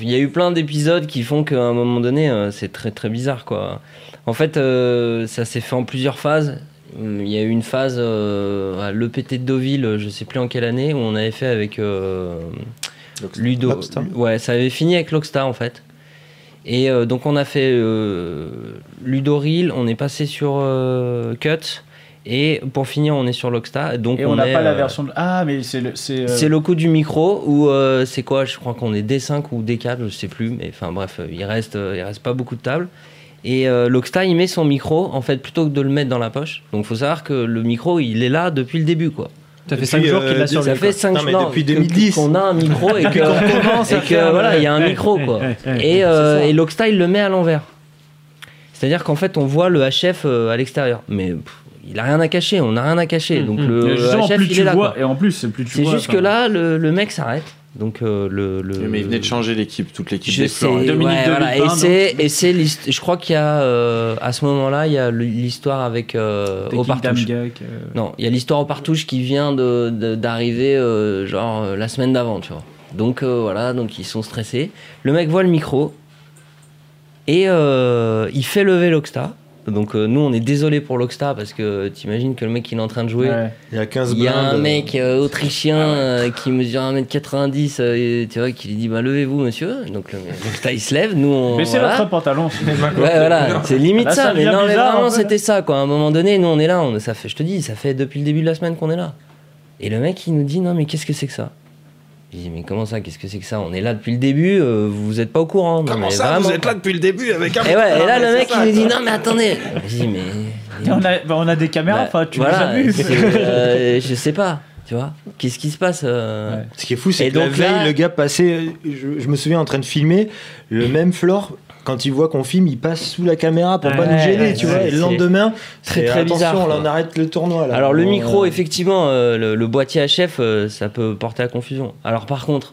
[SPEAKER 8] il y a eu plein d'épisodes qui font qu'à un moment donné, euh, c'est très très bizarre quoi. En fait, euh, ça s'est fait en plusieurs phases. Hum, Il y a eu une phase euh, à l'EPT de Deauville, je sais plus en quelle année, où on avait fait avec euh, Ludo.
[SPEAKER 4] Lockstar.
[SPEAKER 8] Ouais, ça avait fini avec Lockstar en fait. Et euh, donc on a fait euh, Ludoril, on est passé sur euh, Cut, et pour finir on est sur Lockstar. Donc
[SPEAKER 3] Et on n'a
[SPEAKER 8] est,
[SPEAKER 3] pas la
[SPEAKER 8] euh,
[SPEAKER 3] version de. Ah, mais c'est le. C'est
[SPEAKER 8] c'est
[SPEAKER 3] euh,
[SPEAKER 8] le coup du micro ou euh, c'est quoi Je crois qu'on est D5 ou D4, je sais plus, mais enfin bref, euh, il reste, euh, il reste pas beaucoup de tables. Et euh, Lockstar, il met son micro, en fait, plutôt que de le mettre dans la poche. Donc faut savoir que le micro, il est là depuis le début, quoi.
[SPEAKER 5] Ça fait
[SPEAKER 4] Depuis,
[SPEAKER 5] 5 jours qu'il
[SPEAKER 4] euh,
[SPEAKER 5] l'a sur
[SPEAKER 8] ça
[SPEAKER 5] lui.
[SPEAKER 8] fait 5
[SPEAKER 4] Non, mais depuis 2010.
[SPEAKER 8] qu'on a [laughs] un micro et que, et que, voilà, il y a un micro, quoi. Et, euh, et Lockstar, il le met à l'envers. C'est-à-dire qu'en fait, on voit le HF euh, à l'extérieur. Mais pff, il a rien à cacher, on n'a rien à cacher.
[SPEAKER 5] Hmm.
[SPEAKER 8] Donc le,
[SPEAKER 3] mais justement,
[SPEAKER 8] HF,
[SPEAKER 3] plus
[SPEAKER 8] il est
[SPEAKER 3] tu
[SPEAKER 8] là. quoi.
[SPEAKER 3] vois. Et en plus, c'est plus tu
[SPEAKER 8] C'est
[SPEAKER 3] vois.
[SPEAKER 8] juste
[SPEAKER 3] enfin,
[SPEAKER 8] que là, le, le mec s'arrête. Donc euh, le, le-
[SPEAKER 7] Mais il venait de changer l'équipe, toute l'équipe
[SPEAKER 8] Je
[SPEAKER 7] des
[SPEAKER 8] sais,
[SPEAKER 7] Fleurs.
[SPEAKER 8] ouais,
[SPEAKER 3] Dominique
[SPEAKER 8] voilà.
[SPEAKER 3] Delépin,
[SPEAKER 8] Et
[SPEAKER 3] donc.
[SPEAKER 8] c'est, et c'est l'hist- je crois qu'il y a euh, à ce moment-là, il y a le- l'histoire avec euh,
[SPEAKER 3] Taking
[SPEAKER 8] Aupartouche.
[SPEAKER 3] Dame Gak, euh,
[SPEAKER 8] Non, il y a l'histoire Aupartouche qui vient de, de- d'arriver euh, genre euh, la semaine d'avant, tu vois. Donc euh, voilà, donc ils sont stressés. Le mec voit le micro et euh, il fait lever l'Oxta Donc euh, nous, on est désolé pour l'Oxta parce que t'imagines que le mec il est en train de jouer.
[SPEAKER 3] Ouais.
[SPEAKER 6] Il y a 15
[SPEAKER 8] Il y a
[SPEAKER 6] blindes,
[SPEAKER 8] un
[SPEAKER 6] euh,
[SPEAKER 8] mec euh, autrichien
[SPEAKER 3] Ah
[SPEAKER 8] euh, qui mesure 1m90 euh, et tu vois qui lui dit bah levez-vous monsieur [laughs] donc le l'Oxta, il se lève nous on
[SPEAKER 3] Baissez
[SPEAKER 8] voilà.
[SPEAKER 3] votre pantalon.
[SPEAKER 8] Ouais, voilà, c'est limite
[SPEAKER 3] Ah, Là,
[SPEAKER 8] ça,
[SPEAKER 3] ça
[SPEAKER 8] mais
[SPEAKER 3] devient
[SPEAKER 8] non, mais
[SPEAKER 3] bizarre,
[SPEAKER 8] vraiment,
[SPEAKER 3] un peu.
[SPEAKER 8] c'était ça, quoi. À un moment donné, nous, on est là, on, ça fait, je te dis, ça fait depuis le début de la semaine qu'on est là. Et le mec, il nous dit, non, mais qu'est-ce que c'est que ça Je dis, mais comment ça, qu'est-ce que c'est que ça On est là depuis le début, euh, vous êtes pas au courant. Non, mais vraiment.
[SPEAKER 6] depuis le début avec un.
[SPEAKER 8] Et Eh ouais, et là, le mec, il nous dit, non, mais attendez Je dis, mais.
[SPEAKER 3] Et on, a, bah, [laughs] on a des caméras,
[SPEAKER 8] Bah,
[SPEAKER 3] enfin, tu
[SPEAKER 8] voilà,
[SPEAKER 3] les as vues.
[SPEAKER 8] c'est,
[SPEAKER 3] [laughs]
[SPEAKER 8] euh, Je sais pas, tu vois. Qu'est-ce qui se passe euh,
[SPEAKER 3] Ouais.
[SPEAKER 6] Ce qui est fou, c'est
[SPEAKER 8] Et
[SPEAKER 6] que la
[SPEAKER 8] donc
[SPEAKER 6] veille,
[SPEAKER 8] là-
[SPEAKER 6] le gars passait, euh, je, je me souviens en train de filmer, le même Flore, quand il voit qu'on filme, il passe sous la caméra pour pas
[SPEAKER 8] Ouais,
[SPEAKER 6] nous gêner,
[SPEAKER 8] ouais,
[SPEAKER 6] tu
[SPEAKER 8] ouais,
[SPEAKER 6] vois. Et
[SPEAKER 8] c'est
[SPEAKER 6] le lendemain,
[SPEAKER 8] très,
[SPEAKER 6] c'est,
[SPEAKER 8] très
[SPEAKER 6] attention,
[SPEAKER 8] bizarre,
[SPEAKER 6] là, on
[SPEAKER 8] quoi.
[SPEAKER 6] arrête le tournoi. Là.
[SPEAKER 8] Alors le
[SPEAKER 6] On-
[SPEAKER 4] Oh.
[SPEAKER 8] micro, effectivement, euh, le, le boîtier à chef, euh, ça peut porter à confusion. Alors par contre,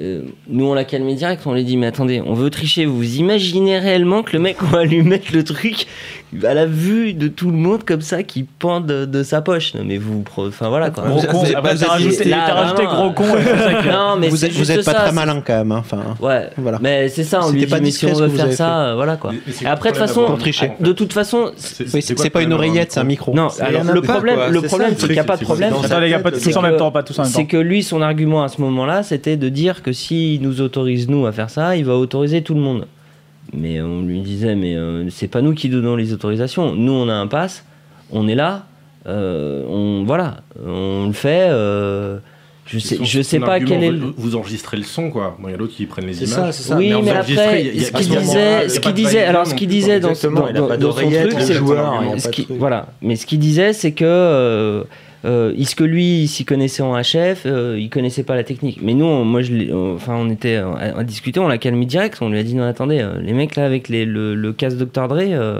[SPEAKER 8] euh, nous on l'a calmé direct, on lui dit mais attendez, on veut tricher, vous imaginez réellement que le mec, on va lui mettre le truc à la vue de tout le monde comme ça qui pend de, de sa poche. Non mais vous, pro- enfin voilà quoi.
[SPEAKER 3] Gros
[SPEAKER 11] Vous-
[SPEAKER 3] con,
[SPEAKER 11] vous êtes
[SPEAKER 3] Ah
[SPEAKER 11] pas-
[SPEAKER 3] bah,
[SPEAKER 11] vous
[SPEAKER 3] t'as
[SPEAKER 11] êtes-
[SPEAKER 3] rajouté,
[SPEAKER 8] là,
[SPEAKER 3] t'as rajouté
[SPEAKER 8] vraiment, hein.
[SPEAKER 3] gros con. et c'est ça que-
[SPEAKER 8] Non mais
[SPEAKER 4] vous
[SPEAKER 8] c'est
[SPEAKER 4] êtes, vous
[SPEAKER 8] juste
[SPEAKER 4] êtes pas
[SPEAKER 8] ça,
[SPEAKER 4] très
[SPEAKER 8] c'est-
[SPEAKER 4] malin quand même. hein, Enfin,
[SPEAKER 8] Ouais.
[SPEAKER 4] Voilà.
[SPEAKER 8] Mais c'est ça, on lui
[SPEAKER 4] C'était
[SPEAKER 8] dit
[SPEAKER 4] pas
[SPEAKER 8] mais si
[SPEAKER 4] discret,
[SPEAKER 8] on
[SPEAKER 4] ce
[SPEAKER 8] veut
[SPEAKER 4] que vous
[SPEAKER 8] faire
[SPEAKER 4] avez
[SPEAKER 8] ça, euh, voilà quoi.
[SPEAKER 6] c'est
[SPEAKER 8] Et après de toute façon,
[SPEAKER 4] Pour tricher.
[SPEAKER 8] de toute façon,
[SPEAKER 4] Oui, c'est c'est pas une oreillette, c'est un micro.
[SPEAKER 8] non.
[SPEAKER 6] C'est
[SPEAKER 8] Alors
[SPEAKER 6] un
[SPEAKER 8] le
[SPEAKER 6] impact,
[SPEAKER 8] problème,
[SPEAKER 6] quoi.
[SPEAKER 8] le
[SPEAKER 6] C'est ça,
[SPEAKER 8] problème,
[SPEAKER 6] le
[SPEAKER 8] c'est qu'il
[SPEAKER 6] truc,
[SPEAKER 8] n'y a pas de
[SPEAKER 6] c'est
[SPEAKER 8] problème.
[SPEAKER 6] dans sa
[SPEAKER 3] Attends, les gars, pas
[SPEAKER 6] tête,
[SPEAKER 3] tous en
[SPEAKER 8] que-
[SPEAKER 3] même temps, pas tous en même temps.
[SPEAKER 8] C'est que lui, son argument à ce moment-là, c'était de dire que s'il nous autorise, nous, à faire ça, il va autoriser tout le monde. Mais on lui disait, mais euh, c'est pas nous qui donnons les autorisations. Nous, on a un pass, on est là, euh, on, voilà, on le fait. euh, je sais,
[SPEAKER 12] Son-
[SPEAKER 8] je
[SPEAKER 12] son
[SPEAKER 8] sais pas
[SPEAKER 12] argument,
[SPEAKER 8] quel est.
[SPEAKER 12] Vous, vous enregistrez le son, quoi. Bon, Il y a d'autres qui prennent les
[SPEAKER 6] C'est ça,
[SPEAKER 12] images.
[SPEAKER 6] c'est ça.
[SPEAKER 8] oui,
[SPEAKER 12] mais
[SPEAKER 8] mais
[SPEAKER 12] enregistré, il
[SPEAKER 8] après,
[SPEAKER 12] y a-
[SPEAKER 8] ce
[SPEAKER 12] à
[SPEAKER 8] qu'il
[SPEAKER 12] ce moment-là,
[SPEAKER 8] disait,
[SPEAKER 12] il y
[SPEAKER 8] ce
[SPEAKER 12] a pas
[SPEAKER 8] qu'il
[SPEAKER 12] de
[SPEAKER 8] disait,
[SPEAKER 12] va-et-vient
[SPEAKER 8] alors
[SPEAKER 12] non
[SPEAKER 8] ce qu'il
[SPEAKER 12] plus,
[SPEAKER 8] disait dans,
[SPEAKER 6] Exactement,
[SPEAKER 8] dans-
[SPEAKER 6] il a pas
[SPEAKER 8] dans- dans son
[SPEAKER 6] d'oreillette,
[SPEAKER 8] truc,
[SPEAKER 6] le
[SPEAKER 8] c'est
[SPEAKER 6] joueur, il a
[SPEAKER 8] ce
[SPEAKER 6] pas de
[SPEAKER 8] qui-
[SPEAKER 6] truc.
[SPEAKER 8] voilà. Mais ce qu'il disait, c'est que euh, euh, il- ce que lui, il s'y connaissait en HF, euh, il connaissait pas la technique. Mais nous, on- moi, je l'ai- on- enfin, on était euh, à, à discuter, on l'a calmé direct, on lui a dit non, attendez, euh, les mecs là avec les- le, le casque Dr Dre euh,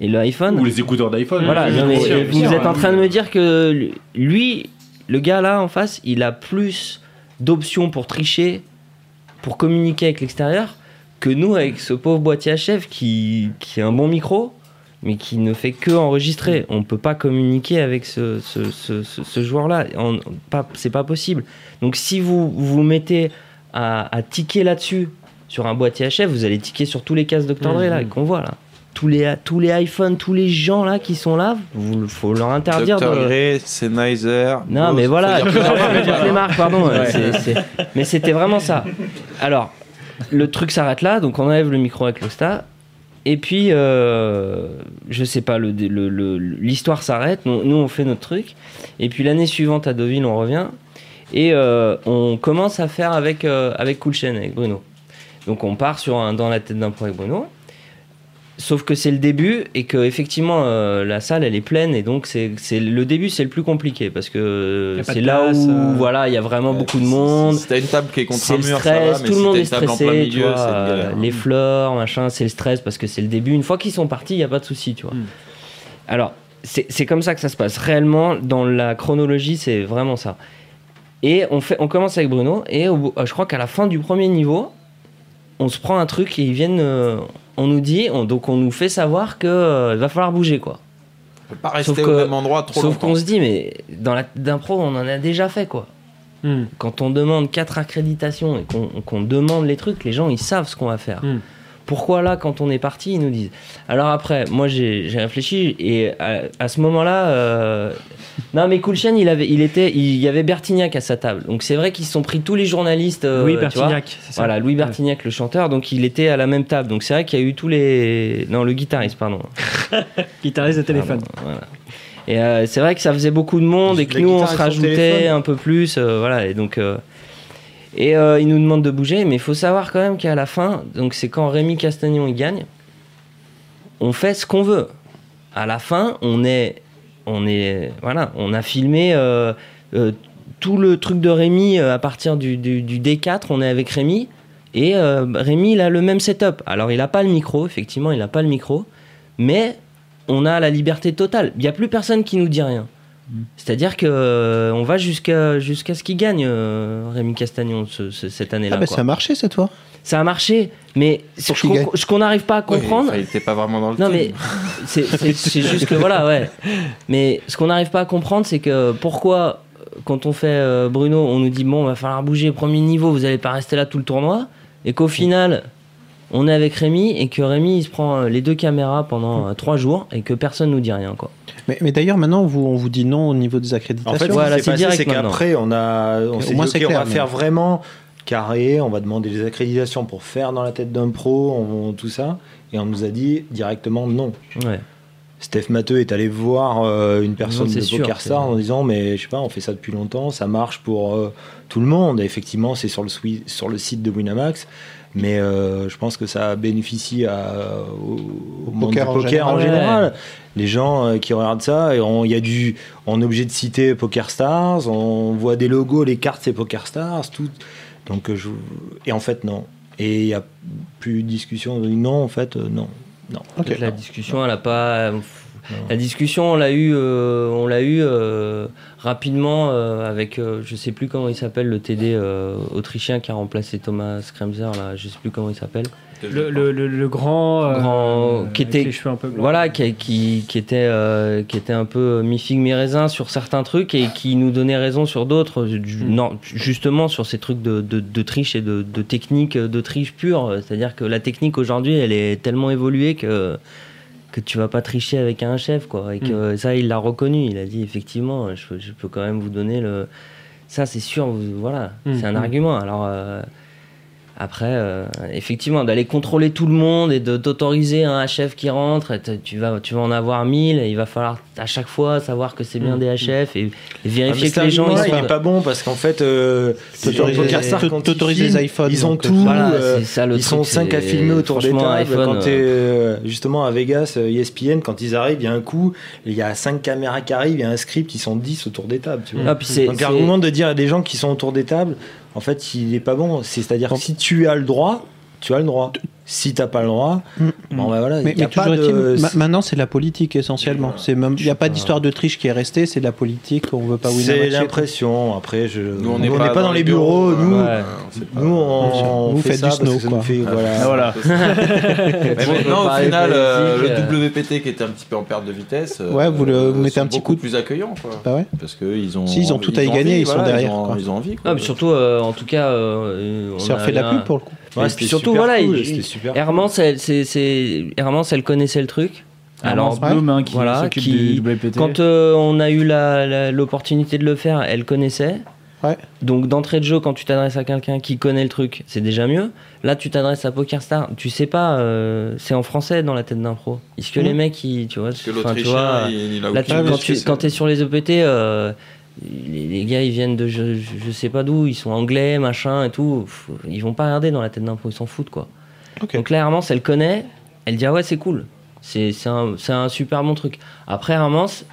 [SPEAKER 8] et l'iPhone,
[SPEAKER 12] Ou les écouteurs d'iPhone.
[SPEAKER 8] voilà.
[SPEAKER 12] Oui,
[SPEAKER 8] non,
[SPEAKER 12] oui,
[SPEAKER 8] mais
[SPEAKER 12] oui,
[SPEAKER 8] euh,
[SPEAKER 12] oui,
[SPEAKER 8] vous
[SPEAKER 12] oui.
[SPEAKER 8] êtes en train de me dire que lui, le gars là en face, il a plus d'options pour tricher, pour communiquer avec l'extérieur, que nous avec ce pauvre boîtier HF qui, qui a un bon micro, mais qui ne fait que enregistrer. On peut pas communiquer avec ce, ce, ce, ce- ce joueur-là. On- pas- C'est pas possible. Donc si vous vous mettez à, à tiquer là-dessus, sur un boîtier HF, vous allez tiquer sur tous les cases Dr. Dre là qu'on voit là. Tous les, tous les iPhones, tous les gens là qui sont là, vous, faut leur interdire
[SPEAKER 7] Dr.
[SPEAKER 8] de.
[SPEAKER 7] Dre, Sennheiser.
[SPEAKER 8] Non,
[SPEAKER 7] Bose,
[SPEAKER 8] mais voilà,
[SPEAKER 7] faut
[SPEAKER 8] toutes
[SPEAKER 7] dire plusieurs fois, mais voilà.
[SPEAKER 8] les marques, pardon. euh, c'est-
[SPEAKER 4] [laughs]
[SPEAKER 8] c'est- Mais c'était vraiment ça. Alors, le truc s'arrête là, donc on enlève le micro avec l'Osta. Et puis, euh, je sais pas, le- le- le- l'histoire s'arrête, nous, nous, on fait notre truc. Et puis l'année suivante à Deauville, on revient. Et euh, on commence à faire avec, euh, avec Cool Chain, avec Bruno. Donc on part sur un dans la tête d'un point avec Bruno. Sauf que c'est le début et que effectivement euh, la salle elle est pleine et donc c'est c'est- le début c'est le plus compliqué parce que
[SPEAKER 5] Y a pas
[SPEAKER 8] c'est
[SPEAKER 5] de
[SPEAKER 8] là
[SPEAKER 5] place,
[SPEAKER 8] où
[SPEAKER 5] euh.
[SPEAKER 8] voilà il y a vraiment beaucoup de
[SPEAKER 7] Si- si-
[SPEAKER 8] monde
[SPEAKER 7] Si t'as une table qui est contre
[SPEAKER 8] c'est
[SPEAKER 7] un
[SPEAKER 8] le
[SPEAKER 7] mur,
[SPEAKER 8] stress,
[SPEAKER 7] ça va, mais
[SPEAKER 8] tout le
[SPEAKER 7] si
[SPEAKER 8] monde
[SPEAKER 7] t'as
[SPEAKER 8] est
[SPEAKER 7] une table en plein
[SPEAKER 8] stressé, tu
[SPEAKER 7] milieu,
[SPEAKER 8] vois,
[SPEAKER 7] c'est une
[SPEAKER 8] euh,
[SPEAKER 7] galère. hein.
[SPEAKER 8] les fleurs, machin, c'est le stress parce que c'est le début. Une fois qu'ils sont partis, il n'y a pas de souci, tu vois.
[SPEAKER 7] Hmm.
[SPEAKER 8] Alors, c'est c'est comme ça que ça se passe. Réellement, dans la chronologie, c'est vraiment ça. Et on, fait, on commence avec Bruno, et au bout- euh, je crois qu'à la fin du premier niveau, on se prend un truc et ils viennent. euh, on nous dit, on- donc on nous fait savoir qu'il va falloir bouger, quoi.
[SPEAKER 7] Faut Pas rester
[SPEAKER 8] Sauf
[SPEAKER 7] au
[SPEAKER 8] que-
[SPEAKER 7] même endroit trop
[SPEAKER 8] Sauf
[SPEAKER 7] longtemps.
[SPEAKER 8] qu'on se dit, mais dans la d'impro, on en a déjà fait quoi.
[SPEAKER 5] Hmm.
[SPEAKER 8] Quand on demande quatre accréditations et qu'on qu'on demande les trucs, les gens ils savent ce qu'on va faire.
[SPEAKER 5] Hmm.
[SPEAKER 8] Pourquoi là, quand on est parti, ils nous disent Alors après, moi j'ai j'ai réfléchi et à, à ce moment-là, euh, non mais Coolchen, il avait, il était, il y avait Bertignac à sa table. Donc c'est vrai qu'ils se sont pris tous les journalistes. euh,
[SPEAKER 5] Louis
[SPEAKER 8] tu vois.
[SPEAKER 5] Bertignac, c'est ça.
[SPEAKER 8] Voilà, Louis
[SPEAKER 5] Ouais.
[SPEAKER 8] Bertignac, le chanteur, donc il était à la même table. Donc c'est vrai qu'il y a eu tous les. Non, le guitariste, pardon.
[SPEAKER 5] Guitariste de téléphone.
[SPEAKER 8] Pardon, voilà. Et euh, c'est vrai que ça faisait beaucoup de monde et que
[SPEAKER 6] La
[SPEAKER 8] nous on
[SPEAKER 6] guitare
[SPEAKER 8] se
[SPEAKER 6] et son
[SPEAKER 8] rajoutait
[SPEAKER 6] téléphone.
[SPEAKER 8] un peu plus, euh, voilà. Et donc euh, et euh, ils nous demandent de bouger, mais il faut savoir quand même qu'à la fin, donc c'est quand Rémi Castagnon il gagne, on fait ce qu'on veut. À la fin, on est on est voilà, on a filmé euh, euh, tout le truc de Rémi euh, à partir du, du- du D4, on est avec Rémi. Et euh, Rémi, il a le même setup. Alors, il n'a pas le micro, effectivement, il n'a pas le micro. Mais on a la liberté totale. Il n'y a plus personne qui nous dit rien.
[SPEAKER 4] Mm.
[SPEAKER 8] C'est-à-dire que euh, on va jusqu'à jusqu'à ce qu'il gagne euh, Rémi Castagnon ce- ce- cette
[SPEAKER 4] Ah,
[SPEAKER 8] année-là.
[SPEAKER 4] bah
[SPEAKER 8] quoi.
[SPEAKER 4] ça a marché cette fois.
[SPEAKER 8] ça a marché, mais ce
[SPEAKER 4] Pour
[SPEAKER 8] je
[SPEAKER 4] qu'il gagne.
[SPEAKER 8] com- ce qu'on n'arrive pas à
[SPEAKER 7] Ouais,
[SPEAKER 8] comprendre,
[SPEAKER 7] enfin, Il était pas vraiment dans le
[SPEAKER 8] non
[SPEAKER 7] team.
[SPEAKER 8] mais c'est- c'est c'est juste que voilà ouais. Mais ce qu'on n'arrive pas à comprendre c'est que pourquoi euh, quand on fait euh, Bruno on nous dit bon va falloir bouger premier niveau vous allez pas rester là tout le tournoi et qu'au final on est avec Rémi et que Rémi il se prend euh, les deux caméras pendant euh, trois jours et que personne nous dit rien quoi.
[SPEAKER 4] Mais, mais d'ailleurs, maintenant, on vous, on vous dit non au niveau des accréditations.
[SPEAKER 6] En fait,
[SPEAKER 8] Voilà,
[SPEAKER 6] ce
[SPEAKER 8] c'est
[SPEAKER 6] qui s'est
[SPEAKER 8] direct
[SPEAKER 6] passé, c'est
[SPEAKER 8] maintenant.
[SPEAKER 6] qu'après, on a, on
[SPEAKER 4] Au
[SPEAKER 6] s'est dit,
[SPEAKER 4] moins, c'est
[SPEAKER 6] ok, on
[SPEAKER 4] clair,
[SPEAKER 6] va
[SPEAKER 4] mais-
[SPEAKER 6] faire vraiment carré, on va demander les accréditations pour faire dans la tête d'un pro, on- tout ça. Et on nous a dit directement non.
[SPEAKER 8] Ouais.
[SPEAKER 6] Steph Matteux est allé voir euh, une personne
[SPEAKER 8] Non, c'est
[SPEAKER 6] de
[SPEAKER 8] sûr,
[SPEAKER 6] Poker
[SPEAKER 8] c'est-
[SPEAKER 6] Star en disant mais je sais pas on fait ça depuis longtemps ça marche pour euh, tout le monde Et effectivement c'est sur le swi- sur le site de Winamax mais euh, je pense que ça bénéficie à, au, au monde du
[SPEAKER 4] poker en
[SPEAKER 6] poker en général,
[SPEAKER 8] général.
[SPEAKER 6] les gens euh, qui regardent ça et on il y a du on est obligé de citer Poker Stars on voit des logos les cartes c'est Poker Stars tout donc euh, je- et en fait non et il y a plus de discussion on dit non en fait euh, non non
[SPEAKER 8] Donc la discussion, elle a pas. La discussion, on l'a eu, euh, on l'a eu euh, rapidement euh, avec, euh, je sais plus comment il s'appelle, le TD euh, autrichien qui a remplacé Thomas Kremser, là, je sais plus comment il s'appelle.
[SPEAKER 5] Le, le- le- le grand. euh,
[SPEAKER 8] Grand- qui
[SPEAKER 5] avec
[SPEAKER 8] était-
[SPEAKER 5] les cheveux un peu blancs.
[SPEAKER 8] Voilà, qui, qui, qui était, euh, qui était un peu mi-figue, mi-raisin sur certains trucs et qui nous donnait raison sur d'autres. Du-
[SPEAKER 5] Mm.
[SPEAKER 8] Non, justement sur ces trucs de, de, de triche et de, de technique euh, de triche pure. C'est-à-dire que la technique aujourd'hui, elle est tellement évoluée que, que tu vas pas tricher avec un chef, quoi. Et
[SPEAKER 5] Mm.
[SPEAKER 8] que ça, il l'a reconnu. Il a dit, effectivement, je, peux- je peux quand même vous donner le. Ça, c'est sûr, vous- voilà,
[SPEAKER 5] Mm.
[SPEAKER 8] c'est un
[SPEAKER 5] Mm.
[SPEAKER 8] argument. Alors. euh, après, euh, effectivement, d'aller contrôler tout le monde et de t'autoriser un HF qui rentre, et te- tu vas, tu vas en avoir 1000 et il va falloir à chaque fois savoir que c'est bien des HF et, et
[SPEAKER 6] Mm. Ah, mais
[SPEAKER 8] vérifier
[SPEAKER 6] cet
[SPEAKER 8] que les gens ils
[SPEAKER 6] argument-là,
[SPEAKER 8] sont.
[SPEAKER 6] il est pas bon parce qu'en fait euh, les gens
[SPEAKER 4] T'autorises-
[SPEAKER 6] Poker Stars, quand ils
[SPEAKER 4] t'autorises les
[SPEAKER 6] filment,
[SPEAKER 4] iPhones,
[SPEAKER 6] ils ont
[SPEAKER 4] donc,
[SPEAKER 6] tout
[SPEAKER 8] Voilà,
[SPEAKER 6] euh,
[SPEAKER 8] c'est ça le
[SPEAKER 6] ils
[SPEAKER 8] truc,
[SPEAKER 6] sont 5 à
[SPEAKER 8] c'est-
[SPEAKER 6] filmer autour des
[SPEAKER 8] franchement,
[SPEAKER 6] tables
[SPEAKER 8] iPhone,
[SPEAKER 6] quand
[SPEAKER 8] euh,
[SPEAKER 6] t'es euh, justement à Vegas euh, ESPN quand ils arrivent il y a un coup il y a 5 caméras qui arrivent il y a un script ils sont 10 autour des tables tu vois.
[SPEAKER 8] Ah, puis c'est-
[SPEAKER 6] donc
[SPEAKER 8] c'est-
[SPEAKER 6] l'argument de dire à des gens qui sont autour des tables en fait il est pas bon c'est à dire si tu as le droit tu as le droit si t'as pas le droit
[SPEAKER 4] Mm.
[SPEAKER 8] Mm.
[SPEAKER 6] bon bah voilà
[SPEAKER 4] Mais,
[SPEAKER 6] il y a
[SPEAKER 4] mais
[SPEAKER 6] pas
[SPEAKER 4] toujours
[SPEAKER 6] de
[SPEAKER 4] est-il, ma- maintenant c'est de la politique essentiellement. C'est même, il n'y a pas d'histoire de triche qui est restée, c'est de la politique. On veut pas
[SPEAKER 6] c'est
[SPEAKER 4] Winamax.
[SPEAKER 6] l'impression après je
[SPEAKER 7] Nous, on
[SPEAKER 6] n'est
[SPEAKER 7] n'est
[SPEAKER 6] pas, dans les bureaux nous
[SPEAKER 7] ouais, on sait pas.
[SPEAKER 6] Nous, on,
[SPEAKER 4] Vous
[SPEAKER 6] fait
[SPEAKER 4] faites
[SPEAKER 6] ça
[SPEAKER 4] du
[SPEAKER 6] parce que
[SPEAKER 4] snow,
[SPEAKER 6] ça nous
[SPEAKER 4] quoi.
[SPEAKER 6] fait, voilà.
[SPEAKER 3] voilà.
[SPEAKER 7] Mais
[SPEAKER 8] Bon, je
[SPEAKER 7] maintenant, au
[SPEAKER 8] parlais
[SPEAKER 7] final, euh,
[SPEAKER 8] politique, euh,
[SPEAKER 7] le WPT qui était un petit peu en perte de vitesse, euh,
[SPEAKER 4] Ouais, vous le- vous mettez
[SPEAKER 7] sont
[SPEAKER 4] un petit
[SPEAKER 7] beaucoup
[SPEAKER 4] coup de-
[SPEAKER 7] plus accueillant, quoi.
[SPEAKER 4] Bah ouais.
[SPEAKER 7] Parce que ils ont,
[SPEAKER 4] Si, ils ont tout à y
[SPEAKER 7] envie,
[SPEAKER 4] gagner, ils sont
[SPEAKER 7] voilà,
[SPEAKER 4] derrière,
[SPEAKER 7] Ils ont,
[SPEAKER 4] quoi.
[SPEAKER 7] ils ont envie. Quoi.
[SPEAKER 8] Ah, mais surtout, euh, en tout cas, euh, on
[SPEAKER 4] Ça
[SPEAKER 8] a
[SPEAKER 4] refait de la
[SPEAKER 8] bien-
[SPEAKER 4] pub pour le coup.
[SPEAKER 6] Ouais,
[SPEAKER 8] puis
[SPEAKER 6] c'était
[SPEAKER 8] surtout,
[SPEAKER 6] super
[SPEAKER 8] voilà,
[SPEAKER 6] cool,
[SPEAKER 8] il-
[SPEAKER 6] c'était super.
[SPEAKER 8] Hermance, elle, c'est- c'est- Hermance, elle connaissait le truc. Alors,
[SPEAKER 3] Hermance Blum, hein, qui
[SPEAKER 8] voilà,
[SPEAKER 3] s'occupe
[SPEAKER 8] qui-
[SPEAKER 3] du WPT.
[SPEAKER 8] Quand euh, on a eu la- la- l'opportunité de le faire, elle connaissait.
[SPEAKER 4] Ouais.
[SPEAKER 8] Donc d'entrée de jeu, quand tu t'adresses à quelqu'un qui connaît le truc, c'est déjà mieux. Là, tu t'adresses à PokerStar, tu sais pas, euh, c'est en français dans la tête d'un pro. Est-ce que
[SPEAKER 4] Mhm.
[SPEAKER 8] les mecs, ils, tu vois,
[SPEAKER 7] Parce que
[SPEAKER 8] enfin, tu
[SPEAKER 7] l'Autrichien,
[SPEAKER 8] vois,
[SPEAKER 7] il, il a
[SPEAKER 8] Là,
[SPEAKER 7] aucune
[SPEAKER 8] tu-
[SPEAKER 4] Ah,
[SPEAKER 7] idée de
[SPEAKER 8] quand
[SPEAKER 7] ce que
[SPEAKER 8] tu
[SPEAKER 7] c'est.
[SPEAKER 8] es sur les EPT, euh, les, les gars, ils viennent de je, je- je sais pas d'où, ils sont anglais, machin et tout. Pff, Ils vont pas regarder dans la tête d'un pro, ils s'en foutent quoi.
[SPEAKER 4] Ok.
[SPEAKER 8] Donc là, Hermance, elle connaît, elle dit ah ouais, c'est cool, c'est c'est un, c'est un super bon truc. Après, Hermance,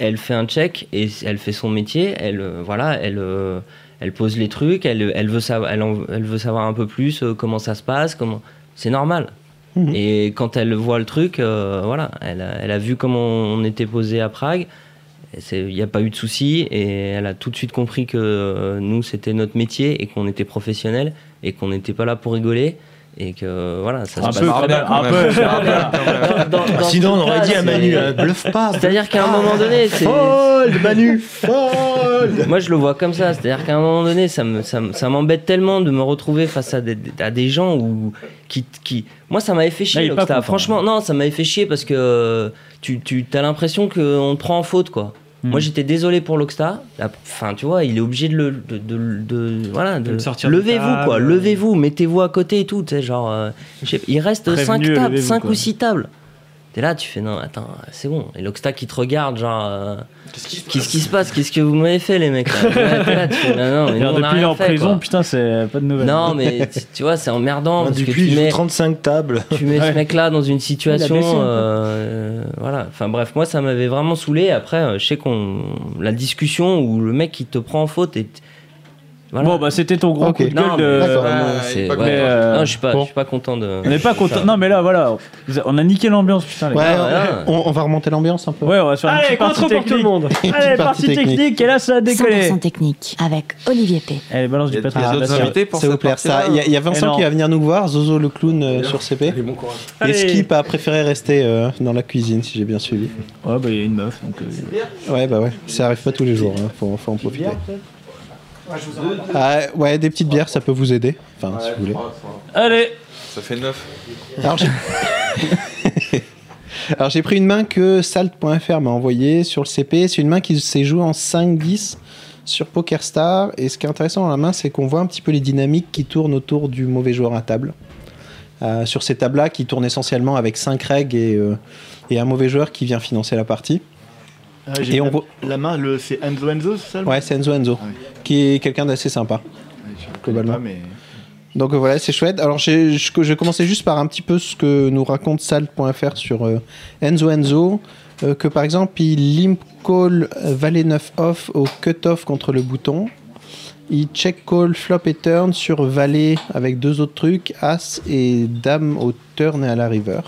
[SPEAKER 8] elle fait un check et elle fait son métier, elle, euh, voilà, elle. euh, elle pose les trucs, elle, elle, veut, savoir, elle, en- elle veut savoir un peu plus euh, comment ça se passe, comment c'est normal.
[SPEAKER 4] Mhm.
[SPEAKER 8] Et quand elle voit le truc, euh, voilà, elle a, elle a vu comment on était posé à Prague. Et c'est- Il n'y a pas eu de souci et elle a tout de suite compris que euh, nous c'était notre métier et qu'on était professionnels et qu'on n'était pas là pour rigoler et que voilà ça
[SPEAKER 3] Un
[SPEAKER 8] se
[SPEAKER 3] peu,
[SPEAKER 8] passe.
[SPEAKER 7] Ah,
[SPEAKER 3] Fabien,
[SPEAKER 7] quand
[SPEAKER 3] un
[SPEAKER 7] même.
[SPEAKER 3] peu.
[SPEAKER 7] Ah, merde, quand même.
[SPEAKER 8] Dans- dans- dans
[SPEAKER 6] Sinon, on
[SPEAKER 8] tout
[SPEAKER 6] aurait
[SPEAKER 8] cas,
[SPEAKER 6] dit à
[SPEAKER 8] c'est-
[SPEAKER 6] Manu, euh, bluffe pas.
[SPEAKER 8] C'est-à-dire qu'à un moment donné,
[SPEAKER 5] Ah,
[SPEAKER 8] c'est
[SPEAKER 5] oh.
[SPEAKER 6] Fold, Manu,
[SPEAKER 8] [laughs]
[SPEAKER 6] fold.
[SPEAKER 8] Moi, je le vois comme ça. C'est-à-dire qu'à un moment donné, ça me- ça me- ça m'embête tellement de me retrouver face à des, à des gens où, qui, qui. Moi, ça m'avait fait
[SPEAKER 3] Là,
[SPEAKER 8] chier.
[SPEAKER 3] il est pas
[SPEAKER 8] Lockstar.
[SPEAKER 3] content.
[SPEAKER 8] Franchement, non, ça m'avait fait chier parce que euh, tu, tu as l'impression qu'on te prend en faute, quoi.
[SPEAKER 3] Hmm.
[SPEAKER 8] Moi, j'étais désolé pour Loxta. Enfin, tu vois, il est obligé de le. De, de- de- voilà,
[SPEAKER 5] De
[SPEAKER 8] de.
[SPEAKER 5] le sortir de
[SPEAKER 8] Levez-vous,
[SPEAKER 5] table.
[SPEAKER 3] euh.
[SPEAKER 8] quoi. Levez-vous, mettez-vous à côté et tout. Tu sais, genre. euh, je sais- il reste
[SPEAKER 3] Prévenu,
[SPEAKER 8] 5 tables,
[SPEAKER 3] levez-vous,
[SPEAKER 8] 5
[SPEAKER 3] quoi.
[SPEAKER 8] ou 6 tables. T'es là, tu fais non, attends, c'est bon. Et Loxta qui te regarde, genre. euh, Qu'est-ce qui se passe Qu'est-ce que vous m'avez fait, les mecs
[SPEAKER 3] [laughs]
[SPEAKER 8] là Ouais, t'es là, tu fais, non, non, mais nous,
[SPEAKER 3] Alors,
[SPEAKER 8] on a
[SPEAKER 3] depuis il est
[SPEAKER 8] rien
[SPEAKER 3] en
[SPEAKER 8] fait,
[SPEAKER 3] prison,
[SPEAKER 8] quoi.
[SPEAKER 3] putain, c'est pas de nouvelles.
[SPEAKER 8] Non,
[SPEAKER 3] [laughs]
[SPEAKER 8] mais tu, tu vois, c'est emmerdant parce que
[SPEAKER 6] Depuis,
[SPEAKER 8] tu
[SPEAKER 6] il joue
[SPEAKER 8] mets,
[SPEAKER 6] 35 tables.
[SPEAKER 8] tu mets
[SPEAKER 3] Ouais.
[SPEAKER 8] ce mec-là dans une situation.
[SPEAKER 3] blessé un peu.
[SPEAKER 8] euh, euh, voilà. Enfin bref, moi, ça m'avait vraiment saoulé. Après, euh, je sais qu'on la discussion où le mec il te prend en faute et t- voilà.
[SPEAKER 3] Bon, bah, c'était ton gros
[SPEAKER 4] Ok.
[SPEAKER 3] coup de gueule
[SPEAKER 8] Non,
[SPEAKER 3] de.
[SPEAKER 8] mais-
[SPEAKER 4] D'accord.
[SPEAKER 7] Ah,
[SPEAKER 8] C'est-
[SPEAKER 7] il est pas
[SPEAKER 8] ouais.
[SPEAKER 7] content.
[SPEAKER 3] Mais, euh,
[SPEAKER 8] Non, je suis pas,
[SPEAKER 4] bon.
[SPEAKER 8] Euh, je suis pas content de.
[SPEAKER 3] On n'est pas
[SPEAKER 8] de
[SPEAKER 3] content.
[SPEAKER 8] ça.
[SPEAKER 3] Non, mais là, voilà. vous a- On a niqué l'ambiance, putain, les
[SPEAKER 4] Ouais,
[SPEAKER 3] gars.
[SPEAKER 8] Ah,
[SPEAKER 4] on, on va remonter l'ambiance un peu.
[SPEAKER 3] Ouais, on va sur [laughs] une
[SPEAKER 5] Allez,
[SPEAKER 3] petite partie
[SPEAKER 5] contre pour tout le
[SPEAKER 3] technique.
[SPEAKER 5] monde
[SPEAKER 3] Allez,
[SPEAKER 4] Petite
[SPEAKER 3] partie
[SPEAKER 4] partie
[SPEAKER 3] technique. et là, ça a décollé.
[SPEAKER 2] 100% technique avec Olivier P.
[SPEAKER 3] Allez, balance
[SPEAKER 7] Il y a-
[SPEAKER 3] du
[SPEAKER 7] il y a
[SPEAKER 3] patriarcat.
[SPEAKER 7] d'autres
[SPEAKER 3] Bastien.
[SPEAKER 7] invités pour
[SPEAKER 4] Ça vous
[SPEAKER 7] cette
[SPEAKER 4] plaire ça
[SPEAKER 7] partie-là
[SPEAKER 4] Il y a- il y, a
[SPEAKER 3] Eh
[SPEAKER 4] Vincent
[SPEAKER 3] non.
[SPEAKER 4] qui va venir nous voir, Zozo le clown euh, sur CP.
[SPEAKER 12] Allez, bon courage.
[SPEAKER 3] Allez.
[SPEAKER 4] Et Skip a préféré rester euh, dans la cuisine, si j'ai bien suivi.
[SPEAKER 3] Ouais, bah, il y a une meuf. Donc, euh,
[SPEAKER 4] Ouais, bah ouais, ça arrive pas tous les jours, hein. faut, faut en profiter. Hein, Ah, ouais, des petites bières, ça peut vous aider. Enfin, si vous voulez.
[SPEAKER 3] Allez,
[SPEAKER 7] Ça fait 9.
[SPEAKER 4] Alors j'ai- [laughs] Alors, j'ai pris une main que salt.fr m'a envoyée sur le CP. C'est une main qui s'est jouée en 5-10 sur PokerStar. Et ce qui est intéressant dans la main, c'est qu'on voit un petit peu les dynamiques qui tournent autour du mauvais joueur à table. Euh, sur ces tables-là, qui tournent essentiellement avec 5 règles et, euh, et un mauvais joueur qui vient financer la partie.
[SPEAKER 10] Ah, j'ai
[SPEAKER 4] Et on
[SPEAKER 10] la,
[SPEAKER 4] voit-
[SPEAKER 10] la main, le- c'est Enzo Enzo, c'est ça le- Ah
[SPEAKER 4] Ouais, c'est Enzo Enzo, qui est quelqu'un d'assez sympa. globalement. Donc euh, voilà, c'est chouette. Alors j'ai- je je vais commencer juste par un petit peu ce que nous raconte Salt.fr sur euh, Enzo Enzo, euh, que par exemple il limp call euh, valet 9 off au cut-off contre le bouton. Il check call flop et turn sur valet avec deux autres trucs, as et dame au turn et à la river.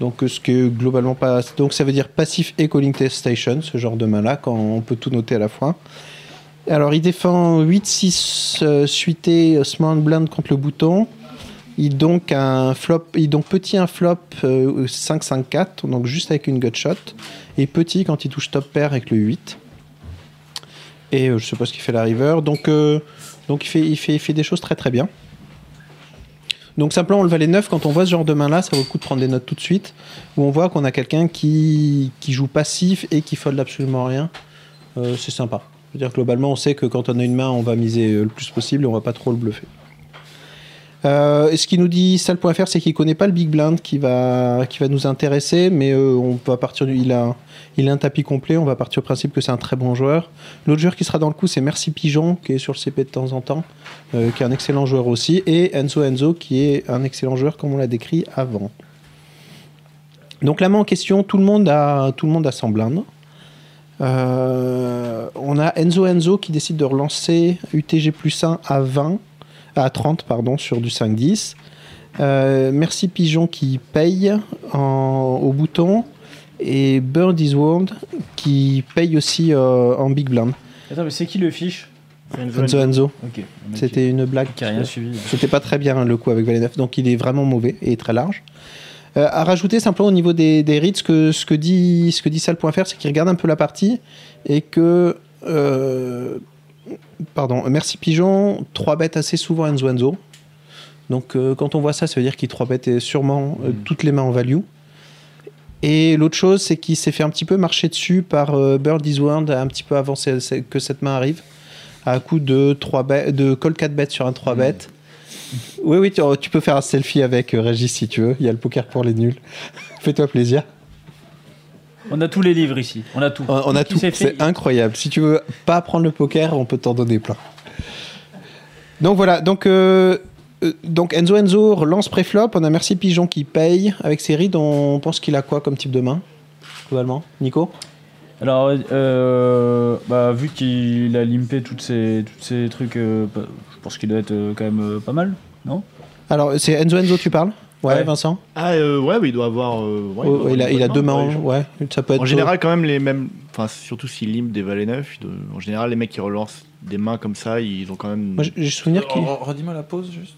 [SPEAKER 4] Donc euh, ce que globalement pas. Donc ça veut dire passif et calling test station, ce genre de main-là, quand on peut tout noter à la fois. Alors il défend 8-6 euh, suité euh, Small Blind contre le bouton. Il donc un flop, il donc petit un flop euh, 5-5-4, donc juste avec une gut shot. Et petit quand il touche top pair avec le 8. Et euh, je sais pas ce qu'il fait la river. Donc, euh, donc il, fait, il, fait, il fait des choses très très bien. Donc simplement, on le valet 9, quand on voit ce genre de main-là, ça vaut le coup de prendre des notes tout de suite, où on voit qu'on a quelqu'un qui, qui joue passif et qui fold absolument rien. Euh, c'est sympa. Je veux dire, globalement, on sait que quand on a une main, on va miser euh, le plus possible et on va pas trop le bluffer. Euh, et ce qu'il nous dit, Sal.fr, c'est qu'il connaît pas le Big Blind qui va, qui va nous intéresser, mais euh, on va partir du, il, a, il a un tapis complet, on va partir du principe que c'est un très bon joueur. L'autre joueur qui sera dans le coup, c'est Merci Pigeon, qui est sur le CP de temps en temps, euh, qui est un excellent joueur aussi, et Enzo Enzo, qui est un excellent joueur comme on l'a décrit avant. Donc la main en question, tout le monde a, tout le monde a sans blinde. Euh, on a Enzo Enzo qui décide de relancer UTG plus 1 à 20, à 30 pardon, sur du 5-10. Euh, Merci Pigeon qui paye en- au bouton. Et Bird is World qui paye aussi euh, en Big Blind.
[SPEAKER 3] Attends, mais c'est qui le fiche
[SPEAKER 4] Enzo Enzo.
[SPEAKER 3] Ok.
[SPEAKER 4] C'était une blague.
[SPEAKER 3] Qui a rien suivi.
[SPEAKER 4] C'était pas très bien hein, le coup avec Valet 9, donc il est vraiment mauvais et très large. Euh, à rajouter simplement au niveau des, des rites, ce que, ce que dit, ce que dit Sal.fr, c'est qu'il regarde un peu la partie et que. euh, pardon, merci Pigeon, 3 bêtes assez souvent Enzo Enzo. Donc euh, quand on voit ça, ça veut dire qu'il 3 bêtes et sûrement
[SPEAKER 3] Hmm.
[SPEAKER 4] euh, toutes les mains en value. Et l'autre chose, c'est qu'il s'est fait un petit peu marcher dessus par euh, Bird is World un petit peu avant ce- ce- que cette main arrive, à coup de, 3 bet- de call 4 bêtes sur un 3
[SPEAKER 3] Hmm.
[SPEAKER 4] bêtes. Oui, oui, tu, oh, tu peux faire un selfie avec euh, Régis si tu veux. Il y a le poker pour les nuls. [laughs] Fais-toi plaisir.
[SPEAKER 3] On a tous les livres ici. On a tout.
[SPEAKER 4] On, on a
[SPEAKER 3] Qui
[SPEAKER 4] tout.
[SPEAKER 3] s'est fait-
[SPEAKER 4] C'est incroyable. Si tu veux pas apprendre le poker, on peut t'en donner plein. Donc voilà. Donc, euh, euh, donc Enzo Enzo relance préflop. On a Merci Pigeon qui paye. Avec ses rides, on pense qu'il a quoi comme type de main Globalement, Nico
[SPEAKER 3] Alors, euh, bah, vu qu'il a limpé toutes ces, toutes ces trucs, euh, bah, je pense qu'il doit être euh, quand même euh, pas mal, non
[SPEAKER 4] Alors, c'est Enzo Enzo, tu parles Ouais, Vincent
[SPEAKER 10] Ah euh, ouais, oui, il doit avoir. euh, ouais,
[SPEAKER 4] Oh,
[SPEAKER 10] doit
[SPEAKER 4] il,
[SPEAKER 10] avoir
[SPEAKER 4] a,
[SPEAKER 10] une
[SPEAKER 4] il a
[SPEAKER 10] bonne
[SPEAKER 4] deux
[SPEAKER 10] main,
[SPEAKER 4] mains,
[SPEAKER 10] ouais, je-
[SPEAKER 4] ouais. Ça peut être
[SPEAKER 10] en général, quand même, les mêmes. Enfin, surtout s'ils liment des valets neufs, ils doivent- en général, les mecs qui relancent des mains comme ça, ils ont quand même.
[SPEAKER 4] [laughs] Moi, j'ai- j'ai souvenir qu'il.
[SPEAKER 7] Euh, Redis-moi la pause juste.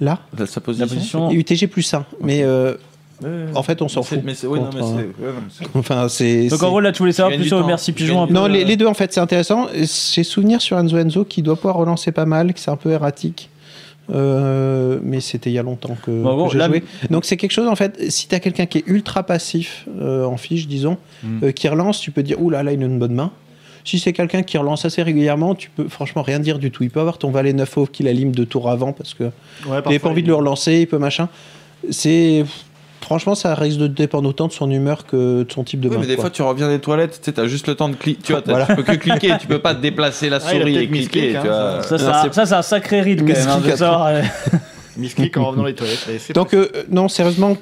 [SPEAKER 4] Là
[SPEAKER 7] Sa position.
[SPEAKER 4] UTG plus 1. Mais euh, en fait, on s'en
[SPEAKER 7] C'est-
[SPEAKER 4] fout.
[SPEAKER 7] mais c'est- oui, non, mais
[SPEAKER 4] contre,
[SPEAKER 7] c'est-
[SPEAKER 4] euh,
[SPEAKER 7] ouais, non, mais c'est-
[SPEAKER 4] Enfin, c'est.
[SPEAKER 3] Donc
[SPEAKER 4] c'est-
[SPEAKER 3] en gros, là, tu voulais savoir
[SPEAKER 7] Gagne du
[SPEAKER 3] plus au
[SPEAKER 7] temps.
[SPEAKER 3] Merci Pigeon. Un peu,
[SPEAKER 4] Non, les,
[SPEAKER 3] euh,
[SPEAKER 4] les deux en fait, c'est intéressant. J'ai souvenir sur Enzo Enzo qui doit pouvoir relancer pas mal, que c'est un peu erratique. Euh, mais c'était il y a longtemps que,
[SPEAKER 3] Bah, bon,
[SPEAKER 4] que j'ai
[SPEAKER 3] là-
[SPEAKER 4] joué. Donc c'est quelque chose en fait. Si t'as quelqu'un qui est ultra passif euh, en fiche, disons,
[SPEAKER 3] Hmm.
[SPEAKER 4] euh, qui relance, tu peux dire ouh là là, il a une bonne main. Si c'est quelqu'un qui relance assez régulièrement, tu peux franchement rien dire du tout. Il peut avoir ton valet 9 off qui la lime deux tours avant parce que il
[SPEAKER 10] parfois,
[SPEAKER 4] avait pas envie
[SPEAKER 10] il-
[SPEAKER 4] de le relancer, il peut machin. C'est franchement ça risque de dépendre autant de son humeur que de son type de
[SPEAKER 7] Oui,
[SPEAKER 4] main.
[SPEAKER 7] mais des
[SPEAKER 4] quoi.
[SPEAKER 7] fois, tu reviens des toilettes, tu sais, t'as juste le temps de cliquer. Tu vois, t'as-
[SPEAKER 4] Voilà.
[SPEAKER 7] tu peux que cliquer, tu peux pas te déplacer la
[SPEAKER 10] Ah, il a
[SPEAKER 7] souris
[SPEAKER 10] peut-être
[SPEAKER 7] et cliquer.
[SPEAKER 10] misclick,
[SPEAKER 7] tu
[SPEAKER 10] hein,
[SPEAKER 7] vois.
[SPEAKER 3] Ça,
[SPEAKER 7] Non,
[SPEAKER 3] ça,
[SPEAKER 7] c'est-
[SPEAKER 3] ça, c'est un sacré ride quand même. hein, de
[SPEAKER 4] Misclick à
[SPEAKER 3] savoir, euh,
[SPEAKER 10] Misclick en revenant les toilettes. allez, c'est
[SPEAKER 4] Donc, euh, non, sérieusement,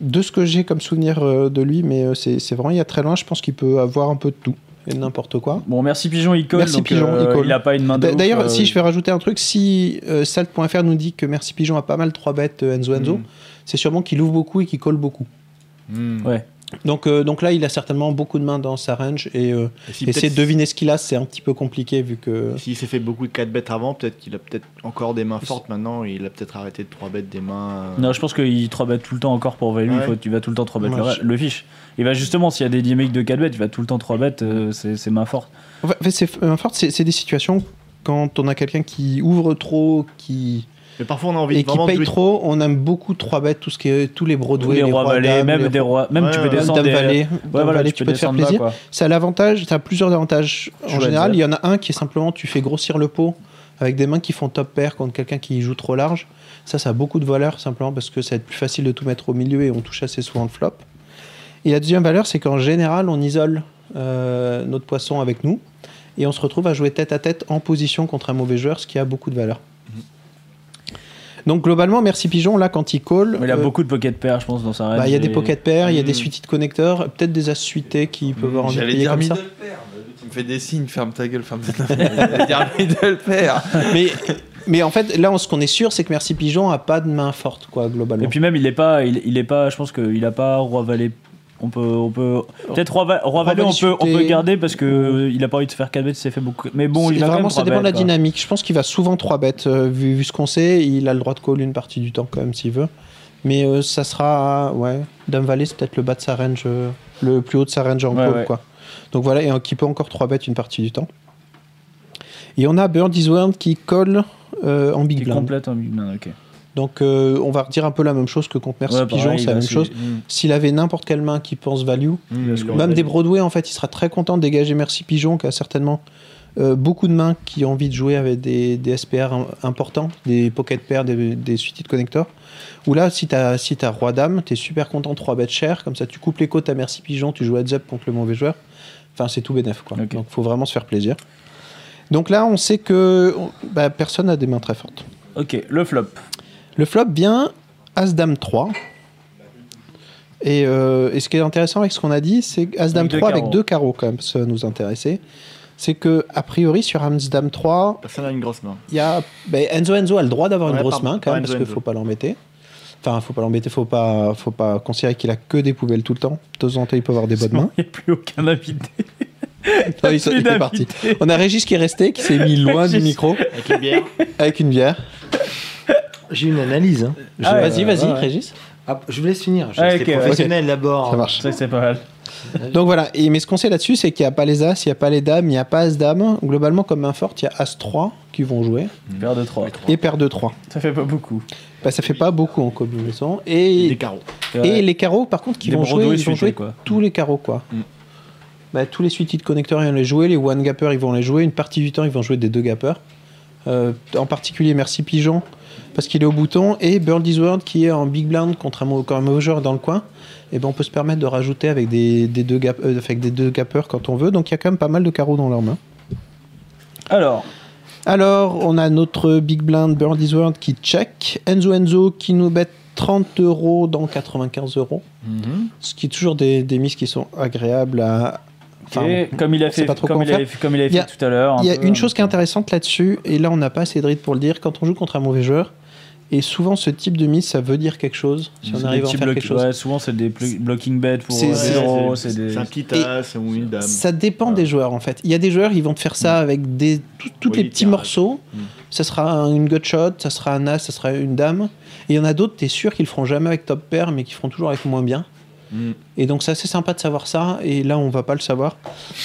[SPEAKER 4] de ce que j'ai comme souvenir euh, de lui, mais euh, c'est c'est vraiment il y a très loin, je pense qu'il peut avoir un peu de tout et de n'importe quoi.
[SPEAKER 3] Bon, Merci Pigeon, il colle.
[SPEAKER 4] Merci
[SPEAKER 3] donc,
[SPEAKER 4] Pigeon,
[SPEAKER 3] euh,
[SPEAKER 4] il colle.
[SPEAKER 3] Il a pas une main de
[SPEAKER 4] D'a-
[SPEAKER 3] ouf,
[SPEAKER 4] D'ailleurs,
[SPEAKER 3] euh,
[SPEAKER 4] si je vais rajouter un truc, si euh, Salt.fr nous dit que Merci Pigeon a pas mal 3 bêtes euh, Enzo
[SPEAKER 3] Mm.
[SPEAKER 4] Enzo, c'est sûrement qu'il ouvre beaucoup et qu'il colle beaucoup.
[SPEAKER 5] Hmm.
[SPEAKER 3] Ouais.
[SPEAKER 4] Donc, euh, donc là, il a certainement beaucoup de mains dans sa range et euh,
[SPEAKER 10] Et si
[SPEAKER 4] essayer de
[SPEAKER 10] peut-être-
[SPEAKER 4] deviner ce qu'il a, c'est un petit peu compliqué vu que.
[SPEAKER 10] S'il s'est fait beaucoup de 4 bêtes avant, peut-être qu'il a peut-être encore des mains fortes maintenant, il a peut-être arrêté de 3 bêtes des mains. euh,
[SPEAKER 3] Non, je pense qu'il 3 bet tout le temps encore pour value.
[SPEAKER 10] Ouais.
[SPEAKER 3] Il faut, tu vas tout le temps 3 bet
[SPEAKER 4] Ouais,
[SPEAKER 3] le,
[SPEAKER 4] je-
[SPEAKER 3] le fiche. Et bah, justement, s'il y a des dynamiques de 4 bet, il va tout le temps 3 bet. euh, c'est c'est main forte.
[SPEAKER 4] En fait, c'est, euh, forte, c'est, c'est des situations quand on a quelqu'un qui ouvre trop, qui,
[SPEAKER 10] Mais parfois, on a envie
[SPEAKER 4] et
[SPEAKER 10] de
[SPEAKER 4] qui
[SPEAKER 10] vraiment
[SPEAKER 4] paye
[SPEAKER 10] jouer-
[SPEAKER 4] trop, on aime beaucoup 3 bêtes, tout ce qui est, tous les Broadway,
[SPEAKER 3] Ou les rois
[SPEAKER 4] valets,
[SPEAKER 3] valets, même des rois- même tu peux descendre des-
[SPEAKER 4] Valley,
[SPEAKER 3] ouais, voilà,
[SPEAKER 4] tu, peux te faire
[SPEAKER 3] descendre bas,
[SPEAKER 4] plaisir.
[SPEAKER 3] quoi.
[SPEAKER 4] ça a l'avantage, ça a plusieurs avantages.
[SPEAKER 3] Je
[SPEAKER 4] En
[SPEAKER 3] vois
[SPEAKER 4] général,
[SPEAKER 3] dire.
[SPEAKER 4] il y en a un qui est simplement tu fais grossir le pot avec des mains qui font top pair contre quelqu'un qui joue trop large. Ça, ça a beaucoup de valeur simplement parce que ça va être plus facile de tout mettre au milieu et on touche assez souvent le flop. Et la deuxième valeur, c'est qu'en général, on isole euh, notre poisson avec nous et on se retrouve à jouer tête à tête en position contre un mauvais joueur, ce qui a beaucoup de valeur. Donc globalement, merci Pigeon, là quand il call.
[SPEAKER 3] Mais il a
[SPEAKER 4] euh,
[SPEAKER 3] beaucoup de pocket pair, je pense, dans sa
[SPEAKER 4] bah,
[SPEAKER 3] range.
[SPEAKER 4] Il y a des
[SPEAKER 3] et-
[SPEAKER 4] pocket pairs, il y a des
[SPEAKER 3] Mm.
[SPEAKER 4] suites de connecteurs, peut-être des as suitées qui peuvent avoir envie de
[SPEAKER 7] Hmm, J'allais
[SPEAKER 4] payer
[SPEAKER 7] dire
[SPEAKER 4] comme ça.
[SPEAKER 7] middle pair. Tu me fais des signes, ferme ta gueule, ferme ta gueule. J'allais dire middle pair.
[SPEAKER 4] [laughs] mais, mais en fait, là, on- ce qu'on est sûr, c'est que Merci Pigeon a pas de main forte, quoi, globalement.
[SPEAKER 3] Et puis même, il est pas, il, il est pas, je pense qu'il a pas roi valet. On peut, on peut peut-être roi, Va- roi valet, on
[SPEAKER 4] Valet
[SPEAKER 3] peut, on peut
[SPEAKER 4] suité.
[SPEAKER 3] garder parce que euh, il a pas envie de se faire 4 bêtes, il s'est fait beaucoup. Mais bon,
[SPEAKER 4] C'est-
[SPEAKER 3] il a quand
[SPEAKER 4] vraiment,
[SPEAKER 3] même
[SPEAKER 4] ça
[SPEAKER 3] trois
[SPEAKER 4] dépend de la
[SPEAKER 3] bêtes, quoi.
[SPEAKER 4] dynamique. Je pense qu'il va souvent 3 bêtes. euh, vu, vu ce qu'on sait, il a le droit de call une partie du temps, quand même, s'il veut. Mais euh, ça sera. Ouais. Dame Valet, c'est peut-être le bas de sa range. euh, le plus haut de sa range en
[SPEAKER 3] Ouais,
[SPEAKER 4] call,
[SPEAKER 3] ouais.
[SPEAKER 4] quoi. Donc voilà, et euh, qui peut encore 3 bêtes une partie du temps. Et on a Birdie's World qui colle euh, en Big
[SPEAKER 3] Qui
[SPEAKER 4] Blind.
[SPEAKER 3] complète en non, ok.
[SPEAKER 4] Donc euh, on va redire un peu la même chose que contre Merci
[SPEAKER 3] Ouais,
[SPEAKER 4] Pigeon,
[SPEAKER 3] pareil,
[SPEAKER 4] c'est la
[SPEAKER 3] bah,
[SPEAKER 4] même
[SPEAKER 3] c'est-
[SPEAKER 4] chose.
[SPEAKER 3] mm.
[SPEAKER 4] S'il avait n'importe quelle main qui pense value,
[SPEAKER 3] Mm, il aurait
[SPEAKER 4] même
[SPEAKER 3] value.
[SPEAKER 4] des Broadway en fait, il sera très content de dégager Merci Pigeon qui a certainement euh, beaucoup de mains qui ont envie de jouer avec des, des SPR im- importants, des pocket pairs, des, des suites de connecteurs. Ou là, si t'as si t'as Roi Dame, t'es super content 3 bêtes chères, comme ça tu coupes les côtes à Merci Pigeon, tu joues heads up contre le mauvais joueur. Enfin, c'est tout bénef quoi. Donc faut vraiment se faire plaisir. Donc là, on sait que on- bah, personne n'a des mains très fortes.
[SPEAKER 3] Ok, le flop.
[SPEAKER 4] Le flop vient As-Dame 3. Et, euh, et ce qui est intéressant avec ce qu'on a dit, c'est As-Dame
[SPEAKER 3] Avec deux
[SPEAKER 4] 3 avec
[SPEAKER 10] carreaux.
[SPEAKER 4] deux carreaux, quand même, ça va nous intéresser. C'est que, a priori, sur As-Dame 3,
[SPEAKER 10] Personne n'a une grosse main.
[SPEAKER 4] il y a. ben, Enzo Enzo a le droit d'avoir
[SPEAKER 10] Ouais,
[SPEAKER 4] une grosse
[SPEAKER 10] pardon,
[SPEAKER 4] main, quand
[SPEAKER 10] pas
[SPEAKER 4] même,
[SPEAKER 10] Enzo
[SPEAKER 4] parce qu'il
[SPEAKER 10] Enzo.
[SPEAKER 4] faut pas l'embêter. Enfin, faut pas l'embêter, faut pas, faut pas considérer qu'il a que des poubelles tout le temps. De temps en temps, il peut avoir des bonnes mains.
[SPEAKER 3] Il n'y a plus
[SPEAKER 4] [laughs]
[SPEAKER 3] aucun invité.
[SPEAKER 4] Non, il, il fait partie. On a Régis qui est resté, qui s'est mis loin du micro.
[SPEAKER 10] Avec une bière.
[SPEAKER 4] Avec une bière.
[SPEAKER 11] J'ai une analyse. hein.
[SPEAKER 4] Ah ouais, vas-y, vas-y, Régis.
[SPEAKER 11] Ah, je vous laisse finir. Je
[SPEAKER 4] Ah,
[SPEAKER 11] rester
[SPEAKER 4] ok, ouais.
[SPEAKER 11] professionnel d'abord.
[SPEAKER 4] Ça marche.
[SPEAKER 3] C'est pas mal.
[SPEAKER 4] Donc voilà, et, mais ce qu'on sait là-dessus, c'est qu'il n'y a pas les As, il n'y a pas les Dames, il n'y a pas As-Dame. Globalement, comme main forte, il y a As-3 qui vont jouer.
[SPEAKER 3] Paire de 3.
[SPEAKER 4] Et paire de 3.
[SPEAKER 3] Ça fait pas beaucoup.
[SPEAKER 4] Bah, ça fait pas beaucoup en combinaison. Et les
[SPEAKER 10] carreaux.
[SPEAKER 3] Ouais.
[SPEAKER 4] Et les carreaux, par contre, qui
[SPEAKER 3] Des
[SPEAKER 4] vont jouer,
[SPEAKER 3] Broadway
[SPEAKER 4] ils vont
[SPEAKER 3] suités,
[SPEAKER 4] jouer
[SPEAKER 3] quoi. Mm.
[SPEAKER 4] tous les carreaux, quoi. Bah, tous les suites de connecteurs, ils vont les jouer. Les one gappers, ils vont les jouer. Une partie du temps, ils vont jouer des deux gappers. Euh, en particulier, merci Pigeon, parce qu'il est au bouton. Et Birdie's World, qui est en big blind contre un, mau- quand un mauvais joueur dans le coin. Et ben, on peut se permettre de rajouter avec des, des deux gap- euh, avec des deux gappers quand on veut. Donc, il y a quand même pas mal de carreaux dans leurs mains.
[SPEAKER 3] Alors,
[SPEAKER 4] Alors, on a notre Big Blind Birdie's World qui check. Enzo Enzo qui nous bête 30 euros dans 95 euros. Ce qui est toujours des, des mises qui sont agréables à.
[SPEAKER 3] Et comme il a
[SPEAKER 4] on sait
[SPEAKER 3] fait-
[SPEAKER 4] pas trop
[SPEAKER 3] comme
[SPEAKER 4] comment
[SPEAKER 3] il avait
[SPEAKER 4] faire.
[SPEAKER 3] fait- comme il avait
[SPEAKER 4] y a-
[SPEAKER 3] fait tout à l'heure, un
[SPEAKER 4] Il y a
[SPEAKER 3] peu,
[SPEAKER 4] une
[SPEAKER 3] hein.
[SPEAKER 4] chose qui est intéressante là-dessus, et là on n'a pas assez de rythme pour le dire, quand on joue contre un mauvais joueur, et souvent ce type de mise ça veut dire quelque chose, si on
[SPEAKER 3] c'est
[SPEAKER 4] arrive
[SPEAKER 3] des
[SPEAKER 4] à en
[SPEAKER 3] petits
[SPEAKER 4] faire
[SPEAKER 3] blocs-
[SPEAKER 4] quelque chose.
[SPEAKER 3] ouais, souvent, c'est des pl- blocking bets pour
[SPEAKER 4] C'est-
[SPEAKER 3] euh,
[SPEAKER 4] c'est-
[SPEAKER 3] zéro,
[SPEAKER 4] c'est-
[SPEAKER 3] c'est des-
[SPEAKER 10] C'est un petit as ou une dame.
[SPEAKER 4] Ça dépend des joueurs en fait. Il y a des joueurs, ils vont te faire ça
[SPEAKER 3] Mm.
[SPEAKER 4] avec des, tout- tous les petits morceaux. Ça sera un- une gut shot, ça sera un as, ça sera une dame. Et il y en a d'autres, t'es sûr qu'ils le feront jamais avec top pair, mais qu'ils feront toujours avec moins bien. Et donc c'est assez sympa de savoir ça. Et là, on va pas le savoir.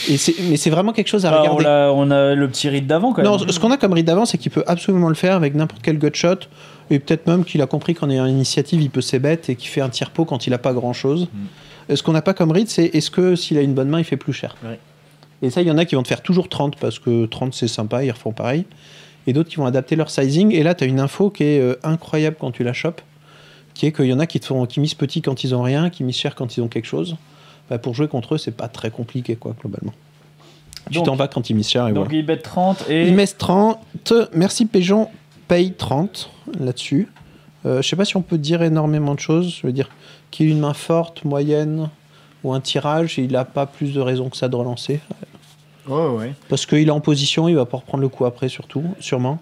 [SPEAKER 4] Et c'est- mais c'est vraiment quelque chose à
[SPEAKER 3] Ah, on,
[SPEAKER 4] regarder.
[SPEAKER 3] l'a- on a le petit ride d'avant quand même.
[SPEAKER 4] Non, ce ce qu'on a comme ride d'avant, c'est qu'il peut absolument le faire avec n'importe quel gut shot. Et peut-être même qu'il a compris qu'en ayant une initiative, il peut ses bêtes et qu'il fait un tire pot quand il a pas grand-chose.
[SPEAKER 3] Mm.
[SPEAKER 4] Euh, Ce qu'on n'a pas comme ride, c'est est-ce que s'il a une bonne main, il fait plus cher Et ça, il y en a qui vont te faire toujours 30 parce que 30 c'est sympa, ils refont pareil. Et d'autres qui vont adapter leur sizing. Et là, tu as une info qui est euh, incroyable quand tu la chopes, qui est qu'il y en a qui, te font, qui misent petit quand ils ont rien, qui misent cher quand ils ont quelque chose. Bah, pour jouer contre eux, c'est pas très compliqué, quoi, globalement. Tu
[SPEAKER 3] Donc-
[SPEAKER 4] t'en vas quand ils misent cher et
[SPEAKER 3] Donc
[SPEAKER 4] voilà.
[SPEAKER 3] il bet 30 et.
[SPEAKER 4] Il met 30. Merci Péjon paye 30 là-dessus. Euh, je sais pas si on peut dire énormément de choses. Je veux dire qu'il ait une main forte, moyenne ou un tirage, il n'a pas plus de raison que ça de relancer.
[SPEAKER 10] Ouais, ouais.
[SPEAKER 4] Parce qu'il est en position, il va pas reprendre le coup après, surtout, sûrement.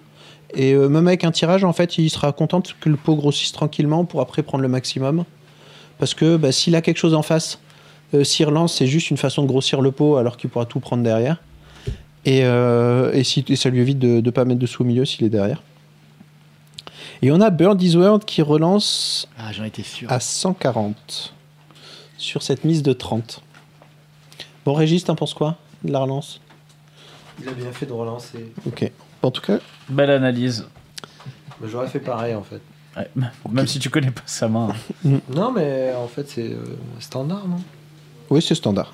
[SPEAKER 4] Et euh, même avec un tirage, en fait, il sera content que le pot grossisse tranquillement pour après prendre le maximum. Parce que bah, s'il a quelque chose en face, euh, s'il relance, c'est juste une façon de grossir le pot alors qu'il pourra tout prendre derrière. Et, euh, et si, et ça lui évite de ne pas mettre de sous au milieu s'il est derrière. Et on a Birdie's World qui relance
[SPEAKER 10] Ah, j'en étais sûr.
[SPEAKER 4] à 140 sur cette mise de 30. Bon, Régis, t'en penses quoi de la relance
[SPEAKER 11] Il a bien fait de relancer.
[SPEAKER 4] Ok. En tout cas,
[SPEAKER 3] Belle analyse.
[SPEAKER 6] Bah, J'aurais fait pareil en fait.
[SPEAKER 3] Ouais, Même si tu connais pas sa main. hein.
[SPEAKER 4] Mm.
[SPEAKER 6] Non, mais en fait, c'est euh, standard, non
[SPEAKER 4] Oui, c'est standard.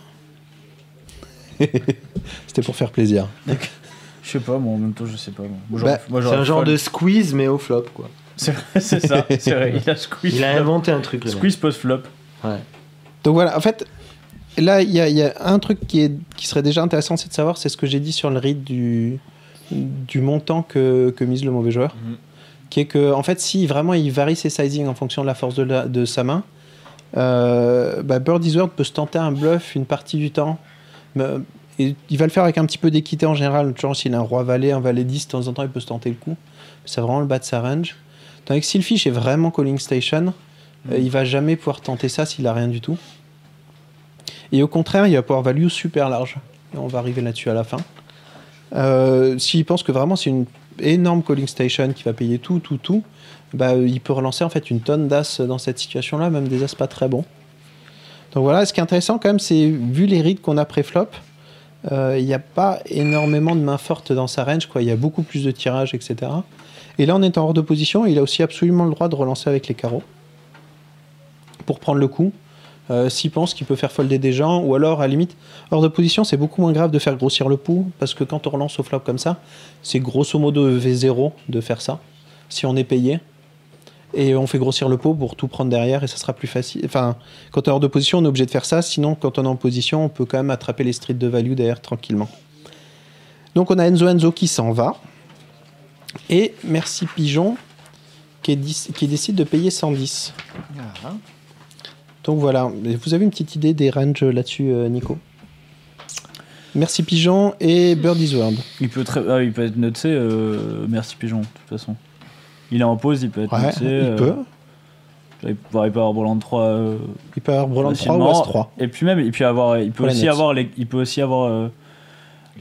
[SPEAKER 4] [laughs] C'était pour faire plaisir.
[SPEAKER 3] Je sais pas, moi en même temps, je sais pas. moi. Moi, j'aurais-
[SPEAKER 6] Bah,
[SPEAKER 3] moi,
[SPEAKER 6] C'est
[SPEAKER 3] j'aurais
[SPEAKER 6] un genre
[SPEAKER 3] folle.
[SPEAKER 6] de squeeze, mais au flop, quoi.
[SPEAKER 3] C'est vrai, c'est ça, c'est vrai. Il a squeeze.
[SPEAKER 6] Il a inventé un truc, le mec.
[SPEAKER 3] Squeeze post-flop.
[SPEAKER 6] Ouais.
[SPEAKER 4] Donc voilà, en fait, là, il y, a- il y a un truc qui, est, qui serait déjà intéressant, c'est de savoir, c'est ce que j'ai dit sur le read du, du montant que, que mise le mauvais joueur. Qui est que, en fait, si vraiment il varie ses sizing en fonction de la force de, la- de sa main, euh, bah, Birdie's World peut se tenter un bluff une partie du temps. Mais, euh, et il va le faire avec un petit peu d'équité en général. Genre, s'il a un roi valet, un valet 10, de temps en temps, il peut se tenter le coup. C'est vraiment le bas de sa range. Tandis que si le fiche est vraiment calling station, euh, il va jamais pouvoir tenter ça s'il a rien du tout. Et au contraire, il va pouvoir value super large. Et on va arriver là-dessus à la fin. Euh, S'il pense que vraiment c'est une énorme calling station qui va payer tout, tout, tout, bah, euh, il peut relancer en fait une tonne d'as dans cette situation-là, même des as pas très bons. Donc voilà, ce qui est intéressant quand même, c'est vu les rides qu'on a pré-flop, euh, il n'y a pas énormément de mains fortes dans sa range, quoi. il y a beaucoup plus de tirages, etc. Et là, on est en hors de position, il a aussi absolument le droit de relancer avec les carreaux pour prendre le coup. Euh, S'il pense qu'il peut faire folder des gens, ou alors à la limite, hors de position, c'est beaucoup moins grave de faire grossir le pouls, parce que quand on relance au flop comme ça, c'est grosso modo V0 de faire ça, si on est payé. Et on fait grossir le pot pour tout prendre derrière et ça sera plus facile. Enfin, quand on est hors de position, on est obligé de faire ça. Sinon, quand on est en position, on peut quand même attraper les streets de value derrière tranquillement. Donc on a Enzo Enzo qui s'en va. Et Merci Pigeon qui, est dis- qui décide de payer 110. Donc voilà, Mais vous avez une petite idée des ranges là-dessus, euh, Nico Merci Pigeon et Birdie's World.
[SPEAKER 3] Il peut, très... ah, il peut être noté, euh, merci Pigeon, de toute façon. Il est en pause, il peut être
[SPEAKER 4] Ouais,
[SPEAKER 3] noté.
[SPEAKER 4] il
[SPEAKER 3] euh,
[SPEAKER 4] peut.
[SPEAKER 3] Il peut avoir Borland 3. euh,
[SPEAKER 4] Il peut avoir Borland 3
[SPEAKER 3] facilement.
[SPEAKER 4] ou As 3.
[SPEAKER 3] Et puis même, il peut, avoir, il peut
[SPEAKER 4] Pour la
[SPEAKER 3] aussi
[SPEAKER 4] note.
[SPEAKER 3] avoir les, il peut aussi avoir, euh,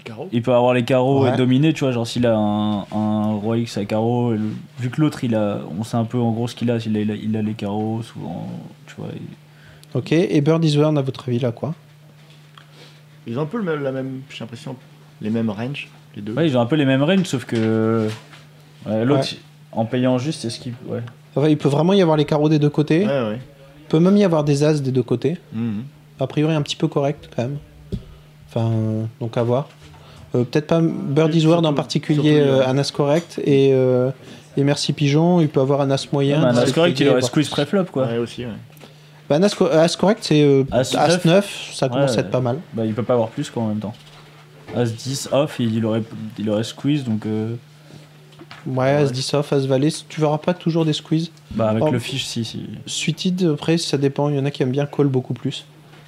[SPEAKER 10] carreaux.
[SPEAKER 3] il peut avoir les carreaux
[SPEAKER 4] Ouais.
[SPEAKER 3] et dominer, tu vois, genre s'il a un, un roi X à carreaux, et le- vu que l'autre, il a, on sait un peu en gros ce qu'il a, s'il a- il a, il a les carreaux souvent, tu vois. il-
[SPEAKER 4] Ok, et Birdie's World, à votre avis, là quoi
[SPEAKER 10] Ils ont un peu le même, la même, j'ai l'impression, les mêmes ranges, les deux.
[SPEAKER 3] Ouais, ils ont un peu les mêmes ranges, sauf que ouais, l'autre,
[SPEAKER 4] Ouais.
[SPEAKER 3] en payant juste, c'est ce qu'il. Ouais.
[SPEAKER 4] Enfin, Il peut vraiment y avoir les carreaux des deux côtés.
[SPEAKER 10] Ouais, ouais.
[SPEAKER 4] Il peut même y avoir des As des deux côtés.
[SPEAKER 10] Mhm.
[SPEAKER 4] A priori, un petit peu correct quand même. Enfin, euh, donc à voir. Euh, Peut-être pas Birdie's World en particulier,
[SPEAKER 10] surtout,
[SPEAKER 4] euh, un As correct. Et, euh, et Merci Pigeon, il peut avoir un As moyen.
[SPEAKER 3] Ouais, mais un as correct, il aurait
[SPEAKER 4] Bah,
[SPEAKER 3] squeeze pré-flop, quoi.
[SPEAKER 10] Ouais, aussi, ouais.
[SPEAKER 4] bah, un as, co- as correct, c'est euh,
[SPEAKER 3] As
[SPEAKER 4] as,
[SPEAKER 3] neuf.
[SPEAKER 4] 9, ça commence
[SPEAKER 3] Ouais,
[SPEAKER 4] à être pas mal.
[SPEAKER 3] Bah, il peut pas avoir plus, quoi, en même temps. As 10 off, il il aurait, il aurait squeeze, donc. euh,
[SPEAKER 4] Ouais, As 10 off, As valet, tu verras pas toujours des squeezes.
[SPEAKER 3] bah, avec
[SPEAKER 4] Oh.
[SPEAKER 3] le fiche, si, si.
[SPEAKER 4] Suited, après, ça dépend. Il y en a qui aiment bien call beaucoup plus.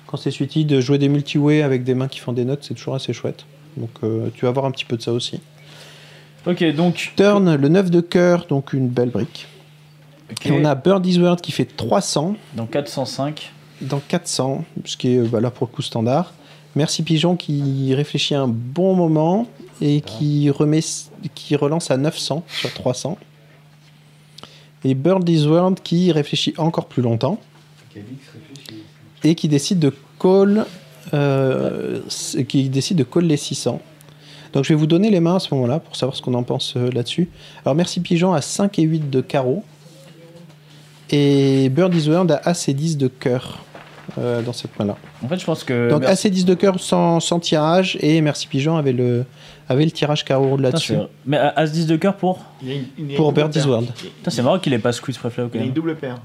[SPEAKER 4] Quand c'est suited, jouer des multi-way avec des mains qui font des notes, c'est toujours assez chouette. Donc euh, tu vas avoir un petit peu de ça aussi.
[SPEAKER 3] Ok, donc.
[SPEAKER 4] Turn, le 9 de cœur, donc une belle brique.
[SPEAKER 3] ok,
[SPEAKER 4] Et on a Birdie's World qui fait 300
[SPEAKER 3] Dans 405.
[SPEAKER 4] dans 400, ce qui est euh, bah, là pour le coup standard. Merci Pigeon qui réfléchit un bon moment et qui, remet, qui relance à 900 sur 300. Et Birdie's World qui réfléchit encore plus longtemps et qui décide de call, euh, c- qui décide de call les 600. Donc je vais vous donner les mains à ce moment-là pour savoir ce qu'on en pense euh, là-dessus. Alors Merci Pigeon à 5 et 8 de carreau et Birdie's World a AC10 de cœur euh, dans cette main-là.
[SPEAKER 3] En fait, je pense que.
[SPEAKER 4] Donc
[SPEAKER 3] Euh, Merci-
[SPEAKER 4] AC10 de cœur sans, sans tirage et Merci Pigeon avait le, avait le tirage carreau
[SPEAKER 3] Putain,
[SPEAKER 4] là-dessus
[SPEAKER 3] c'est- Mais euh, As 10 de cœur pour.
[SPEAKER 10] Il y a une- il y a une
[SPEAKER 4] pour
[SPEAKER 10] double
[SPEAKER 4] Birdie's
[SPEAKER 10] paire.
[SPEAKER 4] World.
[SPEAKER 3] Putain, c'est marrant qu'il ait pas squeeze pré-flop, quand
[SPEAKER 10] Il y a une
[SPEAKER 3] même.
[SPEAKER 10] double paire.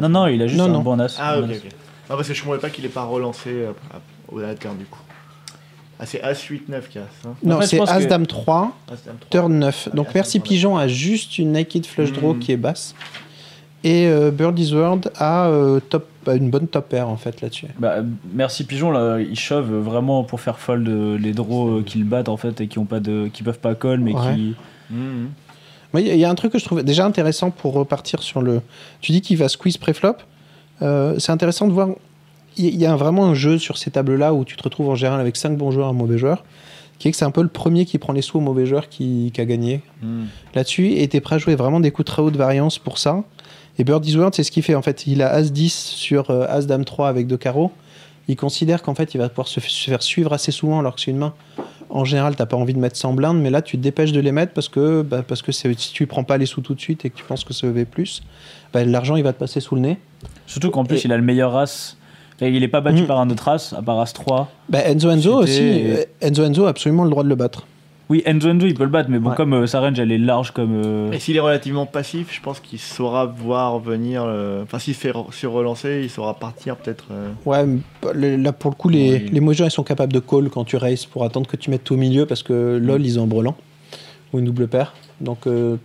[SPEAKER 3] Non, non, il a juste
[SPEAKER 4] Non,
[SPEAKER 3] un
[SPEAKER 4] non.
[SPEAKER 3] bon As.
[SPEAKER 10] Ah,
[SPEAKER 3] un
[SPEAKER 10] ok,
[SPEAKER 3] As.
[SPEAKER 10] ok. Non, parce que je ne pas qu'il est pas relancé euh, à- à- au dernier terme, du coup. Ah, c'est As-8-9 qui a ça.
[SPEAKER 4] Non,
[SPEAKER 3] fait, je
[SPEAKER 4] c'est
[SPEAKER 3] pense
[SPEAKER 4] As
[SPEAKER 3] que-
[SPEAKER 4] Dame 3,
[SPEAKER 10] As-Dame 3.
[SPEAKER 4] turn 9.
[SPEAKER 10] Ah,
[SPEAKER 4] Donc
[SPEAKER 10] As
[SPEAKER 4] Merci
[SPEAKER 10] Dame
[SPEAKER 4] Pigeon a juste une naked flush draw
[SPEAKER 3] Hmm.
[SPEAKER 10] Mhm.
[SPEAKER 4] qui est basse et euh, Birdie's World a euh, top, a une bonne top pair en fait là-dessus.
[SPEAKER 3] Bah, merci Pigeon, là, il shove vraiment pour faire fold euh, les draws euh, qui le battent en fait et qui ont pas de, qui peuvent pas call mais
[SPEAKER 4] Ouais.
[SPEAKER 3] qui.
[SPEAKER 10] Mhm.
[SPEAKER 4] Moi, Il y a- il y a un truc que je trouve déjà intéressant pour repartir sur le. Tu dis qu'il va squeeze pré-flop. Euh, c'est intéressant de voir. Il y- il y a vraiment un jeu sur ces tables-là où tu te retrouves en général avec 5 bons joueurs et un mauvais joueur. Qui est que c'est un peu le premier qui prend les sous au mauvais joueur qui, qui a gagné
[SPEAKER 10] Mhm.
[SPEAKER 4] là-dessus. Et t'es prêt à jouer vraiment des coups très hauts de variance pour ça. Et Birdie's World, c'est ce qu'il fait en fait. Il a As-10 sur euh, As-Dame 3 avec deux carreaux. Il considère qu'en fait, il va pouvoir se f- se faire suivre assez souvent alors que c'est une main en général, t'as pas envie de mettre 100 blindes, mais là, tu te dépêches de les mettre parce que, bah, parce que c'est- si tu prends pas les sous tout de suite et que tu penses que ça veut plus, bah, l'argent, il va te passer sous le nez.
[SPEAKER 3] Surtout qu'en plus, il a le meilleur race. Il est pas battu
[SPEAKER 4] Mmh.
[SPEAKER 3] par un autre race, à part race 3.
[SPEAKER 4] Bah, Enzo Enzo aussi,
[SPEAKER 3] C'était-
[SPEAKER 4] euh, Enzo Enzo a absolument le droit de le battre.
[SPEAKER 3] Oui, Enzo Enzo, il peut le battre, mais bon,
[SPEAKER 4] Ouais.
[SPEAKER 3] comme euh, sa range, elle est large comme. euh,
[SPEAKER 10] Et s'il est relativement passif, je pense qu'il saura voir venir. le- Enfin, s'il se fait re- se relancer, il saura partir peut-être. euh,
[SPEAKER 4] Ouais, mais le- là pour le coup, les, les Mojang ils sont capables de call quand tu races pour attendre que tu mettes tout au milieu parce que LOL ils ont un brelan ou une double paire. Donc euh,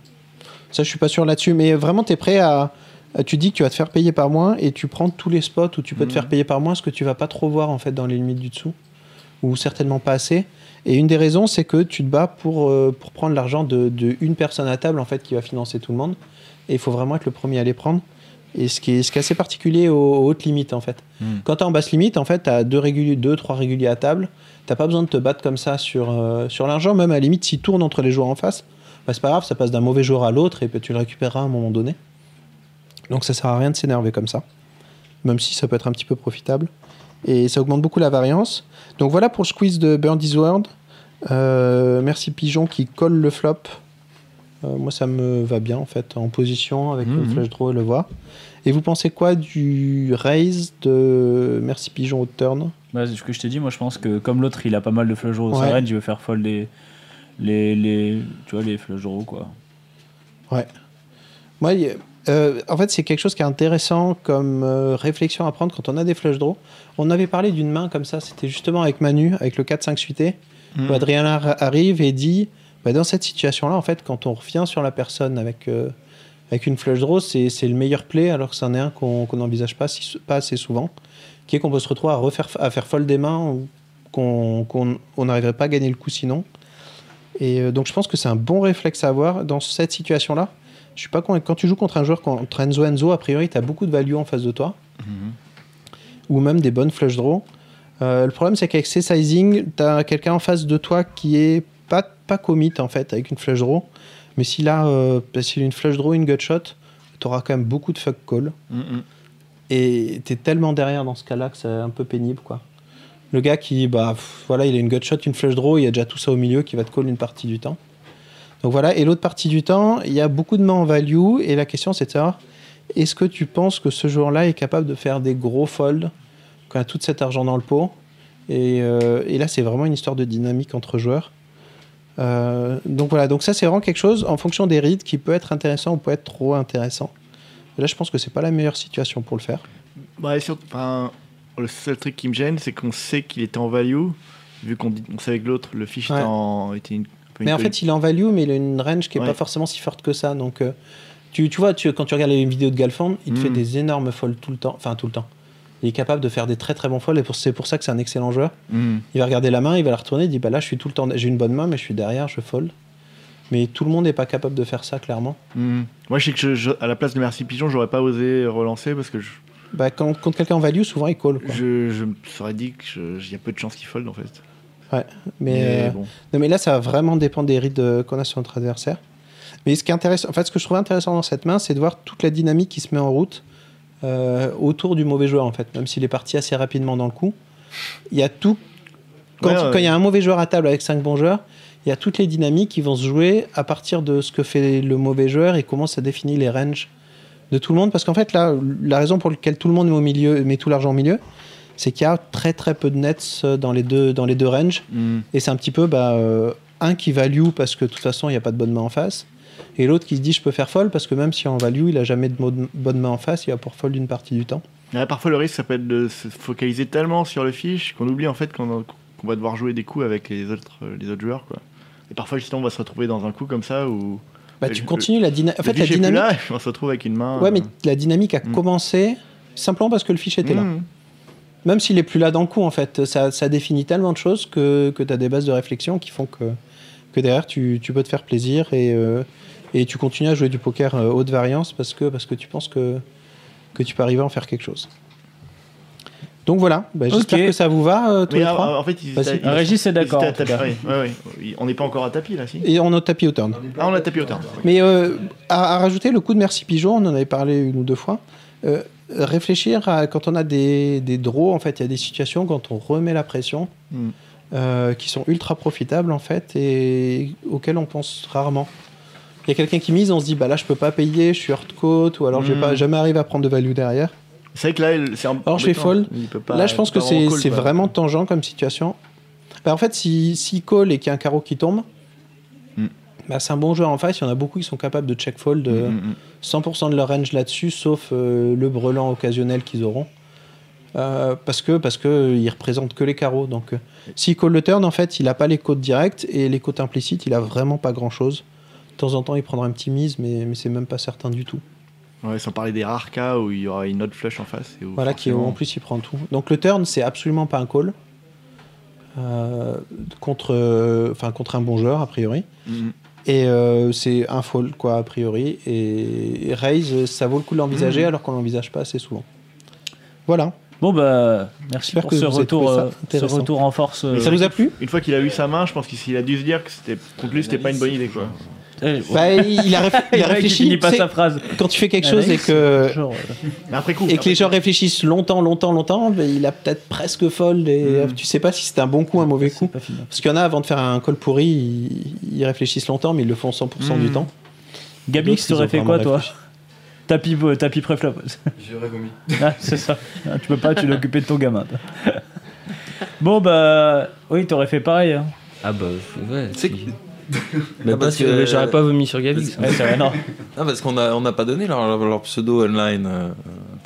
[SPEAKER 4] ça, je suis pas sûr là-dessus, mais vraiment t'es prêt à. à- Tu dis que tu vas te faire payer par moins et tu prends tous les spots où tu peux te faire payer par moins, ce que tu vas pas trop voir en fait dans les limites du dessous ou certainement pas assez. Et une des raisons, c'est que tu te bats pour, euh, pour prendre l'argent de, de une personne à table en fait qui va financer tout le monde. Et il faut vraiment être le premier à les prendre. Et ce qui est, ce qui est assez particulier aux, aux hautes limites en fait. Quand t'es en basse limite, en fait, t'as deux réguliers, deux, trois réguliers à table. T'as pas besoin de te battre comme ça sur, euh, sur l'argent. Même à la limite, s'ils tournent entre les joueurs en face, bah, c'est pas grave, ça passe d'un mauvais joueur à l'autre et puis tu le récupéreras à un moment donné. Donc ça sert à rien de s'énerver comme ça. Même si ça peut être un petit peu profitable. Et ça augmente beaucoup la variance. Donc voilà pour le squeeze de Burn World. Euh, merci Pigeon qui colle le flop. Euh, moi, ça me va bien en fait, en position avec le
[SPEAKER 11] Mhm.
[SPEAKER 4] flash draw et le voir. Et vous pensez quoi du raise de Merci Pigeon au turn
[SPEAKER 3] Bah, c'est ce que je t'ai dit, moi je pense que comme l'autre, il a pas mal de flash draw.
[SPEAKER 4] Ouais.
[SPEAKER 3] Sa range, il veut faire fold les, les, les, tu vois, les flash draw, quoi.
[SPEAKER 4] Ouais. Moi, il y a- euh, en fait, c'est quelque chose qui est intéressant comme euh, réflexion à prendre quand on a des flush draws. On avait parlé d'une main comme ça, c'était justement avec Manu, avec le 4-5 suité,
[SPEAKER 11] Mhm.
[SPEAKER 4] où Adrien Lar- arrive et dit bah, dans cette situation-là, en fait, quand on revient sur la personne avec, euh, avec une flush draw, c'est c'est le meilleur play, alors que c'en est un qu'on qu'on n'envisage pas, si- pas assez souvent, qui est qu'on peut se retrouver à, refaire, à faire folle des mains ou qu'on qu'on- on n'arriverait pas à gagner le coup sinon. Et euh, donc je pense que c'est un bon réflexe à avoir dans cette situation-là. Je suis pas convaincu. Quand tu joues contre un joueur contre Enzo Enzo, a priori, tu as beaucoup de value en face de toi, ou même des bonnes flush draws. Euh, le problème, c'est qu'avec ces sizing, tu as quelqu'un en face de toi qui est pas, pas commit en fait avec une flush draw. Mais s'il a, euh, s'il a une flush draw, une gut shot, tu auras quand même beaucoup de fuck call.
[SPEAKER 10] Mm,
[SPEAKER 4] Et t'es tellement derrière dans ce cas-là que c'est un peu pénible, quoi. Le gars qui, bah, pff, voilà, il a une gut shot, une flush draw, il y a déjà tout ça au milieu qui va te call une partie du temps. Donc voilà, et l'autre partie du temps, il y a beaucoup de mains en value, et la question c'est de savoir, est-ce que tu penses que ce joueur-là est capable de faire des gros folds quand il a tout cet argent dans le pot et, euh, et là, c'est vraiment une histoire de dynamique entre joueurs. Euh, donc voilà, donc ça c'est vraiment quelque chose en fonction des rides qui peut être intéressant ou peut être trop intéressant. Et là, je pense que c'est pas la meilleure situation pour le faire.
[SPEAKER 10] Bah, et surtout, enfin, le seul truc qui me gêne, c'est qu'on sait qu'il était en value, vu qu'on dit- on savait que l'autre, le fiche
[SPEAKER 4] Ouais.
[SPEAKER 10] était, en, était une, un peu
[SPEAKER 4] Mais en
[SPEAKER 10] une-
[SPEAKER 4] fait, il est en value, mais il a une range qui est
[SPEAKER 10] Ouais.
[SPEAKER 4] pas forcément si forte que ça. Donc, euh, tu, tu vois, tu- quand tu regardes les vidéos de Galfand, il
[SPEAKER 10] Hmm.
[SPEAKER 4] te fait des énormes folds tout le temps. Enfin, tout le temps. Il est capable de faire des très très bons folds, et pour- c'est pour ça que c'est un excellent joueur.
[SPEAKER 10] Mhm.
[SPEAKER 4] Il va regarder la main, il va la retourner, il dit bah là, je suis tout le temps, j'ai une bonne main, mais je suis derrière, je fold. Mais tout le monde n'est pas capable de faire ça, clairement.
[SPEAKER 10] Mhm. Moi, je sais que je- je- à la place de Merci Pigeon, j'aurais pas osé relancer parce que je,
[SPEAKER 4] Bah, quand, quand quelqu'un en value, souvent il call. Quoi.
[SPEAKER 10] je, je me serais dit qu'il y a peu de chances qu'il fold en fait.
[SPEAKER 4] Ouais, mais,
[SPEAKER 10] Mais
[SPEAKER 4] euh,
[SPEAKER 10] bon.
[SPEAKER 4] non, mais là, ça va vraiment dépendre des rides euh, qu'on a sur notre adversaire. Mais ce qui est intéressant, en fait, ce que je trouve intéressant dans cette main, c'est de voir toute la dynamique qui se met en route euh, autour du mauvais joueur, en fait. Même s'il est parti assez rapidement dans le coup, il y a tout. Quand
[SPEAKER 10] Ouais,
[SPEAKER 4] quand il
[SPEAKER 10] ouais.
[SPEAKER 4] y a un mauvais joueur à table avec cinq bons joueurs, il y a toutes les dynamiques qui vont se jouer à partir de ce que fait le mauvais joueur et comment ça définit les ranges de tout le monde. Parce qu'en fait, là, la raison pour laquelle tout le monde met, au milieu, met tout l'argent au milieu, c'est qu'il y a très très peu de nets euh, dans les deux, dans les deux ranges.
[SPEAKER 10] Mmh.
[SPEAKER 4] Et c'est un petit peu bah, euh, un qui value parce que de toute façon, il n'y a pas de bonne main en face. Et l'autre qui se dit je peux faire folle parce que même si en value, il n'a jamais de mo- bonne main en face, il va pour folle d'une partie du temps.
[SPEAKER 10] Ouais, parfois, le risque, ça peut être de se focaliser tellement sur le fiche qu'on oublie en fait qu'on qu'on va devoir jouer des coups avec les autres, euh, les autres joueurs. Quoi. Et parfois, justement, on va se retrouver dans un coup comme ça où.
[SPEAKER 4] Bah, tu continues la dyna- en
[SPEAKER 10] le
[SPEAKER 4] fait, la
[SPEAKER 10] fiche est plus là, [laughs]
[SPEAKER 4] dynamique-
[SPEAKER 10] on se retrouve avec une main.
[SPEAKER 4] Ouais, mais
[SPEAKER 10] euh,
[SPEAKER 4] la dynamique a commencé simplement parce que le fichier était là.
[SPEAKER 10] Mm.
[SPEAKER 4] Même s'il est plus là dans le coup, en fait, ça, ça définit tellement de choses que, que tu as des bases de réflexion qui font que, que derrière, tu, tu peux te faire plaisir et, euh, et tu continues à jouer du poker euh, haute variance parce que, parce que tu penses que, que tu peux arriver à en faire quelque chose. Donc voilà, Bah, j'espère
[SPEAKER 3] Ok.
[SPEAKER 4] que ça vous va, euh, tous
[SPEAKER 10] Mais,
[SPEAKER 4] les
[SPEAKER 10] ah,
[SPEAKER 4] trois.
[SPEAKER 10] En fait, ils
[SPEAKER 4] Vas-y.
[SPEAKER 10] étaient-
[SPEAKER 3] Régis est
[SPEAKER 10] ils étaient
[SPEAKER 3] d'accord,
[SPEAKER 10] à
[SPEAKER 3] en tout
[SPEAKER 10] tapis,
[SPEAKER 3] cas.
[SPEAKER 10] ouais, ouais, ouais. Ils- On n'est pas encore à tapis là, si
[SPEAKER 4] Et on a tapis au turn.
[SPEAKER 10] Ah, on a tapis au turn.
[SPEAKER 4] Mais euh, à, à rajouter le coup de merci pigeon, on en avait parlé une ou deux fois. euh, réfléchir à quand on a des, des draws, en fait, il y a des situations quand on remet la pression. euh, qui sont ultra profitables en fait et auxquels on pense rarement. Il y a quelqu'un qui mise, on se dit bah là je peux pas payer, je suis hors de côte ou alors j'ai
[SPEAKER 10] Mm.
[SPEAKER 4] pas jamais arrivé à prendre de value derrière.
[SPEAKER 10] C'est vrai que là, il- c'est un.
[SPEAKER 4] Or chez
[SPEAKER 10] embêtant,
[SPEAKER 4] Fall,
[SPEAKER 10] il peut pas-
[SPEAKER 4] là je pense
[SPEAKER 10] il peut
[SPEAKER 4] que
[SPEAKER 10] pas
[SPEAKER 4] c'est
[SPEAKER 10] call,
[SPEAKER 4] c'est
[SPEAKER 10] quoi.
[SPEAKER 4] vraiment tangent comme situation. Bah, en fait, s'il si, s'il call et qu'il y a un carreau qui tombe,
[SPEAKER 10] Mm.
[SPEAKER 4] bah, c'est un bon joueur en face. Il y en a beaucoup qui sont capables de check fold euh,
[SPEAKER 10] Mm,
[SPEAKER 4] 100% de leur range là-dessus, sauf euh, le brelan occasionnel qu'ils auront. Euh, parce que parce que ils représentent que les carreaux. Donc, euh, s'il call le turn, en fait, il n'a pas les côtes directes et les côtes implicites, il a vraiment pas grand-chose. De temps en temps, il prendra un petit mise, mais, mais c'est même pas certain du tout.
[SPEAKER 10] Ouais, sans parler des rares cas où il y aura une autre flush en face. et où
[SPEAKER 4] Voilà, qui
[SPEAKER 10] forcément-
[SPEAKER 4] en plus il prend tout. Donc le turn, c'est absolument pas un call. Euh, contre, euh, enfin, contre un bon joueur, a priori.
[SPEAKER 10] Mhm.
[SPEAKER 4] Et euh, c'est un fold, quoi, a priori. Et, et raise, ça vaut le coup de l'envisager
[SPEAKER 3] Mhm.
[SPEAKER 4] alors qu'on l'envisage pas assez souvent. Voilà.
[SPEAKER 3] Bon, bah, merci
[SPEAKER 4] J'espère
[SPEAKER 3] pour
[SPEAKER 4] que
[SPEAKER 3] ce
[SPEAKER 4] vous avez
[SPEAKER 3] retour,
[SPEAKER 4] trouvé ça
[SPEAKER 3] euh, ce
[SPEAKER 4] intéressant.
[SPEAKER 3] retour en force.
[SPEAKER 10] Mais
[SPEAKER 3] euh,
[SPEAKER 10] c'est- Une fois qu'il a eu sa main, je pense qu'il s'il a dû se dire que c'était pour lui, c'était pas une bonne idée quoi.
[SPEAKER 4] Bah, il [laughs]
[SPEAKER 10] [laughs]
[SPEAKER 4] a, réf- il a réfléchi. tu sais, Quand tu fais quelque chose et que.
[SPEAKER 10] euh, après coup.
[SPEAKER 4] Et que les gens réfléchissent longtemps, longtemps, longtemps, ben, il a peut-être presque fold
[SPEAKER 10] Mhm.
[SPEAKER 4] et euh, tu sais pas si c'était un bon coup, un mauvais coup. Parce qu'il y en a avant de faire un col pourri, ils, ils réfléchissent longtemps, mais ils le font 100% du
[SPEAKER 10] Mhm.
[SPEAKER 3] Mm.
[SPEAKER 4] temps.
[SPEAKER 3] Gabix,
[SPEAKER 4] D'autres, ils ont
[SPEAKER 3] t'aurais fait quoi,
[SPEAKER 4] vraiment
[SPEAKER 3] toi
[SPEAKER 4] réfléchi.
[SPEAKER 3] Tapis, euh, tapis préflop.
[SPEAKER 6] J'aurais vomi.
[SPEAKER 3] Ah, c'est ça. Ah, Tu peux pas, tu l'occupais de ton gamin. toi. [laughs] bon, bah, oui, t'aurais fait pareil. hein.
[SPEAKER 8] Ah bah ouais.
[SPEAKER 7] C'est
[SPEAKER 8] Mais parce que j'aurais pas vomi sur Gabix.
[SPEAKER 3] Ouais, c'est vrai, [laughs] non.
[SPEAKER 7] Non, parce qu'on n'a on n'a pas donné leur, leur pseudo online. euh,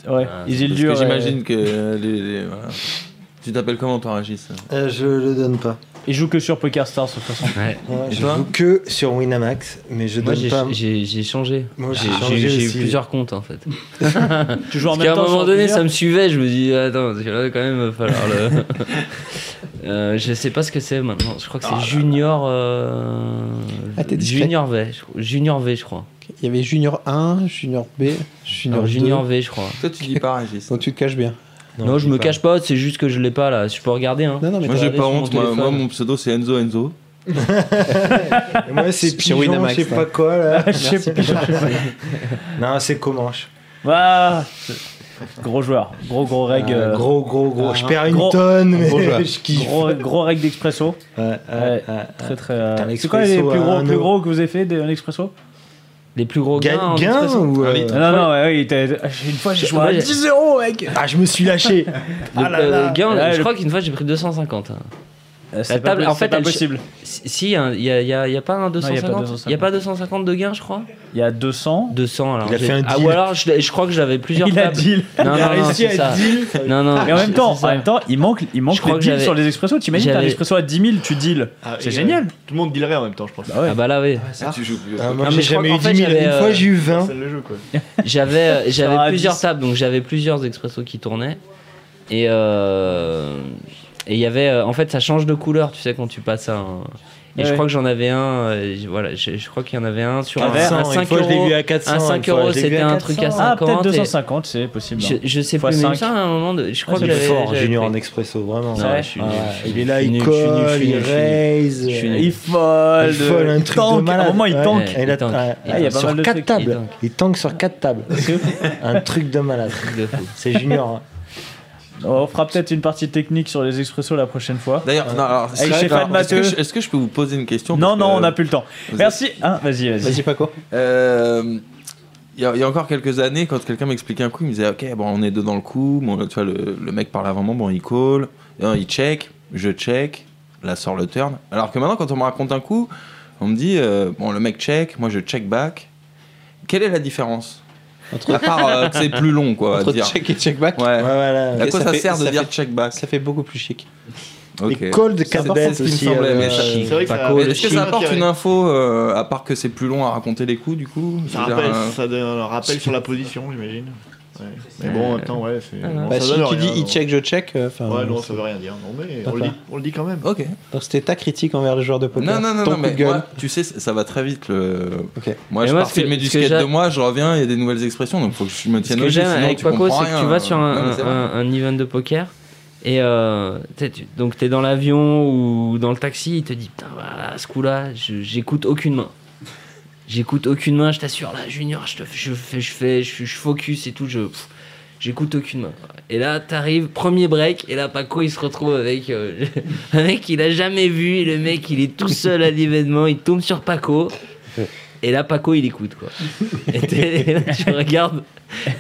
[SPEAKER 3] Ouais,
[SPEAKER 7] euh,
[SPEAKER 3] Isildur
[SPEAKER 7] parce que
[SPEAKER 3] et-
[SPEAKER 7] J'imagine que. euh, les- les- voilà. Tu t'appelles comment, toi, Régis
[SPEAKER 11] Euh, je le donne pas.
[SPEAKER 3] Il joue que sur PokerStars, de toute façon.
[SPEAKER 11] Ouais,
[SPEAKER 8] Et
[SPEAKER 11] je
[SPEAKER 8] toi
[SPEAKER 11] joue que sur Winamax, mais je
[SPEAKER 8] Moi
[SPEAKER 11] donne
[SPEAKER 8] j'ai
[SPEAKER 11] pas.
[SPEAKER 8] j'ai- j'ai changé.
[SPEAKER 11] Moi, j'ai
[SPEAKER 8] Ah,
[SPEAKER 11] changé
[SPEAKER 8] J'ai eu
[SPEAKER 11] aussi.
[SPEAKER 8] plusieurs comptes en
[SPEAKER 3] [laughs]
[SPEAKER 8] fait.
[SPEAKER 3] Tu joues en
[SPEAKER 8] Parce
[SPEAKER 3] même
[SPEAKER 8] qu'à un
[SPEAKER 3] temps sur
[SPEAKER 8] moment donné,
[SPEAKER 3] plusieurs
[SPEAKER 8] ça me suivait. Je me dis attends, parce que là quand même, va falloir le. [laughs] Euh, je sais pas ce que c'est maintenant. Je crois que
[SPEAKER 3] Ah
[SPEAKER 8] c'est Junior. euh,
[SPEAKER 4] Ah, t'es discret.
[SPEAKER 8] Junior V. je- Junior V, je crois.
[SPEAKER 4] Il y avait Junior 1, Junior B, Junior,
[SPEAKER 3] Ah,
[SPEAKER 8] Alors, Junior
[SPEAKER 4] 2.
[SPEAKER 8] V, je crois.
[SPEAKER 7] Toi, tu dis pas, Régis.
[SPEAKER 4] Donc tu te caches bien.
[SPEAKER 8] Non, je me cache pas. C'est juste que je l'ai pas là. Je peux regarder. Hein.
[SPEAKER 4] Non, non, mais
[SPEAKER 7] Moi,
[SPEAKER 4] t'as
[SPEAKER 7] j'ai
[SPEAKER 4] regardé
[SPEAKER 7] pas
[SPEAKER 4] sur mon
[SPEAKER 7] honte. Moi,
[SPEAKER 4] téléphone.
[SPEAKER 7] moi, mon pseudo, c'est Enzo Enzo.
[SPEAKER 11] Et moi,
[SPEAKER 8] [laughs]
[SPEAKER 11] c'est
[SPEAKER 4] Sur
[SPEAKER 11] pigeon,
[SPEAKER 4] Winamax,
[SPEAKER 11] je sais
[SPEAKER 4] là.
[SPEAKER 11] pas quoi là.
[SPEAKER 3] [laughs] Je sais
[SPEAKER 11] Merci,
[SPEAKER 3] pas,
[SPEAKER 11] pigeon.
[SPEAKER 3] je sais pas.
[SPEAKER 11] non, c'est Comanche.
[SPEAKER 3] Ah, c'est- gros joueur. Gros, gros
[SPEAKER 8] Ah,
[SPEAKER 3] reg.
[SPEAKER 11] Euh,
[SPEAKER 3] euh,
[SPEAKER 11] gros, gros, gros. je
[SPEAKER 3] un
[SPEAKER 11] perds une
[SPEAKER 3] gros-
[SPEAKER 11] tonne, mais
[SPEAKER 4] gros joueur.
[SPEAKER 11] je kiffe.
[SPEAKER 3] Gros, gros reg d'expresso.
[SPEAKER 11] Ouais, ouais,
[SPEAKER 3] Ouais,
[SPEAKER 11] ouais,
[SPEAKER 3] Très
[SPEAKER 11] ouais.
[SPEAKER 3] très. euh,
[SPEAKER 11] Putain,
[SPEAKER 3] C'est quoi les
[SPEAKER 11] l'expresso
[SPEAKER 3] plus
[SPEAKER 11] à
[SPEAKER 3] gros,
[SPEAKER 11] un
[SPEAKER 3] plus
[SPEAKER 11] euro.
[SPEAKER 3] gros que vous avez fait d'un expresso
[SPEAKER 8] Les plus gros gains. en
[SPEAKER 11] Gain, gain
[SPEAKER 8] expresso.
[SPEAKER 11] ou. euh,
[SPEAKER 3] Non, non, ouais, ouais, il était- une fois j'ai joué à
[SPEAKER 8] Ouais,
[SPEAKER 3] 10 euros, mec
[SPEAKER 11] Ah, je me suis
[SPEAKER 8] [laughs]
[SPEAKER 11] lâché.
[SPEAKER 8] Le-
[SPEAKER 11] Ah là
[SPEAKER 8] le
[SPEAKER 11] là.
[SPEAKER 8] gain,
[SPEAKER 3] Ouais,
[SPEAKER 8] euh, je
[SPEAKER 3] le- Euh,
[SPEAKER 8] crois qu'une fois j'ai pris 250. hein.
[SPEAKER 3] C'est
[SPEAKER 8] table,
[SPEAKER 3] pas,
[SPEAKER 8] en
[SPEAKER 3] en
[SPEAKER 8] fait,
[SPEAKER 3] fait, pas
[SPEAKER 8] elle-
[SPEAKER 3] possible.
[SPEAKER 8] Si, si, il n'y a, il y a- il y a pas un
[SPEAKER 3] il y a pas
[SPEAKER 8] 250 Il n'y a, pas 250 de gain, je crois
[SPEAKER 3] Il y a 200.
[SPEAKER 8] 200, alors.
[SPEAKER 11] Il a
[SPEAKER 8] j'ai-
[SPEAKER 11] fait un
[SPEAKER 8] ah,
[SPEAKER 11] deal.
[SPEAKER 8] ou alors, je, l'ai- je crois que j'avais plusieurs
[SPEAKER 3] Il a
[SPEAKER 8] tables.
[SPEAKER 3] deal.
[SPEAKER 8] Non, non,
[SPEAKER 3] il a
[SPEAKER 8] non,
[SPEAKER 3] réussi
[SPEAKER 8] c'est
[SPEAKER 3] à
[SPEAKER 8] ça.
[SPEAKER 3] deal.
[SPEAKER 8] Non, non.
[SPEAKER 3] Mais en même temps,
[SPEAKER 8] c'est
[SPEAKER 3] en
[SPEAKER 8] ça.
[SPEAKER 3] même temps, il manque, il
[SPEAKER 8] Je
[SPEAKER 3] manque
[SPEAKER 8] crois
[SPEAKER 3] les
[SPEAKER 8] que
[SPEAKER 3] deals
[SPEAKER 8] j'avais-
[SPEAKER 3] sur les expressos. T'imagines, t'as un
[SPEAKER 8] j'avais-
[SPEAKER 3] expresso à 10 000, tu deals.
[SPEAKER 10] Ah,
[SPEAKER 3] C'est
[SPEAKER 10] et,
[SPEAKER 3] génial.
[SPEAKER 10] euh, Tout le monde dealerait en même temps, je pense.
[SPEAKER 8] Ah, bah là, oui.
[SPEAKER 7] Ah, tu joues plus.
[SPEAKER 11] Ah,
[SPEAKER 8] Non,
[SPEAKER 11] moi,
[SPEAKER 8] mais
[SPEAKER 11] j'ai
[SPEAKER 8] je crois
[SPEAKER 11] jamais
[SPEAKER 8] qu'en
[SPEAKER 11] eu
[SPEAKER 8] fait,
[SPEAKER 11] 10 000.
[SPEAKER 8] j'avais,
[SPEAKER 11] Une
[SPEAKER 8] euh,
[SPEAKER 11] fois, j'ai eu 20.
[SPEAKER 10] C'est le jeu quoi.
[SPEAKER 3] [laughs]
[SPEAKER 8] J'avais, euh,
[SPEAKER 3] Sur un
[SPEAKER 8] j'avais plusieurs
[SPEAKER 3] 10.
[SPEAKER 8] tables, donc j'avais plusieurs expressos qui tournaient. Et euh, et il y avait. euh, En fait, ça change de couleur, tu sais, quand tu passes à un. Et
[SPEAKER 3] Ouais.
[SPEAKER 8] je crois que j'en avais un. euh, j- voilà, je, je crois qu'il y en avait un sur un,
[SPEAKER 3] Avec-
[SPEAKER 8] un
[SPEAKER 11] Une
[SPEAKER 8] 5
[SPEAKER 11] fois, je l'ai
[SPEAKER 8] euros.
[SPEAKER 11] vu à 400,
[SPEAKER 8] un
[SPEAKER 11] une
[SPEAKER 8] 5
[SPEAKER 11] fois, je
[SPEAKER 8] euros,
[SPEAKER 11] l'ai vu
[SPEAKER 8] c'était
[SPEAKER 11] à
[SPEAKER 8] un truc à
[SPEAKER 11] 400.
[SPEAKER 8] 50.
[SPEAKER 3] Ah, peut-être
[SPEAKER 8] et
[SPEAKER 3] 250, c'est possible. hein.
[SPEAKER 8] Je, je sais
[SPEAKER 3] Fois
[SPEAKER 8] plus, mais
[SPEAKER 3] cinq.
[SPEAKER 8] même ça, à un moment, de, je crois que
[SPEAKER 11] Il est
[SPEAKER 8] j'avais.
[SPEAKER 11] Ah, fort,
[SPEAKER 8] j'avais
[SPEAKER 11] Junior
[SPEAKER 8] pris.
[SPEAKER 11] en expresso, vraiment.
[SPEAKER 8] Ouais, je suis
[SPEAKER 11] Ah
[SPEAKER 8] nul,
[SPEAKER 11] ouais,
[SPEAKER 8] je suis
[SPEAKER 11] Il
[SPEAKER 8] nul,
[SPEAKER 11] est là,
[SPEAKER 8] je suis
[SPEAKER 11] il
[SPEAKER 8] nul, je suis nul, je
[SPEAKER 11] colle,
[SPEAKER 8] suis
[SPEAKER 11] il
[SPEAKER 8] nul, je suis nul.
[SPEAKER 11] raise.
[SPEAKER 8] Je suis nul.
[SPEAKER 3] Il fold.
[SPEAKER 11] Il folle, un truc
[SPEAKER 3] tank.
[SPEAKER 11] de malade.
[SPEAKER 3] À un moment, il
[SPEAKER 11] Ouais.
[SPEAKER 3] tank.
[SPEAKER 8] Ouais,
[SPEAKER 11] Il a-
[SPEAKER 8] il tank.
[SPEAKER 11] ouais.
[SPEAKER 8] Il
[SPEAKER 3] Ah, il y a pas
[SPEAKER 11] sur
[SPEAKER 3] mal de
[SPEAKER 11] quatre
[SPEAKER 3] trucs.
[SPEAKER 11] tables.
[SPEAKER 8] Il
[SPEAKER 11] Il tank sur 4 tables. un truc de malade.
[SPEAKER 8] Truc de fou.
[SPEAKER 11] C'est Junior. hein.
[SPEAKER 3] On fera peut-être une partie technique sur les expressos la prochaine fois.
[SPEAKER 7] D'ailleurs, non, alors, c'est
[SPEAKER 3] Stéphane
[SPEAKER 7] vrai, alors, est-ce que,
[SPEAKER 3] Matteux.
[SPEAKER 7] je- est-ce que je peux vous poser une question
[SPEAKER 3] Non,
[SPEAKER 7] Parce
[SPEAKER 3] non,
[SPEAKER 7] que-
[SPEAKER 3] on n'a plus le temps.
[SPEAKER 7] vous
[SPEAKER 3] Merci. Hein, vas-y, vas-y.
[SPEAKER 4] Vas-y, Paco.
[SPEAKER 7] Euh, Il y, a- il y a encore quelques années, quand quelqu'un m'expliquait un coup, il me disait Ok, bon, on est deux dans le coup. Bon, tu vois, le, le mec parle avant moi, bon, il call, euh, il check, je check, là sort le turn. Alors que maintenant, quand on me raconte un coup, on me dit euh, Bon, le mec check, moi je check back. Quelle est la différence À part euh, que c'est plus long, quoi, à
[SPEAKER 4] Entre
[SPEAKER 7] dire.
[SPEAKER 4] check et check back,
[SPEAKER 7] Ouais.
[SPEAKER 11] Ouais, voilà.
[SPEAKER 7] À quoi
[SPEAKER 4] ça
[SPEAKER 7] ça,
[SPEAKER 4] fait-
[SPEAKER 7] sert de
[SPEAKER 4] ça
[SPEAKER 7] dire
[SPEAKER 4] fait-
[SPEAKER 7] check back
[SPEAKER 4] ça fait beaucoup plus chic.
[SPEAKER 7] Ok.
[SPEAKER 11] Et cold
[SPEAKER 7] C'est
[SPEAKER 11] 4
[SPEAKER 7] pas
[SPEAKER 11] bêtes
[SPEAKER 7] ce qui me
[SPEAKER 11] aussi.
[SPEAKER 7] semblait, mais ça-
[SPEAKER 11] euh,
[SPEAKER 10] c'est vrai que ça-
[SPEAKER 11] Paco,
[SPEAKER 7] Mais
[SPEAKER 11] le
[SPEAKER 7] Est-ce que
[SPEAKER 11] chic.
[SPEAKER 7] ça apporte
[SPEAKER 10] chic.
[SPEAKER 7] une info, euh, à part que c'est plus long à raconter les coups, du coup Je
[SPEAKER 10] Ça
[SPEAKER 7] veux dire,
[SPEAKER 10] rappelle,
[SPEAKER 7] euh,
[SPEAKER 10] ça donne un rappel sur la position, j'imagine. Ouais. Mais bon, en même temps, ouais,
[SPEAKER 3] Ah,
[SPEAKER 10] c'est. bon,
[SPEAKER 4] Bah,
[SPEAKER 10] ça
[SPEAKER 4] si
[SPEAKER 10] donne
[SPEAKER 4] tu
[SPEAKER 10] rien,
[SPEAKER 4] dis
[SPEAKER 10] non.
[SPEAKER 4] il check, je check, euh, enfin,
[SPEAKER 10] Ouais, non, ça veut rien dire. Non, mais on le,
[SPEAKER 4] D'accord.
[SPEAKER 10] dit, on le dit quand même.
[SPEAKER 7] Ok.
[SPEAKER 4] donc c'était ta critique envers les joueurs de poker.
[SPEAKER 7] Non, non, non,
[SPEAKER 4] ton
[SPEAKER 7] non
[SPEAKER 4] coup
[SPEAKER 7] mais
[SPEAKER 4] de gueule.
[SPEAKER 7] moi, tu sais, ça ça va très vite. Le...
[SPEAKER 4] Ok.
[SPEAKER 7] Moi,
[SPEAKER 8] Mais
[SPEAKER 7] je
[SPEAKER 8] moi,
[SPEAKER 7] pars
[SPEAKER 8] ce que-
[SPEAKER 7] filmer du
[SPEAKER 8] ce que
[SPEAKER 7] skate de
[SPEAKER 8] j'a-
[SPEAKER 7] moi, je reviens, il y a des nouvelles expressions, donc faut que je me
[SPEAKER 8] Ce
[SPEAKER 7] tienne au
[SPEAKER 8] que
[SPEAKER 7] jus,
[SPEAKER 8] j'aime
[SPEAKER 7] sinon
[SPEAKER 8] avec
[SPEAKER 7] tu
[SPEAKER 8] Paco,
[SPEAKER 7] comprends
[SPEAKER 8] c'est que tu
[SPEAKER 7] rien. euh.
[SPEAKER 8] vas sur un,
[SPEAKER 7] Non, mais c'est
[SPEAKER 8] un-
[SPEAKER 7] vrai.
[SPEAKER 8] un- un event de poker et euh, tu sais, tu- donc t'es dans l'avion ou dans le taxi, il te dit putain voilà, ce coup-là, je- j'écoute aucune main. J'écoute aucune main, je t'assure là, Junior, je te, je fais, je fais, je, je focus et tout, je, pff, J'écoute aucune main. Et là, t'arrives, premier break, et là, Paco, il se retrouve avec euh, [laughs] un mec qu'il a jamais vu. et Le mec, il est tout seul à l'événement, il tombe sur Paco. Et là, Paco, il écoute, quoi. Et, t'es- et là, tu regardes,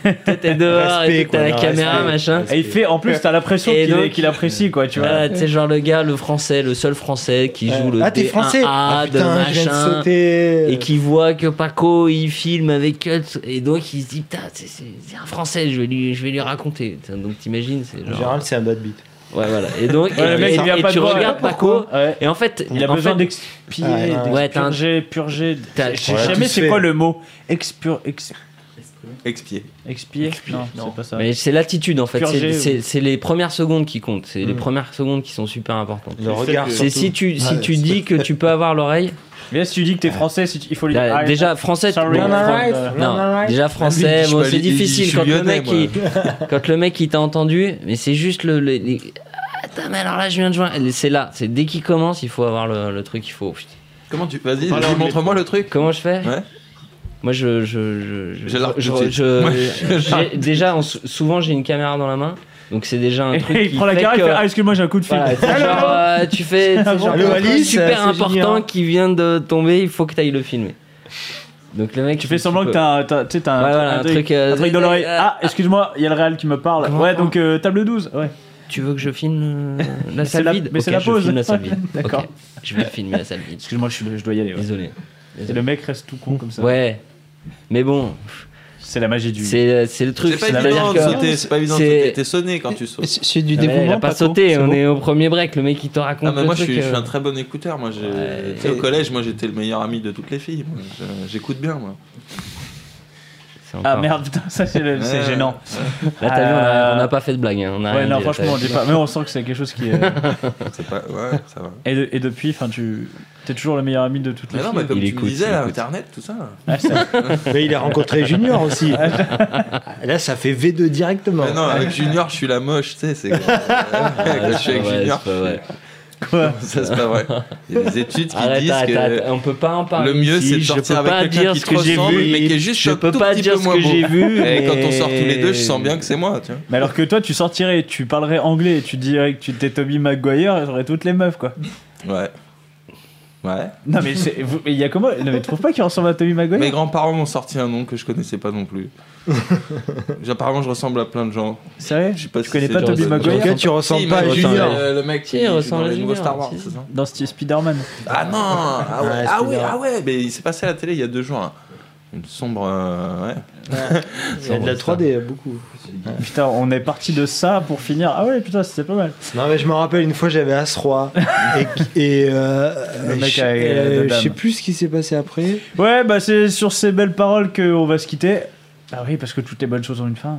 [SPEAKER 8] t'es t'es dehors, et
[SPEAKER 3] Respect,
[SPEAKER 8] t'es-
[SPEAKER 3] quoi,
[SPEAKER 8] t'as la
[SPEAKER 3] non,
[SPEAKER 8] caméra,
[SPEAKER 3] respect.
[SPEAKER 8] machin.
[SPEAKER 3] Et il fait- en plus, t'as l'impression
[SPEAKER 8] Et
[SPEAKER 3] qu'il est-
[SPEAKER 8] donc,
[SPEAKER 3] qu'il apprécie, quoi, tu vois.
[SPEAKER 8] voilà, tu sais, genre le gars, le français, le seul français qui joue le
[SPEAKER 11] Ah, t'es
[SPEAKER 8] D1A
[SPEAKER 11] français Ah,
[SPEAKER 8] de
[SPEAKER 11] putain, je viens de
[SPEAKER 8] machin,
[SPEAKER 11] sauter.
[SPEAKER 8] et qui voit que Paco, il filme avec Cut, et donc il se dit, putain, c'est- c'est c'est un français, je vais lui, je vais lui raconter. Putain, Donc t'imagines, c'est
[SPEAKER 11] En
[SPEAKER 8] genre...
[SPEAKER 11] général, c'est un bad beat.
[SPEAKER 8] Ouais, voilà. Et donc,
[SPEAKER 3] Ouais, le
[SPEAKER 8] et,
[SPEAKER 3] mec,
[SPEAKER 8] et-
[SPEAKER 3] il vient
[SPEAKER 8] et
[SPEAKER 3] pas
[SPEAKER 8] tu
[SPEAKER 3] de voir,
[SPEAKER 8] regardes
[SPEAKER 3] pourquoi
[SPEAKER 8] Paco, et en fait,
[SPEAKER 3] Il a
[SPEAKER 8] en
[SPEAKER 3] besoin
[SPEAKER 8] fait-
[SPEAKER 3] d'expier,
[SPEAKER 8] Ouais, t'as un-
[SPEAKER 3] d'expurger, purger.
[SPEAKER 8] T'as-
[SPEAKER 3] Je sais
[SPEAKER 8] Ouais,
[SPEAKER 3] jamais
[SPEAKER 8] tout
[SPEAKER 3] c'est
[SPEAKER 8] fait.
[SPEAKER 3] quoi le mot. Expur. Ex...
[SPEAKER 7] Expier.
[SPEAKER 3] Expier Non, c'est pas ça.
[SPEAKER 8] Mais c'est l'attitude en fait,
[SPEAKER 3] Purger
[SPEAKER 8] c'est-
[SPEAKER 3] ou-
[SPEAKER 8] c'est c'est les premières secondes qui comptent, c'est les
[SPEAKER 3] Mm.
[SPEAKER 8] premières secondes qui sont super importantes.
[SPEAKER 3] Le regard,
[SPEAKER 8] C'est si
[SPEAKER 3] surtout.
[SPEAKER 8] tu si
[SPEAKER 3] Ouais,
[SPEAKER 8] tu
[SPEAKER 3] c'est-
[SPEAKER 8] dis que tu peux avoir l'oreille.
[SPEAKER 3] Mais si tu dis que t'es français, si tu- il faut lui
[SPEAKER 8] Là,
[SPEAKER 3] Ah,
[SPEAKER 8] euh, déjà français, tu-
[SPEAKER 3] sorry, Eh,
[SPEAKER 8] bon,
[SPEAKER 3] I'm
[SPEAKER 8] fran-
[SPEAKER 3] right,
[SPEAKER 8] euh,
[SPEAKER 3] I'm
[SPEAKER 8] non,
[SPEAKER 3] right.
[SPEAKER 8] déjà
[SPEAKER 3] [laughs]
[SPEAKER 8] français,
[SPEAKER 3] Je
[SPEAKER 8] bon,
[SPEAKER 3] suis
[SPEAKER 8] c'est
[SPEAKER 3] pas- je
[SPEAKER 8] difficile
[SPEAKER 3] suis
[SPEAKER 8] quand le
[SPEAKER 3] lyonnais,
[SPEAKER 8] mec
[SPEAKER 3] moi.
[SPEAKER 8] il, [laughs] quand le mec il t'a entendu, mais c'est juste le, le- les- Ah, putain, mais alors là je viens de joindre, c'est là, c'est dès qu'il commence il faut avoir le, le truc, il faut.
[SPEAKER 7] Comment tu vas-y,
[SPEAKER 8] Parle
[SPEAKER 7] vas-y,
[SPEAKER 8] anglais,
[SPEAKER 7] montre-moi le truc.
[SPEAKER 8] Comment je fais
[SPEAKER 7] Ouais.
[SPEAKER 8] Moi je je je, je-
[SPEAKER 7] Je l'arc
[SPEAKER 8] je-
[SPEAKER 7] tout de suite.
[SPEAKER 8] je-
[SPEAKER 7] Moi,
[SPEAKER 8] j'ai-
[SPEAKER 7] je l'arc tout de
[SPEAKER 8] déjà en sou- souvent j'ai une caméra dans la main, donc c'est déjà un
[SPEAKER 3] Et
[SPEAKER 8] truc.
[SPEAKER 3] il
[SPEAKER 8] qui
[SPEAKER 3] prend la
[SPEAKER 8] fait
[SPEAKER 3] caméra, il
[SPEAKER 8] que-
[SPEAKER 3] fait Ah, excuse-moi, j'ai un coup de fil.
[SPEAKER 8] voilà, c'est
[SPEAKER 3] Allô
[SPEAKER 8] genre,
[SPEAKER 3] [laughs]
[SPEAKER 8] euh, tu fais c'est genre,
[SPEAKER 3] Allô,
[SPEAKER 8] un truc
[SPEAKER 3] Alice,
[SPEAKER 8] super
[SPEAKER 3] c'est
[SPEAKER 8] important
[SPEAKER 3] Julien.
[SPEAKER 8] qui vient de tomber, il faut que tu ailles le filmer. Donc le mec,
[SPEAKER 3] Tu fais semblant que t'as un- t'as- tu sais, t'as
[SPEAKER 8] Ouais,
[SPEAKER 3] un,
[SPEAKER 8] voilà,
[SPEAKER 3] un
[SPEAKER 8] un
[SPEAKER 3] truc,
[SPEAKER 8] truc, euh,
[SPEAKER 3] un truc dans l'oreille. Ah, excuse-moi, il y a le réel qui me parle. Ouais, donc euh, table 12. Ouais.
[SPEAKER 8] Tu veux que je filme euh, la
[SPEAKER 3] C'est
[SPEAKER 8] salle vide
[SPEAKER 3] Mais c'est
[SPEAKER 8] Ok,
[SPEAKER 3] la
[SPEAKER 8] je
[SPEAKER 3] pause.
[SPEAKER 8] filme la salle vide.
[SPEAKER 3] [laughs] D'accord.
[SPEAKER 8] Ok, je vais filmer la salle vide.
[SPEAKER 3] Excuse-moi, je, suis- je dois y aller. ouais.
[SPEAKER 8] Désolé.
[SPEAKER 3] Et le mec reste tout con comme ça.
[SPEAKER 8] Ouais. Mais bon.
[SPEAKER 3] C'est la magie du.
[SPEAKER 8] C'est c'est le truc.
[SPEAKER 7] C'est pas évident de
[SPEAKER 8] c'est-à-dire que
[SPEAKER 7] sauter, c'est pas évident de
[SPEAKER 8] c'est-
[SPEAKER 7] sauter. T'es sonné quand tu sautes.
[SPEAKER 4] C'est
[SPEAKER 8] Ah, mais Il a pas sauté, on est au premier break, le mec il te raconte.
[SPEAKER 7] Ah, mais
[SPEAKER 8] le
[SPEAKER 7] moi je
[SPEAKER 8] truc,
[SPEAKER 7] suis, je suis
[SPEAKER 8] euh,
[SPEAKER 7] un très bon écouteur. Moi, j'ai- tu sais, au collège, moi j'étais le meilleur ami de toutes les filles. Moi, je- J'écoute bien, moi.
[SPEAKER 3] Ah merde, putain, ça c'est le- c'est
[SPEAKER 7] Ouais.
[SPEAKER 3] gênant. Euh,
[SPEAKER 8] Là, t'as vu, on a- on n'a pas fait de blague. hein,
[SPEAKER 3] [laughs]
[SPEAKER 8] on a
[SPEAKER 3] ouais,
[SPEAKER 8] rien
[SPEAKER 3] non,
[SPEAKER 8] dit,
[SPEAKER 3] franchement, on
[SPEAKER 8] t'as vu.
[SPEAKER 3] dit pas. Mais on sent que c'est quelque chose qui. est-
[SPEAKER 7] [laughs] C'est pas. Ouais, ça va.
[SPEAKER 3] Et, de- et depuis, enfin, tu. T'es toujours le meilleur ami de toutes les
[SPEAKER 7] Mais non,
[SPEAKER 3] filles.
[SPEAKER 7] mais comme tu me disais, là, Internet, tout ça.
[SPEAKER 3] Ah, ça- Ah,
[SPEAKER 11] Mais il a rencontré Junior aussi.
[SPEAKER 8] Ah,
[SPEAKER 11] Là, ça fait V2 directement.
[SPEAKER 7] Mais non, avec Junior, je suis la moche, tu sais.
[SPEAKER 8] [laughs]
[SPEAKER 7] C'est. euh, Quand je suis avec
[SPEAKER 8] vrai,
[SPEAKER 7] Junior.
[SPEAKER 8] Ah, c'est pas
[SPEAKER 7] [laughs]
[SPEAKER 8] vrai.
[SPEAKER 3] Quoi
[SPEAKER 7] Ça, c'est pas vrai. Il y a des études qui
[SPEAKER 8] Arrête,
[SPEAKER 7] disent
[SPEAKER 8] arrête, arrête,
[SPEAKER 7] que.
[SPEAKER 8] on peut pas en parler.
[SPEAKER 7] Le mieux,
[SPEAKER 8] ici,
[SPEAKER 7] c'est de
[SPEAKER 8] je
[SPEAKER 7] sortir
[SPEAKER 8] peux
[SPEAKER 7] avec
[SPEAKER 8] pas
[SPEAKER 7] quelqu'un
[SPEAKER 8] dire
[SPEAKER 7] qui
[SPEAKER 8] ce
[SPEAKER 7] te
[SPEAKER 8] que j'ai
[SPEAKER 7] ressemble,
[SPEAKER 8] vu.
[SPEAKER 7] mais qui est juste
[SPEAKER 8] Je
[SPEAKER 7] un
[SPEAKER 8] peux
[SPEAKER 7] tout
[SPEAKER 8] pas
[SPEAKER 7] petit
[SPEAKER 8] dire
[SPEAKER 7] peu
[SPEAKER 8] ce
[SPEAKER 7] moins
[SPEAKER 8] que
[SPEAKER 7] beau.
[SPEAKER 8] j'ai vu.
[SPEAKER 7] Et quand on
[SPEAKER 8] mais-
[SPEAKER 7] sort tous les deux, je sens bien que c'est moi, tu vois.
[SPEAKER 3] Mais alors que toi, tu sortirais, tu parlerais anglais, et tu dirais que tu t'es Toby Maguire, et t'aurais toutes les meufs, quoi.
[SPEAKER 7] Ouais. Ouais.
[SPEAKER 3] Non, mais c'est- vous- mais il y a comment Non, mais tu trouves pas qu'il ressemble à Toby Maguire
[SPEAKER 7] Mes grands-parents m'ont sorti un nom que je connaissais pas non plus. Apparemment, je ressemble à plein de gens.
[SPEAKER 3] Sérieux
[SPEAKER 7] Je sais pas si
[SPEAKER 3] connais
[SPEAKER 7] c'est
[SPEAKER 3] pas
[SPEAKER 7] genre
[SPEAKER 3] Tobey
[SPEAKER 7] de-
[SPEAKER 3] Maguire
[SPEAKER 7] de-
[SPEAKER 11] Ok, tu ressembles
[SPEAKER 7] Si,
[SPEAKER 11] pas à
[SPEAKER 7] mais
[SPEAKER 11] Junior.
[SPEAKER 7] c'est, euh, Le mec
[SPEAKER 8] Si,
[SPEAKER 7] qui
[SPEAKER 8] il
[SPEAKER 7] joue
[SPEAKER 8] ressemble
[SPEAKER 7] dans
[SPEAKER 8] à
[SPEAKER 7] les nouveaux
[SPEAKER 8] Junior,
[SPEAKER 7] Star Wars,
[SPEAKER 8] si.
[SPEAKER 7] c'est ça
[SPEAKER 3] Dans ce Spider-Man.
[SPEAKER 7] Ah non Ah ouais,
[SPEAKER 11] Ouais,
[SPEAKER 7] ah ouais,
[SPEAKER 11] Spider-Man.
[SPEAKER 7] ah ouais, Mais il s'est passé à la télé il y a deux jours. hein. Une sombre. euh, ouais. [laughs]
[SPEAKER 11] Il y a de la 3D, beaucoup.
[SPEAKER 3] Putain, on est parti de ça pour finir. Ah ouais, putain, c'était pas mal.
[SPEAKER 11] Non, mais je me rappelle, une fois, j'avais As-Roi.
[SPEAKER 8] [laughs]
[SPEAKER 11] [laughs] Et, et, euh,
[SPEAKER 3] Le mec
[SPEAKER 11] je,
[SPEAKER 3] avec, euh,
[SPEAKER 11] euh,
[SPEAKER 3] deux dames.
[SPEAKER 11] je sais plus ce qui s'est passé après.
[SPEAKER 3] Ouais, bah c'est sur ces belles paroles qu'on va se quitter. Ah oui, parce que toutes les bonnes choses ont une fin.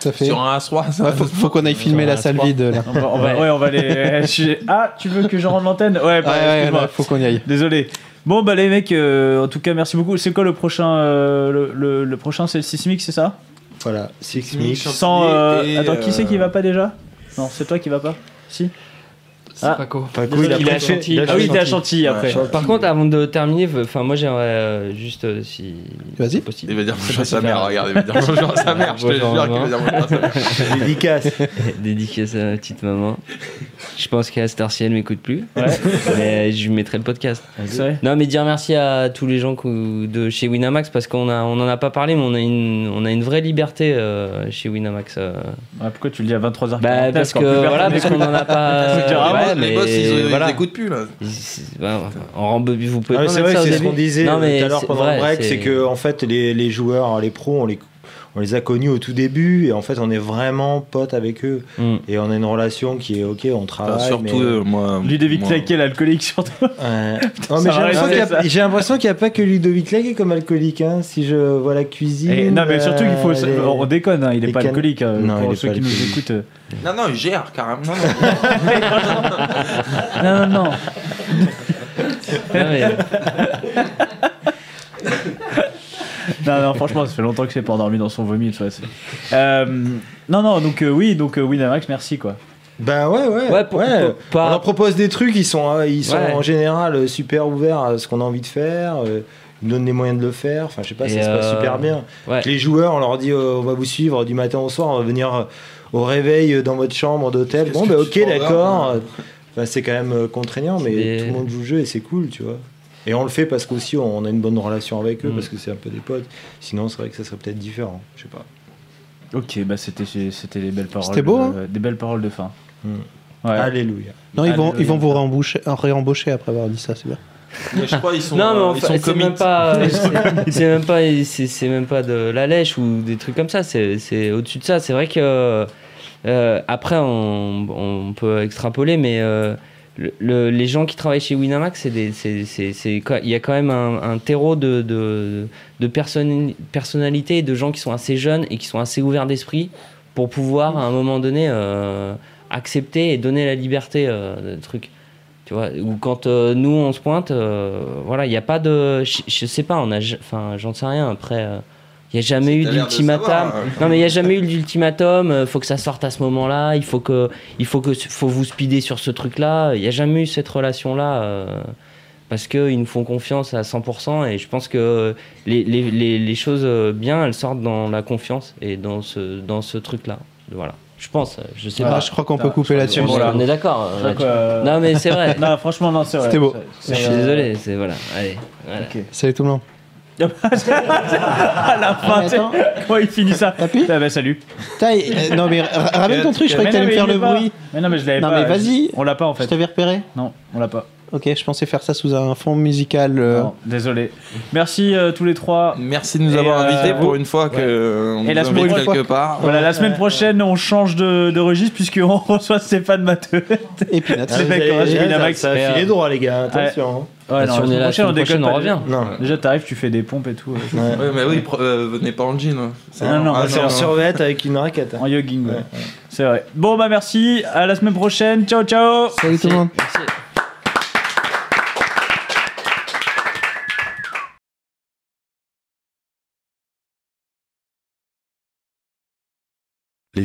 [SPEAKER 4] Tout à fait.
[SPEAKER 7] Sur un As-Roi, ça.
[SPEAKER 4] Ouais, faut, faut qu'on aille filmer la salle vide là.
[SPEAKER 3] On va, on va- ouais.
[SPEAKER 8] Ouais.
[SPEAKER 3] on
[SPEAKER 4] [laughs]
[SPEAKER 3] va les. je- Ah, tu veux que je rende l'antenne Ouais, bah,
[SPEAKER 4] Ah Ouais, ouais,
[SPEAKER 3] excuse-moi.
[SPEAKER 4] là, faut qu'on y aille.
[SPEAKER 3] Désolé. Bon, bah les mecs, euh, en tout cas, merci beaucoup. C'est quoi le prochain euh, le, le- le prochain, c'est le Sismic, c'est ça
[SPEAKER 11] Voilà, Six
[SPEAKER 7] Mix.
[SPEAKER 11] Mix.
[SPEAKER 7] Chantilly
[SPEAKER 3] Sans. euh,
[SPEAKER 7] et,
[SPEAKER 3] Attends, qui c'est
[SPEAKER 7] euh,
[SPEAKER 3] qui va pas déjà Non, c'est toi qui va pas Si
[SPEAKER 8] C'est
[SPEAKER 3] Ah.
[SPEAKER 8] Paco.
[SPEAKER 11] Paco, il a
[SPEAKER 3] Désolé,
[SPEAKER 11] pris- il a
[SPEAKER 3] Ah oui,
[SPEAKER 11] pris
[SPEAKER 3] t'es à Chantilly après.
[SPEAKER 11] Chantilly.
[SPEAKER 8] Par contre, avant de terminer, v- enfin moi j'aimerais euh, juste euh, si
[SPEAKER 4] Vas-y.
[SPEAKER 8] c'est possible.
[SPEAKER 7] Il va dire bonjour à sa mère, regarde, il va dire bonjour à sa mère, je te
[SPEAKER 8] Bonjour,
[SPEAKER 7] jure qu'il va
[SPEAKER 8] maman.
[SPEAKER 7] dire bonjour à sa mère.
[SPEAKER 8] [laughs]
[SPEAKER 11] Dédicace.
[SPEAKER 8] Dédicace à ma petite maman. Je pense qu'à cette heure-ci, elle m'écoute plus. [laughs] Mais euh, je lui mettrai le podcast.
[SPEAKER 3] Ah, C'est vrai
[SPEAKER 8] Non, mais dire merci à tous les gens qu'au- de chez Winamax parce qu'on a, on en a pas parlé, mais on a une, on a une vraie liberté euh, chez Winamax. euh.
[SPEAKER 3] Ouais, Pourquoi tu le dis à 23h40
[SPEAKER 8] Bah, parce que voilà, parce qu'on en a pas. euh,
[SPEAKER 3] Faut dire, ah
[SPEAKER 8] ouais,
[SPEAKER 7] Ouais, les
[SPEAKER 8] mais
[SPEAKER 7] boss, ils, euh, ils
[SPEAKER 8] voilà.
[SPEAKER 7] écoutent plus là.
[SPEAKER 8] Ils- c'est- ouais, enfin, en rembe- bah, vous pouvez
[SPEAKER 11] Ah,
[SPEAKER 8] pas
[SPEAKER 11] mais c'est
[SPEAKER 8] mettre
[SPEAKER 11] vrai,
[SPEAKER 8] ça au
[SPEAKER 11] c'est ce
[SPEAKER 8] début.
[SPEAKER 11] qu'on disait
[SPEAKER 8] Non,
[SPEAKER 11] euh,
[SPEAKER 8] mais
[SPEAKER 11] tout à l'heure
[SPEAKER 8] c'est
[SPEAKER 11] pendant
[SPEAKER 8] vrai,
[SPEAKER 11] le break, c'est que en fait les, les joueurs, les pros, on les, on les a connus au tout début et en fait on est vraiment potes avec eux
[SPEAKER 8] Mm.
[SPEAKER 11] et on a une relation qui est ok, on travaille.
[SPEAKER 7] Enfin, surtout
[SPEAKER 11] mais-
[SPEAKER 7] euh, moi.
[SPEAKER 3] Ludovic
[SPEAKER 7] moi-
[SPEAKER 3] Claquet, l'alcoolique, surtout.
[SPEAKER 11] Ouais. Non, mais j'ai
[SPEAKER 3] [laughs] ça va
[SPEAKER 11] l'impression qu'il y a-
[SPEAKER 3] rester, ça.
[SPEAKER 11] j'ai l'impression qu'il n'y a, pas que Ludovic Lay qui est comme alcoolique. hein. Si je vois la cuisine.
[SPEAKER 3] Et Eh, non, mais surtout qu'il faut.
[SPEAKER 11] euh, les-
[SPEAKER 3] On déconne, hein, il est
[SPEAKER 11] les
[SPEAKER 3] pas
[SPEAKER 11] cannes-
[SPEAKER 3] alcoolique. euh,
[SPEAKER 11] Non,
[SPEAKER 3] pour
[SPEAKER 11] il est
[SPEAKER 3] ceux
[SPEAKER 11] pas
[SPEAKER 3] qui nous
[SPEAKER 11] alcoolique.
[SPEAKER 3] écoutent. euh.
[SPEAKER 7] Non, non, il gère carrément. Non, non.
[SPEAKER 3] [laughs] Non, non, non.
[SPEAKER 8] Non, mais-
[SPEAKER 3] non, non, franchement, ça fait longtemps que c'est pas endormi dans son vomi, de toute façon. Euh, non, non, donc euh, oui, donc euh, Winamax, merci quoi.
[SPEAKER 11] Ben ouais, ouais.
[SPEAKER 8] Ouais, pour-
[SPEAKER 11] ouais.
[SPEAKER 8] pour- pas-
[SPEAKER 11] On
[SPEAKER 6] hein,
[SPEAKER 11] leur propose des trucs, ils sont, euh, ils sont
[SPEAKER 8] Ouais.
[SPEAKER 11] en général euh, super ouverts à ce qu'on a envie de faire. euh,
[SPEAKER 6] nous donne les moyens de le faire. Enfin, je sais pas,
[SPEAKER 8] Et
[SPEAKER 6] ça se passe
[SPEAKER 8] euh,
[SPEAKER 6] super bien.
[SPEAKER 8] ouais.
[SPEAKER 6] Que Les joueurs, on leur dit, euh, on va vous suivre du matin au soir, on va venir euh, au réveil euh, dans votre chambre d'hôtel. Bon, bah, ok, d'accord. Enfin, c'est quand même euh, contraignant, mais tout le monde joue le jeu et c'est cool, tu vois. Et on le fait parce qu'aussi on a une bonne relation avec eux,
[SPEAKER 3] Mm.
[SPEAKER 6] parce que c'est un peu des potes. Sinon, c'est vrai que ça serait peut-être différent, je sais pas.
[SPEAKER 3] Ok, bah c'était c'était des belles paroles.
[SPEAKER 6] C'était beau,
[SPEAKER 3] de-
[SPEAKER 6] hein
[SPEAKER 3] Des belles paroles de fin. Ouais.
[SPEAKER 6] Alléluia.
[SPEAKER 4] Non, ils vont,
[SPEAKER 3] Alléluia.
[SPEAKER 4] ils vont vous réembaucher, réembaucher après avoir dit ça, c'est
[SPEAKER 3] [laughs]
[SPEAKER 4] bien.
[SPEAKER 7] je crois ils sont,
[SPEAKER 8] non, mais
[SPEAKER 7] euh,
[SPEAKER 8] en
[SPEAKER 7] ils
[SPEAKER 8] fait,
[SPEAKER 7] sont
[SPEAKER 8] c'est
[SPEAKER 7] commit. [laughs]
[SPEAKER 8] même pas, euh, c'est- c'est même pas, c'est c'est même pas de la lèche ou des trucs comme ça. C'est c'est au-dessus de ça. C'est vrai que euh, après, on, on peut extrapoler, mais euh, le- le- les gens qui travaillent chez Winamax, c'est des- c'est- c'est- c'est quoi- il y a quand même un, un terreau de, de, de personne- personnalités et de gens qui sont assez jeunes et qui sont assez ouverts d'esprit pour pouvoir à un moment donné euh, accepter et donner la liberté euh, de trucs. Tu vois, ou quand euh, nous on se pointe, euh, voilà, il n'y a pas de. Je je sais pas, on a. j- Enfin, j'en sais rien. Après, il n'y a jamais eu
[SPEAKER 7] l'air de
[SPEAKER 8] d'ultimatum.
[SPEAKER 7] savoir, hein.
[SPEAKER 8] Non, mais il n'y a jamais eu d'ultimatum. euh, faut que ça sorte à ce moment-là. Il faut que. Il faut que. Faut vous speeder sur ce truc-là. Il n'y a jamais eu cette relation-là. euh, parce qu'ils nous font confiance à 100% et je pense que les, les- les- les choses euh, bien, elles sortent dans la confiance et dans ce, dans ce truc-là. Voilà. Je pense, euh, je sais
[SPEAKER 4] Ah,
[SPEAKER 8] pas.
[SPEAKER 4] je crois qu'on peut couper là-dessus.
[SPEAKER 8] Voilà, on est d'accord. euh, là-dessus.
[SPEAKER 3] D'accord, euh,
[SPEAKER 8] Non, mais c'est vrai.
[SPEAKER 3] [laughs] non, franchement, non, c'est vrai.
[SPEAKER 4] C'était beau.
[SPEAKER 8] Je
[SPEAKER 3] C'est- euh,
[SPEAKER 8] suis
[SPEAKER 3] c'est-
[SPEAKER 8] désolé, c'est voilà. Allez. voilà.
[SPEAKER 4] Salut tout le monde.
[SPEAKER 3] À la fin, tu
[SPEAKER 4] attends.
[SPEAKER 3] sais, quand il finit ça. Ah bah salut.
[SPEAKER 4] Putain, il- euh, non mais ra- ramène ton truc, je
[SPEAKER 3] Mais
[SPEAKER 4] croyais que
[SPEAKER 3] non,
[SPEAKER 4] t'allais me
[SPEAKER 3] mais
[SPEAKER 4] faire
[SPEAKER 3] il est
[SPEAKER 4] le
[SPEAKER 3] pas.
[SPEAKER 4] bruit.
[SPEAKER 3] Mais non, mais je l'avais
[SPEAKER 4] Non,
[SPEAKER 3] pas.
[SPEAKER 4] mais vas-y.
[SPEAKER 3] On l'a pas en
[SPEAKER 4] Je
[SPEAKER 3] fait.
[SPEAKER 4] t'avais repéré
[SPEAKER 3] Non, on l'a pas.
[SPEAKER 4] Ok, je pensais faire ça sous un fond musical. euh,
[SPEAKER 3] Non, désolé. Merci euh, tous les trois.
[SPEAKER 7] Merci de nous
[SPEAKER 3] Et,
[SPEAKER 7] avoir
[SPEAKER 3] euh,
[SPEAKER 7] invités
[SPEAKER 3] vous-
[SPEAKER 7] pour une fois que euh, on
[SPEAKER 3] Et
[SPEAKER 7] nous
[SPEAKER 3] la semaine
[SPEAKER 7] invite
[SPEAKER 3] prochaine-
[SPEAKER 7] quelque part.
[SPEAKER 3] Voilà, la semaine prochaine, on change de, de registre puisqu'on [laughs] reçoit Stéphane Matteux.
[SPEAKER 4] Et puis notre-
[SPEAKER 3] Ah, [laughs] Les mecs, on a suivi la
[SPEAKER 6] ça,
[SPEAKER 3] Max.
[SPEAKER 6] hein, ça a filé droit, les gars, attention. hein.
[SPEAKER 3] Ouais,
[SPEAKER 8] Bah, si on est là, la semaine prochaine, on
[SPEAKER 3] pas.
[SPEAKER 8] revient.
[SPEAKER 6] Non.
[SPEAKER 3] Déjà, t'arrives, tu fais des pompes et tout. euh,
[SPEAKER 6] Ouais.
[SPEAKER 7] Ouais, mais oui, pro- euh, venez pas en jean. hein. C'est-
[SPEAKER 3] Non, non,
[SPEAKER 7] ah,
[SPEAKER 3] non,
[SPEAKER 6] C'est
[SPEAKER 7] non, non.
[SPEAKER 6] en survette avec une raquette.
[SPEAKER 3] En jogging, ouais. C'est vrai. Bon, bah merci. À la semaine prochaine. Ciao, ciao.
[SPEAKER 4] Salut tout le monde.
[SPEAKER 8] Merci.
[SPEAKER 13] Les